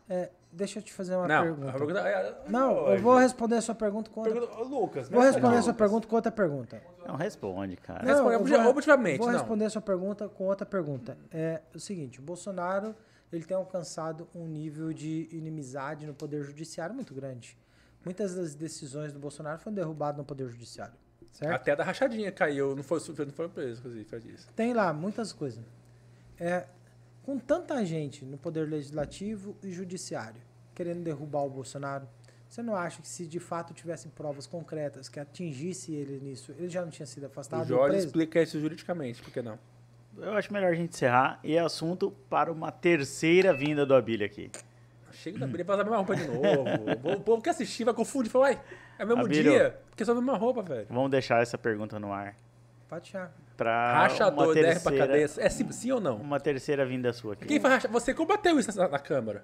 É, deixa eu te fazer uma
não.
pergunta.
a pergunta é-
Não, eu
Hoje.
vou responder a sua pergunta com outra...
Pergunta- Ô, Lucas,
Vou
né?
responder a sua pergunta com outra pergunta.
Não responde, cara.
Não,
Responde
eu
obje- objetivamente,
Vou
não.
responder a sua pergunta com outra pergunta. É o seguinte, o Bolsonaro ele tem alcançado um nível de inimizade no Poder Judiciário muito grande. Muitas das decisões do Bolsonaro foram derrubadas no Poder Judiciário, certo?
Até a da rachadinha caiu. Não foi, não foi preso, inclusive, faz isso.
Tem lá muitas coisas. É, com tanta gente no Poder Legislativo e Judiciário querendo derrubar o Bolsonaro, você não acha que se de fato tivessem provas concretas que atingisse ele nisso, ele já não tinha sido afastado?
O
ou
Jorge
Tá preso?
explica isso juridicamente, por que não?
Eu acho melhor a gente encerrar e é assunto para uma terceira vinda do Abílio aqui.
Chega da briga, faz a mesma roupa de novo. o povo que assistir vai confundir. Fala, uai, é o mesmo
Abílio.
dia? Porque é só a mesma roupa, velho.
Vamos deixar essa pergunta no ar.
Pode deixar.
Para Ah, uma
Rachador, 10 pra
terceira,
cadeia. É sim, sim ou não?
uma terceira vinda sua aqui.
Quem faz racha- Você combateu isso na, na Câmara.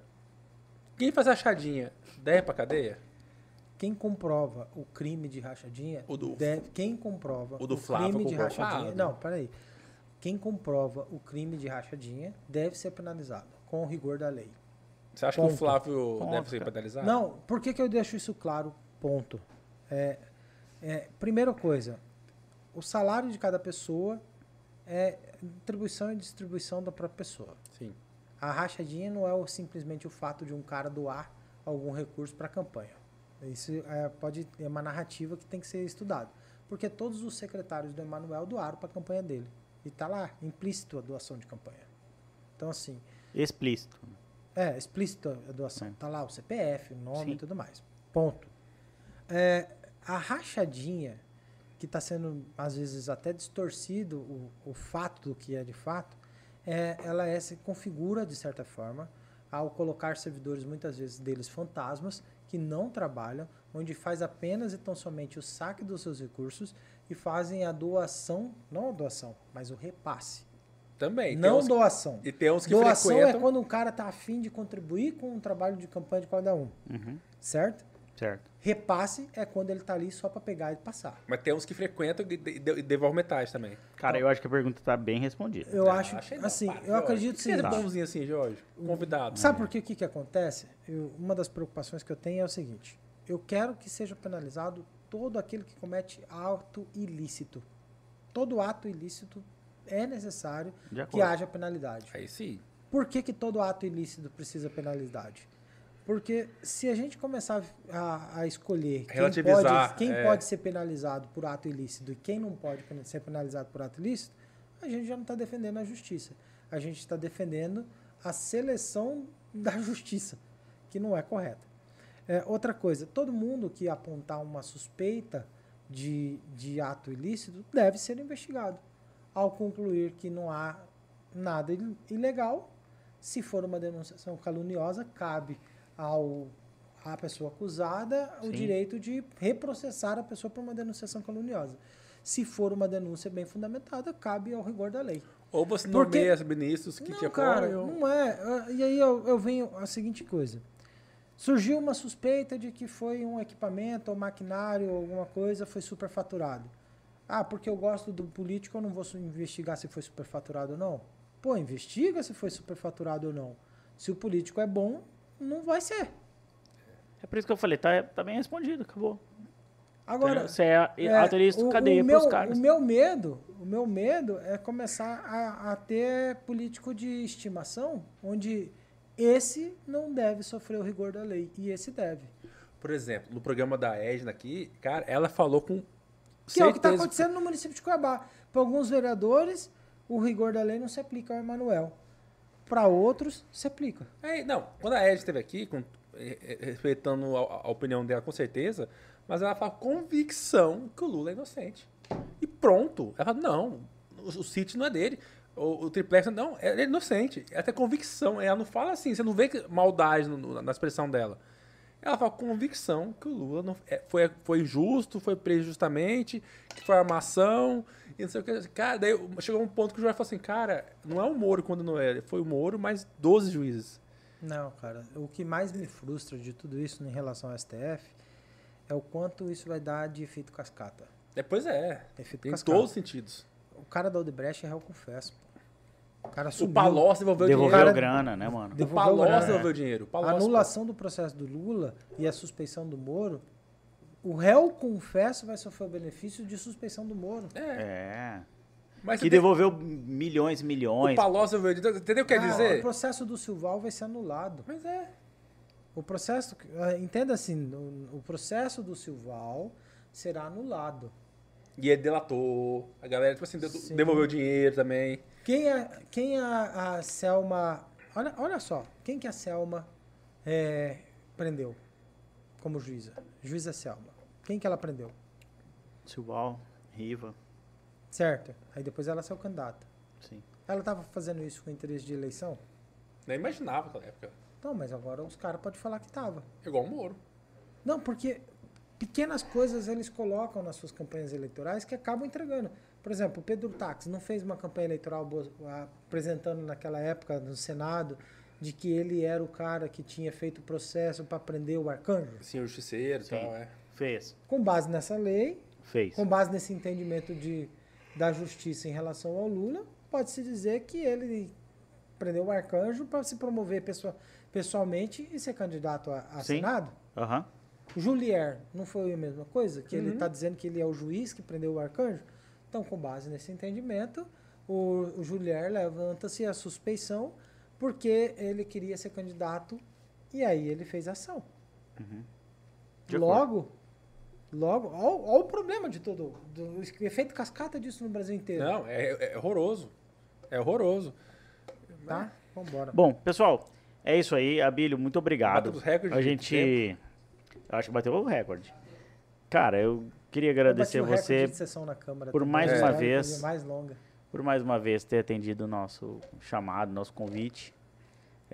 Quem faz rachadinha? 10 pra cadeia?
Quem comprova o crime de rachadinha,
O do-
deve- quem comprova
O do Flávio
crime de
comprovado.
rachadinha, não, peraí. Quem comprova o crime de rachadinha deve ser penalizado com o rigor da lei.
Você acha que
Ponto.
o Flávio
Ponto,
deve ser
cara.
penalizado?
Não, por que, que eu deixo isso claro? Ponto. É, é, primeira coisa, o salário de cada pessoa é atribuição e distribuição da própria pessoa.
Sim.
A rachadinha não é o- simplesmente o fato de um cara doar algum recurso para a campanha. Isso é, pode, é uma narrativa que tem que ser estudada. Porque todos os secretários do Emanuel doaram para a campanha dele. E está lá, implícito a doação de campanha. Então, assim,
Explícito.
é, explícita a doação.
Sim.
Tá lá o CPF, o nome
Sim.
e tudo mais. Ponto. É, a rachadinha, que está sendo, às vezes, até distorcido o, o fato do que é de fato, é, ela é, se configura, de certa forma, ao colocar servidores, muitas vezes, deles fantasmas, que não trabalham, onde faz apenas e tão somente o saque dos seus recursos e fazem a doação, não a doação, mas o repasse.
Também.
não
tem uns,
doação.
E tem uns que
Doação é
frequentam.
quando um cara tá afim de contribuir com um trabalho de campanha de cada um,
Uhum,
certo?
certo.
Repasse é quando ele tá ali só para pegar e passar.
Mas tem uns que frequentam e de- de- e devolvem metade também. É,
Cara, eu acho que a pergunta tá bem respondida.
Eu
Não,
acho,
achei não,
assim,
para,
eu
Jorge.
acredito
Por que
sim. Hum.
Você
Tá.
é bonzinho assim, Jorge. Convidado.
Sabe por que o que, que acontece? Eu- uma das preocupações que eu tenho é o seguinte: eu quero que seja penalizado todo aquele que comete ato ilícito. Todo ato ilícito é necessário
De acordo.
que haja penalidade.
Hum. Aí sim.
Por que, que todo ato ilícito precisa penalidade? Porque se a gente começar a, a escolher quem,
Relativizar,
pode, quem
é.
pode ser penalizado por ato ilícito e quem não pode pen- ser penalizado por ato ilícito, a gente já não está defendendo a justiça. A gente está defendendo a seleção da justiça, que não é correta. É, outra coisa, todo mundo que apontar uma suspeita de, de ato ilícito deve ser investigado. Ao concluir que não há nada il- ilegal, se for uma denunciação caluniosa, cabe ao, à pessoa acusada o
Sim.
direito de reprocessar a pessoa por uma denunciação caluniosa. Se for uma denúncia bem fundamentada, cabe ao rigor da lei.
Ou você
Porque-
nomeia os ministros que
não,
te
cara,
apoiam.
não é. E aí eu, eu venho a seguinte coisa. Surgiu uma suspeita de que foi um equipamento ou maquinário ou alguma coisa foi superfaturado. Ah, porque eu gosto do político, eu não vou su- investigar se foi superfaturado ou não. Pô, investiga se foi superfaturado ou não. Se o político é bom, não vai ser.
É por isso que eu falei, tá, tá bem respondido, acabou.
Agora,
Você é
É,
atorista, cadeia
meu,
pros caras.
O meu medo, o meu medo é começar a, a ter político de estimação, onde esse não deve sofrer o rigor da lei e esse deve.
Por exemplo, no programa da Edna aqui, cara, ela falou com
Que é o que está
certeza-
acontecendo no município de Cuiabá. Para alguns vereadores, o rigor da lei não se aplica ao Emanuel. Para outros, se aplica.
É, não, quando a Ed esteve aqui, com- eh, eh, respeitando a, a opinião dela com certeza, mas ela fala convicção que o Lula é inocente. E pronto. Ela fala, não, o, o sítio não é dele. O, o triplex, não, ele é inocente. Ela tem convicção. Ela não fala assim, você não vê que- maldade no- no- na expressão dela. Ela fala convicção que o Lula não, é, foi, foi justo, foi preso justamente, que foi armação, e não sei o que. Cara, daí chegou um ponto que o juiz falou assim, cara, não é o Moro quando não era, foi o Moro, mais 12 juízes.
Não, cara. O que mais me frustra de tudo isso em relação ao STF é o quanto isso vai dar de efeito cascata.
É, pois é.
Efeito
Em
cascata.
todos os sentidos.
O cara da Odebrecht é réu confesso. pô. O cara subiu.
O Palocci devolveu,
Devolveu
o
a
dinheiro.
grana, né, mano?
Devolveu
o Palocci
grana.
devolveu o dinheiro. O
A
Palocci,
anulação do processo do Lula e a suspeição do Moro, o réu confesso vai sofrer o benefício de suspeição do Moro.
É,
É.
mas
Que
você tem-
devolveu milhões e
o
milhões.
Palocci devolveu o dinheiro. Entendeu o que quer
Ah, O
dizer?
processo do Silval vai ser anulado.
Mas é.
O processo, ah, entenda assim, o- o processo do Silval será anulado.
E ele delatou. A galera, tipo assim, de-
Sim.
devolveu o dinheiro também.
Quem é, quem é a Selma. Olha, olha só, quem que a Selma é, prendeu como juíza? Juíza Selma. Quem que ela prendeu?
Silval, Riva,
Certo? Aí depois ela saiu candidata.
sim.
Ela estava fazendo isso com interesse de eleição?
Nem imaginava naquela época. É
Não, mas agora os caras podem falar que tava.
Igual o Moro.
Não, porque pequenas coisas eles colocam nas suas campanhas eleitorais que acabam entregando. Por exemplo, o Pedro Táxi não fez uma campanha eleitoral boa- ah, apresentando naquela época no Senado de que ele era o cara que tinha feito o processo para prender o arcanjo?
Assim, o justiceiro e
Sim.
tal, é.
Fez.
Com base nessa lei,
Fez.
com base nesse entendimento de, da justiça em relação ao Lula, pode-se dizer que ele prendeu o arcanjo para se promover pessoa- pessoalmente e ser candidato a, a
Sim.
Senado?
Aham.
Julier, não foi a mesma coisa? Que ele está dizendo que ele é o juiz que prendeu o arcanjo? Então, com base nesse entendimento, o, o Julier levanta-se a suspeição porque ele queria ser candidato e aí ele fez ação.
De
Logo, logo, olha o problema de todo, do, o efeito cascata disso no Brasil inteiro,
Não, é, é horroroso. É horroroso.
tá? Vambora.
Bom, pessoal, é isso aí. Abílio, muito obrigado.
Batemos recorde
a
de
gente. Eu acho que bateu o recorde. Cara, eu queria
Eu bati
agradecer
o recorde
você
de sessão na Câmara
por
também,
mais
a
uma
história
vez.
foi Mais longa.
por mais uma vez ter atendido o nosso chamado, nosso convite.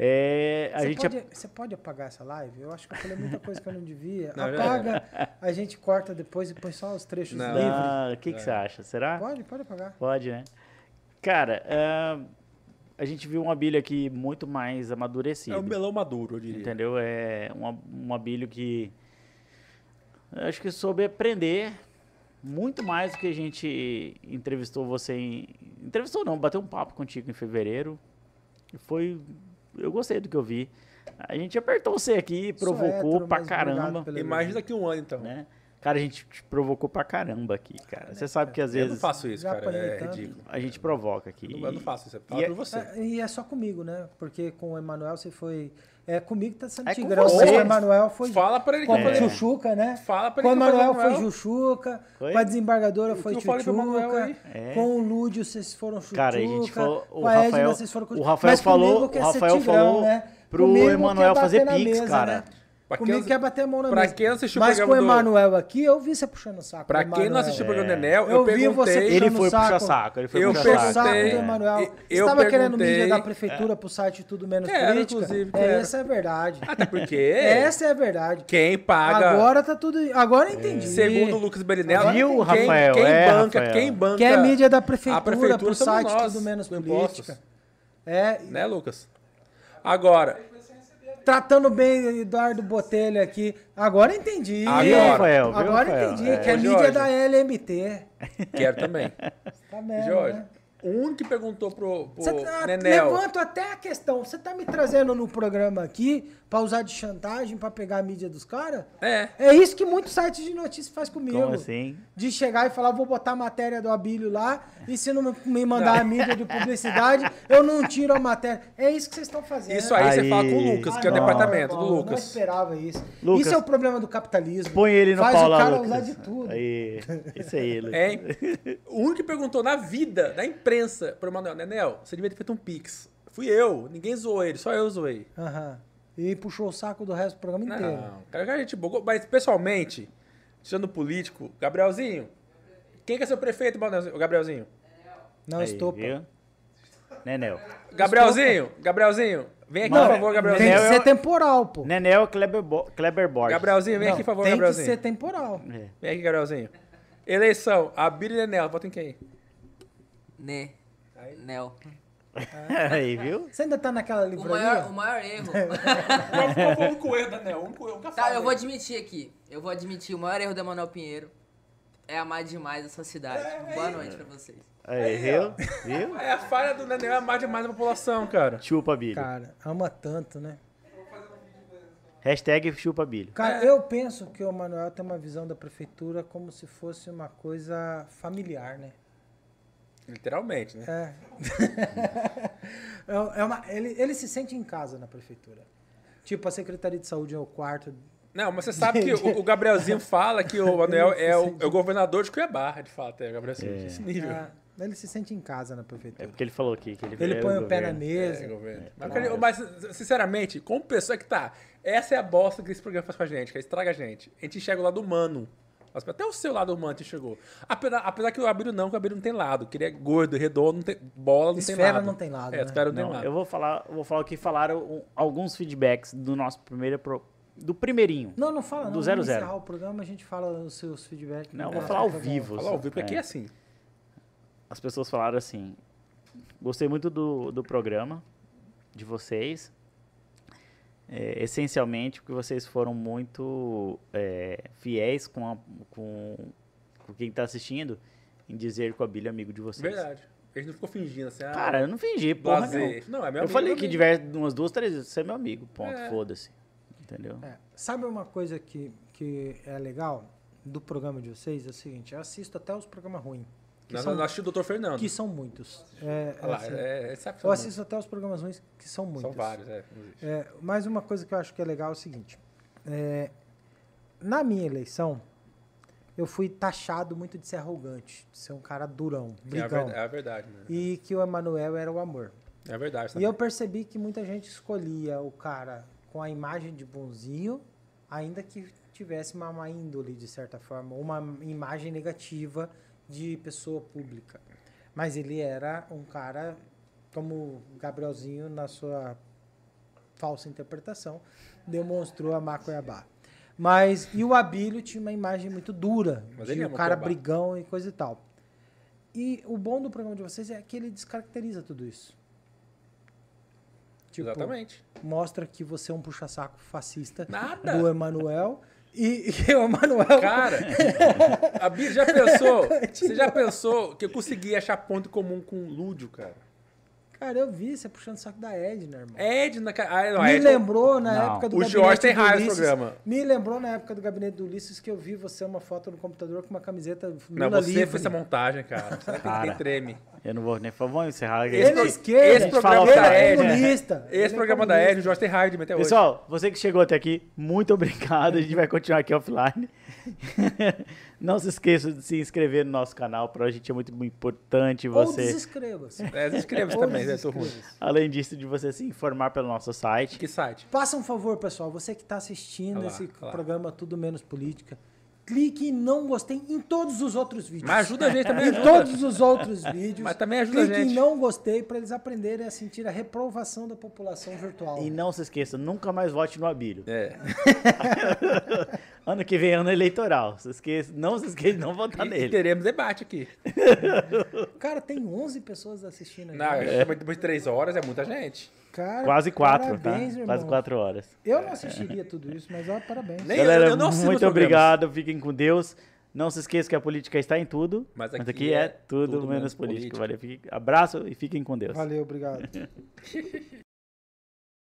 É, a
você,
gente.
pode, você pode apagar essa live? Eu acho que eu falei muita coisa que eu não devia.
Não, já
Apaga, a gente corta depois e põe só os trechos
Não.
livres.
Ah, O que, que
É.
você acha? Será?
Pode, pode apagar.
Pode, né? Cara, ah, a gente viu um Abílio aqui muito mais amadurecido.
É um melão maduro, eu diria.
Entendeu? É um, ab- um abílio que eu acho que soube aprender muito mais do que a gente entrevistou você em. Entrevistou não, bateu um papo contigo em fevereiro. E Foi. Eu gostei do que eu vi. A gente apertou você aqui,
Sou
provocou
hétero,
pra
mas obrigado
caramba.
pelo
Imagina
elogio.
daqui a um ano, então.
Né? Cara, a gente te provocou pra caramba aqui, cara. Você sabe que às
É, Eu não
vezes
faço isso,
Já
cara.
apanhei
É
tanto.
ridículo.
a gente provoca aqui.
Eu não faço isso. Eu
E
falo
é-
por você.
É, e é só comigo, né? Porque com o Emanuel você foi. É, comigo tá sendo
É com
tigrão.
você.
mas O Emanuel foi.
Fala pra ele
com
que
a
eu falei.
Juchuca, né?
Fala pra
com o
ele que eu falei
Emanuel
do
foi
Manuel.
Juchuca.
Foi?
Com a desembargadora foi
que eu falei
Chuchuca.
do Manuel aí?
É.
Com o Lúdio vocês foram Chuchuca.
Cara, a gente falou. O
com a Edna,
Rafael,
vocês foram com
o Rafael
Mas comigo
falou,
quer
o
ser
Rafael
tigrão,
falou
né?
pro
Comigo quer
Emanuel
bater
fazer
na
pix,
mesa,
cara.
né?
Pra quem
Comigo
assi-
quer bater a mão na
pra
mesa.
quem assistiu o
Mas com o
programa do-
Emanuel aqui, eu vi você puxando o saco.
Pra
do
quem não
Emanuel.
assistiu o programa do Enel,
é. Eu
eu
vi você
perguntei.
Ele
puxando
foi
o saco. né,
puxar saco, ele foi
Eu
puxar
Puxa o
saco. É.
saco
perguntei-
do Emanuel.
eu-
Você
é. eu
estava querendo
perguntei-
mídia da prefeitura pro site Tudo Menos
Quero,
Política?
inclusive,
é,
quero.
essa é a verdade.
Até porque
Essa é a verdade.
quem paga,
Agora tá tudo. Agora eu entendi.
segundo o Lucas Belinelli,
Viu,
quem,
Rafael?
quem
É,
banca,
Rafael.
quem banca...
Quer mídia da prefeitura,
a prefeitura
pro
somos
site
nós,
Tudo Menos
com
Política.
impostos.
É,
Né, Lucas? Agora,
tratando bem o Eduardo Botelho aqui. Agora eu entendi.
Viu,
Agora.
Rafael? Viu,
Agora eu
Rafael?
entendi.
É.
Que é
Ô,
mídia
Jorge.
da LMT.
quero também.
Tá vendo,
Jorge,
né?
o único que perguntou pro, pro
Cê tá-
Nenel...
levanto até a questão. Você tá me trazendo no programa aqui pra usar de chantagem, pra pegar a mídia dos caras?
É,
É isso que muitos sites de notícia faz comigo.
Como assim?
De chegar e falar, vou botar a matéria do Abílio lá, e se não me mandar a mídia de publicidade, eu não tiro a matéria. É isso que vocês estão fazendo.
isso aí, você
Aí.
fala com o Lucas, que é o
Ah, não,
departamento
Paulo,
do
Eu não
Lucas.
esperava isso.
Lucas.
Isso é o problema do capitalismo.
Põe ele no
Faz
pau lá,
o cara
Lucas.
usar de tudo. É,
Aí, isso aí, Lucas.
Hein? O único que perguntou na vida, na imprensa, pro Manuel, Nenel, você devia ter feito um pix. Fui eu, ninguém zoou ele, só eu zoei.
Aham. E puxou o saco do resto do programa inteiro.
Não, cara, é cara, gente boa. Mas, pessoalmente, tirando o político, Gabrielzinho, quem que é seu prefeito, Manuel- Gabrielzinho?
Não,
Aí,
estou.
viu? Nenel.
Gabrielzinho, Gabrielzinho, vem aqui,
Não,
por favor,
Tem que
Gabrielzinho.
Nenel-
ser temporal, pô.
Nenel é Kleber, Bo Kleber Borges.
Gabrielzinho, vem
Não,
aqui, por favor,
tem que
Gabrielzinho.
ser temporal.
É.
Vem aqui, Gabrielzinho. Eleição, Abílio e Nenel, vota em quem?
Né. Nel.
Aí, viu?
Você ainda tá naquela
O
livraria?
maior, o maior erro.
Qual foi o único um erro um da Nenel? O único
tá, eu vou admitir aqui. Eu vou admitir, o maior erro da Manuel Pinheiro é amar demais essa cidade. Boa noite pra vocês.
Aí, viu? Viu?
É a falha do Nenel é amar demais a população, cara.
Chupa Bilho.
Cara, ama tanto, né?
Hashtag chupa
É.
Bilho.
Cara, eu penso que o Manuel tem uma visão da prefeitura como se fosse uma coisa familiar, né?
Literalmente, né?
É. É uma- ele, ele se sente em casa na prefeitura. Tipo, a Secretaria de Saúde é o quarto.
Não, mas você sabe que o, o Gabrielzinho fala que o Manuel é o, é o governador de Cuiabá, de fato, é o Gabrielzinho,
É.
esse nível.
É, ele se sente em casa na
É
prefeitura.
porque ele falou aqui que ele
Ele
era
põe
do
o pé na
governo.
É,
mesa.
governo. mas, cara, mas, sinceramente, como pessoa que tá, essa é a bosta que esse programa faz com a gente, que estraga a gente. A gente enxerga o lado humano. Mas Até o seu lado humano te chegou. Apesar, apesar que o Abílio não, que o Abílio não tem lado. Que ele é gordo, redondo, não tem, bola, não tem
Esfera
lado.
não tem lado,
É,
né?
esfera não, tem
Não,
lado.
eu vou falar, eu vou falar o que falaram um, alguns feedbacks do nosso primeiro pro- do primeirinho.
Não, não fala, não.
Do
Vamos
zero, zero.
encerrar o programa, a gente fala os seus É. feedbacks.
Não, eu vou
tá
falar ao vivo.
Fala ao
só.
vivo, porque
É.
aqui é assim.
as pessoas falaram assim: gostei muito do, do programa, de vocês. É, essencialmente porque vocês foram muito é, fiéis com, a- com, com quem está assistindo em dizer que o Abílio é amigo de vocês.
Verdade. A gente não ficou fingindo assim. ah,
Cara, eu não fingi, porra, não.
blazer. Não, é
Eu
meu amigo,
falei
meu
que
amigo.
diversas, umas duas, três vezes, você é meu amigo, ponto,
É.
foda-se. Entendeu?
É, sabe uma coisa que, que é legal do programa de vocês? É o seguinte, eu assisto até os programas ruins. que
Nós
são-
nós assistimos o Dr. Fernando.
que são muitos. É,
Olha lá,
assim,
é, é, sabe que
eu
são, muitos.
assisto até os programas ruins, que são muitos.
São vários, é. não existe.
É, mas uma coisa que eu acho que é legal é o seguinte: é, na minha eleição, eu fui taxado muito de ser arrogante, de ser um cara durão,
É, a
brigão.
verdade, é a verdade, né?
e que o Emanuel era o amor.
É a verdade.
E
sabe?
eu percebi que muita gente escolhia o cara com a imagem de bonzinho, ainda que tivesse uma má índole, de certa forma, ou uma imagem negativa de pessoa pública. Mas ele era um cara, como o Gabrielzinho, na sua falsa interpretação, demonstrou a má Cuiabá. Mas, e o Abílio tinha uma imagem muito dura,
Mas ele
de
é
um
uma
cara
Cuiabá.
brigão e coisa e tal. E o bom do programa de vocês é que ele descaracteriza tudo isso. Tipo,
Exatamente.
mostra que você é um puxa-saco fascista
Nada.
do Emanuel. E, e o Emanuel.
Cara, a Bia já pensou. Você já pensou que eu consegui achar ponto comum com o Lúdio, cara?
Cara, eu vi você puxando o saco da Edna, irmão.
Edna, cara. Ah, não,
me
Edna-
lembrou na
Não.
época do
O
gabinete
Jorge tem
do
raiva do
Ulisses,
programa.
Me lembrou na época do gabinete do Ulisses que eu vi você uma foto no computador com uma camiseta Lula
Não, você
livre.
fez essa montagem, cara. Você
Cara.
quem treme.
Eu não vou nem falar, vamos encerrar. aqui.
Ele é
Esse-
esquerda,
esse
gente,
programa
ele
da
é
Edna.
comunista. ele
Esse
é
programa da
comunista.
Ed, o Jorge tem raiva de mim até hoje.
Pessoal, você que chegou até aqui, muito obrigado. A gente vai continuar aqui offline. Não se esqueça de se inscrever no nosso canal, pra gente é muito importante
Ou assim.
você.
desescreva-se.
É, inscreva-se
Ou
também, né? Tô ruim.
desescreva-se.
Além disso, de você se informar pelo nosso site.
Que site?
Faça um favor, pessoal. Você que está assistindo
Olha lá,
esse
olha lá.
programa Tudo Menos Política, clique em não gostei em todos os outros vídeos.
Mas ajuda a gente também, né?
Em
ajuda.
todos os outros vídeos.
Mas também ajuda a
clique
gente.
em não gostei para eles aprenderem a sentir a reprovação da população virtual.
E não se esqueça, nunca mais vote no Abílio.
É.
Ano que vem é ano eleitoral. Se esqueça, não se esqueça de não votar
E,
Tá
e
nele.
teremos debate aqui.
Cara, tem 11 pessoas assistindo.
Não,
aqui.
é. depois de três horas é muita gente.
Cara,
Quase quatro,
parabéns,
tá?
irmão.
Quase quatro horas.
Eu não assistiria tudo isso, mas ó, parabéns.
Nem- eu-
Galera,
eu não assisto
muito
os programas.
obrigado. Fiquem com Deus. Não se esqueça que a política está em tudo. Mas aqui,
é
é, tudo, menos política.
política.
Valeu, fiquem- abraço e fiquem com Deus.
Valeu, obrigado.